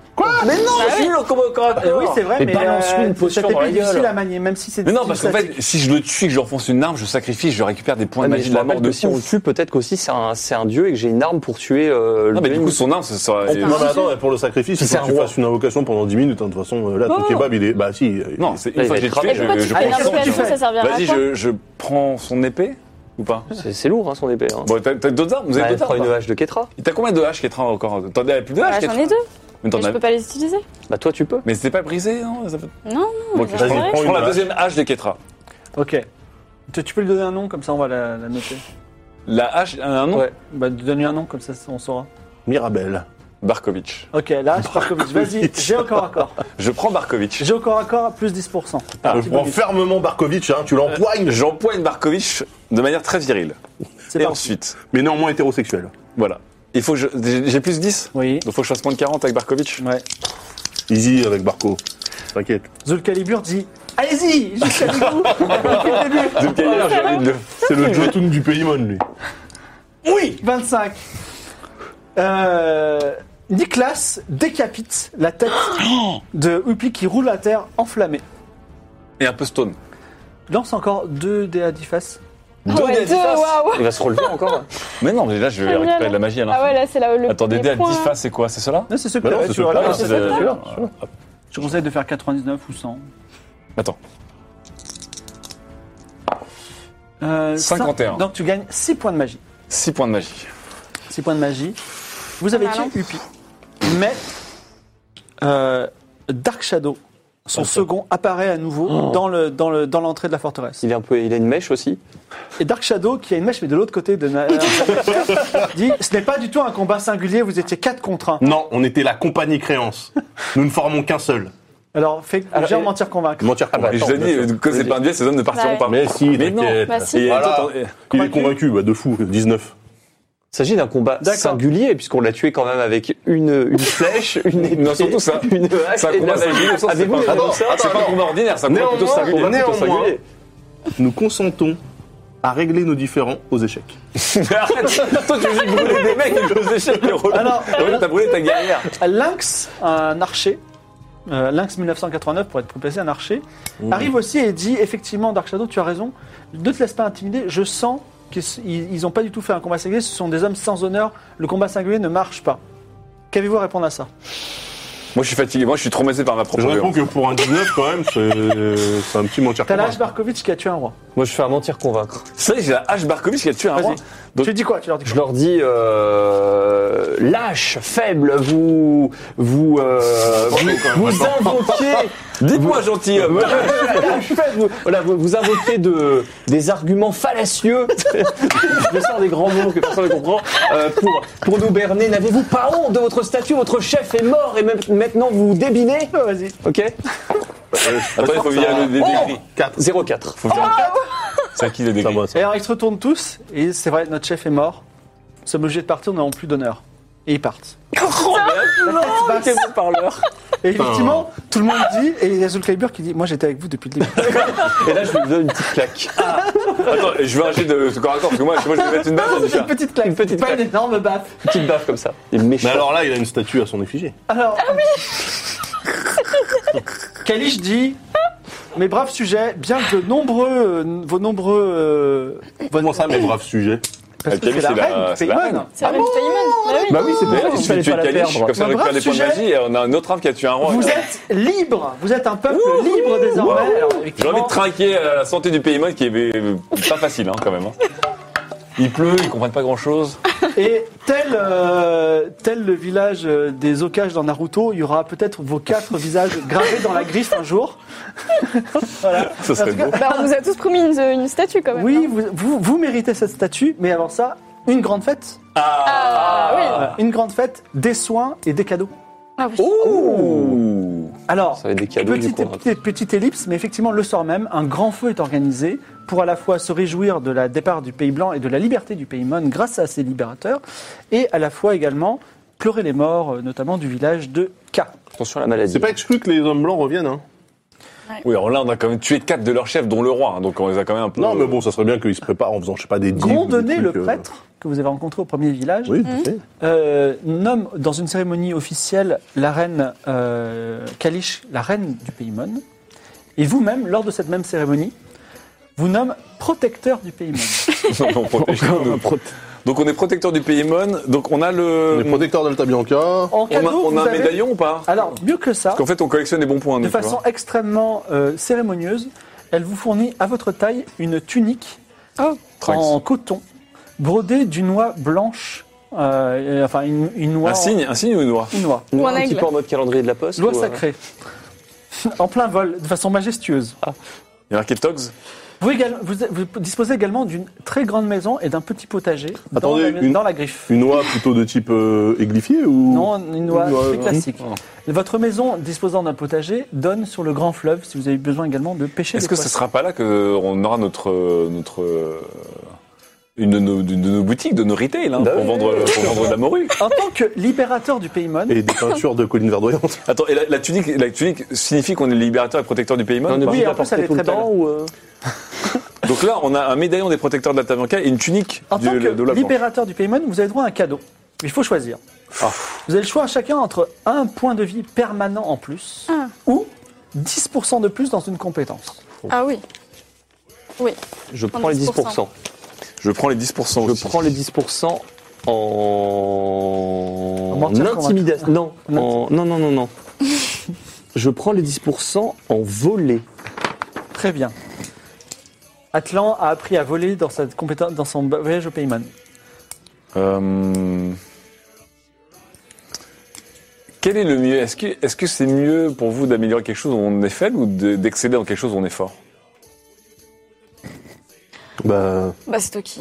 S6: Mais non, je suis combat au corps à
S1: Euh,
S6: corps.
S1: oui, c'est vrai,
S6: Mais
S1: mais,
S6: balance-lui
S1: euh,
S6: une potion
S1: cette
S6: dans la
S1: épée est difficile
S6: gueule.
S1: à manier, même si c'est
S2: Mais non,
S1: difficile
S2: parce qu'en
S1: statique.
S2: fait, si je le tue et que je renfonce une arme, je sacrifie, je récupère des points
S6: Ouais,
S2: de
S6: mais
S2: magie de
S6: je me
S2: la mort
S6: rappelle
S2: de
S6: que si on le
S2: ouf.
S6: tue, peut-être qu'aussi c'est un, c'est un dieu et que j'ai une arme pour tuer euh, le
S2: Non, mais du
S6: dieu.
S2: coup, son arme, ça sera.
S3: Non, mais attends, pour le sacrifice, il
S6: C'est
S3: faut
S6: un
S3: que tu
S6: roi.
S3: fasses une invocation pendant 10 minutes. hein, De toute façon, euh, là, ton
S6: Non.
S3: kebab, il est. Bah, si. euh,
S2: Non, c'est une
S6: Là, il
S2: fois que
S6: va
S2: j'ai
S6: être
S2: tué,
S6: ravi.
S5: Mais
S2: je,
S5: pourquoi tu
S2: je
S5: fais
S2: prends
S5: une
S1: qu'est-ce que tu
S2: son-
S5: invocation
S1: fais
S5: Ça servira à
S2: Vas-y,
S5: quoi
S2: je, je prends son épée ou pas
S6: C'est c'est lourd, hein, son épée. hein.
S2: Bon, t'as t'as d'autres armes Vous
S6: Ouais,
S2: avez d'autres
S6: prends
S2: armes
S6: une
S2: ou pas
S6: hache de Ketra.
S2: T'as combien de haches qui est train encore T'en as plus de haches
S5: Bah,
S2: qui est
S5: J'en ai
S2: train
S5: deux.
S2: Mais
S5: Mais
S2: t'en
S5: je
S2: as.
S5: peux pas les utiliser.
S6: Bah toi tu peux.
S2: Mais c'était pas brisé, non Ça peut-
S5: Non,
S2: Bon,
S5: non.
S2: ok,
S5: je
S2: je
S3: Vas-y, prends
S5: prendrai.
S2: prends
S3: une
S2: la
S3: hache.
S2: deuxième hache de Ketra.
S1: Ok. Tu, tu peux lui donner un nom, comme ça on va la, la noter.
S2: La hache, elle a un nom
S6: Ouais.
S1: Bah, donne-lui un nom, comme ça on saura.
S3: Mirabelle.
S2: Barkovitch.
S1: Ok, là, Sparkovitch, vas-y, j'ai au corps à corps.
S2: Je prends Barkovitch.
S1: J'ai au corps à corps à plus 10%.
S3: Ah,
S1: Petit
S3: je prends
S1: bonus.
S3: fermement Barkovitch, hein, tu l'empoignes,
S2: J'empoigne Barkovitch de manière très virile.
S1: C'est
S2: Et
S1: parti.
S2: ensuite,
S3: mais néanmoins hétérosexuel.
S2: voilà. Il faut que je- j'ai- J'ai plus 10
S1: Oui.
S2: Donc faut que je fasse moins de 40 avec Barkovitch
S1: Ouais.
S3: Easy avec Barco. T'inquiète.
S1: Zulcalibur dit Allez-y, jusqu'à bout Depuis le début.
S2: De quelle heure j'ai envie de le-
S3: C'est le Jotun du Paymon, lui.
S1: 25. Euh, Nicolas décapite la tête de Upi qui roule à terre enflammée.
S2: Et un peu stone.
S1: Lance encore 2 dés à 10 faces.
S5: Ah ouais, deux, waouh
S6: Il va se relever encore.
S2: Mais non, mais là je vais
S5: Génial.
S2: récupérer de la magie à
S5: Ah ouais,
S2: l'infini.
S5: là, c'est là le.
S2: Attendez,
S5: les
S2: dès à 10
S5: points. euh,
S2: faces, c'est quoi C'est cela
S1: Non, c'est ce que
S3: Bah non,
S1: ouais,
S3: c'est
S1: tu
S3: ce-
S1: relances.
S3: ah non,
S2: c'est
S1: C'est
S2: le-
S1: ça, tu relances.
S2: Ah,
S1: Je te conseille de faire 99 ou 100.
S2: Attends.
S1: Euh,
S2: 51.
S1: cin- Donc tu gagnes 6 points de magie.
S2: 6 points de magie.
S1: 6 points de magie. Vous avez
S5: Pas mal,
S1: tué Upi. Mais euh, Dark Shadow son second apparaît à nouveau
S3: Oh.
S1: dans le dans le dans l'entrée de la forteresse.
S6: Il, est un peu, il a une mèche aussi.
S1: Et Dark Shadow, qui a une mèche mais de l'autre côté de la- dit ce n'est pas du tout un combat singulier. Vous étiez 4 contre 1.
S3: Non, on était la compagnie créance. Nous ne formons qu'un seul.
S1: Alors fait
S6: Alors,
S1: légère
S6: et-
S1: mentir convaincre.
S3: Mentir
S2: Ah bah, je vous ai
S3: bien sûr.
S2: dit, comme c'est pas un biais, ces hommes ne partiront
S5: Ouais.
S2: pas.
S3: Mais si,
S2: Mais non.
S3: t'inquiète.
S5: Bah, si.
S2: Et
S3: Voilà.
S2: attends, attends,
S3: Il est convaincu, bah, de fou, 19.
S6: Il s'agit d'un combat
S1: D'accord.
S6: singulier, puisqu'on l'a tué quand même avec une, une flèche, une épée,
S2: Non, surtout ça.
S6: une hache.
S2: C'est un
S6: et
S2: combat
S6: la-
S2: singulier, au sens, c'est
S6: Avez-vous
S2: pas un-
S6: raison,
S3: Attends,
S6: ça
S3: attends,
S2: c'est pas un
S3: attends.
S2: combat ordinaire, c'est un combat plutôt
S3: Néanmoins,
S2: singulier. plutôt
S3: néanmoins.
S2: singulier.
S3: Nous consentons à régler nos différends aux échecs.
S2: Mais arrête Toi, tu veux juste brûler des mecs et des échecs, t'es relou.
S1: Alors-
S2: Ouais, Ah T'as brûlé ta guerrière.
S1: Lynx, un archer, euh, Lynx 1989 pour être plus précis, un archer, arrive aussi et dit effectivement, Dark Shadow, tu as raison, ne te laisse pas intimider, je sens qu'ils n'ont pas du tout fait un combat singulier, ce sont des hommes sans honneur, le combat singulier ne marche pas. Qu'avez-vous à répondre à ça
S2: Moi, je suis fatigué, moi, je suis traumatisé par ma propre
S3: Je réponds
S2: violence.
S3: que pour un 19, quand même, c'est c'est un petit mentir
S1: T'as
S3: convaincre.
S1: l'âge Barkovitch qui a tué un roi.
S6: Moi, je fais un mentir convaincre.
S2: C'est vrai que j'ai la hache Barkovitch qui a tué un
S1: Vas-y.
S2: roi. Euh, Donc-
S1: tu dis quoi Tu leur dis
S6: Je
S1: quoi
S6: leur dis euh, lâche, faible, vous vous euh, vous, vous invoquez.
S2: Dites-moi, gentilhomme.
S6: Lâche, faible, vous- voilà, vous, vous invoquez de des arguments fallacieux. Je sors des grands mots que personne ne comprend euh, pour pour nous berner. N'avez-vous pas honte de votre statut Votre chef est mort et même- maintenant vous vous débilez.
S1: Oh, Vas-y.
S6: Ok.
S2: Attends, il faut virer le dé décrit.
S6: 04.
S2: Faut virer le- C'est à qui le
S3: Ça
S2: décrit
S3: va, ça.
S1: Et alors ils se retournent tous, et c'est vrai, notre chef est mort, nous sommes obligés de partir, nous n'avons plus d'honneur. Et ils partent.
S6: Battez-vous par l'heure.
S1: Et
S2: Oh.
S1: effectivement, tout le monde dit, et il y a Zulkaibur qui dit, moi j'étais avec vous depuis le début.
S6: Et là, je lui donne une petite claque.
S2: Ah. Attends, je veux un jet de ce corps à corps, parce que moi, je moi, je vais mettre une baffe. à
S1: C'est une
S2: Nisha.
S1: petite claque,
S6: Une petite
S1: pas
S6: claque.
S1: une énorme baffe.
S6: Une petite baffe comme ça. Il est méchant.
S3: Mais alors là, il a une statue à son effigie.
S1: Alors. Kalish dit Mes braves sujets, bien que de nombreux. euh, vos nombreux. euh,
S3: Comment ça, mes braves sujets
S1: parce
S2: Euh,
S1: que c'est
S2: Kalish,
S1: la
S2: il a-
S1: reine
S2: c'est
S1: du
S2: la
S1: Paymon.
S2: reine.
S5: C'est la même Feynman.
S6: Bah oui, c'est
S2: Mais là,
S6: pour
S2: si
S6: ça
S2: tu
S6: qu'il
S2: tues
S6: fallait pas la
S2: Kalish,
S6: perdre.
S2: comme ça, on
S1: Mon
S2: récupère
S1: brave
S2: des points de
S1: sujet.
S2: magie et on a un autre arme qui a tué un roi.
S1: Vous êtes libre Vous êtes un peuple libre désormais.
S2: Wouhou
S1: Alors,
S2: J'ai
S1: effectivement,
S2: envie de trinquer à la santé du pays mode qui est euh, pas facile hein, quand même. hein. Il pleut, ils comprennent pas grand chose.
S1: Et tel, euh, tel le village euh, des Okages dans Naruto, il y aura peut-être vos quatre visages gravés dans la griffe un jour.
S2: Ça serait beau.
S5: Bah, on nous a tous promis une, une statue quand même.
S1: Oui,
S5: hein.
S1: vous, vous, vous méritez cette statue, mais avant ça, une grande fête.
S5: Ah, oui.
S1: Voilà, une grande fête, des soins et des cadeaux.
S5: Ah oui.
S2: Ouh
S1: Alors,
S6: Ça va être des cadeaux du
S1: petite,
S6: coup.
S1: petite- petite ellipse, mais effectivement, le soir même, un grand feu est organisé pour à la fois se réjouir de la départ du Pays Blanc et de la liberté du Pays Mon grâce à ses libérateurs, et à la fois également pleurer les morts, euh, notamment du village de K.
S6: Attention à la maladie.
S3: C'est pas exclu que les hommes blancs reviennent, hein.
S2: Oui, alors là, on a quand même tué quatre de leurs chefs, dont le roi. hein, donc on les a quand même un peu.
S3: Non, mais bon, ça serait bien qu'ils se préparent en faisant, je sais pas, des digues ou des
S1: Grondonnet, le
S3: trucs, euh,
S1: prêtre que vous avez rencontré au premier village,
S5: Mmh.
S3: Oui, tout à fait.
S1: euh, nomme dans une cérémonie officielle la reine euh, Kalish, la reine du Pays Mon, et vous-même, lors de cette même cérémonie, vous nomme protecteur du Pays Mon.
S2: on protège nos- Donc on est protecteur du pays Mon. Donc on a
S3: On
S2: le.
S3: est protecteur d'Alta Bianca.
S1: En
S2: on a,
S1: cadeau,
S2: on a
S1: vous
S2: un
S1: avez-
S2: médaillon ou pas
S1: Alors, mieux que ça,
S2: Parce qu'en fait, on collectionne les bons points.
S1: de
S2: nous, tu
S1: façon
S2: vois.
S1: extrêmement euh, cérémonieuse, elle vous fournit à votre taille une tunique Ah,
S2: Trax.
S1: en coton brodée d'une noix blanche, euh, euh, enfin une, une noix.
S2: Un
S1: en-
S2: signe, un signe ou une noix
S1: Une noix.
S6: Ou
S5: un
S6: un petit
S5: aigle.
S6: peu en mode calendrier de la poste.
S1: Loi
S6: ou, euh,
S1: sacrée. en plein vol, de façon majestueuse.
S2: Il y a marqué Togs
S1: Vous, égale- vous- vous disposez également d'une très grande maison et d'un petit potager dans,
S3: Attendez,
S1: la,
S3: une-
S1: dans la griffe.
S3: Une oie plutôt de type euh, églifié ou
S1: Non, une noix
S3: Une noix,
S1: c'est
S3: euh,
S1: classique. Votre maison disposant d'un potager donne sur le grand fleuve si vous avez besoin également de pêcher
S2: Est-ce
S1: des
S2: que ce
S1: poissons.
S2: sera pas là qu'on aura notre. euh, notre euh, une de nos, d'une de nos boutiques, de nos retail, hein,
S6: Bah
S2: pour,
S6: oui.
S2: vendre, pour vendre de la morue.
S1: En tant que libérateur du Paymon,
S3: Et des peintures de collines verdoyantes.
S2: Attends, et la, la tunique, la tunique signifie qu'on est libérateur et protecteur du pays
S6: On
S2: mode
S6: est
S2: ou pas
S6: obligé
S1: en
S6: de la
S1: plus, elle est
S6: porter tout le
S1: hein, très belle.
S6: temps ou euh,
S2: Donc là, on a un médaillon des protecteurs de la Tavanca et une tunique
S1: En
S2: du-
S1: tant que
S2: de la Blanche.
S1: libérateur du Paymon, vous avez droit à un cadeau. Il faut choisir. Vous avez le choix à chacun entre un point de vie permanent en plus ou 10% de plus dans une compétence.
S5: Ah oui. Oui.
S6: Je prends les 10%.
S2: Je prends les 10%
S6: Je
S2: aussi.
S6: prends les 10% en. En
S1: mentir,
S6: intimidation. Non,
S1: En
S6: en- non, non, non, non. Je prends les 10% en voler.
S1: Très bien. Atlan a appris à voler dans, sa compétence, dans son voyage au Paymon.
S2: Euh, Quel est le mieux Est-ce que est-ce que c'est mieux pour vous d'améliorer quelque chose où on est faible ou de- d'exceller dans quelque chose où on est fort
S3: Bah,
S5: Bah, c'est toi qui.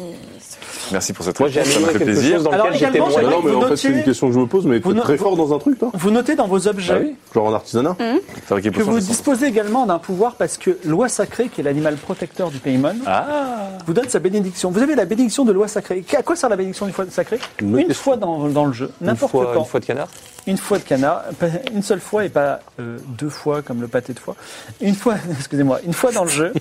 S2: Merci pour cette
S6: Moi, j'ai
S2: réponse, ça m'a
S6: amélioré
S2: fait
S6: quelque
S2: plaisir.
S6: chose dans
S1: Alors,
S6: lequel j'étais
S1: également,
S6: bon.
S1: Ouais,
S3: non,
S1: vous
S3: mais en fait, c'est
S1: notiez-
S3: une question que je me pose, mais
S1: vous
S3: t'es
S1: no-
S3: très
S1: vous-
S3: fort dans un truc, toi
S1: Vous notez dans vos objets
S2: Ah oui
S3: Genre en artisanat
S5: Mmh.
S2: C'est vrai qu'il est
S1: que
S2: pour
S1: vous
S2: ça, c'est-
S1: disposez également d'un pouvoir parce que loi sacrée, qui est l'animal protecteur du Paymon,
S2: Ah
S1: vous donne sa bénédiction. Vous avez la bénédiction de loi sacrée. À quoi sert la bénédiction d'une fois sacrée
S3: Une
S1: Une fois dans, dans le jeu,
S6: Une
S1: n'importe
S6: fois,
S1: quand.
S6: une fois de canard.
S1: Une fois de canard, pas- une seule fois et pas euh, deux fois comme le pâté de foie. Une fois, excusez-moi, une fois dans le jeu,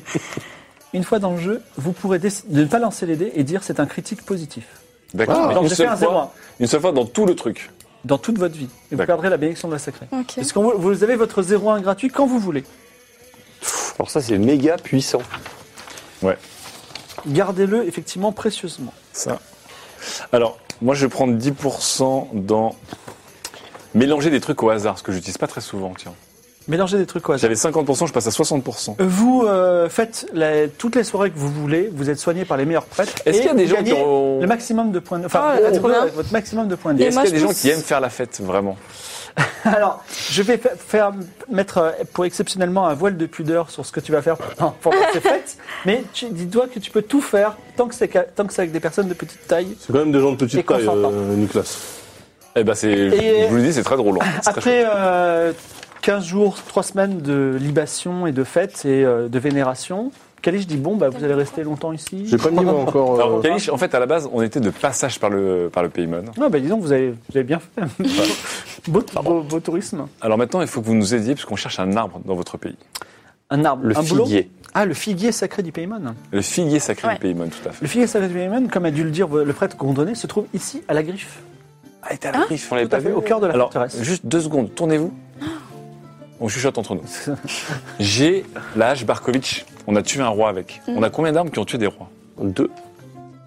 S1: une fois dans le jeu, vous pourrez décider de ne pas lancer les dés et dire c'est un critique positif.
S2: D'accord.
S3: Ah,
S2: Mais
S1: Donc
S2: une,
S1: j'ai fait
S2: seule
S1: un
S2: fois,
S1: 0
S2: une seule fois dans tout le truc.
S1: dans toute votre vie et vous
S2: D'accord.
S1: perdrez la bénédiction de la sacrée.
S5: Ok.
S1: Parce que vous, vous avez votre 0-1 gratuit quand vous voulez.
S6: Alors ça, c'est méga puissant.
S1: Gardez-le effectivement précieusement.
S2: Ça. Alors, moi, je vais prendre 10% dans mélanger des trucs au hasard, ce que j'utilise pas très souvent. Tiens,
S1: Mélangez des trucs au hasard.
S2: j'avais 50%, je passe à 60%.
S1: Vous euh, faites la- toutes les soirées que vous voulez, vous êtes soigné par les meilleurs prêtres.
S2: Est-ce
S1: et
S2: qu'il y a des
S1: vous
S2: gens
S1: gagnez
S2: qui ont-
S1: le maximum de points de enfin,
S5: Oh,
S1: vous
S5: trop bien.
S1: avez votre maximum de points de
S2: Et
S1: vie.
S2: est-ce
S5: moi,
S2: qu'il y a des
S5: je
S2: gens
S5: pense-
S2: qui aiment faire la fête vraiment
S1: Alors, je vais fa- faire mettre euh, pour exceptionnellement un voile de pudeur sur ce que tu vas faire pendant pendant ces fêtes, mais tu- dis-toi que tu peux tout faire tant que c'est ca- tant que c'est avec des personnes de petite taille.
S3: C'est quand même des gens de petite
S1: Et
S3: taille,
S1: consentant.
S3: euh, Nicolas.
S2: Eh ben, c'est,
S1: Et-
S2: je vous le dis, c'est très drôle. hein. C'est très chouette.
S1: Après euh, 15 jours, 3 semaines de libation et de fêtes et euh, de vénération, Kalish dit bon bah vous allez rester longtemps ici.
S3: J'ai pas mis moi encore.
S2: Alors,
S3: euh,
S2: Kalish, en fait, à la base, on était de passage par le, par le Paymon.
S1: Non, bah disons, vous avez, vous avez bien fait. beau, beau- beau tourisme.
S2: Alors maintenant, il faut que vous nous aidiez, parce qu'on cherche un arbre dans votre pays.
S1: Un arbre,
S6: Le
S1: un boulot.
S6: figuier.
S1: Ah, le figuier sacré du Paymon.
S2: Le figuier sacré
S5: Ouais.
S2: du Paymon, tout à fait.
S1: Le figuier sacré du Paymon, comme a dû le dire le prêtre Gondonnet, se trouve ici, à la griffe.
S2: Ah, t'as
S5: Hein
S2: la griffe, on l'avait
S1: Tout à
S2: pas
S1: fait,
S2: vu.
S1: au cœur de la
S2: Alors,
S1: forteresse.
S2: juste deux secondes, tournez-vous. On chuchote entre nous. J'ai la hache Barkovitch. On a tué un roi avec.
S5: Mm.
S2: On a combien d'armes qui ont tué des rois
S6: Deux.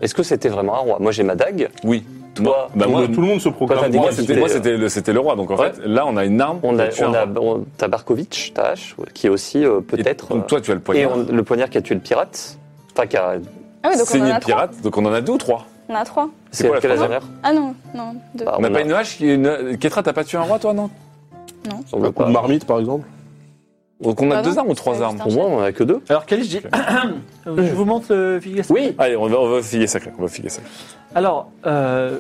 S6: Est-ce que c'était vraiment un roi Moi, j'ai ma dague.
S2: Oui.
S6: Toi,
S2: Bah,
S3: on-
S2: moi,
S3: tout le monde se
S6: Quand t'as
S3: proclame.
S6: des
S2: moi,
S6: gars,
S3: roi.
S2: c'était, moi, c'était le, c'était le roi. Donc en
S6: Ouais.
S2: fait, là, on a une arme.
S6: On a,
S2: qui tué
S6: on
S2: un
S6: a,
S2: roi.
S6: on- t'as Barkovitch, t'as H, ouais, qui est aussi euh,
S2: Et
S6: peut-être.
S2: donc,
S6: euh,
S2: toi, tu as le
S6: et
S2: poignard.
S6: on- le poignard qui a tué le pirate. Enfin, qui a.
S5: Ah oui, Ah, donc on en
S2: Saigné
S5: a
S2: le
S5: trois.
S2: pirate. Donc on en a deux ou trois.
S5: On en a trois.
S6: C'est
S2: quoi la
S6: quelle la
S2: phrase
S6: dernière
S5: Ah non, non, deux.
S6: Bah,
S2: On n'a pas une hache. qui est Une... Ketra, t'as pas tué un roi, toi, non
S6: on
S3: Un
S6: veut
S3: coup
S6: pas.
S3: de marmite, par exemple.
S2: Donc on a
S5: Bah non,
S2: deux armes ou trois
S5: c'est
S2: armes
S5: juste
S6: Pour moi, on en a que deux.
S1: Alors, Kalish dit Je vous montre le figuier sacré.
S6: Oui.
S2: Allez, on va, on va figuier sacré. On va figuier sacré.
S1: Alors, euh,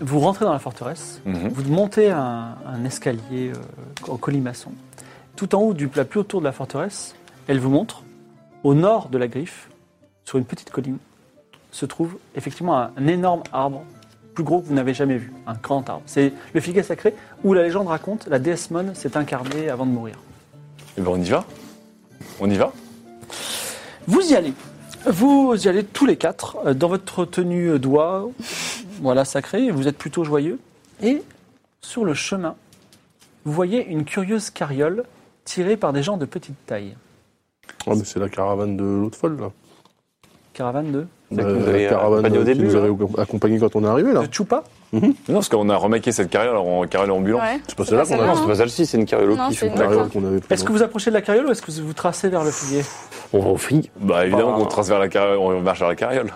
S1: vous rentrez dans la forteresse,
S2: Mhm.
S1: vous montez un, un escalier euh, en colimaçon. Tout en haut du plat, plus autour de la forteresse, elle vous montre, au nord de la griffe, sur une petite colline, se trouve effectivement un, un énorme arbre, plus gros que vous n'avez jamais vu, un grand arbre. C'est le figuier sacré où la légende raconte la déesse Mon s'est incarnée avant de mourir.
S2: Eh ben, on y va. On y va.
S1: Vous y allez. Vous y allez tous les quatre, euh, dans votre tenue euh, d'oie, voilà, sacrée, vous êtes plutôt joyeux. Et sur le chemin, vous voyez une curieuse carriole tirée par des gens de petite taille.
S3: Ah, mais c'est la caravane de l'autre folle, là.
S1: Caravane de,
S6: que
S3: Euh,
S6: vous avez
S3: la caravane
S6: accompagné au
S3: euh, qui
S6: début,
S3: nous
S6: là.
S3: avait accompagnés quand on est arrivé,
S2: Ah.
S3: là.
S1: de Chupa
S2: Non, parce qu'on a remaqué cette carriole en carriole ambulante.
S5: Ouais.
S3: C'est pas celle-là qu'on
S5: celle-là,
S3: a
S6: Non, c'est pas celle-ci, c'est une carriole
S5: Non,
S6: qui
S5: c'est
S6: fait.
S3: La
S5: une
S3: caravane
S5: D'accord.
S3: qu'on avait prise.
S1: Est-ce que vous approchez de la carriole ou est-ce que vous vous tracez vers le figuier
S6: On va au fric.
S2: Bah évidemment
S6: Bah,
S2: qu'on trace vers la carriole, on marche vers la carriole.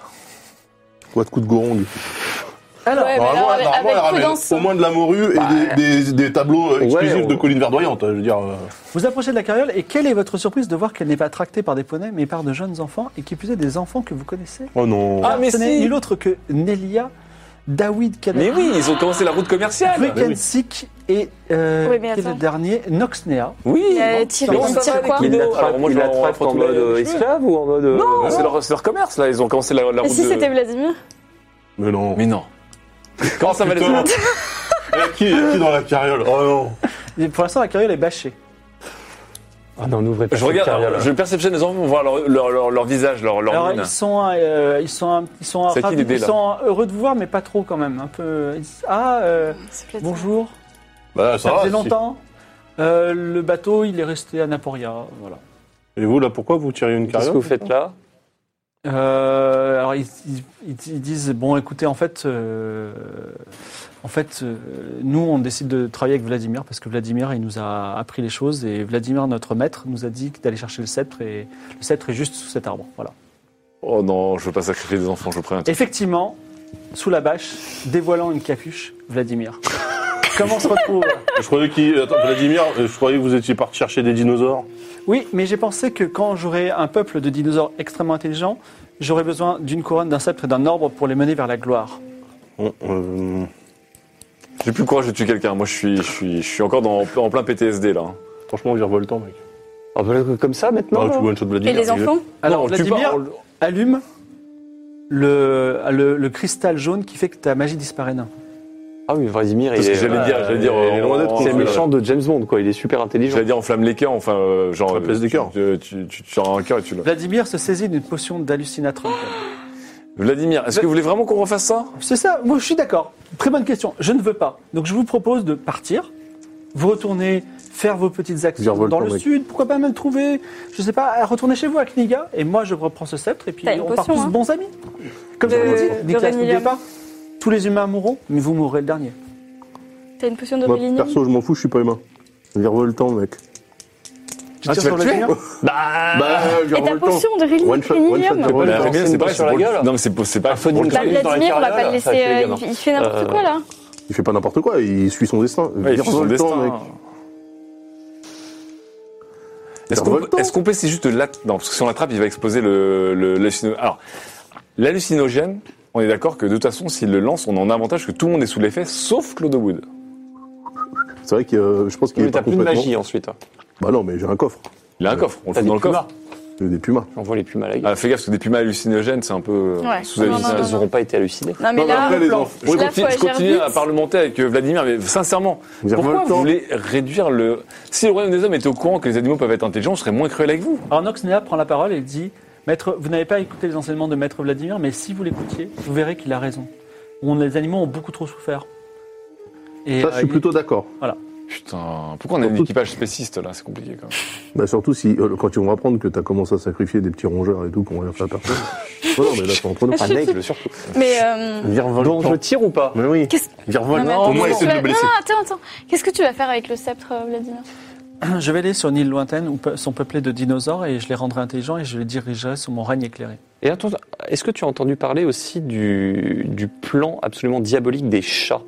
S3: Quoi de coup de gorong
S1: Alors,
S5: Ouais, mais alors, Eh ben, avec,
S3: normalement, elle
S5: avec
S3: ramène
S5: prudence.
S3: au moins de la morue et des, des- des tableaux euh,
S6: Ouais,
S3: exclusifs
S6: on-
S3: de collines verdoyantes. hein, Je veux dire, euh,
S1: vous approchez de la carriole et quelle est votre surprise de voir qu'elle n'est pas tractée par des poneys mais par de jeunes enfants et qui plus est des enfants que vous connaissez
S3: oh non.
S2: Ah, mais
S1: Ce n'est
S2: si.
S1: nul autre que Nelia, Dawid Kanak
S2: Mais oui, ils ont commencé la route commerciale.
S1: Wekensik et euh,
S5: Oui, mais
S1: qui est le
S5: attends.
S1: dernier Noxnea.
S2: Oui.
S5: Il a tiré,
S2: Mais
S5: il
S2: ça va,
S5: tire
S2: les
S5: quoi
S2: kids.
S6: Il
S2: Kido,
S6: l'attrape
S2: alors moi,
S6: il
S2: je leur
S6: l'attrape
S2: prends
S6: en
S2: tous les-
S6: mode euh, esclave ou en mode. euh,
S2: Non, c'est leur, c'est leur commerce là, ils ont commencé la, la
S5: Et
S2: route
S5: si
S2: de-
S5: c'était Vladimir
S3: Mais non.
S2: Mais non. Comment ça va les autres
S3: Il y a qui, il y a qui dans la carriole Oh non.
S1: Et Pour l'instant, la carriole est bâchée.
S6: Ah non, n'ouvrez pas
S2: Je
S6: cette
S2: regarde, alors,
S6: carriole.
S2: je perceptionne les enfants pour voir leur, leur, leur, leur visage, leur, leur
S1: Alors,
S2: mine.
S1: ils sont, euh, ils sont, ils sont,
S2: C'est qui
S1: ravis-
S2: l'idée,
S1: ils
S2: là
S1: sont heureux de vous voir, mais pas trop quand même. Un peu. ils disent, Ah, euh,
S5: C'est Vladimir.
S1: bonjour.
S3: Bah,
S1: Ça,
S3: va,
S1: faisait
S3: si.
S1: longtemps. Euh, le bateau, il est resté à Naporia. Voilà.
S3: Et vous, là, pourquoi vous tirez une
S6: Qu'est-ce
S3: carriole
S6: que vous faites là
S1: Euh, alors ils, ils- ils- ils disent bon, écoutez, en fait, euh, en fait, euh, nous on décide de travailler avec Vladimir parce que Vladimir il nous a appris les choses et Vladimir notre maître nous a dit d'aller chercher le sceptre et le sceptre est juste sous cet arbre. Voilà.
S2: Oh non, je veux pas sacrifier des enfants, je prends un truc.
S1: Effectivement, sous la bâche, dévoilant une capuche, Vladimir. Comment on se retrouve
S3: Je croyais qu'il. Attends, Vladimir, euh, je croyais que vous étiez parti chercher des dinosaures.
S1: Oui, mais j'ai pensé que quand j'aurai un peuple de dinosaures extrêmement intelligents, j'aurai besoin d'une couronne, d'un sceptre et d'un arbre pour les mener vers la gloire.
S3: Bon, euh,
S2: J'ai plus le courage de tuer quelqu'un. Moi, je suis, je suis, je suis encore dans, en plein PTSD là.
S3: franchement, on est revoltant, mec.
S6: Ah, bah, comme ça maintenant
S3: Non,
S6: là
S3: tu one shot Vladimir.
S5: Et
S3: il
S5: les
S3: est-
S5: enfants
S1: Alors,
S6: on le tue
S1: Vladimir
S6: pas, on le-
S1: allume le, le, le cristal jaune qui fait que ta magie disparaît. nain.
S6: Ah oui, Vladimir,
S2: C'est
S6: il
S2: ce
S6: est,
S2: que j'allais
S6: euh,
S2: dire. J'allais dire.
S3: il est loin
S2: on-
S3: d'être
S2: on-
S6: c'est euh,
S3: con,
S6: le méchant de James Bond, quoi. Il est super intelligent.
S2: J'allais dire enflamme les cœurs. Enfin, euh, genre.
S3: Ça blesse des
S2: tu-
S3: cœurs.
S2: Tu, tu, tu, tu as un cœur et tu le.
S1: Vladimir se saisit d'une potion d'hallucinatron.
S2: Vladimir, est-ce que vous voulez vraiment qu'on refasse ça
S1: C'est ça, moi je suis d'accord. Très bonne question. Je ne veux pas. Donc je vous propose de partir. Vous retournez faire vos petites
S3: Plusieurs
S1: actions
S3: volcans,
S1: dans le
S3: mec.
S1: sud. Pourquoi pas même trouver, je sais pas, à retourner chez vous à Kniga. Et moi je reprends ce sceptre et puis
S5: T'as une
S1: on part
S5: potion,
S1: tous
S5: hein.
S1: bons amis. Comme
S5: De-
S1: je vous
S5: de
S1: dis, Nicolas,
S5: Renilium.
S1: n'oubliez pas, tous les humains mourront, mais vous mourrez le dernier.
S5: T'as une potion de
S3: Moi,
S5: Bélinie
S3: perso, je m'en fous, je suis pas humain. Virevoltant, mec.
S1: Tu tires sur le dernier
S3: Bah,
S5: Ah. Et ta
S3: virevoltant.
S5: potion de Rélinium
S3: One shot, one shot,
S5: Rélinium
S2: Bah,
S3: c'est pas le temps.
S2: Vladimir,
S6: c'est
S2: c'est
S6: pas
S2: pareil,
S6: sur
S2: c'est
S6: la
S2: pour
S6: gueule.
S2: le- Non, mais c'est pour- c'est pas.
S6: Ah, faut
S2: pour le
S6: dire-
S5: Bah,
S2: cœur.
S6: Dans la
S5: Vladimir, on va
S6: carrière,
S5: pas
S6: là,
S5: le
S6: ça
S5: laisser.
S6: fait les
S5: euh,
S6: gars,
S5: il, il fait n'importe
S6: Euh,
S5: quoi là.
S3: Il fait pas n'importe quoi, il suit son destin.
S2: Ouais, il suit son
S3: Virevoltant,
S2: destin.
S3: mec.
S2: Est-ce qu'on
S3: Virevoltant.
S2: est-ce qu'on peut essayer juste de l'attraper Non, parce que si on l'attrape, il va exploser le, le, l'hallucino- Alors, l'hallucinogène, on est d'accord que de toute façon, s'il le lance, on a un avantage que tout le monde est sous l'effet, sauf Claude Wood.
S3: C'est vrai que euh, je pense qu'il
S6: Mais
S3: est pas
S6: t'as plus de
S3: complètement.
S6: magie ensuite. hein.
S3: Bah non, mais j'ai un coffre.
S2: Il a un coffre, on le
S6: T'as
S2: fout
S6: des
S2: dans le
S6: pumas.
S2: coffre.
S3: J'ai des pumas.
S6: On voit les pumas à la gueule.
S2: Ah, fais gaffe, parce que des pumas hallucinogènes, c'est un peu euh,
S5: Ouais.
S2: sous
S5: Non, non, non,
S6: Ils
S2: hallucination.
S6: n'auront pas été hallucinés.
S5: Non, mais
S3: Non, mais
S5: là,
S3: après, les
S5: plan.
S3: enfants-
S2: Je
S5: Là,
S2: continue,
S5: faut
S2: je
S5: agir
S2: continue
S5: vite.
S2: à parlementer avec euh, Vladimir, mais sincèrement, pourquoi vous
S3: Virevoltant.
S2: voulez réduire le... Si le royaume des hommes était au courant que les animaux peuvent être intelligents, on serait moins cruel avec vous.
S1: Alors Noxnea prend la parole et dit Maître, vous n'avez pas écouté les enseignements de Maître Vladimir, mais si vous l'écoutiez, vous verrez qu'il a raison. On- les animaux ont beaucoup trop souffert. Et,
S3: Ça, je
S1: euh,
S3: suis
S1: il-
S3: plutôt d'accord.
S2: Putain, pourquoi on a un
S3: Surtout-
S2: équipage spéciste, là C'est compliqué, quand même.
S3: Bah surtout si euh, quand ils vont apprendre que t'as commencé à sacrifier des petits rongeurs et tout qu'on rien fait à personne. non, non, mais là c'est entre nous.
S5: Ah,
S6: Un aigle, surtout.
S5: Mais. euh,
S6: Donc, je
S3: Virevoltant.
S6: tire ou pas
S3: Mais oui.
S5: Qu'est-ce-
S3: Virevoltant.
S5: mais
S3: Au moins
S5: attends,
S3: essaie de
S5: tu
S3: le
S5: vas-
S3: blesser.
S5: Non, attends, attends. Qu'est-ce que tu vas faire avec le sceptre, euh, Vladimir
S1: Je vais aller sur une île lointaine où pe- sont peuplés de dinosaures et je les rendrai intelligents et je les dirigerai sur mon règne éclairé.
S6: Et attends, est-ce que tu as entendu parler aussi du, du plan absolument diabolique des chats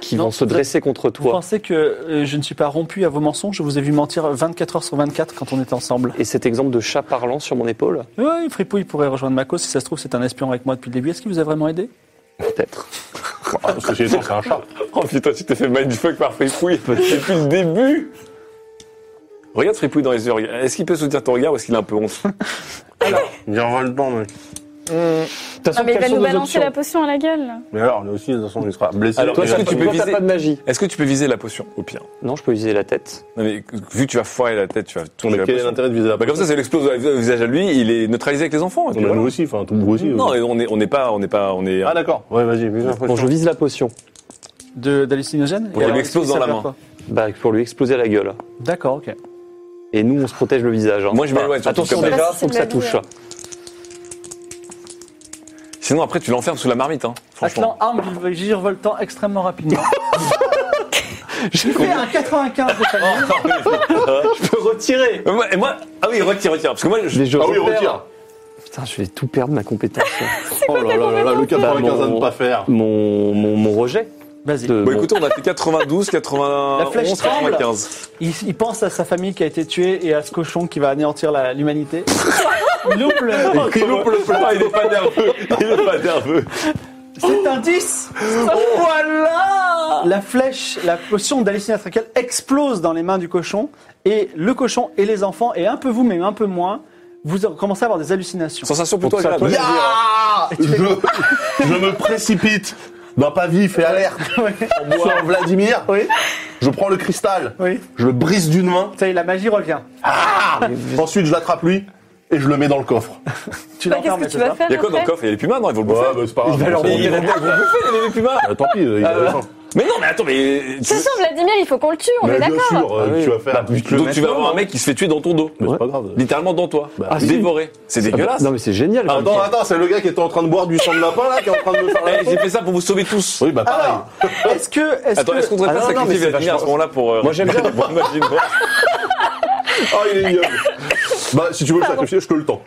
S6: qui
S1: Non,
S6: vont se
S1: vous-
S6: dresser contre
S1: Vous
S6: toi
S1: pensez que euh, je ne suis pas rompu à vos mensonges Je vous ai vu mentir 24 heures sur 24 quand on était ensemble.
S6: Et cet exemple de chat parlant sur mon épaule
S1: Oui, Fripouille pourrait rejoindre Mako si ça se trouve, c'est un espion avec moi depuis le début. Est-ce qu'il vous a vraiment aidé
S6: Peut-être.
S3: Parce que j'ai c'est un chat.
S2: Oh putain, tu t'es fait mindfuck par Fripouille depuis le début Regarde Fripouille dans les yeux. regarde. Est-ce qu'il peut soutenir ton regard ou est-ce qu'il a un peu honte
S3: Virevoltant, mec.
S6: De toute façon,
S5: Non, mais il
S6: quelles
S5: va
S6: sont
S5: nous
S6: nos
S5: balancer
S6: options
S5: la potion à la gueule.
S3: Mais alors, nous aussi, de toute façon, il sera blessé.
S2: Alors,
S6: Toi,
S3: Et
S6: est-ce que
S3: après,
S6: tu peux
S3: toi,
S6: viser
S3: t'as
S6: pas
S3: pas
S6: de
S3: de-
S6: magie
S2: Est-ce que tu peux viser la potion, au pire
S6: Non, je peux viser la tête.
S2: Non mais vu que tu vas foirer la tête, tu vas
S3: Mais
S2: tourner la
S3: quel est
S2: potion.
S3: l'intérêt de viser la
S2: Bah, comme ça, ça lui explose dans le visage à lui, il est neutralisé avec les enfants. et puis
S3: Bah,
S2: voilà.
S3: Nous aussi, enfin, tout vous aussi.
S2: Non,
S3: euh.
S2: et on est, on n'est pas, on n'est pas, on est.
S3: Ah d'accord. Ouais, vas-y. vis la
S6: Bon, je
S3: potion.
S6: vise la potion.
S1: De- D'hallucinogène
S2: Oui,
S1: Et
S2: il
S1: alors,
S2: m'explose
S1: est-ce que
S2: dans
S1: ça
S2: la
S1: perd
S2: main.
S1: quoi
S6: Bah, pour lui exploser la gueule.
S1: D'accord, ok.
S6: Et nous, on se protège le visage. hein.
S2: Moi, je m'éloigne, surtout
S6: Attention
S2: comme ça.
S6: déjà,
S5: Ah, si,
S6: faut que ça
S5: c'est de la
S6: touche.
S5: douleur.
S2: Sinon après, tu l'enfermes sous la marmite, hein. Franchement.
S1: Atlan arme du virevoltant extrêmement rapidement. J'ai Oh, fait un 95 de famille.
S6: Je peux retirer
S2: Euh, moi- Et moi, ah oui, retire, retire, parce que moi, je,
S6: Les jeux.
S3: Ah oui, retire.
S6: Putain, je vais tout perdre ma compétence.
S3: Oh là là là là, le 95 à ne pas faire.
S6: mon, mon, mon rejet.
S1: Vas-y.
S6: De,
S2: Bon,
S6: mon- Ah,
S2: écoutez, on a fait 92,
S1: La flèche
S2: 91,
S1: tremble.
S2: 95.
S1: Il, il pense à sa famille qui a été tuée et à ce cochon qui va anéantir la- l'humanité. Il loupe le-
S3: Il loupe le plat, il est pas nerveux. Il est pas nerveux.
S1: C'est un 10 Voilà Oh. La flèche, la potion d'hallucinatrical explose dans les mains du cochon et le cochon et les enfants, et un peu vous, mais un peu moins, vous commencez à avoir des hallucinations.
S2: Sensation plutôt
S6: Pour ça,
S2: agréable.
S6: toi,
S3: Je, je me précipite dans Pavie, fais alerte. Je suis en Vladimir.
S1: Oui.
S3: Je prends le cristal.
S1: Oui.
S3: Je le brise d'une main.
S1: Ça y est, la magie revient.
S3: Ah Ensuite, je l'attrape lui et je le mets dans le coffre.
S1: Tu
S5: Bah, Qu'est-ce
S1: l'enfermes,
S5: que tu
S1: c'est
S5: vas
S1: ça
S5: faire
S2: Il y a quoi dans le
S5: après
S2: coffre Il y a les pumas, non Ils vont le bouffer.
S3: Ouais, bah, c'est pas grave.
S6: Il va leur
S3: C'est
S6: Mais
S2: Il y a
S3: bon.
S2: les- ils vont bouffer les, les pumas.
S3: Ah, Tant pis, il a
S6: Euh,
S3: faim.
S2: Mais non, mais attends, mais. tu-
S5: C'est sûr, Vladimir, il faut qu'on le tue, on est
S3: Mais bien
S5: d'accord.
S3: sûr, euh,
S6: Ah oui.
S3: tu vas faire. Ah,
S6: Bah, bute-le
S3: Donc,
S2: Donc tu vas avoir un mec qui se fait tuer dans ton dos.
S3: Mais
S6: Ouais.
S3: c'est pas grave.
S2: Littéralement dans toi.
S3: Bah,
S6: si.
S2: Dévoré. C'est
S6: Ah bah,
S2: dégueulasse.
S6: Non, mais c'est génial. comme
S3: Attends,
S6: ça.
S3: attends, c'est le gars qui était en train de boire du sang de lapin là, qui est en train de me faire la
S2: Eh, J'ai fait ça pour vous sauver tous.
S3: Oui, bah pareil.
S1: Alors, est-ce que. Est
S2: Attends, est-ce qu'on devrait
S6: Ah
S2: pas
S6: non, non, mais
S2: sacrifier
S6: c'est
S2: Vladimir à ce
S6: vachement-
S2: moment-là pour. euh,
S6: Moi, j'aime bien.
S2: pour imaginer.
S3: Ah, il est ignoble. bah, si tu veux le sacrifier, je te le tends.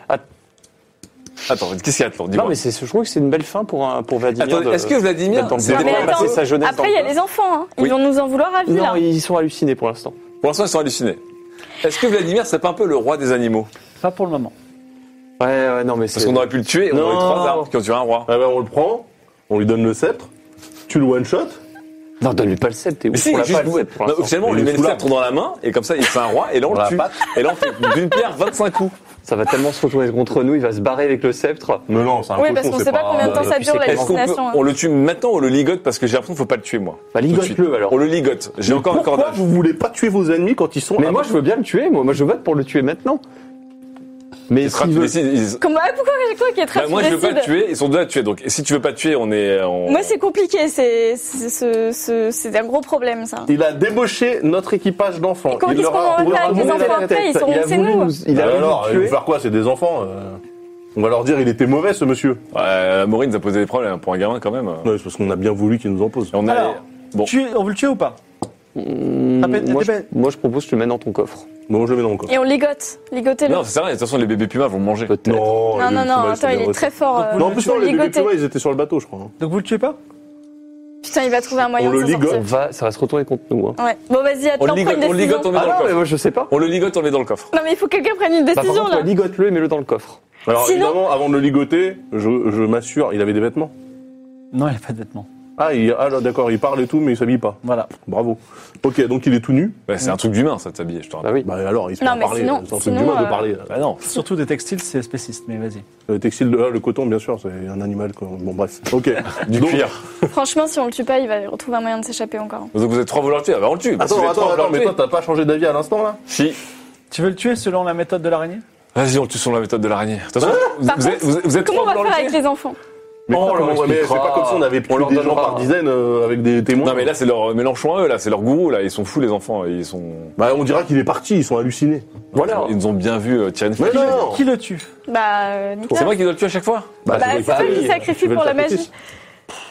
S2: Attends, qu'est-ce qu'il y a Attends, dis-moi.
S6: Non, mais c'est, je trouve que c'est une belle fin pour, un, pour Vladimir.
S8: Attendez,
S6: de-
S8: est-ce que Vladimir,
S6: d'être en
S8: c'est
S6: train
S8: des-
S6: de
S5: Mais
S6: passer
S5: attends,
S6: sa jeunesse dans
S5: Après,
S6: le
S5: il y a
S6: peuple.
S5: les enfants. hein. Ils
S8: Oui.
S5: vont nous en vouloir à vie,
S6: Non,
S5: là.
S6: ils sont hallucinés pour l'instant.
S8: Pour l'instant, ils sont hallucinés. Est-ce que Vladimir, c'est pas un peu le roi des animaux
S1: Pas pour le moment.
S6: Ouais, ouais, non, mais c'est.
S2: Parce qu'on aurait pu le tuer et on aurait eu
S3: Non.
S2: trois arbres qui ont tué un roi.
S3: Ah ben, on le prend, on lui donne le sceptre, tu le one shot.
S6: Non, donne-lui pas le sceptre, t'es
S2: Mais
S6: ouf,
S2: si,
S6: on l'a
S2: juste
S6: pas le sceptre pour
S2: Non,
S6: l'instant.
S2: officiellement, on
S3: Il
S2: lui
S3: est
S2: met le
S3: sous
S2: sceptre dans la main et comme ça, il fait un roi et là, on
S8: la
S2: le tue.
S8: patte.
S2: Et là, on fait d'une pierre 25 coups.
S6: Ça va tellement se retourner contre nous, il va se barrer avec le sceptre.
S3: Mais non, c'est un
S5: Oui,
S3: cochon,
S5: parce qu'on
S3: c'est
S5: sait pas combien de temps ça
S6: puis
S5: dure,
S6: c'est
S5: la
S6: clair.
S2: Est-ce qu'on peut-
S5: destination. hein.
S2: on le tue maintenant ou on le ligote parce que j'ai l'impression qu'il faut pas le tuer, moi.
S6: Bah,
S2: Tout de suite.
S6: ligote-le alors.
S2: On le ligote. J'ai
S3: Mais
S2: encore un
S3: pourquoi
S2: cordage.
S3: vous voulez pas tuer vos ennemis quand ils sont
S6: Mais
S3: à-
S6: moi, je veux bien le tuer, moi, moi je vote pour le tuer maintenant. Mais
S2: Il sera-
S6: s'il
S2: mais
S6: veut.
S2: si- il-
S5: Comment- ah, Pourquoi j'ai quoi qui est très
S2: Bah, moi, je veux pas le tuer. Ils sont deux à tuer. Donc, si tu veux pas le tuer, on est. on-
S5: Moi, c'est compliqué. C'est c'est- c'est- c'est- c'est un gros problème, ça.
S3: Il a débauché notre équipage d'enfants.
S5: Comment
S3: Il
S5: qu'est-ce
S3: leur
S5: qu'on
S3: a-
S5: va
S3: il leur
S5: faire
S3: a
S5: avec les
S3: brûlé la
S5: enfants
S3: tête.
S5: après Ils sont
S6: Il a
S5: c'est
S6: voulu
S5: nous.
S6: nous- il a
S3: Ah,
S1: Bah
S6: voulu nous
S3: alors, il
S6: tuer.
S3: faut faire quoi C'est des enfants euh, On va leur dire il était mauvais ce monsieur.
S2: Ouais, Maureen, ça posait des problèmes pour un gamin quand même.
S3: Non, c'est parce qu'on a bien voulu qu'il nous en pose.
S2: Et on a-
S1: Alors,
S2: Bon.
S1: Tu- on veut le tuer ou pas
S6: Mmh,
S1: Appelle-
S6: moi, je,
S1: appelle-
S6: moi, je propose que tu le mets dans ton coffre.
S3: Non, je le mets dans le coffre.
S5: Et on ligote. Ligotez-le.
S2: Non, c'est vrai. De toute façon, les bébés pumas vont manger.
S6: Peut-être.
S3: Non,
S5: Non,
S3: les
S5: non,
S3: bébés
S5: non,
S3: Puma, ils sont
S5: attends, il
S3: bien
S5: est très fort. euh,
S3: Non, en plus,
S5: faut
S3: non,
S5: le
S3: les bébés
S5: ligoter.
S3: Puma, ils étaient sur le bateau, je crois. hein.
S1: Donc vous le tuez pas
S5: Putain, il va trouver un moyen
S3: On le
S5: de s'en sortir.
S6: On va, ça va se retourner contre nous. Hein.
S5: Ouais. Bon,
S2: On
S5: vas-y, attends,
S2: le
S5: prends
S2: ligote,
S5: une
S2: on le
S5: décision.
S2: ligote, on le met dans le
S6: Ah non, mais
S2: coffre.
S6: moi, je sais pas.
S2: On le ligote, on le met dans le coffre.
S5: Non, mais il faut que quelqu'un prenne une
S6: Bah, par
S5: décision
S6: contre,
S5: là.
S6: toi, ligote-le et mets-le dans le coffre.
S3: Alors,
S5: Sinon-
S3: évidemment, avant de le ligoter, je, je m'assure, il avait des vêtements.
S1: Non, il a pas de vêtements.
S3: Ah, il- ah, là, d'accord, il parle et tout, mais il s'habille pas.
S1: Voilà.
S3: Bravo. Ok, donc il est tout nu.
S2: Bah,
S6: Mm.
S2: c'est un truc d'humain, ça, de s'habiller, je te
S6: Bah
S2: rappelle.
S6: oui.
S3: Bah alors, il se peut
S5: Non,
S3: en
S5: mais
S3: parler.
S5: sinon-
S3: C'est un truc
S5: sinon,
S3: d'humain de
S5: euh,
S3: parler.
S2: Bah non.
S1: Surtout des textiles, c'est spéciste, mais vas-y.
S3: Le textile de ah, le coton, bien sûr, c'est un animal. quoi. Bon, bref. Ok.
S6: Ah
S2: Du
S3: Donc-
S2: cuir.
S5: Franchement, si on le tue pas, il va retrouver un moyen de s'échapper encore.
S2: Donc vous êtes trois volontiers, ah bah on le tue. Bah, si vous
S3: Attends,
S2: êtes
S3: attends,
S2: trois, on va le
S3: attends, mais
S2: tuer.
S3: toi, t'as pas changé d'avis à l'instant, là
S2: Si.
S1: Tu veux le tuer selon la méthode de l'araignée
S2: Vas-y, on le tue sur la méthode de l'araignée. De toute façon, vous,
S5: Ah, Par
S2: vous êtes, vous, vous êtes
S5: Comment on
S2: trois
S5: va faire
S2: volontiers.
S5: avec les enfants
S3: Mais,
S6: Oh,
S3: pas
S6: on leur
S3: comment- mais c'est
S6: expliquera.
S3: pas comme si on avait
S6: On
S3: pris
S6: leur
S3: des gens
S6: donnera.
S3: par dizaines euh, avec des témoins.
S2: Non mais là c'est leur Mélenchon à eux, là c'est leur gourou, là ils sont fous les enfants, ils sont,
S3: Bah, on dira qu'il est parti, ils sont hallucinés.
S6: Voilà.
S2: ils nous ont bien vu euh, tirer une
S3: Mais
S2: flèche.
S3: non
S1: Qui le tue
S5: Bah, euh, Nicolas.
S2: C'est moi qui dois le tuer à chaque fois.
S5: Bah, c'est toi qui sacrifie pour la magie.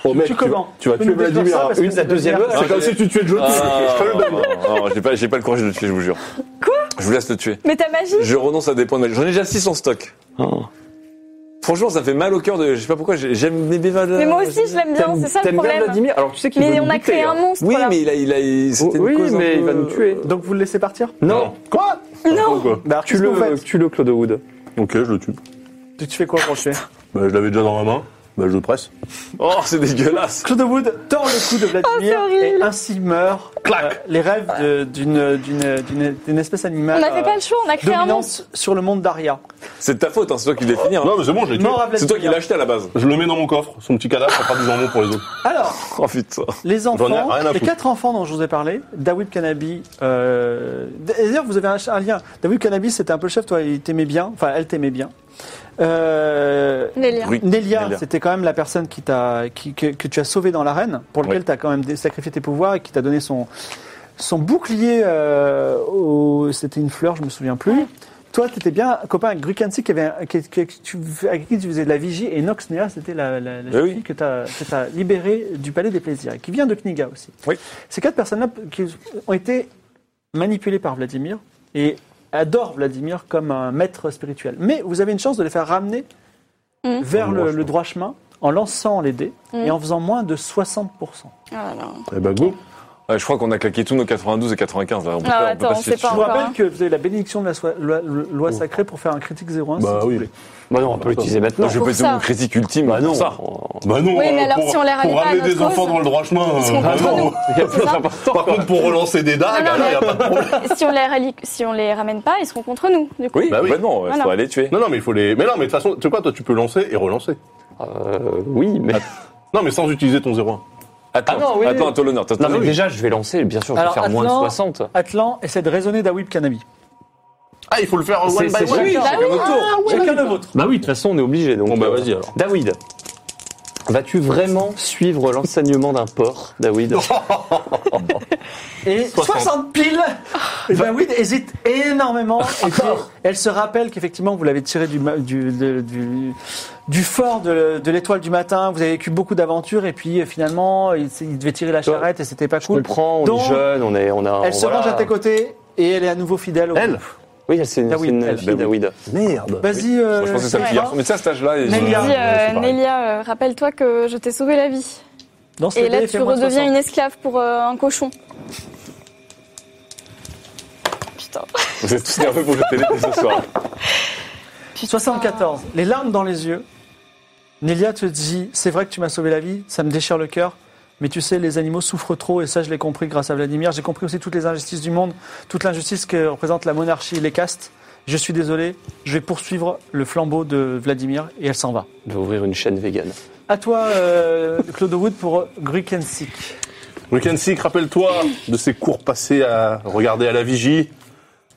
S3: Oh mec,
S1: Tu
S3: tu,
S1: comment
S3: tu vas
S1: Tu
S3: tuer
S1: nous déclares ça
S3: Vladimir.
S1: parce que
S3: Une,
S1: ça
S3: la
S1: veut
S3: deuxième
S1: dire-
S3: heure, c'est comme si tu tuais Jody.
S2: Ah,
S3: Je te le donne.
S2: non, non, non, j'ai pas, j'ai pas le courage de le tuer, je vous jure.
S5: Quoi
S2: Je vous laisse le tuer.
S5: Mais ta magie
S2: Je renonce à des points de magie. J'en ai déjà 6 en stock.
S6: Oh.
S2: Franchement, ça fait mal au cœur de. Je sais pas pourquoi, j'ai- j'aime les bévades.
S5: Mais moi aussi, je l'aime bien,
S6: T'aimes-
S5: c'est ça le
S6: t'aimes bien
S5: problème.
S6: Vladimir Alors tu sais qu'il veut
S5: Mais
S6: nous
S5: on a
S6: buter,
S5: créé
S6: hein.
S5: un monstre
S2: Oui,
S5: là.
S2: mais il a. Il a il- c'était
S5: Oh,
S2: une
S6: Oui,
S2: cause un
S6: mais
S2: peu-
S6: il va nous tuer.
S1: Euh, Donc vous le laissez partir
S6: Non,
S3: Quoi
S5: Non
S3: Quoi
S1: Bah,
S6: tu le, tu le Claude Wood.
S3: Ok, je le tue.
S1: Tu tu fais quoi pour le tuer
S3: Bah, je l'avais déjà dans la main. Bah, je le presse.
S2: Oh, c'est dégueulasse.
S1: Claude Wood tord le cou de Vladimir et ainsi meurt euh, les rêves de- d'une- d'une d'une- d'une espèce
S5: On
S1: animale
S5: n'avait pas
S1: euh,
S5: le choix, on a créé un monstre.
S1: dominante sur le monde d'Aria.
S2: C'est de ta faute, hein, c'est toi qui devais finir. hein.
S3: Non, mais c'est bon, je l'ai tué.
S1: Mort à Vladimir.
S2: C'est toi qui l'as acheté à la base.
S3: Je le mets dans mon coffre, son petit cadavre, ça fera du jambon pour les autres.
S1: Alors,
S2: Oh putain.
S1: les
S3: J'en ai
S1: enfants,
S3: rien à
S1: les
S3: foutre.
S1: quatre enfants dont je vous ai parlé, Dawid Kanabi, euh, d'ailleurs vous avez un, un lien, Dawid Kanabi c'était un peu le chef, toi il t'aimait bien, enfin elle t'aimait bien. Euh,
S5: Nélia.
S2: Oui.
S1: Nelia,
S2: Nelia.
S1: c'était quand même la personne qui t'a, qui- que, que tu as sauvé dans l'arène, pour lequel
S2: Oui.
S1: tu as quand même dé- sacrifié tes pouvoirs et qui t'a donné son, son bouclier. euh, au- c'était une fleur, je me souviens plus. Toi, tu étais bien copain avec Grukansi, qui avait, un- qui, qui- qui- tu, avec qui tu faisais de la vigie, et Noxnea, c'était la, la, la
S2: Eh oui.
S1: fille que tu as libérée du palais des plaisirs, et qui vient de Kniga aussi.
S2: Oui.
S1: Ces quatre personnes-là qui ont été manipulées par Vladimir et adorent Vladimir comme un maître spirituel. Mais vous avez une chance de les faire ramener
S5: Mhm.
S1: vers
S3: Dans le
S1: le,
S3: droit
S1: le
S3: chemin.
S1: droit chemin en lançant les dés
S5: Mhm.
S1: et en faisant moins de 60%.
S5: Ah, non.
S3: Eh bah, go.
S2: Ouais, je crois qu'on a claqué tous nos 92 et 95 là. On peut, pas,
S5: Ah,
S2: on
S5: attends,
S2: peut pas
S5: on
S2: se
S5: sait
S2: les tuer.
S5: pas.
S1: Je vous
S5: encore,
S1: rappelle
S5: hein.
S1: que vous avez la bénédiction de la soi- loi, loi sacrée pour faire un critique 01,
S3: Mmh. Bah
S1: Ah, s'il vous
S3: oui.
S1: plaît.
S6: Bah non, on va pas l'utiliser maintenant.
S2: Je
S5: Pour
S2: peux te
S5: ça.
S2: mon critique ultime.
S6: Bah non.
S2: pour ça.
S3: Bah, non,
S5: Oui, mais
S3: euh,
S5: alors,
S3: pour,
S5: si on les ramène
S3: pour
S5: pas à
S3: ramener
S5: notre
S3: des enfants
S5: cause,
S3: dans le droit chemin.
S5: ils seront
S3: euh, bah,
S5: contre
S3: non.
S6: Il y a plus
S5: C'est ça.
S6: important.
S3: Par contre, pour relancer des dagues,
S5: Non, non,
S3: là, y a pas de problème.
S5: Si on les rallie- si on les ramène pas, ils seront contre nous. Du coup.
S2: Oui,
S3: Bah oui. Ah
S2: complètement. Il
S5: Voilà.
S2: faut aller les tuer.
S3: Non, non, mais il faut les. Mais non, mais de toute façon, tu sais quoi, toi, tu peux lancer et relancer.
S6: Euh, oui, mais.
S3: Non, mais sans utiliser ton 0
S2: Attends,
S6: Ah non, oui,
S2: attends,
S6: Ah oui.
S2: à toi l'honneur.
S6: Non, mais
S2: oui.
S6: déjà, je vais lancer, bien sûr, je vais
S1: Alors,
S6: faire moins de
S1: Atlan-
S6: 60.
S1: Atlan essaie de raisonner Dawib Kanabi.
S3: Ah, il faut le faire one
S6: C'est-
S3: by one.
S6: c'est chacun.
S5: Bah oui,
S1: Chacun le vôtre.
S6: Bah oui, de toute façon, on est obligé. Donc,
S3: Bon, bah, vas-y, alors.
S6: David, vas-tu vraiment suivre l'enseignement d'un porc, David
S1: Et 60, piles Eh ben Et Dawid hésite énormément. Et puis, elle se rappelle qu'effectivement, vous l'avez tiré du, ma- du, de- du, du fort de, de l'étoile du matin. Vous avez vécu beaucoup d'aventures. Et puis, euh, finalement, il, il devait tirer
S2: Oh,
S1: la
S6: Toi,
S1: charrette et c'était pas
S6: Je
S1: cool.
S6: comprends, on
S1: Donc,
S6: est jeune, on, est, on a.
S1: Elle se
S6: voilà.
S1: range à tes côtés et elle est à nouveau fidèle. au-
S3: Elle
S6: Oui, c'est une, c'est
S1: Dawid,
S6: une
S1: elle.
S6: fille Dawid.
S8: Merde.
S1: Vas-y. euh,
S2: Bah, Moi, je pense que c'est ça
S5: ouais.
S2: qui garçon. Mais ça, à cet âge-là, ils
S1: Nelia.
S2: ont-
S5: Dis, euh,
S2: c'est pareil.
S5: Nelia, euh, rappelle-toi que je t'ai sauvé la vie.
S1: Lance le
S5: Et là,
S1: dé,
S5: tu
S1: fais-moi
S5: redeviens
S1: 60.
S5: une esclave pour euh, un cochon. Putain.
S2: Vous êtes tous nerveux pour le télé ce soir.
S1: 74. Les larmes dans les yeux. Nelia te dit C'est vrai que tu m'as sauvé la vie, ça me déchire le cœur. Mais tu sais, les animaux souffrent trop, et ça, je l'ai compris grâce à Vladimir. J'ai compris aussi toutes les injustices du monde, toute l'injustice que représente la monarchie, les castes. Je suis désolé, je vais poursuivre le flambeau de Vladimir, et elle s'en va.
S6: Je vais ouvrir une chaîne végane.
S1: À toi, euh, Claude Wood, pour Grikensik.
S3: Rukensick, rappelle-toi de ces cours passés à regarder à la vigie,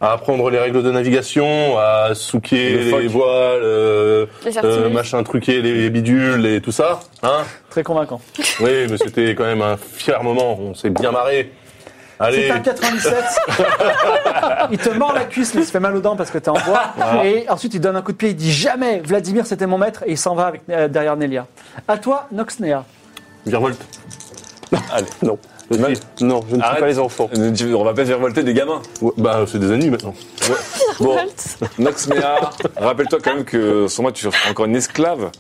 S3: à apprendre les règles de navigation, à souquer
S2: Le phoque.
S3: les voiles, euh,
S5: Les
S3: euh,
S5: artifices.
S3: machin truquer les bidules et tout ça. Hein
S1: Très convaincant.
S3: oui, mais c'était quand même un fier moment. On s'est bien marré.
S1: C'est
S3: Allez,
S1: un 97. il te mord la cuisse, mais il se fait mal aux dents parce que t'es en bois. Et ensuite, il donne un coup de pied. Il dit jamais Vladimir, c'était mon maître. Et il s'en va avec, euh, derrière Nelia. À toi, Noxnea.
S3: virevolte.
S2: Allez.
S6: Non. Je
S2: Mal-
S6: suis- Non, je ne suis
S2: Arrête.
S6: pas les enfants.
S2: Ne- Euh, tu- On va pas faire volter des gamins.
S3: Ouais, bah, c'est des ennemis maintenant.
S2: Bon, Nox Mea, rappelle-toi quand même que sans moi, tu es encore une esclave.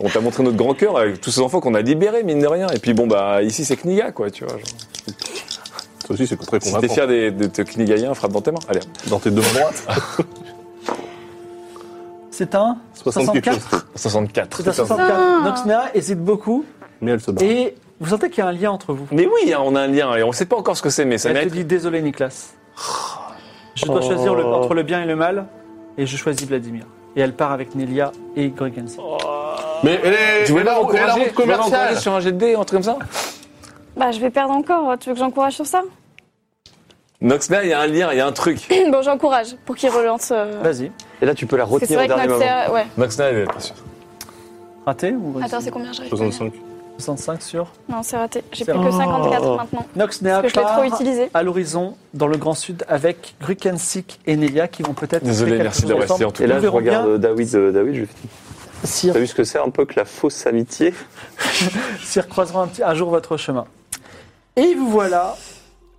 S2: On t'a montré notre grand cœur avec tous ces enfants qu'on a libérés, mine de rien. Et puis bon, bah ici, c'est Kniga, quoi, tu vois. genre.
S3: Ça aussi, c'est très
S2: Si t'es
S3: convaincant.
S2: fier des- de tes Knigaïens, frappe dans tes mains. Allez.
S3: Dans tes deux mains droites,
S1: C'est un
S3: 60 quelque
S1: 64.
S3: chose.
S2: 64.
S1: C'est un
S5: Ah.
S1: 64. Noxnea hésite beaucoup.
S3: Mais elle se bat.
S1: Et vous sentez qu'il y a un lien entre vous.
S2: Mais oui, hein, on a un lien et on sait pas encore ce que c'est, mais ça
S1: Elle
S2: mérite.
S1: te dit désolé, Nicolas. Je dois
S6: Oh.
S1: choisir le- entre le bien et le mal. Et je choisis Vladimir. Et elle part avec Nelia et Grikensik.
S5: Oh.
S3: Mais elle est,
S2: Tu voulais
S3: elle est
S2: pas
S3: en- elle est en route
S2: encourager, tu voulais pas
S3: commerciale.
S2: encourager sur un jet de dés, un truc comme ça
S5: Bah, je vais perdre encore. Tu veux que j'encourage sur ça
S2: Noxmea, il y a un lien, il y a un truc.
S5: Bon, j'encourage pour qu'il relance. euh,
S1: Vas-y.
S6: Et là, tu peux la
S5: Parce que c'est
S6: retenir au
S5: vrai que
S6: dernier
S5: notre
S6: moment.
S5: serre- Ouais.
S2: Noxmea, elle est pas sûre.
S1: Raté ou réussi
S5: Attends, c'est combien j'arrive pas à lire
S3: 65.
S1: 65 sur
S5: Non, c'est raté. J'ai
S1: C'est
S5: plus que
S1: raté.
S5: 54 maintenant.
S1: Noxnea
S5: Parce que je l'ai trop
S1: part
S5: utilisé.
S1: à l'horizon dans le Grand Sud avec Grukensik et Nelia qui vont peut-être...
S2: Désolé,
S1: faire
S2: merci
S1: quelque
S2: d'avoir
S1: chose
S2: essayé en
S1: ensemble.
S2: tout
S6: Et
S2: cas.
S6: là,
S1: Nous
S6: je
S1: verrons
S6: regarde
S1: bien.
S6: euh, David. euh, David je... lui fais,
S1: Sire,
S6: T'as vu ce que c'est un peu que la fausse amitié
S1: Sire croiseront un, petit- un jour votre chemin. Et vous voilà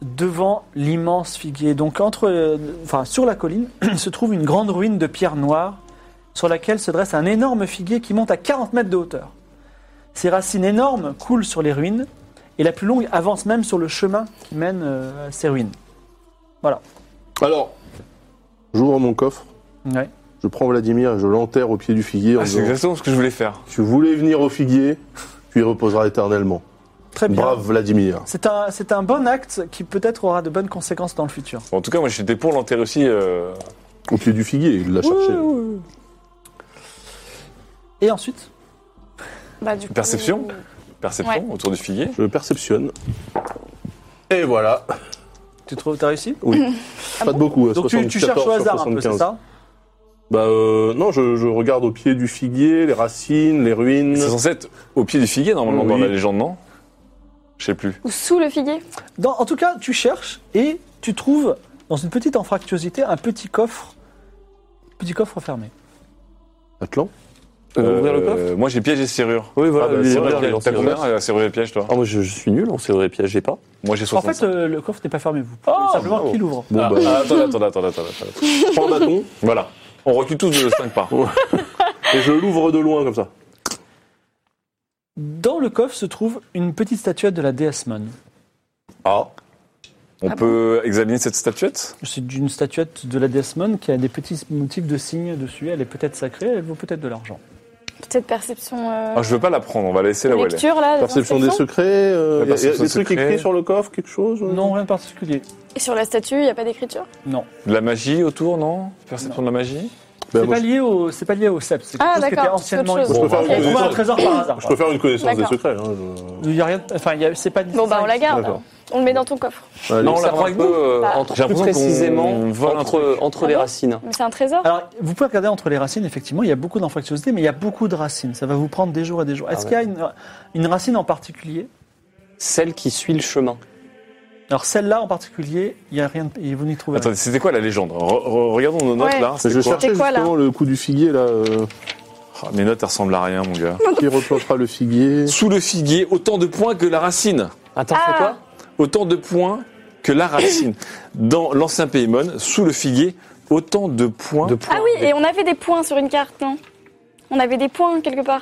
S1: devant l'immense figuier. Donc entre, euh, enfin, sur la colline se trouve une grande ruine de pierre noire sur laquelle se dresse un énorme figuier qui monte à 40 mètres de hauteur. Ses racines énormes coulent sur les ruines et la plus longue avance même sur le chemin qui mène euh, à ces ruines.
S3: Alors, j'ouvre mon coffre,
S1: Ouais.
S3: je prends Vladimir et je l'enterre au pied du figuier en
S2: Ah, c'est
S3: disant
S2: exactement ce que je voulais faire.
S3: Tu voulais venir au figuier, tu y reposeras éternellement.
S1: Très bien.
S3: Brave Vladimir.
S1: C'est un, c'est un bon acte qui peut-être aura de bonnes conséquences dans le futur.
S2: En tout cas, moi, j'étais pour l'enterrer aussi. euh,
S3: Au pied du figuier, il l'a cherché.
S1: Et ensuite,
S5: Bah, du coup.
S2: Perception Perception autour du figuier.
S3: Je perceptionne. Et voilà.
S1: tu trouves que tu as réussi
S3: Oui. Pas de beaucoup. hein,
S1: Donc tu, tu
S3: 74
S1: cherches au
S3: sur
S1: hasard un peu, c'est
S3: 75.
S1: ça
S3: Bah euh, non, je, je regarde au pied du figuier, les racines, les ruines.
S2: C'est censé être au pied du figuier, normalement,
S3: Oui.
S2: dans la légende, non Je sais plus.
S5: Ou sous le figuier
S1: Dans- En tout cas, tu cherches et tu trouves, dans une petite anfractuosité, un petit coffre, petit coffre fermé.
S3: Atlan
S6: Euh, Ouvrir le coffre
S2: Euh, Moi, j'ai piège et serrure.
S6: Oui,
S2: Ah,
S6: voilà.
S2: bah,
S6: lui,
S2: serrure et
S6: regarde,
S2: piège.
S6: il en
S2: T'as
S6: sait
S2: combien
S6: rien.
S2: euh, serrure et piège, toi
S6: Ah, moi, je, je suis nul en serrure et piège, j'ai pas.
S2: Moi, j'ai Ah,
S1: En fait,
S2: 60.
S1: euh, le coffre n'est pas fermé. Vous pouvez simplement qu'il ouvre.
S3: Bon bah,
S2: Attends, attends, attends, attends.
S3: je prends le bâton
S2: Voilà. On recule tous de 5 pas.
S3: et je l'ouvre de loin comme ça.
S1: Dans le coffre se trouve une petite statuette de la déesse Mon.
S3: Ah,
S2: On
S5: Ah
S2: peut examiner cette statuette
S1: C'est une statuette de la déesse Mon qui a des petits motifs de signes dessus. Elle est peut-être sacrée, elle vaut peut-être de l'argent.
S5: Peut-être perception. euh,
S2: ah, Je veux pas la prendre, on va la laisser là où elle est.
S5: Lecture, là. les
S3: perception des
S5: instructions.
S3: secrets. euh,
S2: La
S3: y a- y a
S2: perception
S3: des trucs
S2: secrets.
S3: écrits sur le coffre, quelque chose euh
S1: Non, rien de particulier.
S5: Et sur la statue, il n'y a pas d'écriture
S1: Non.
S2: De la magie autour, non Perception de la magie
S3: Bah,
S1: c'est
S3: moi,
S1: pas lié au, c'est pas lié au sceptre. C'est quelque
S5: Ah,
S1: chose qui était
S5: d'accord,
S1: anciennement.
S5: c'est autre
S3: je,
S5: chose.
S3: peux faire
S1: On
S3: une
S1: trouve un
S3: connaissance,
S1: trésor par hasard.
S3: je peux faire une connaissance des
S5: D'accord.
S3: secrets. hein, je-
S1: Il y a rien. Enfin, il y a- c'est pas.
S5: Bon, bah, on la garde.
S3: D'accord.
S5: On le met dans ton coffre.
S3: Allez.
S2: Non, on la prend avec nous. euh,
S5: Bah,
S2: J'ai
S6: Entre, plus
S2: l'impression qu'on
S6: précisément,
S2: vole un
S6: entre,
S1: Ah
S6: entre les racines.
S5: Mais c'est un trésor.
S1: Alors, vous pouvez regarder entre les racines, effectivement, il y a beaucoup d'infractuosités, mais il y a beaucoup de racines. Ça va vous prendre des jours et des jours. Est-ce
S6: ouais.
S1: qu'il y a une, une racine en particulier
S6: Celle qui suit le chemin.
S1: Alors, celle-là en particulier, il y a rien, de- et vous n'y trouvez rien.
S2: Attendez, c'était quoi la légende Re- re- Regardons nos notes
S5: Ouais.
S2: là.
S3: Mais
S2: c'était
S3: je
S2: quoi
S3: cherchais
S5: C'est quoi, là
S3: justement le coup du figuier là. euh,
S2: Ah, mes notes elles ressemblent à rien, mon gars.
S3: qui replantera le figuier
S2: Sous le figuier, autant de points que la racine.
S6: Attends,
S5: Ah.
S6: c'est quoi
S2: Autant de points que la racine. Dans l'ancien Paymon, sous le figuier, autant de points
S6: de points.
S5: Ah oui, et on avait des points sur une carte, non On avait des points quelque part.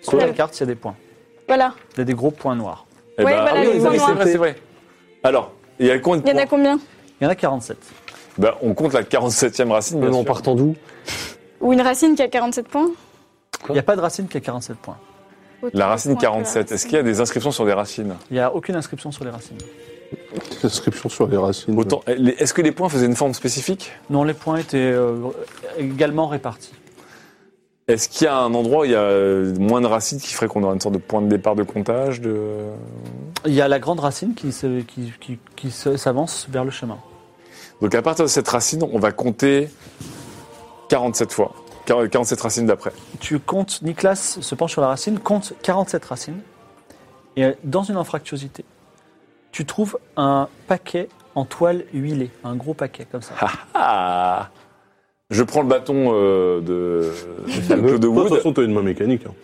S1: Sur la
S5: Ouais.
S1: carte, il y a des points.
S5: Voilà.
S1: Il y a des gros points noirs.
S2: Eh
S5: Ouais,
S2: ben,
S5: voilà,
S2: ah oui,
S5: les
S2: non, mais
S5: points
S2: c'est vrai,
S5: noirs.
S2: c'est vrai. Alors, il y a combien de
S5: Il y en
S2: points
S5: a combien
S1: Il y en a 47.
S2: Bah, On compte la 47e racine,
S6: Mais
S2: bien
S6: en
S2: sûr.
S6: partant d'où
S5: Ou une racine qui a 47 points
S1: Il n'y a pas de racine qui a 47 points.
S5: Autant
S2: La
S5: de
S2: racine
S5: points que la
S2: 47, est-ce
S5: racine.
S2: qu'il y a des inscriptions sur des racines
S1: Il n'y a aucune inscription sur les racines.
S3: Inscription sur les racines.
S2: Autant- les- Est-ce que les points faisaient une forme spécifique
S1: Non, les points étaient euh, également répartis.
S2: Est-ce qu'il y a un endroit où il y a euh, moins de racines qui ferait qu'on aurait une sorte de point de départ de comptage de...
S1: Il y a la grande racine qui se- qui- qui- qui se- s'avance vers le chemin.
S2: Donc à partir de cette racine, on va compter 47 fois. Quar- 47 racines d'après.
S1: Tu comptes, Nicolas se penche sur la racine, compte 47 racines. Et euh, dans une infractuosité, tu trouves un paquet en toile huilée, un gros paquet comme ça.
S2: Ah Je prends le bâton euh, de, de Claude
S3: Toi, De toute
S2: Wood.
S3: façon, t'as une main mécanique. hein.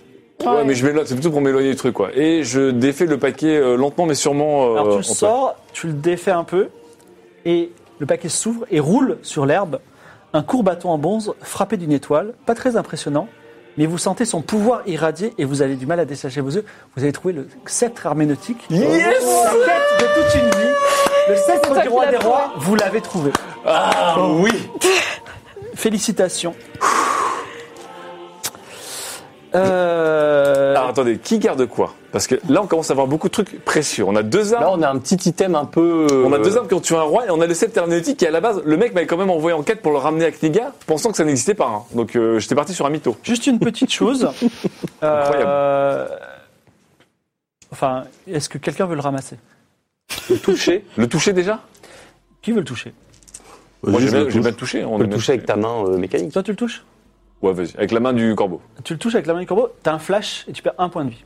S2: Ouais, mais je m'éloigne, c'est plutôt pour m'éloigner du truc, quoi. Et je défais le paquet euh, lentement, mais sûrement. euh,
S1: Alors tu le
S2: Antoine.
S1: sors, tu le défais un peu, et le paquet s'ouvre et roule sur l'herbe. Un court bâton en bronze frappé d'une étoile, pas très impressionnant, mais vous sentez son pouvoir irradier et vous avez du mal à détacher vos yeux. Vous avez trouvé le sceptre herméneutique.
S2: Yes
S1: La quête de toute une vie. Le sceptre
S5: toi
S1: du
S5: qui
S1: roi
S5: l'as
S1: des
S5: trouvé.
S1: rois, vous l'avez trouvé.
S2: Ah oui
S1: Félicitations. Euh,
S2: Alors attendez, qui garde quoi Parce que là, on commence à avoir beaucoup de trucs précieux. On a deux
S6: Là,
S2: arbres.
S6: on a un petit item un peu. euh,
S2: On a deux arbres qui ont tué un roi et on a le sceptre herméneutique qui à la base, le mec m'avait quand même envoyé en quête pour le ramener à Kniga, pensant que ça n'existait pas. hein. Donc euh, j'étais parti sur un mytho.
S1: Juste une petite chose. Euh, Enfin, est-ce que quelqu'un veut le ramasser
S6: touché.
S2: Le toucher déjà
S1: Qui veut le toucher
S2: Moi
S3: Juste
S2: j'aime
S3: le
S2: bien- j'aime bien
S3: touche.
S2: le toucher. On
S6: On
S2: aime
S6: peut le
S2: bien
S6: toucher avec ta main euh, mécanique.
S1: Toi, tu le touches
S2: Ouais, vas-y, avec la main du corbeau.
S1: Tu le touches avec la main du corbeau, t'as un flash et tu perds un point de vie.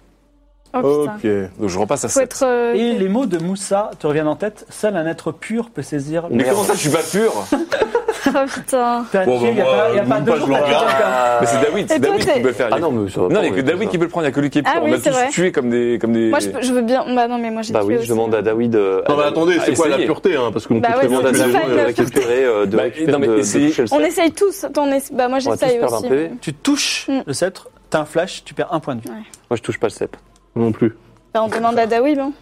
S5: Oh putain.
S3: Ok.
S2: Donc je repasse à
S5: Faut
S2: 7.
S5: être. euh,
S1: Et les mots de Moussa te reviennent en tête. Seul un être pur peut saisir.
S2: Mais comment ça, je suis pas pur
S5: Oh putain.
S1: T'as
S3: Bon,
S1: tué,
S3: bah,
S1: il n'y a pas, il y
S3: moi,
S1: a
S3: euh,
S1: Mmh, pas
S3: même
S1: deux
S3: pas,
S1: jours,
S3: je le
S1: t'as tué
S3: regarde.
S1: quelqu'un.
S2: Mais c'est David, c'est
S5: Et toi,
S2: David qui
S5: t'es-
S2: peut le faire.
S6: Ah non, mais ça va
S2: Non,
S6: pas,
S2: il n'y a
S6: on
S2: que
S6: est
S2: David
S6: comme
S2: qui peut le prendre, il n'y a que lui qui est pur.
S5: Ah
S2: on
S5: oui,
S2: a
S5: c'est
S2: tous
S5: vrai.
S2: tué comme des. Comme des...
S5: Moi, je, peux- je veux bien. Bah non, mais moi
S6: ça.
S5: j'ai.
S6: Bah
S5: tué
S6: oui,
S5: aussi,
S6: je demande
S5: hein.
S6: à David. euh,
S3: Non, mais
S6: à-
S3: attendez,
S2: Ah,
S3: c'est quoi la
S2: essayez.
S3: pureté hein, Parce qu'on
S5: Bah
S3: peut
S5: ouais,
S3: très
S6: Je
S3: bien
S6: demande à
S5: c'est
S3: tuer les
S5: ça,
S3: gens
S6: David
S3: et
S5: le-
S6: de
S3: la capturer.
S6: récupérer, euh, de
S2: Bah, non,
S6: récupérer
S2: mais
S6: de- de
S2: essayez.
S6: toucher le
S5: On
S6: sceptre.
S5: essaye tous. Attends, on essaye- Bah moi
S6: On va tous
S5: j'essaye
S6: perdre
S5: aussi.
S6: un PV.
S5: mais-
S1: Tu touches
S5: Mm.
S1: le sceptre, t'as un flash, tu perds un point de vie.
S6: Moi, je touche pas le cep.
S3: Non plus.
S5: Bah on demande à Daoui, bon.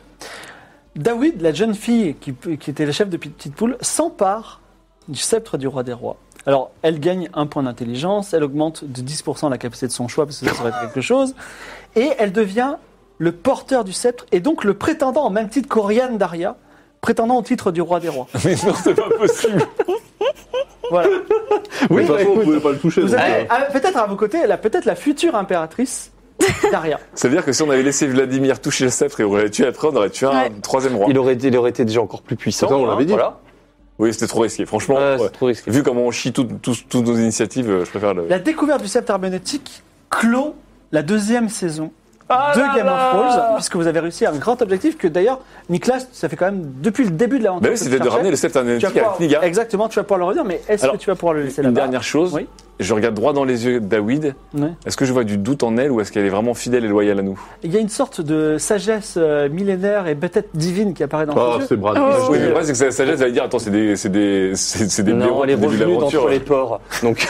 S1: Dawid, la jeune fille qui, qui était la chef de Petite Poule, s'empare du sceptre du roi des rois. Alors, elle gagne un point d'intelligence, elle augmente de 10% la capacité de son choix, parce que ça serait quelque chose, et elle devient le porteur du sceptre, et donc le prétendant, en même titre qu'Oriane Daria, prétendant au titre du roi des rois.
S2: Mais non, c'est pas possible.
S1: Voilà.
S3: Mais de toute façon, on pouvait pas le toucher.
S1: Vous
S3: donc, euh,
S1: avez ah, peut-être à vos côtés, la- peut-être la future impératrice Daria.
S2: Ça veut dire que si on avait laissé Vladimir toucher le sceptre et on l'aurait tué après, on aurait tué un
S5: Ouais.
S2: troisième roi.
S6: Il aurait, il aurait été déjà encore plus puissant.
S3: Attends, on l'avait dit.
S6: Voilà.
S2: Oui, c'était trop risqué. Franchement,
S6: Ah,
S2: ouais.
S6: c'est trop risqué.
S2: vu comment on chie tout- tous- toutes nos initiatives, euh, je préfère le.
S1: La découverte du sceptre herméneutique clôt la deuxième saison de Game of Thrones, puisque vous avez réussi un grand objectif que d'ailleurs, Nicolas, ça fait quand même depuis le début de l'aventure.
S2: Bah oui,
S1: que
S2: c'était
S1: tu
S2: de
S1: cherchais.
S2: ramener le sceptre
S1: Tu vas
S2: herméneutique à
S1: pouvoir-
S2: Kniga.
S1: Exactement, tu vas pouvoir le redire, mais est-ce que
S2: Alors,
S1: tu vas pouvoir le laisser
S2: Une
S1: là-bas
S2: dernière chose,
S1: Oui.
S2: je regarde droit dans les yeux de David.
S1: Ouais.
S2: Est-ce que je vois du doute en elle ou est-ce qu'elle est vraiment fidèle et loyale à nous
S6: Euh,
S1: Il y a une sorte de sagesse euh, millénaire et peut-être divine qui apparaît dans
S3: Ah,
S1: tes yeux.
S3: c'est Brad.
S5: Oh.
S2: Oui, mais le problème, c'est que sa sagesse va lui dire Attends, c'est des, c'est des, c'est c'est des
S6: Non,
S2: blaireaux
S6: elle est
S2: depuis le début de
S6: revenue d'entre
S2: l'aventure.
S6: les ports. Donc,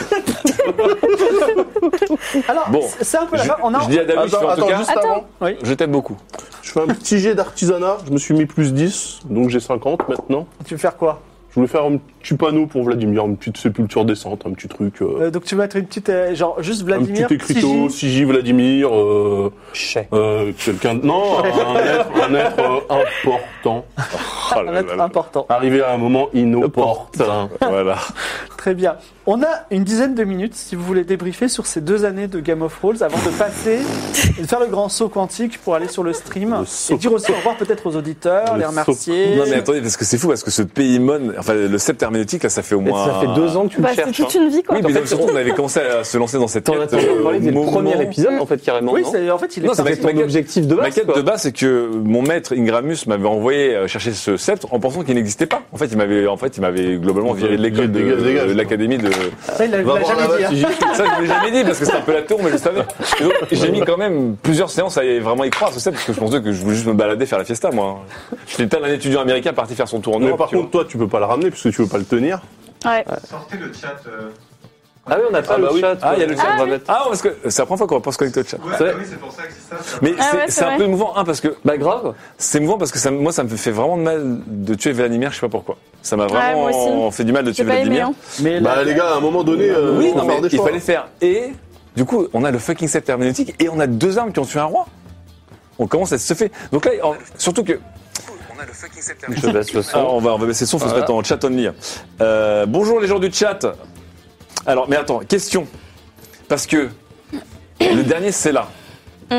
S1: Alors,
S2: Bon.
S1: c'est c'est un peu la
S2: Je,
S1: fin. On a...
S2: je dis à David, je fais,
S3: Attends,
S2: en tout
S3: Ah, attends,
S2: cas,
S3: juste avant.
S2: je t'aime beaucoup.
S3: Je fais un petit jet d'artisanat. Je me suis mis plus 10, donc j'ai 50 maintenant.
S1: Tu veux faire quoi
S3: Je voulais faire un petit panneau pour Vladimir, une petite sépulture décente, un petit truc. euh,
S1: Euh, Donc tu veux mettre une petite... euh, genre juste
S3: un
S1: Vladimir,
S3: petit
S1: Sigi,
S3: écriteau, Sigi Vladimir, euh,
S6: chais.
S3: euh, quelqu'un. de- Non, un être, un être, euh, important. Ah,
S2: Oh
S1: un
S2: là là
S1: être
S2: là.
S1: important.
S3: Arrivé à un moment inopportun.
S2: Voilà.
S1: Très bien. On a une dizaine de minutes, si vous voulez débriefer sur ces deux années de Game of Thrones avant de passer, de faire le grand saut quantique pour aller sur le stream
S3: Le saut.
S1: et dire aussi au revoir peut-être aux auditeurs,
S3: Le
S1: les
S3: saut.
S1: remercier.
S2: Non, mais attendez, parce que c'est fou, parce que ce Paymon, enfin, le sceptre herméneutique, là, ça fait au moins.
S6: Ça fait deux ans que tu
S5: Bah
S6: le
S5: c'est
S2: hein.
S6: cherches.
S5: toute une vie quoi.
S2: Oui, mais surtout, on avait commencé à se lancer dans cette
S6: T'en as
S2: quête.
S6: toujours
S2: euh,
S6: parlé dès le
S2: moment-
S6: premier épisode, en fait, carrément.
S1: oui,
S6: non
S1: c'est- en fait, il est
S2: Non, c'est
S1: parti.
S6: C'était ton
S2: ma-
S6: objectif de
S2: Ma
S6: base.
S2: quête
S6: quoi.
S2: de base, c'est que mon maître Ingramus m'avait envoyé euh, chercher ce sceptre en pensant qu'il n'existait pas. En fait, il m'avait, en fait, il m'avait globalement viré de l'école de,
S3: Dégage, dégage.
S2: de l'académie de.
S1: Ça, il l'a il l'a jamais dit. hein.
S2: Ça, je l'ai jamais dit parce que c'est un peu la tour, mais je le savais. Et donc, j'ai mis quand même plusieurs séances à y- vraiment y croire ce sceptre parce que je pensais que je voulais juste me balader faire la hein. fiesta, moi. J'étais tel un étudiant américain parti faire son tour en
S3: Mais
S2: Europe.
S3: par
S2: tu vois.
S3: contre, toi, tu peux pas le ramener puisque tu veux pas le tenir.
S5: Ouais.
S7: Sortez le chat. euh.
S6: Ah oui, on n'a pas
S2: Ah
S6: le
S2: bah oui.
S6: chat.
S2: Ah, il y a le
S6: on
S2: chat.
S6: va mettre-
S2: Ah, parce que c'est la première fois qu'on va pas se connecter au chat.
S7: Ouais,
S6: C'est-
S7: bah oui, c'est pour ça que c'est ça. c'est-
S2: Mais
S5: Ah
S2: c'est-
S5: ouais, c'est
S2: c'est un
S5: vrai.
S2: peu émouvant, un, parce que
S6: Bah grave.
S2: c'est émouvant parce que ça, moi, ça me fait vraiment de mal de tuer Vladimir, je sais pas pourquoi. Ça m'a
S5: moi
S2: vraiment
S5: aussi.
S2: fait du mal de tuer
S5: J'ai pas aimé,
S2: Vladimir.
S5: hein.
S1: Mais là,
S3: Bah les gars, à un moment donné, euh,
S2: oui,
S3: faut
S2: non,
S3: faire
S2: mais
S3: des
S2: il
S3: choix.
S2: fallait faire. Et du coup, on a le fucking sceptre herméneutique et on a deux armes qui ont tué un roi. On commence à se faire. Donc là, en- surtout que.
S6: Je baisse le
S2: Ah,
S6: son.
S2: on, va, on va baisser le son, faut
S6: Voilà.
S2: se mettre en chat only. Euh, bonjour les gens du chat. Alors, mais attends, question. Parce que le dernier c'est là.
S5: Mm.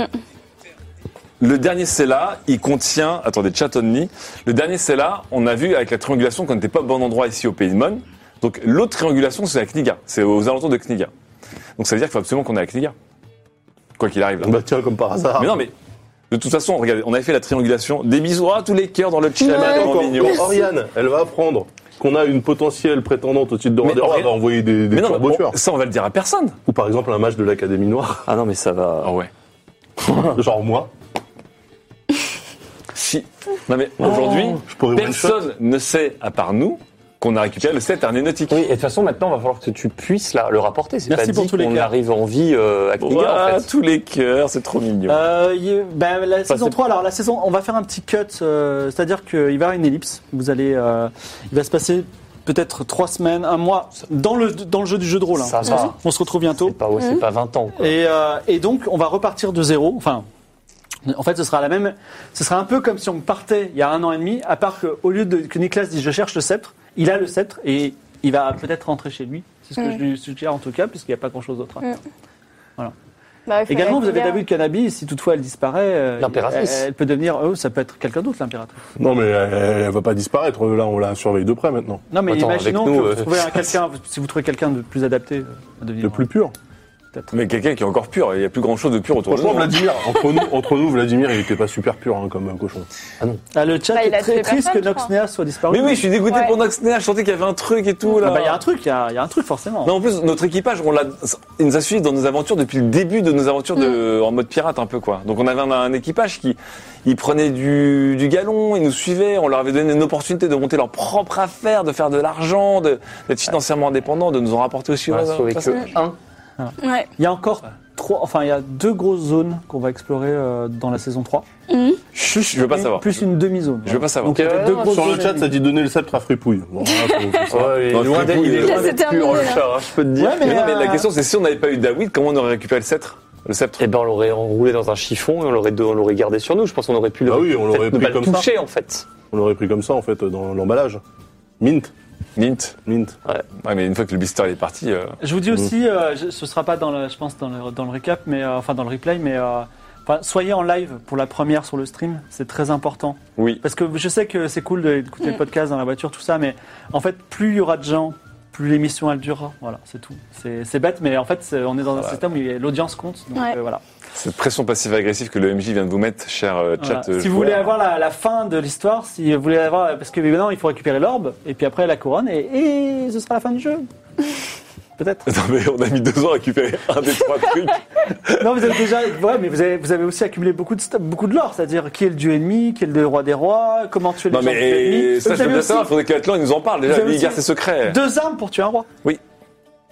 S2: Le dernier c'est là, il contient. Attendez, chat only. Le dernier c'est là, on a vu avec la triangulation qu'on n'était pas au bon endroit ici au Pays de Mon. Donc l'autre triangulation c'est la Kniga. C'est aux alentours de Kniga. Donc ça veut dire qu'il faut absolument qu'on ait la Kniga. Quoi qu'il arrive là.
S3: Bah tiens, comme par hasard.
S2: Mais non, mais. De toute façon, regardez, on avait fait la triangulation. Des bisous à tous les cœurs dans le chat.
S3: Mais attends,
S2: tellement
S3: quand-
S2: mignon.
S3: quand Oriane, elle va apprendre qu'on a une potentielle prétendante au titre de
S2: Mais
S3: roi des rois, elle
S2: Oriane-
S3: va envoyer des, des
S2: Mais non, mais on-
S3: turbo-tueurs.
S2: ça on va le dire à personne.
S3: Ou par exemple un match de l'Académie Noire,
S6: Ah non, mais ça va.
S2: ouais.
S3: genre moi.
S2: Si. Non mais aujourd'hui,
S3: Je pourrais one-shot.
S2: personne ne sait à part nous qu'on a récupéré le 7 hernéneutique.
S6: Oui, et de toute façon, maintenant, il va falloir que tu puisses là, le rapporter. C'est
S1: Merci
S6: pas
S1: pour
S6: dit
S1: tous les
S6: qu'on
S1: cas.
S6: arrive en vie euh, à Kniga, en fait.
S2: tous les cœurs, c'est trop mignon.
S1: Euh, y- ben, la saison
S6: c'est-
S1: 3, alors la saison, on va faire un petit cut, euh, c'est-à-dire qu'il va y avoir une ellipse. Vous allez, euh, il va se passer peut-être trois semaines, un mois dans le dans le jeu du jeu de rôle. hein.
S6: Ça va.
S1: On se retrouve bientôt.
S6: C'est pas, ouais,
S5: Hein
S6: c'est pas 20 ans. quoi.
S1: Et, euh, et donc, on va repartir de zéro. Enfin, en fait, ce sera la même. Ce sera un peu comme si on partait il y a un an et demi, à part que, au lieu de, que Nicolas dise je cherche le sceptre, il a le sceptre et il va peut-être rentrer chez lui. C'est ce que
S5: Mm.
S1: je lui suggère en tout cas, puisqu'il n'y a pas grand-chose d'autre. hein. à faire.
S5: Mm. Bah, il faut
S1: Également, vous
S5: la
S1: avez
S5: Kniga.
S1: David Canabi. Si toutefois elle disparaît, euh,
S6: L'impératrice.
S1: Elle, elle peut devenir. Oh, ça peut être quelqu'un d'autre, l'impératrice.
S3: Non mais elle, elle va pas disparaître, là on la surveille de près maintenant.
S1: Non, mais
S6: Attends, avec
S1: imaginons
S6: nous,
S1: que
S6: euh,
S1: vous trouvez un quelqu'un. Si vous trouvez quelqu'un de plus adapté euh, à devenir.
S3: Le plus pur.
S2: Mais quelqu'un qui est encore pur, il n'y a plus grand chose de pur autour de
S3: Franchement
S2: nous. hein.
S3: Vladimir, entre nous, entre nous Vladimir il était pas super pur hein, comme euh, cochon.
S1: Ah, le chat
S5: Bah, il
S1: est
S5: a
S1: très
S5: tué
S1: triste que
S5: personne, je crois.
S1: Noxnea soit disparu.
S2: Mais oui, je suis dégoûté
S5: Ouais.
S2: pour Noxnea, je sentais qu'il y avait un truc et tout
S1: Ah
S2: là.
S1: bah, il y a un truc, il y, a il y a un truc forcément.
S2: Non, en plus, notre équipage, on l'a, il nous a suivis dans nos aventures depuis le début de nos aventures de,
S1: Mm.
S2: en mode pirate un peu quoi. Donc on avait un, un équipage qui, il prenait du, du galon, il nous suivait, on leur avait donné une opportunité de monter leur propre affaire, de faire de l'argent, de- d'être financièrement indépendant, de nous en rapporter aussi.
S6: On
S2: Ouais,
S6: a sauvé
S2: ouais,
S6: que un.
S5: Ouais.
S1: Il y a encore trois, enfin il y a deux grosses zones qu'on va explorer euh, dans la saison 3.
S2: Chut, je veux pas
S1: Et
S2: savoir.
S1: Plus une demi-zone.
S2: Je veux pas savoir.
S1: Donc il y avait
S6: Euh,
S1: deux
S6: non,
S1: grosses
S3: Sur le
S1: zones
S3: chat ça
S1: ennemies.
S3: dit donner le sceptre à Fripouille. Bon, là, faut- faut-
S6: Ouais, il
S2: Non,
S6: est loin
S2: Fripouille,
S6: d'être- il
S2: il est
S6: est
S2: loin
S6: loin
S5: d'être
S6: d'être
S5: terminé,
S6: pur, le
S5: là.
S6: chat, hein, je peux te dire.
S1: Ouais, mais,
S2: Mais non, mais la
S1: euh,
S2: question c'est si on n'avait pas eu David, comment on aurait récupéré le sceptre Le sceptre
S6: Eh ben, on l'aurait enroulé dans un chiffon et on l'aurait, on l'aurait gardé sur nous. Je pense qu'on aurait pu le,
S3: Bah oui, on l'aurait
S6: peut-être ne
S3: pris
S6: pas le
S3: comme ça.
S6: toucher, en fait.
S3: on l'aurait pris comme ça en fait dans l'emballage. Mint,
S2: Mint.
S3: mint.
S2: Ouais, mais une fois que le blister il est parti. euh,
S1: Je vous dis aussi, euh, je- ce sera pas dans le, je pense dans le, dans le récap, mais euh, enfin dans le replay, mais euh, enfin, soyez en live pour la première sur le stream, c'est très important.
S2: Oui.
S1: Parce que je sais que c'est cool de- d'écouter le podcast dans la voiture, tout ça, mais en fait plus il y aura de gens, plus l'émission elle durera. Voilà, c'est tout. C'est c'est bête, mais en fait c'est- on est dans un système où il y a- l'audience compte, donc
S5: Ouais.
S1: euh, voilà.
S2: Cette pression passive-agressive que le MJ vient de vous mettre, cher euh,
S1: Voilà.
S2: chat. euh,
S1: Si vous
S2: joueur.
S1: voulez avoir la, la fin de l'histoire, si vous voulez avoir, euh, parce que maintenant il faut récupérer l'orbe et puis après la couronne et, et ce sera la fin du jeu. Peut-être.
S2: Non, mais on a mis deux ans à récupérer un des trois trucs.
S1: Non, vous avez déjà, ouais, mais vous avez, vous avez aussi accumulé beaucoup de sta- beaucoup de l'or, c'est-à-dire qui est le dieu ennemi, qui est le roi des rois, comment tuer les
S2: Non,
S1: gens qui tuent
S2: mais
S1: l'ennemi. Vous
S2: ça, je veux
S1: avez
S2: bien
S1: aussi
S2: savoir. Il faudrait que l'Atlan il nous en parle.
S1: Vous
S2: Déjà,
S1: avez
S2: lui, il garde
S1: aussi
S2: ses secrets.
S1: Deux armes pour tuer un roi.
S2: Oui.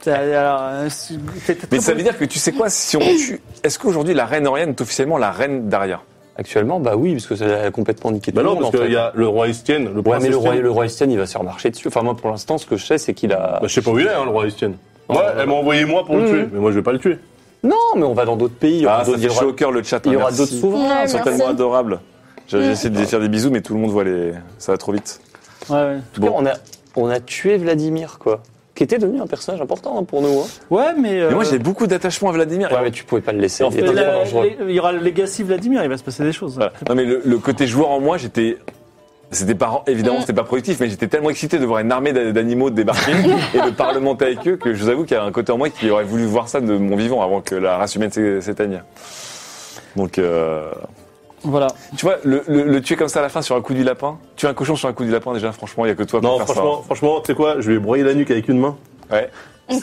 S1: C'est- alors, euh, c'est- c'est- c'est-
S2: Mais ça veut dire que tu sais quoi Si on tue. Est-ce qu'aujourd'hui, la reine Oriane est officiellement la reine d'Aria
S6: Actuellement, bah oui, parce que ça a complètement niqué
S3: Bah
S6: tout
S3: non
S6: le monde,
S3: parce
S6: en fait.
S3: qu'il y a le roi Estienne, le
S6: Ouais,
S3: prince
S6: mais le roi,
S3: Estienne.
S6: le roi Estienne, il va se faire marcher dessus. Enfin, moi, pour l'instant, ce que je sais, c'est qu'il a.
S3: Bah, je sais pas où il est, hein, le roi Estienne.
S6: Non,
S2: Ah,
S3: Ouais,
S6: non, non.
S3: elle m'a envoyé moi pour le
S2: Mm.
S6: Mhm.
S3: tuer, mais moi je vais pas le tuer.
S6: Non, mais on va dans d'autres pays. il y
S2: Ah,
S6: aura
S2: ça
S6: d'autres- il y
S2: fait
S6: aura-
S2: chaud au cœur le chat.
S6: il y aura
S2: merci.
S6: d'autres souverains.
S5: Ouais,
S2: Ils sont tellement
S5: merci. Mm.
S2: adorables. J'ai- J'essaie de lui faire des bisous, mais tout le monde voit les. Ça va trop vite.
S1: Ouais, ouais.
S6: En tout cas, on a, on a tué Vladimir, quoi. Qui était devenu un personnage important hein, pour nous. Hein.
S1: Ouais, mais.
S2: Mais moi,
S1: euh,
S2: j'ai beaucoup d'attachement à Vladimir.
S6: Ouais, mais tu pouvais pas le laisser.
S2: Et en
S6: il
S2: fait,
S6: était
S1: la-
S6: trop dangereux.
S1: les- il y aura le legacy Vladimir, il va se passer des choses.
S2: Voilà. Non mais le, le côté joueur en moi, j'étais c'était pas évidemment
S5: Mm.
S2: c'était pas productif mais j'étais tellement excité de voir une armée d'a- d'animaux débarquer et de parlementer avec eux que je vous avoue qu'il y a un côté en moi qui aurait voulu voir ça de mon vivant avant que la race humaine s'é- s'éteigne. Donc euh,
S1: Voilà.
S2: tu vois le, le- le tuer comme ça à la fin sur un coup du lapin, tuer un cochon sur un coup du lapin déjà franchement il y a que toi pour
S3: Non,
S2: faire
S3: franchement, franchement, tu sais quoi, je vais broyer la nuque avec une main.
S2: ça. Ouais.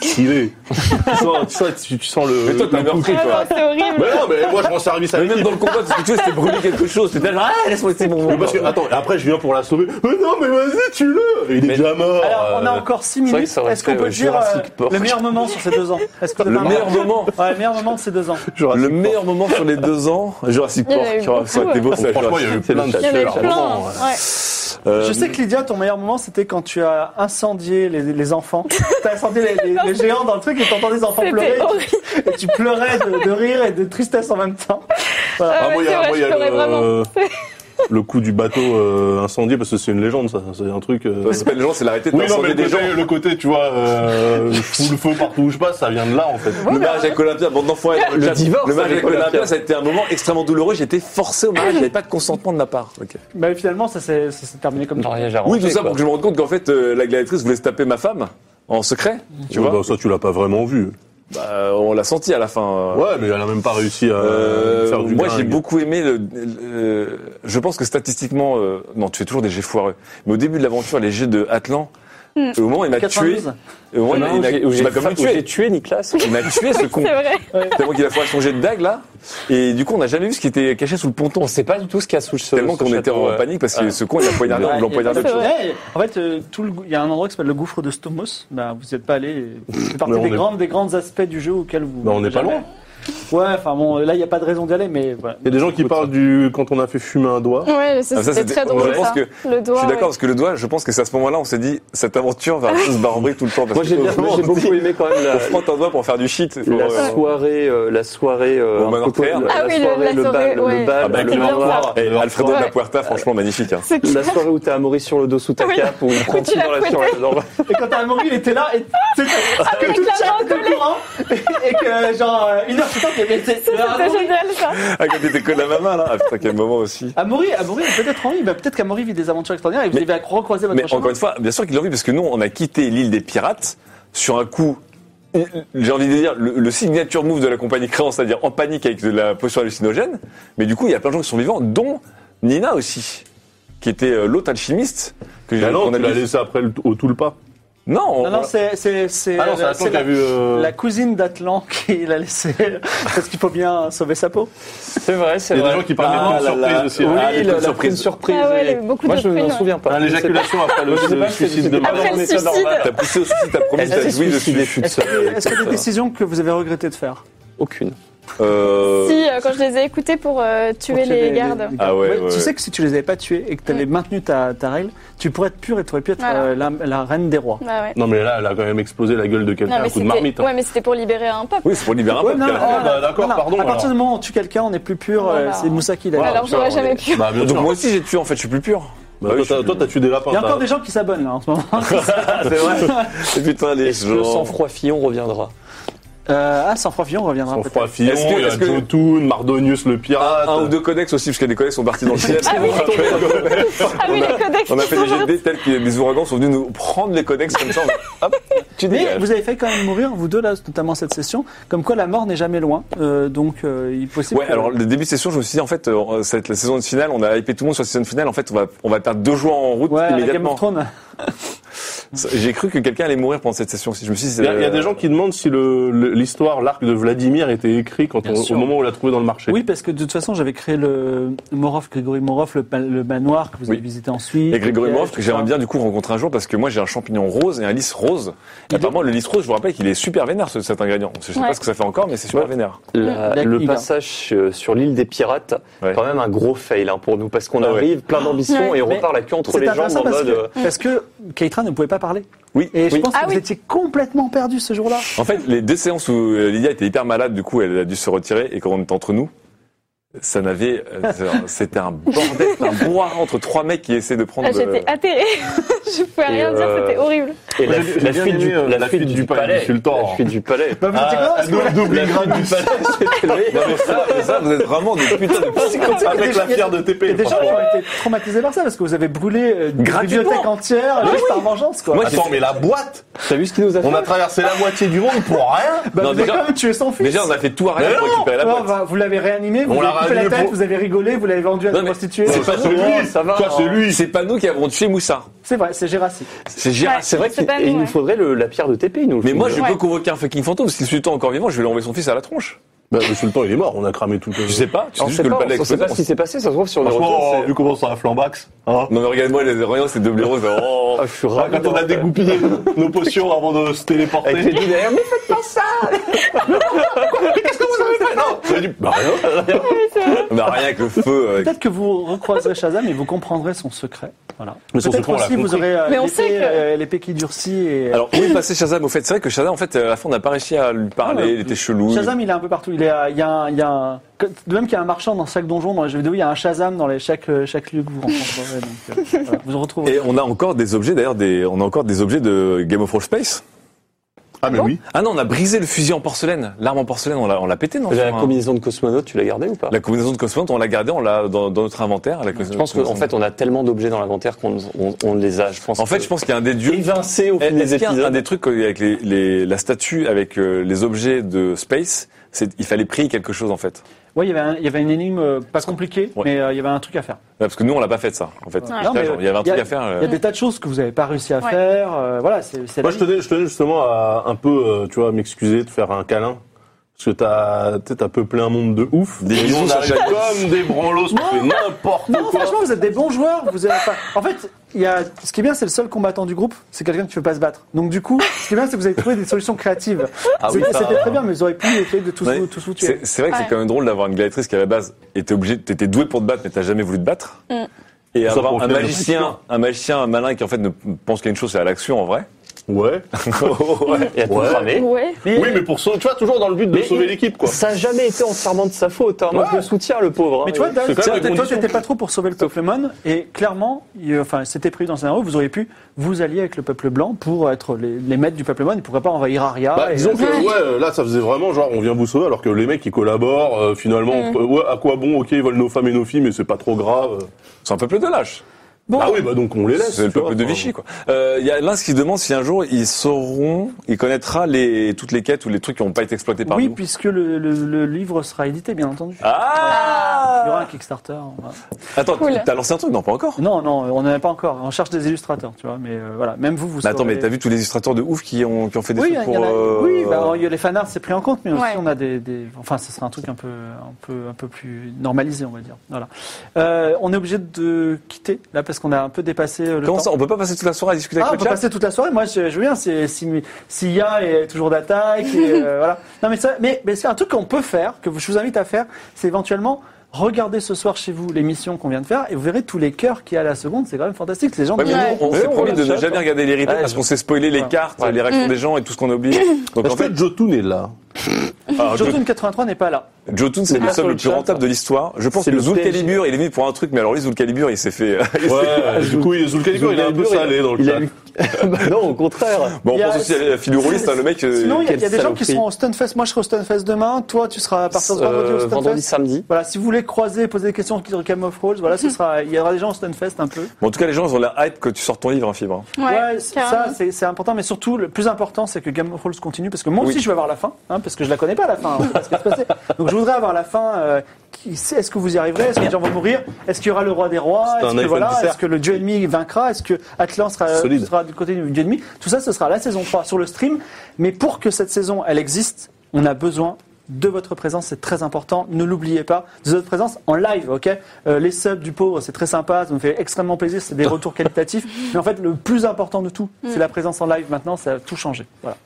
S3: Stylé. tu sens, ça, tu, tu sens le.
S2: Mais toi, t'as
S3: le
S2: meurtri,
S3: coup,
S2: toi.
S5: c'est horrible.
S3: Mais non, mais moi, je rends service à
S6: Mais même
S3: l'équipe.
S6: dans le combat, parce que tu veux, c'était brûler quelque chose. C'était genre, ah, laisse-moi, c'est bon.
S3: Mais parce que, attends, après, je viens pour la sauver. Mais non, mais vas-y, tue-le Il est
S6: Mais-
S3: déjà mort
S1: Alors, on a
S6: euh,
S1: encore 6
S6: vrai
S1: minutes.
S6: que ça aurait
S1: Est-ce qu'on
S6: fait,
S1: peut
S6: euh,
S1: dire euh,
S6: Jurassic Park.
S1: le meilleur moment sur ces deux ans Est-ce que
S2: Le meilleur moment.
S1: Ouais, le meilleur moment de ces deux ans.
S2: Le meilleur moment sur les deux ans, Jurassic
S5: Il y en a
S2: Park.
S5: eu
S2: tu vois, Ça aurait été beau, ça.
S3: Franchement, il y a eu
S2: Jurassic, c'est
S3: plein
S2: le
S3: de
S2: chat.
S5: Il y en
S3: C'est
S5: avait
S3: leur
S5: plein.
S3: moment,
S5: Ouais.
S2: Euh,
S1: Je sais que Lydia, ton meilleur moment, c'était quand tu as incendié les, les enfants. T'as incendié les, les- les géants dans le truc et t'entends des enfants pleurer.
S5: C'était horrible.
S1: Et tu pleurais de, de rire et de tristesse en même temps.
S5: Ah
S3: Ah,
S5: ouais,
S3: moi, il y
S5: c'est
S3: a,
S5: vrai,
S3: moi, il y a
S5: je pleurais vraiment.
S3: le, le coup du bateau euh, incendié, parce que c'est une légende, ça. C'est un truc. euh,
S2: Ça s'appelle les gens, c'est l'arrêté de
S3: Oui, non, mais
S2: d'incendier
S3: le
S2: des gens.
S3: côté, le côté, tu vois, euh, je fous le feu partout où je passe, ça vient de là, en fait.
S2: Le mariage avec Olympia, bande d'enfants. et-
S6: Le divorce
S2: Le mariage avec
S6: avec
S2: Olympia,
S6: Olympia,
S2: ça a été un moment extrêmement douloureux. J'étais forcé au mariage, j'avais pas de consentement de ma part.
S1: Mais finalement, ça s'est ça s'est terminé comme ça.
S2: Oui, tout ça pour que je me rende compte qu'en fait, euh, la gladiatrice voulait se taper ma femme en secret. Tu
S3: Ouais,
S2: vois
S3: bah, ça, tu l'as pas vraiment vu.
S2: Bah, On l'a senti à la fin.
S3: Ouais, mais elle a même pas réussi à
S2: Euh,
S3: faire du
S2: moi,
S3: dingue.
S2: j'ai beaucoup aimé. Le, le- je pense que statistiquement, euh, non, tu fais toujours des jets foireux. Mais au début de l'aventure, les jets de Atlan, euh, au moment où il m'a tué,
S1: 92.
S2: au moment où il m'a- il m'a quand même tué.
S6: tué Nicolas.
S2: Il m'a tué ce con.
S5: C'est vrai.
S2: Tellement qu'il a fallu changer de dague là. Et du coup, on n'a jamais vu ce qui était caché sous le ponton.
S6: On sait pas du tout ce qu'il y a sous le sol.
S2: Tellement qu'on était en panique parce que
S6: Ouais.
S2: ce con, il a
S3: Ah
S2: poignardé, on
S6: Ouais,
S2: voulait en
S6: il-
S2: poignarder autre chose.
S1: Ouais, en fait, euh, tout le, gou- il y a un endroit qui s'appelle le gouffre de Stomos. Bah, vous n'y êtes pas allé. et C'est partie
S3: Mais on
S1: des,
S3: est-
S1: grandes, des grands aspects du jeu auquel vous.
S3: Bah, on n'est pas
S1: jamais-
S3: loin.
S1: Ouais, enfin bon, là, il n'y a pas de raison d'y aller, mais voilà.
S3: Il y a des gens qui parlent du quand on a fait fumer un doigt.
S5: Ouais,
S2: Ah,
S5: ça,
S2: ça,
S5: c'était
S2: c'était-
S5: très
S2: je
S5: drôle.
S2: pense
S5: ça.
S2: que-
S5: Le
S2: Je
S5: doigt.
S2: suis d'accord
S5: ouais.
S2: parce que le doigt, je pense que c'est à ce moment-là, on s'est dit, cette aventure va un peu se barrer tout le temps. Parce
S6: Moi, j'ai
S2: que
S6: bien- moi, j'ai beaucoup aimé quand même la-
S2: On frotte un doigt pour faire du shit. Faut-
S6: La
S2: euh,
S6: soirée, euh, la soirée, euh,
S2: Au
S6: un
S2: Manoir
S6: coco-
S2: Claire.
S6: la-
S5: Ah
S6: la
S5: oui, le-
S6: soirée,
S5: la
S6: le
S5: soirée,
S6: bal,
S5: ouais.
S6: le bal,
S2: Ah bah,
S6: le
S2: avec
S5: Manoir.
S6: manoir.
S2: Et Alfredo de la
S5: Ouais.
S2: Puerta, franchement magnifique. hein.
S5: C'est
S6: La soirée où t'as Amaury sur le dos sous ta
S5: Oui.
S6: cape, où il prend
S5: tu
S6: tout
S5: l'as
S6: dans la sur la- dans la-
S1: Et quand t'as mourir, il était là et c'est
S5: Ah,
S1: que tout chaque de courant et que genre euh, une heure plus tard, il y avait. c'est-
S5: C'était
S1: Amaury-
S5: génial ça.
S2: Ah, quand t'étais con de la maman là. Ah putain, quel moment aussi.
S1: Amaury, Amaury est peut-être en vie, bah, peut-être qu'Amaury vit des aventures extraordinaires et vous
S2: Mais-
S1: devez recroiser votre
S2: Mais
S1: chemin.
S2: encore une fois, bien sûr qu'il l'a envie parce que nous, on a quitté l'île des pirates sur un coup. J'ai envie de dire le, le signature move de la compagnie créant, c'est-à-dire en panique avec de la potion hallucinogène. Mais du coup, il y a plein de gens qui sont vivants, dont Nina aussi, qui était euh, l'autre alchimiste que j'ai-
S3: Bah non,
S2: qu'on a
S3: tu l'as
S2: vu-
S3: laissé après le, au tout le pas.
S2: Non, on-
S1: Non, non, c'est. c'est- c'est-
S3: Ah non, c'est
S1: la-
S3: Atlan qui a vu. euh,
S1: La cousine d'Atlan qui l'a laissé parce qu'il faut bien sauver sa peau.
S6: C'est vrai, c'est
S3: Il y a des
S6: vrai.
S3: gens qui parlent des
S6: Ah,
S3: coups de
S6: la-
S3: surprise
S6: la-
S3: aussi.
S6: Oui,
S3: Ah, les
S6: la-
S3: coups de
S6: la
S3: surprise.
S6: coups de surprise.
S5: Ah ouais,
S6: oui.
S5: le- beaucoup
S6: Moi,
S5: de
S6: je ne
S5: prunes,
S6: m'en
S5: ouais.
S6: souviens pas.
S3: Ah, L'éjaculation après le
S6: Je sais pas,
S3: suicide
S6: c'est-
S3: de Marlon.
S5: Après le
S6: c'est
S5: suicide.
S6: normal.
S2: T'as poussé aussi, t'as promis
S6: Elle
S2: ta
S6: s'est
S2: douille de
S6: suicidée.
S2: chute.
S6: Est-ce
S1: Est-ce que- est-ce que des décisions que vous avez regretté de faire
S6: Aucune.
S2: Euh,
S5: Si, euh, quand je les ai écoutés pour euh, tuer
S1: Pour
S5: les, gardes.
S2: Ah ouais, ouais,
S1: Tu
S2: ouais.
S1: sais que si tu les avais pas tués et que tu avais maintenu ta, ta règle, tu pourrais être pure et tu aurais pu être
S5: Voilà.
S1: euh, la, la reine des rois.
S5: Bah ouais.
S3: Non, mais là, elle a quand même explosé la gueule de quelqu'un
S5: Non,
S3: à
S5: mais
S3: coup de
S5: c'était
S3: marmite. hein.
S5: ouais, mais c'était pour libérer un peuple.
S2: Oui, c'est pour libérer un
S1: Ouais,
S2: peu.
S1: non,
S2: car-
S1: non,
S3: Ah, bah,
S1: non,
S3: d'accord,
S1: non, non.
S3: pardon,
S1: À partir
S3: alors.
S1: du moment où on tue quelqu'un, on n'est plus pur.
S5: Voilà.
S1: euh, C'est Moussa qui l'a dit.
S5: Alors, j'aurais jamais pu.
S3: Bah, bien
S2: Donc
S3: sûr.
S2: moi aussi j'ai tué en fait, je suis plus pur.
S3: Bah, toi, t'as- toi, t'as tué des lapins.
S1: Il y a
S3: t'as-
S1: encore des gens qui s'abonnent là en ce moment.
S2: c'est vrai. putain les
S6: Est-ce que le
S2: gens.
S6: sang-froid Fillon reviendra
S1: Euh, ah, sans froid Fillon reviendra
S3: Sans
S1: peut-être.
S3: froid Fillon,
S2: Est-ce que-
S3: il y a
S2: est-ce que-
S3: Jotun, Mardonius le pirate.
S2: Un ou deux connexes aussi, parce que des connexes sont partis dans le ciel.
S5: Ah oui. Ah oui,
S2: On a-
S5: les codex.
S2: On a
S5: qui
S2: fait
S5: sont
S2: des jets de dés tels que des ouragans sont venus nous prendre les connexes comme ça. on- Hop, tu
S1: Mais
S2: dégages.
S1: vous avez fait quand même mourir, vous deux là, notamment cette session, comme quoi la mort n'est jamais loin. Euh, donc euh, il est possible.
S2: Ouais,
S1: que-
S2: alors le début de session, je me suis dit en fait, euh, ça va être la saison de finale, on a hypé tout le monde sur la saison de finale, en fait, on va, on va perdre deux joueurs en route
S1: Ouais, la Game of
S2: immédiatement.
S1: Thrones.
S2: Ça- J'ai cru que quelqu'un allait mourir pendant cette session aussi. Je me suis dit,
S3: Il y, a, il y a
S2: euh,
S3: des gens qui demandent si le- le- l'histoire, l'arc de Vladimir était écrit quand
S6: Bien
S3: on-
S6: sûr.
S3: au moment où on l'a trouvé dans le marché.
S1: Oui, parce que de toute façon, j'avais créé le Morov, Grégory Morov, le, pa- le manoir que vous avez
S2: Oui.
S1: visité ensuite.
S2: Et Grégory
S1: Ok,
S2: Moroff,
S1: tout
S2: que j'aimerais
S1: ça.
S2: bien du coup rencontrer un jour parce que moi j'ai un champignon rose et un lys rose. Apparemment, le lys rose, je vous rappelle qu'il est super vénère ce- cet ingrédient. Je sais
S5: Ouais.
S2: pas ce que ça fait encore, mais c'est super
S6: Ouais.
S2: vénère.
S6: La-
S1: Black
S6: Le
S1: Hill.
S6: passage euh, sur l'île des pirates,
S2: Ouais.
S6: quand même un gros fail hein, pour nous, parce qu'on
S2: Ah ouais.
S6: arrive plein d'ambition
S5: Ouais.
S6: et on
S1: Mais
S6: repart la queue entre
S1: C'est
S6: les jambes
S1: intéressant
S6: en
S1: parce
S6: mode. euh,
S1: que, parce que Keitra ne pouvait pas parler.
S2: Oui.
S1: Et je
S2: oui.
S1: pense que
S5: Ah
S1: vous
S5: oui.
S1: étiez complètement perdu ce jour-là.
S2: En fait, les deux séances où euh, Lydia était hyper malade, du coup, elle a dû se retirer et quand on était entre nous, ça n'avait, euh, c'était un bordel, un brouhaha entre trois mecs qui essaient de prendre.
S5: Ah, J'étais
S2: euh,
S5: atterrée. je pouvais rien dire,
S6: euh,
S5: c'était horrible.
S6: Et la,
S3: J'ai- j'ai
S6: la
S3: bien
S6: fuite
S3: aimé,
S6: du,
S3: euh,
S6: la fuite du palais. Ah,
S3: Sultan.
S6: La fuite du palais.
S3: Ah,
S1: Bah, vous étiez quoi Parce que voilà,
S3: double du
S2: non, mais ça, mais ça, vous êtes vraiment des putains de psychopathes.
S1: il y a
S3: Avec
S1: des-
S3: la
S1: il y a-
S3: fière de
S1: il y a
S3: TP.
S1: des gens qui
S3: franchement.
S1: ont été traumatisés par ça parce que vous avez brûlé euh, une
S2: Gratuitement.
S1: bibliothèque
S3: Ah
S1: entière juste par vengeance quoi.
S6: Moi, j'ai-
S3: Attends, mais la boîte
S6: T'as vu ce qu'il nous a fait
S3: On a traversé la moitié du monde pour rien
S1: Bah,
S2: Non,
S1: vous avez
S2: déjà-
S1: quand même tué son fils.
S2: Déjà, on a fait tout à
S3: Mais
S2: rien pour
S3: non,
S2: récupérer la
S1: Ouais,
S2: boîte.
S1: bah, vous l'avez réanimé, vous
S3: On
S1: lui
S3: l'a
S1: avez coupé la
S3: réanimé
S1: tête,
S3: pour-
S1: vous avez rigolé, vous l'avez vendu à
S2: Non,
S1: des
S2: mais
S1: prostituées.
S2: c'est pas
S3: C'est
S2: celui.
S3: lui
S6: hein, ça va,
S3: Toi, c'est
S6: hein.
S3: lui
S2: C'est pas nous qui avons tué Moussa.
S1: C'est vrai, c'est Gérassi.
S2: C'est Gérard.
S6: C'est vrai
S5: C'est
S6: qu'il
S5: pas
S6: et
S5: nous,
S6: il
S5: hein.
S6: nous
S5: ouais.
S6: faudrait le- la pierre de TP. il Nous, le
S2: Mais
S6: faut.
S2: moi, je
S5: Ouais.
S2: peux convoquer un fucking fantôme. Si le sultan est encore vivant, je vais lui envoyer son fils à la tronche.
S3: Bah, le sultan, il est mort, on a cramé tout le.
S2: Je sais pas. Tu sais
S6: on
S2: juste
S6: sait
S2: que
S6: pas,
S2: le palais
S6: on sait
S2: explose.
S6: pas ce qui s'est passé, ça se trouve sur le retour.
S3: Franchement,
S6: c'est-
S3: vu comment ça a flambax, hein
S2: Non, mais regarde-moi, les Royaumes, c'est deux blaireaux. c'est- Oh.
S6: Ah, je suis
S3: Ah,
S6: ravi.
S3: Quand on a
S6: d'avoir fait-
S3: dégoupillé nos potions avant de se téléporter.
S6: Avec les dés derrière, mais
S3: Non, on a dit, bah rien.
S2: On a Bah, rien avec le feu. avec-
S1: Peut-être que vous recroiserez Shazam et vous comprendrez son secret. Voilà.
S3: Mais son
S1: Peut-être
S3: secret, on l'a
S1: aussi vous
S3: compris.
S1: aurez euh,
S5: Mais on
S1: l'épée,
S5: sait que-
S1: euh, l'épée qui durcit. Et... euh,
S2: Alors, oui, passer Shazam, au fait. C'est vrai que Shazam, en fait, euh, à la fin, on n'a pas réussi à lui parler.
S1: Ah, ouais.
S2: il était chelou.
S1: Shazam, il est un peu partout. Il, est, euh, il y a un, il y a un- que- De même qu'il y a un marchand dans chaque donjon, dans les jeux vidéo, il y a un Shazam dans les, chaque, euh, chaque lieu que vous rencontrerez. Donc, euh, voilà, vous en retrouverez.
S2: Et on a encore des objets, d'ailleurs, des... on a encore des objets de Game of Thrones Space.
S3: Ah, mais oui.
S2: Ah non, on a brisé le fusil en porcelaine. L'arme en porcelaine, on l'a, on l'a pété, non
S6: La
S2: Enfin,
S6: combinaison de cosmonaute, tu l'as gardée ou pas
S2: la combinaison de cosmonautes, on l'a gardée, on l'a dans, dans notre inventaire. La
S6: Bah, Je pense qu'en fait, on a tellement d'objets dans l'inventaire qu'on on, on les a. Je pense
S2: en fait,
S6: que- Eh,
S2: je pense qu'il y a un des dieux. Eh,
S6: évincé au fil
S2: Est-ce
S6: des
S2: qu'il y a un- un
S6: épisodes.
S2: des trucs euh, avec les, les- la statue, avec euh, les objets de Space, c'est il fallait prier quelque chose en fait.
S1: Ouais, il y avait, un- il y avait une énigme euh, pas compliquée,
S2: Ouais.
S1: mais euh, il y avait un truc à faire.
S2: Ouais, parce que nous, on l'a pas fait ça, en fait.
S5: Ouais.
S1: Non, mais,
S2: Genre, il y avait un truc
S1: y a-
S2: à faire.
S1: Il
S2: euh,
S1: y a des tas de choses que vous n'avez pas réussi à
S5: Ouais.
S1: faire. euh, voilà, c'est c'est
S3: Moi,
S1: la
S3: je
S1: vie.
S3: tenais, je tenais justement à un peu, euh, tu vois, à m'excuser de faire un câlin. Parce que t'as, tu sais, t'as peuplé un monde de ouf.
S2: Des
S3: Et
S2: bisous
S3: nous, on
S2: sur
S3: arrive
S2: chaque-
S3: comme des branlos, on fait n'importe
S1: Non,
S3: quoi.
S1: franchement, vous êtes des bons joueurs. Vous avez- enfin, en fait, il y a... ce qui est bien, c'est le seul combattant du groupe, c'est quelqu'un que tu veux pas se battre. Donc du coup, ce qui est bien, c'est que vous avez trouvé des solutions créatives.
S3: Ah oui,
S1: C'était
S3: ça-
S1: c'était très bien, mais vous auriez pu essayer de tous
S2: Ouais.
S1: vous, tous vous tuer.
S2: C'est c'est vrai que
S5: Ouais.
S2: c'est quand même drôle d'avoir une gladiatrice qui à la base était obligée, t'étais douée pour te battre, mais t'as jamais voulu te battre.
S5: Mm.
S2: Et
S3: Ça,
S2: avoir
S3: pour
S2: un
S3: faire le
S2: magicien,
S3: futur.
S2: un magicien, un malin qui en fait ne pense qu'à une chose, c'est à l'action en vrai.
S3: Ouais.
S1: Oh,
S2: Ouais.
S6: Et à tout
S3: Ouais.
S6: cramer.
S5: Ouais.
S3: Oui, mais pour sauver, tu vois, toujours dans le but de
S6: Mais-
S3: sauver l'équipe, quoi.
S6: Ça n'a jamais été entièrement de sa faute. Hein. Moi, je le soutiens, le pauvre. hein.
S1: Mais tu vois, Dan,
S3: c'est quand même la
S1: toi,
S3: condition.
S1: t'étais pas trop pour sauver le peuple Mon, et clairement, il- euh, enfin, c'était prévu dans le scénario, vous auriez pu vous allier avec le peuple blanc pour être les, les maîtres du peuple Mon, et pourquoi pas envahir Aria.
S3: Bah,
S1: et-
S3: disons que
S6: hein.
S3: ouais, là ça faisait vraiment genre on vient vous sauver alors que les mecs ils collaborent euh,
S1: Mm.
S3: finalement euh, ouais, à quoi bon ok ils volent nos femmes et nos filles mais c'est pas trop grave
S2: C'est un peuple de lâches.
S1: Bon.
S3: ah oui bah donc on les laisse
S2: C'est le
S3: tu vois,
S2: peuple de
S3: enfin.
S2: Vichy, quoi. Euh, Il y a Lins qui demande si un jour ils sauront, il connaîtra les, toutes les quêtes ou les trucs qui n'ont pas été exploités par
S1: oui,
S2: nous.
S1: puisque le, le- le livre sera édité, bien entendu.
S2: Ah
S1: Il y aura un Kickstarter. voilà.
S2: Attends,
S5: Cool.
S2: t'as lancé un truc Non, pas encore.
S1: Non, non, on n'en a pas encore. On cherche des illustrateurs, tu vois. Mais euh, voilà, même vous, vous.
S2: Mais Bah, attends,
S1: saurez-
S2: mais t'as vu tous les illustrateurs de ouf qui ont, qui ont fait des
S1: Oui,
S2: trucs
S1: il y en
S2: pour.
S1: a-
S2: euh,
S1: oui bah, il y a les fanarts, c'est pris en compte, mais aussi
S5: Ouais.
S1: on a des, des- Enfin, ce sera un truc un peu, un peu, un peu plus normalisé, on va dire. Voilà. Euh, on est obligé de quitter là parce qu'on a un peu dépassé euh, le
S2: Comment
S1: temps.
S2: ça On peut pas passer toute la soirée à discuter
S1: ah, on
S2: avec
S1: peut
S2: le chat
S1: passer toute la soirée. Moi, je, je veux bien. c'est- Si, si Ya est toujours d'attaque, et, euh, voilà. Non, mais ça, mais, mais c'est un truc qu'on peut faire, que je vous invite à faire, c'est éventuellement regarder ce soir chez vous l'émission qu'on vient de faire, et vous verrez tous les cœurs qu'il y a à la seconde. C'est quand même fantastique. Les gens. oh,
S2: Ouais, mais
S5: Ouais.
S2: nous, on
S6: Ouais,
S2: s'est
S6: on
S2: promis de
S6: regarde
S2: ne
S6: ça,
S2: jamais
S6: toi.
S2: regarder les replays
S6: Ouais,
S2: parce
S6: je-
S2: qu'on s'est spoilé les
S1: Ouais.
S2: cartes, les réactions des gens et tout ce qu'on a oublié. Donc
S3: Est-ce
S2: en fait,
S3: que Jotun est là
S2: ah, Jo-
S1: Jotun 83 n'est pas là.
S2: Jotun, c'est
S6: Ah,
S2: le
S6: sur
S2: seul
S6: le
S2: le plus
S6: chat,
S2: rentable
S6: ça.
S2: de l'histoire. Je pense
S6: C'est
S2: que
S6: le
S2: Zul
S6: PSG.
S2: Calibur, il est venu pour un truc, mais alors lui, Zul Calibur, il s'est fait. euh, il s'est-
S3: ouais du coup il est sous le calico il est un peu
S6: Zul Calibur,
S3: salé dans le
S6: il
S3: chat
S6: a eu- Bah non, au contraire.
S2: Bon,
S1: Il y
S2: on pense
S1: a-
S2: aussi à Philou Rolliste, hein, le mec. euh,
S1: Sinon, il y a,
S6: quelle
S1: il y a des gens
S6: saloperie.
S1: qui seront au Stunfest. Moi, je serai au Stunfest demain. Toi, tu seras à partir de vendredi au
S6: Euh,
S1: Stunfest.
S6: vendredi, samedi.
S1: Voilà, si vous voulez croiser, poser des questions sur Game of Thrones, voilà, ce sera, il y aura des gens au Stunfest un peu.
S2: Bon, en tout cas, les gens, ils ont la hype que tu sors ton livre, hein, Fibre.
S5: Ouais,
S1: ça,
S5: carrément.
S1: c'est c'est important, mais surtout, le plus important, c'est que Game of Thrones continue, parce que moi aussi,
S2: Oui.
S1: je veux avoir la fin, hein, parce que je la connais pas, la fin. hein, je sais pas ce qui va se passer. Donc, je voudrais avoir la fin. euh, qui sait- Est-ce que vous y arriverez Est-ce que les gens vont mourir Est-ce qu'il y aura le roi des rois
S3: C'est un
S1: Est-ce que,
S3: iPhone
S1: voilà,
S3: 10R.
S1: est-ce que le dieu ennemi vaincra Est-ce que Atlan sera,
S3: Solide.
S1: sera du côté du dieu ennemi Tout ça, ce sera la saison 3 sur le stream. Mais pour que cette saison, elle existe, on a besoin de votre présence, c'est très important. Ne l'oubliez pas. De votre présence en live, ok Euh, Les subs du pauvre, c'est très sympa, ça nous fait extrêmement plaisir, c'est des retours qualitatifs. Mais en fait, le plus important de tout, c'est la présence en live maintenant, ça a tout changé. Voilà.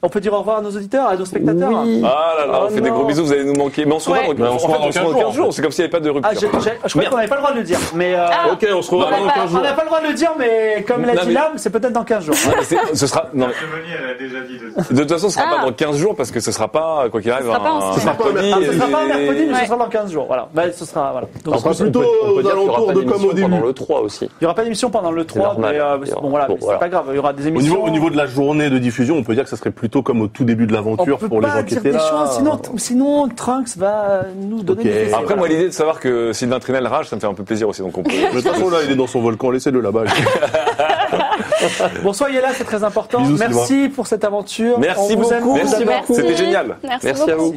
S1: On peut dire au revoir à nos auditeurs, à nos spectateurs
S6: Oui.
S2: Ah là là, on
S6: Oh
S2: fait des
S6: non.
S2: gros bisous, vous allez nous manquer. Mais on se revoit
S5: Ouais.
S2: dans-
S3: Mais on
S2: en
S3: se
S2: fait,
S3: revoit
S2: on se revoit dans 15 jours. C'est comme s'il n'y avait pas de
S1: Ah,
S2: rupture.
S1: j'ai- j'ai- je croyais qu'on n'avait pas le droit de le dire, mais euh,
S3: Ah. ok on se
S5: On
S3: revoit
S5: l'a
S3: dans
S5: pas-
S3: 15
S1: on
S3: jours
S1: n'a pas le droit de le dire, mais comme l'a
S2: Non,
S1: dit
S2: mais-
S1: l'âme, c'est peut-être dans 15 jours.
S2: Ouais, mais c'est- ce sera, non, mais
S7: Chevalier, elle a déjà dit de
S2: de toute façon, ce sera
S5: Ah.
S2: pas dans 15 jours parce que ce sera pas, quoi qu'il arrive, hein.
S5: sera pas en
S2: un-
S5: stream.
S2: mercredi.
S1: Ah, ce sera pas un
S2: et-
S1: mercredi, mais ce
S5: Ouais.
S1: sera dans 15 jours. Voilà, Bah, ce sera voilà. Donc,
S3: Enfin,
S6: On peut-
S3: plutôt
S6: on
S3: aux
S6: peut dire qu'il y aura
S3: alentours
S6: pas
S3: de
S6: d'émission
S3: comme au début.
S6: Pendant le 3 aussi.
S1: il n'y aura pas d'émission pendant le 3,
S6: normal.
S1: mais, euh,
S6: Il y aura-
S1: bon voilà,
S6: bon,
S1: mais c'est
S6: voilà.
S1: pas grave, il y aura des
S3: au
S1: émissions.
S3: niveau, au niveau de la journée de diffusion, on peut dire que ça serait plutôt comme au tout début de
S1: On
S3: l'aventure
S1: peut
S3: pour les
S1: pas
S3: gens qui
S1: dire
S3: étaient
S1: des
S3: là.
S1: choses, sinon, t- sinon Trunks va nous donner
S3: Ok.
S1: des
S3: Après,
S1: faits.
S2: Après, moi, l'idée de savoir que Sylvain Trinel rage, ça me fait un peu plaisir aussi, donc on peut.
S3: Mais de toute façon, là, il est dans son volcan, laissez-le là-bas.
S1: Bon, soyez là, c'est très important.
S3: Bisous,
S1: Merci pour cette aventure.
S2: Merci
S1: On vous aime,
S2: beaucoup.
S1: on vous
S2: Merci
S1: adore.
S2: beaucoup. C'était génial.
S5: Merci,
S6: Merci à
S5: beaucoup.
S6: vous.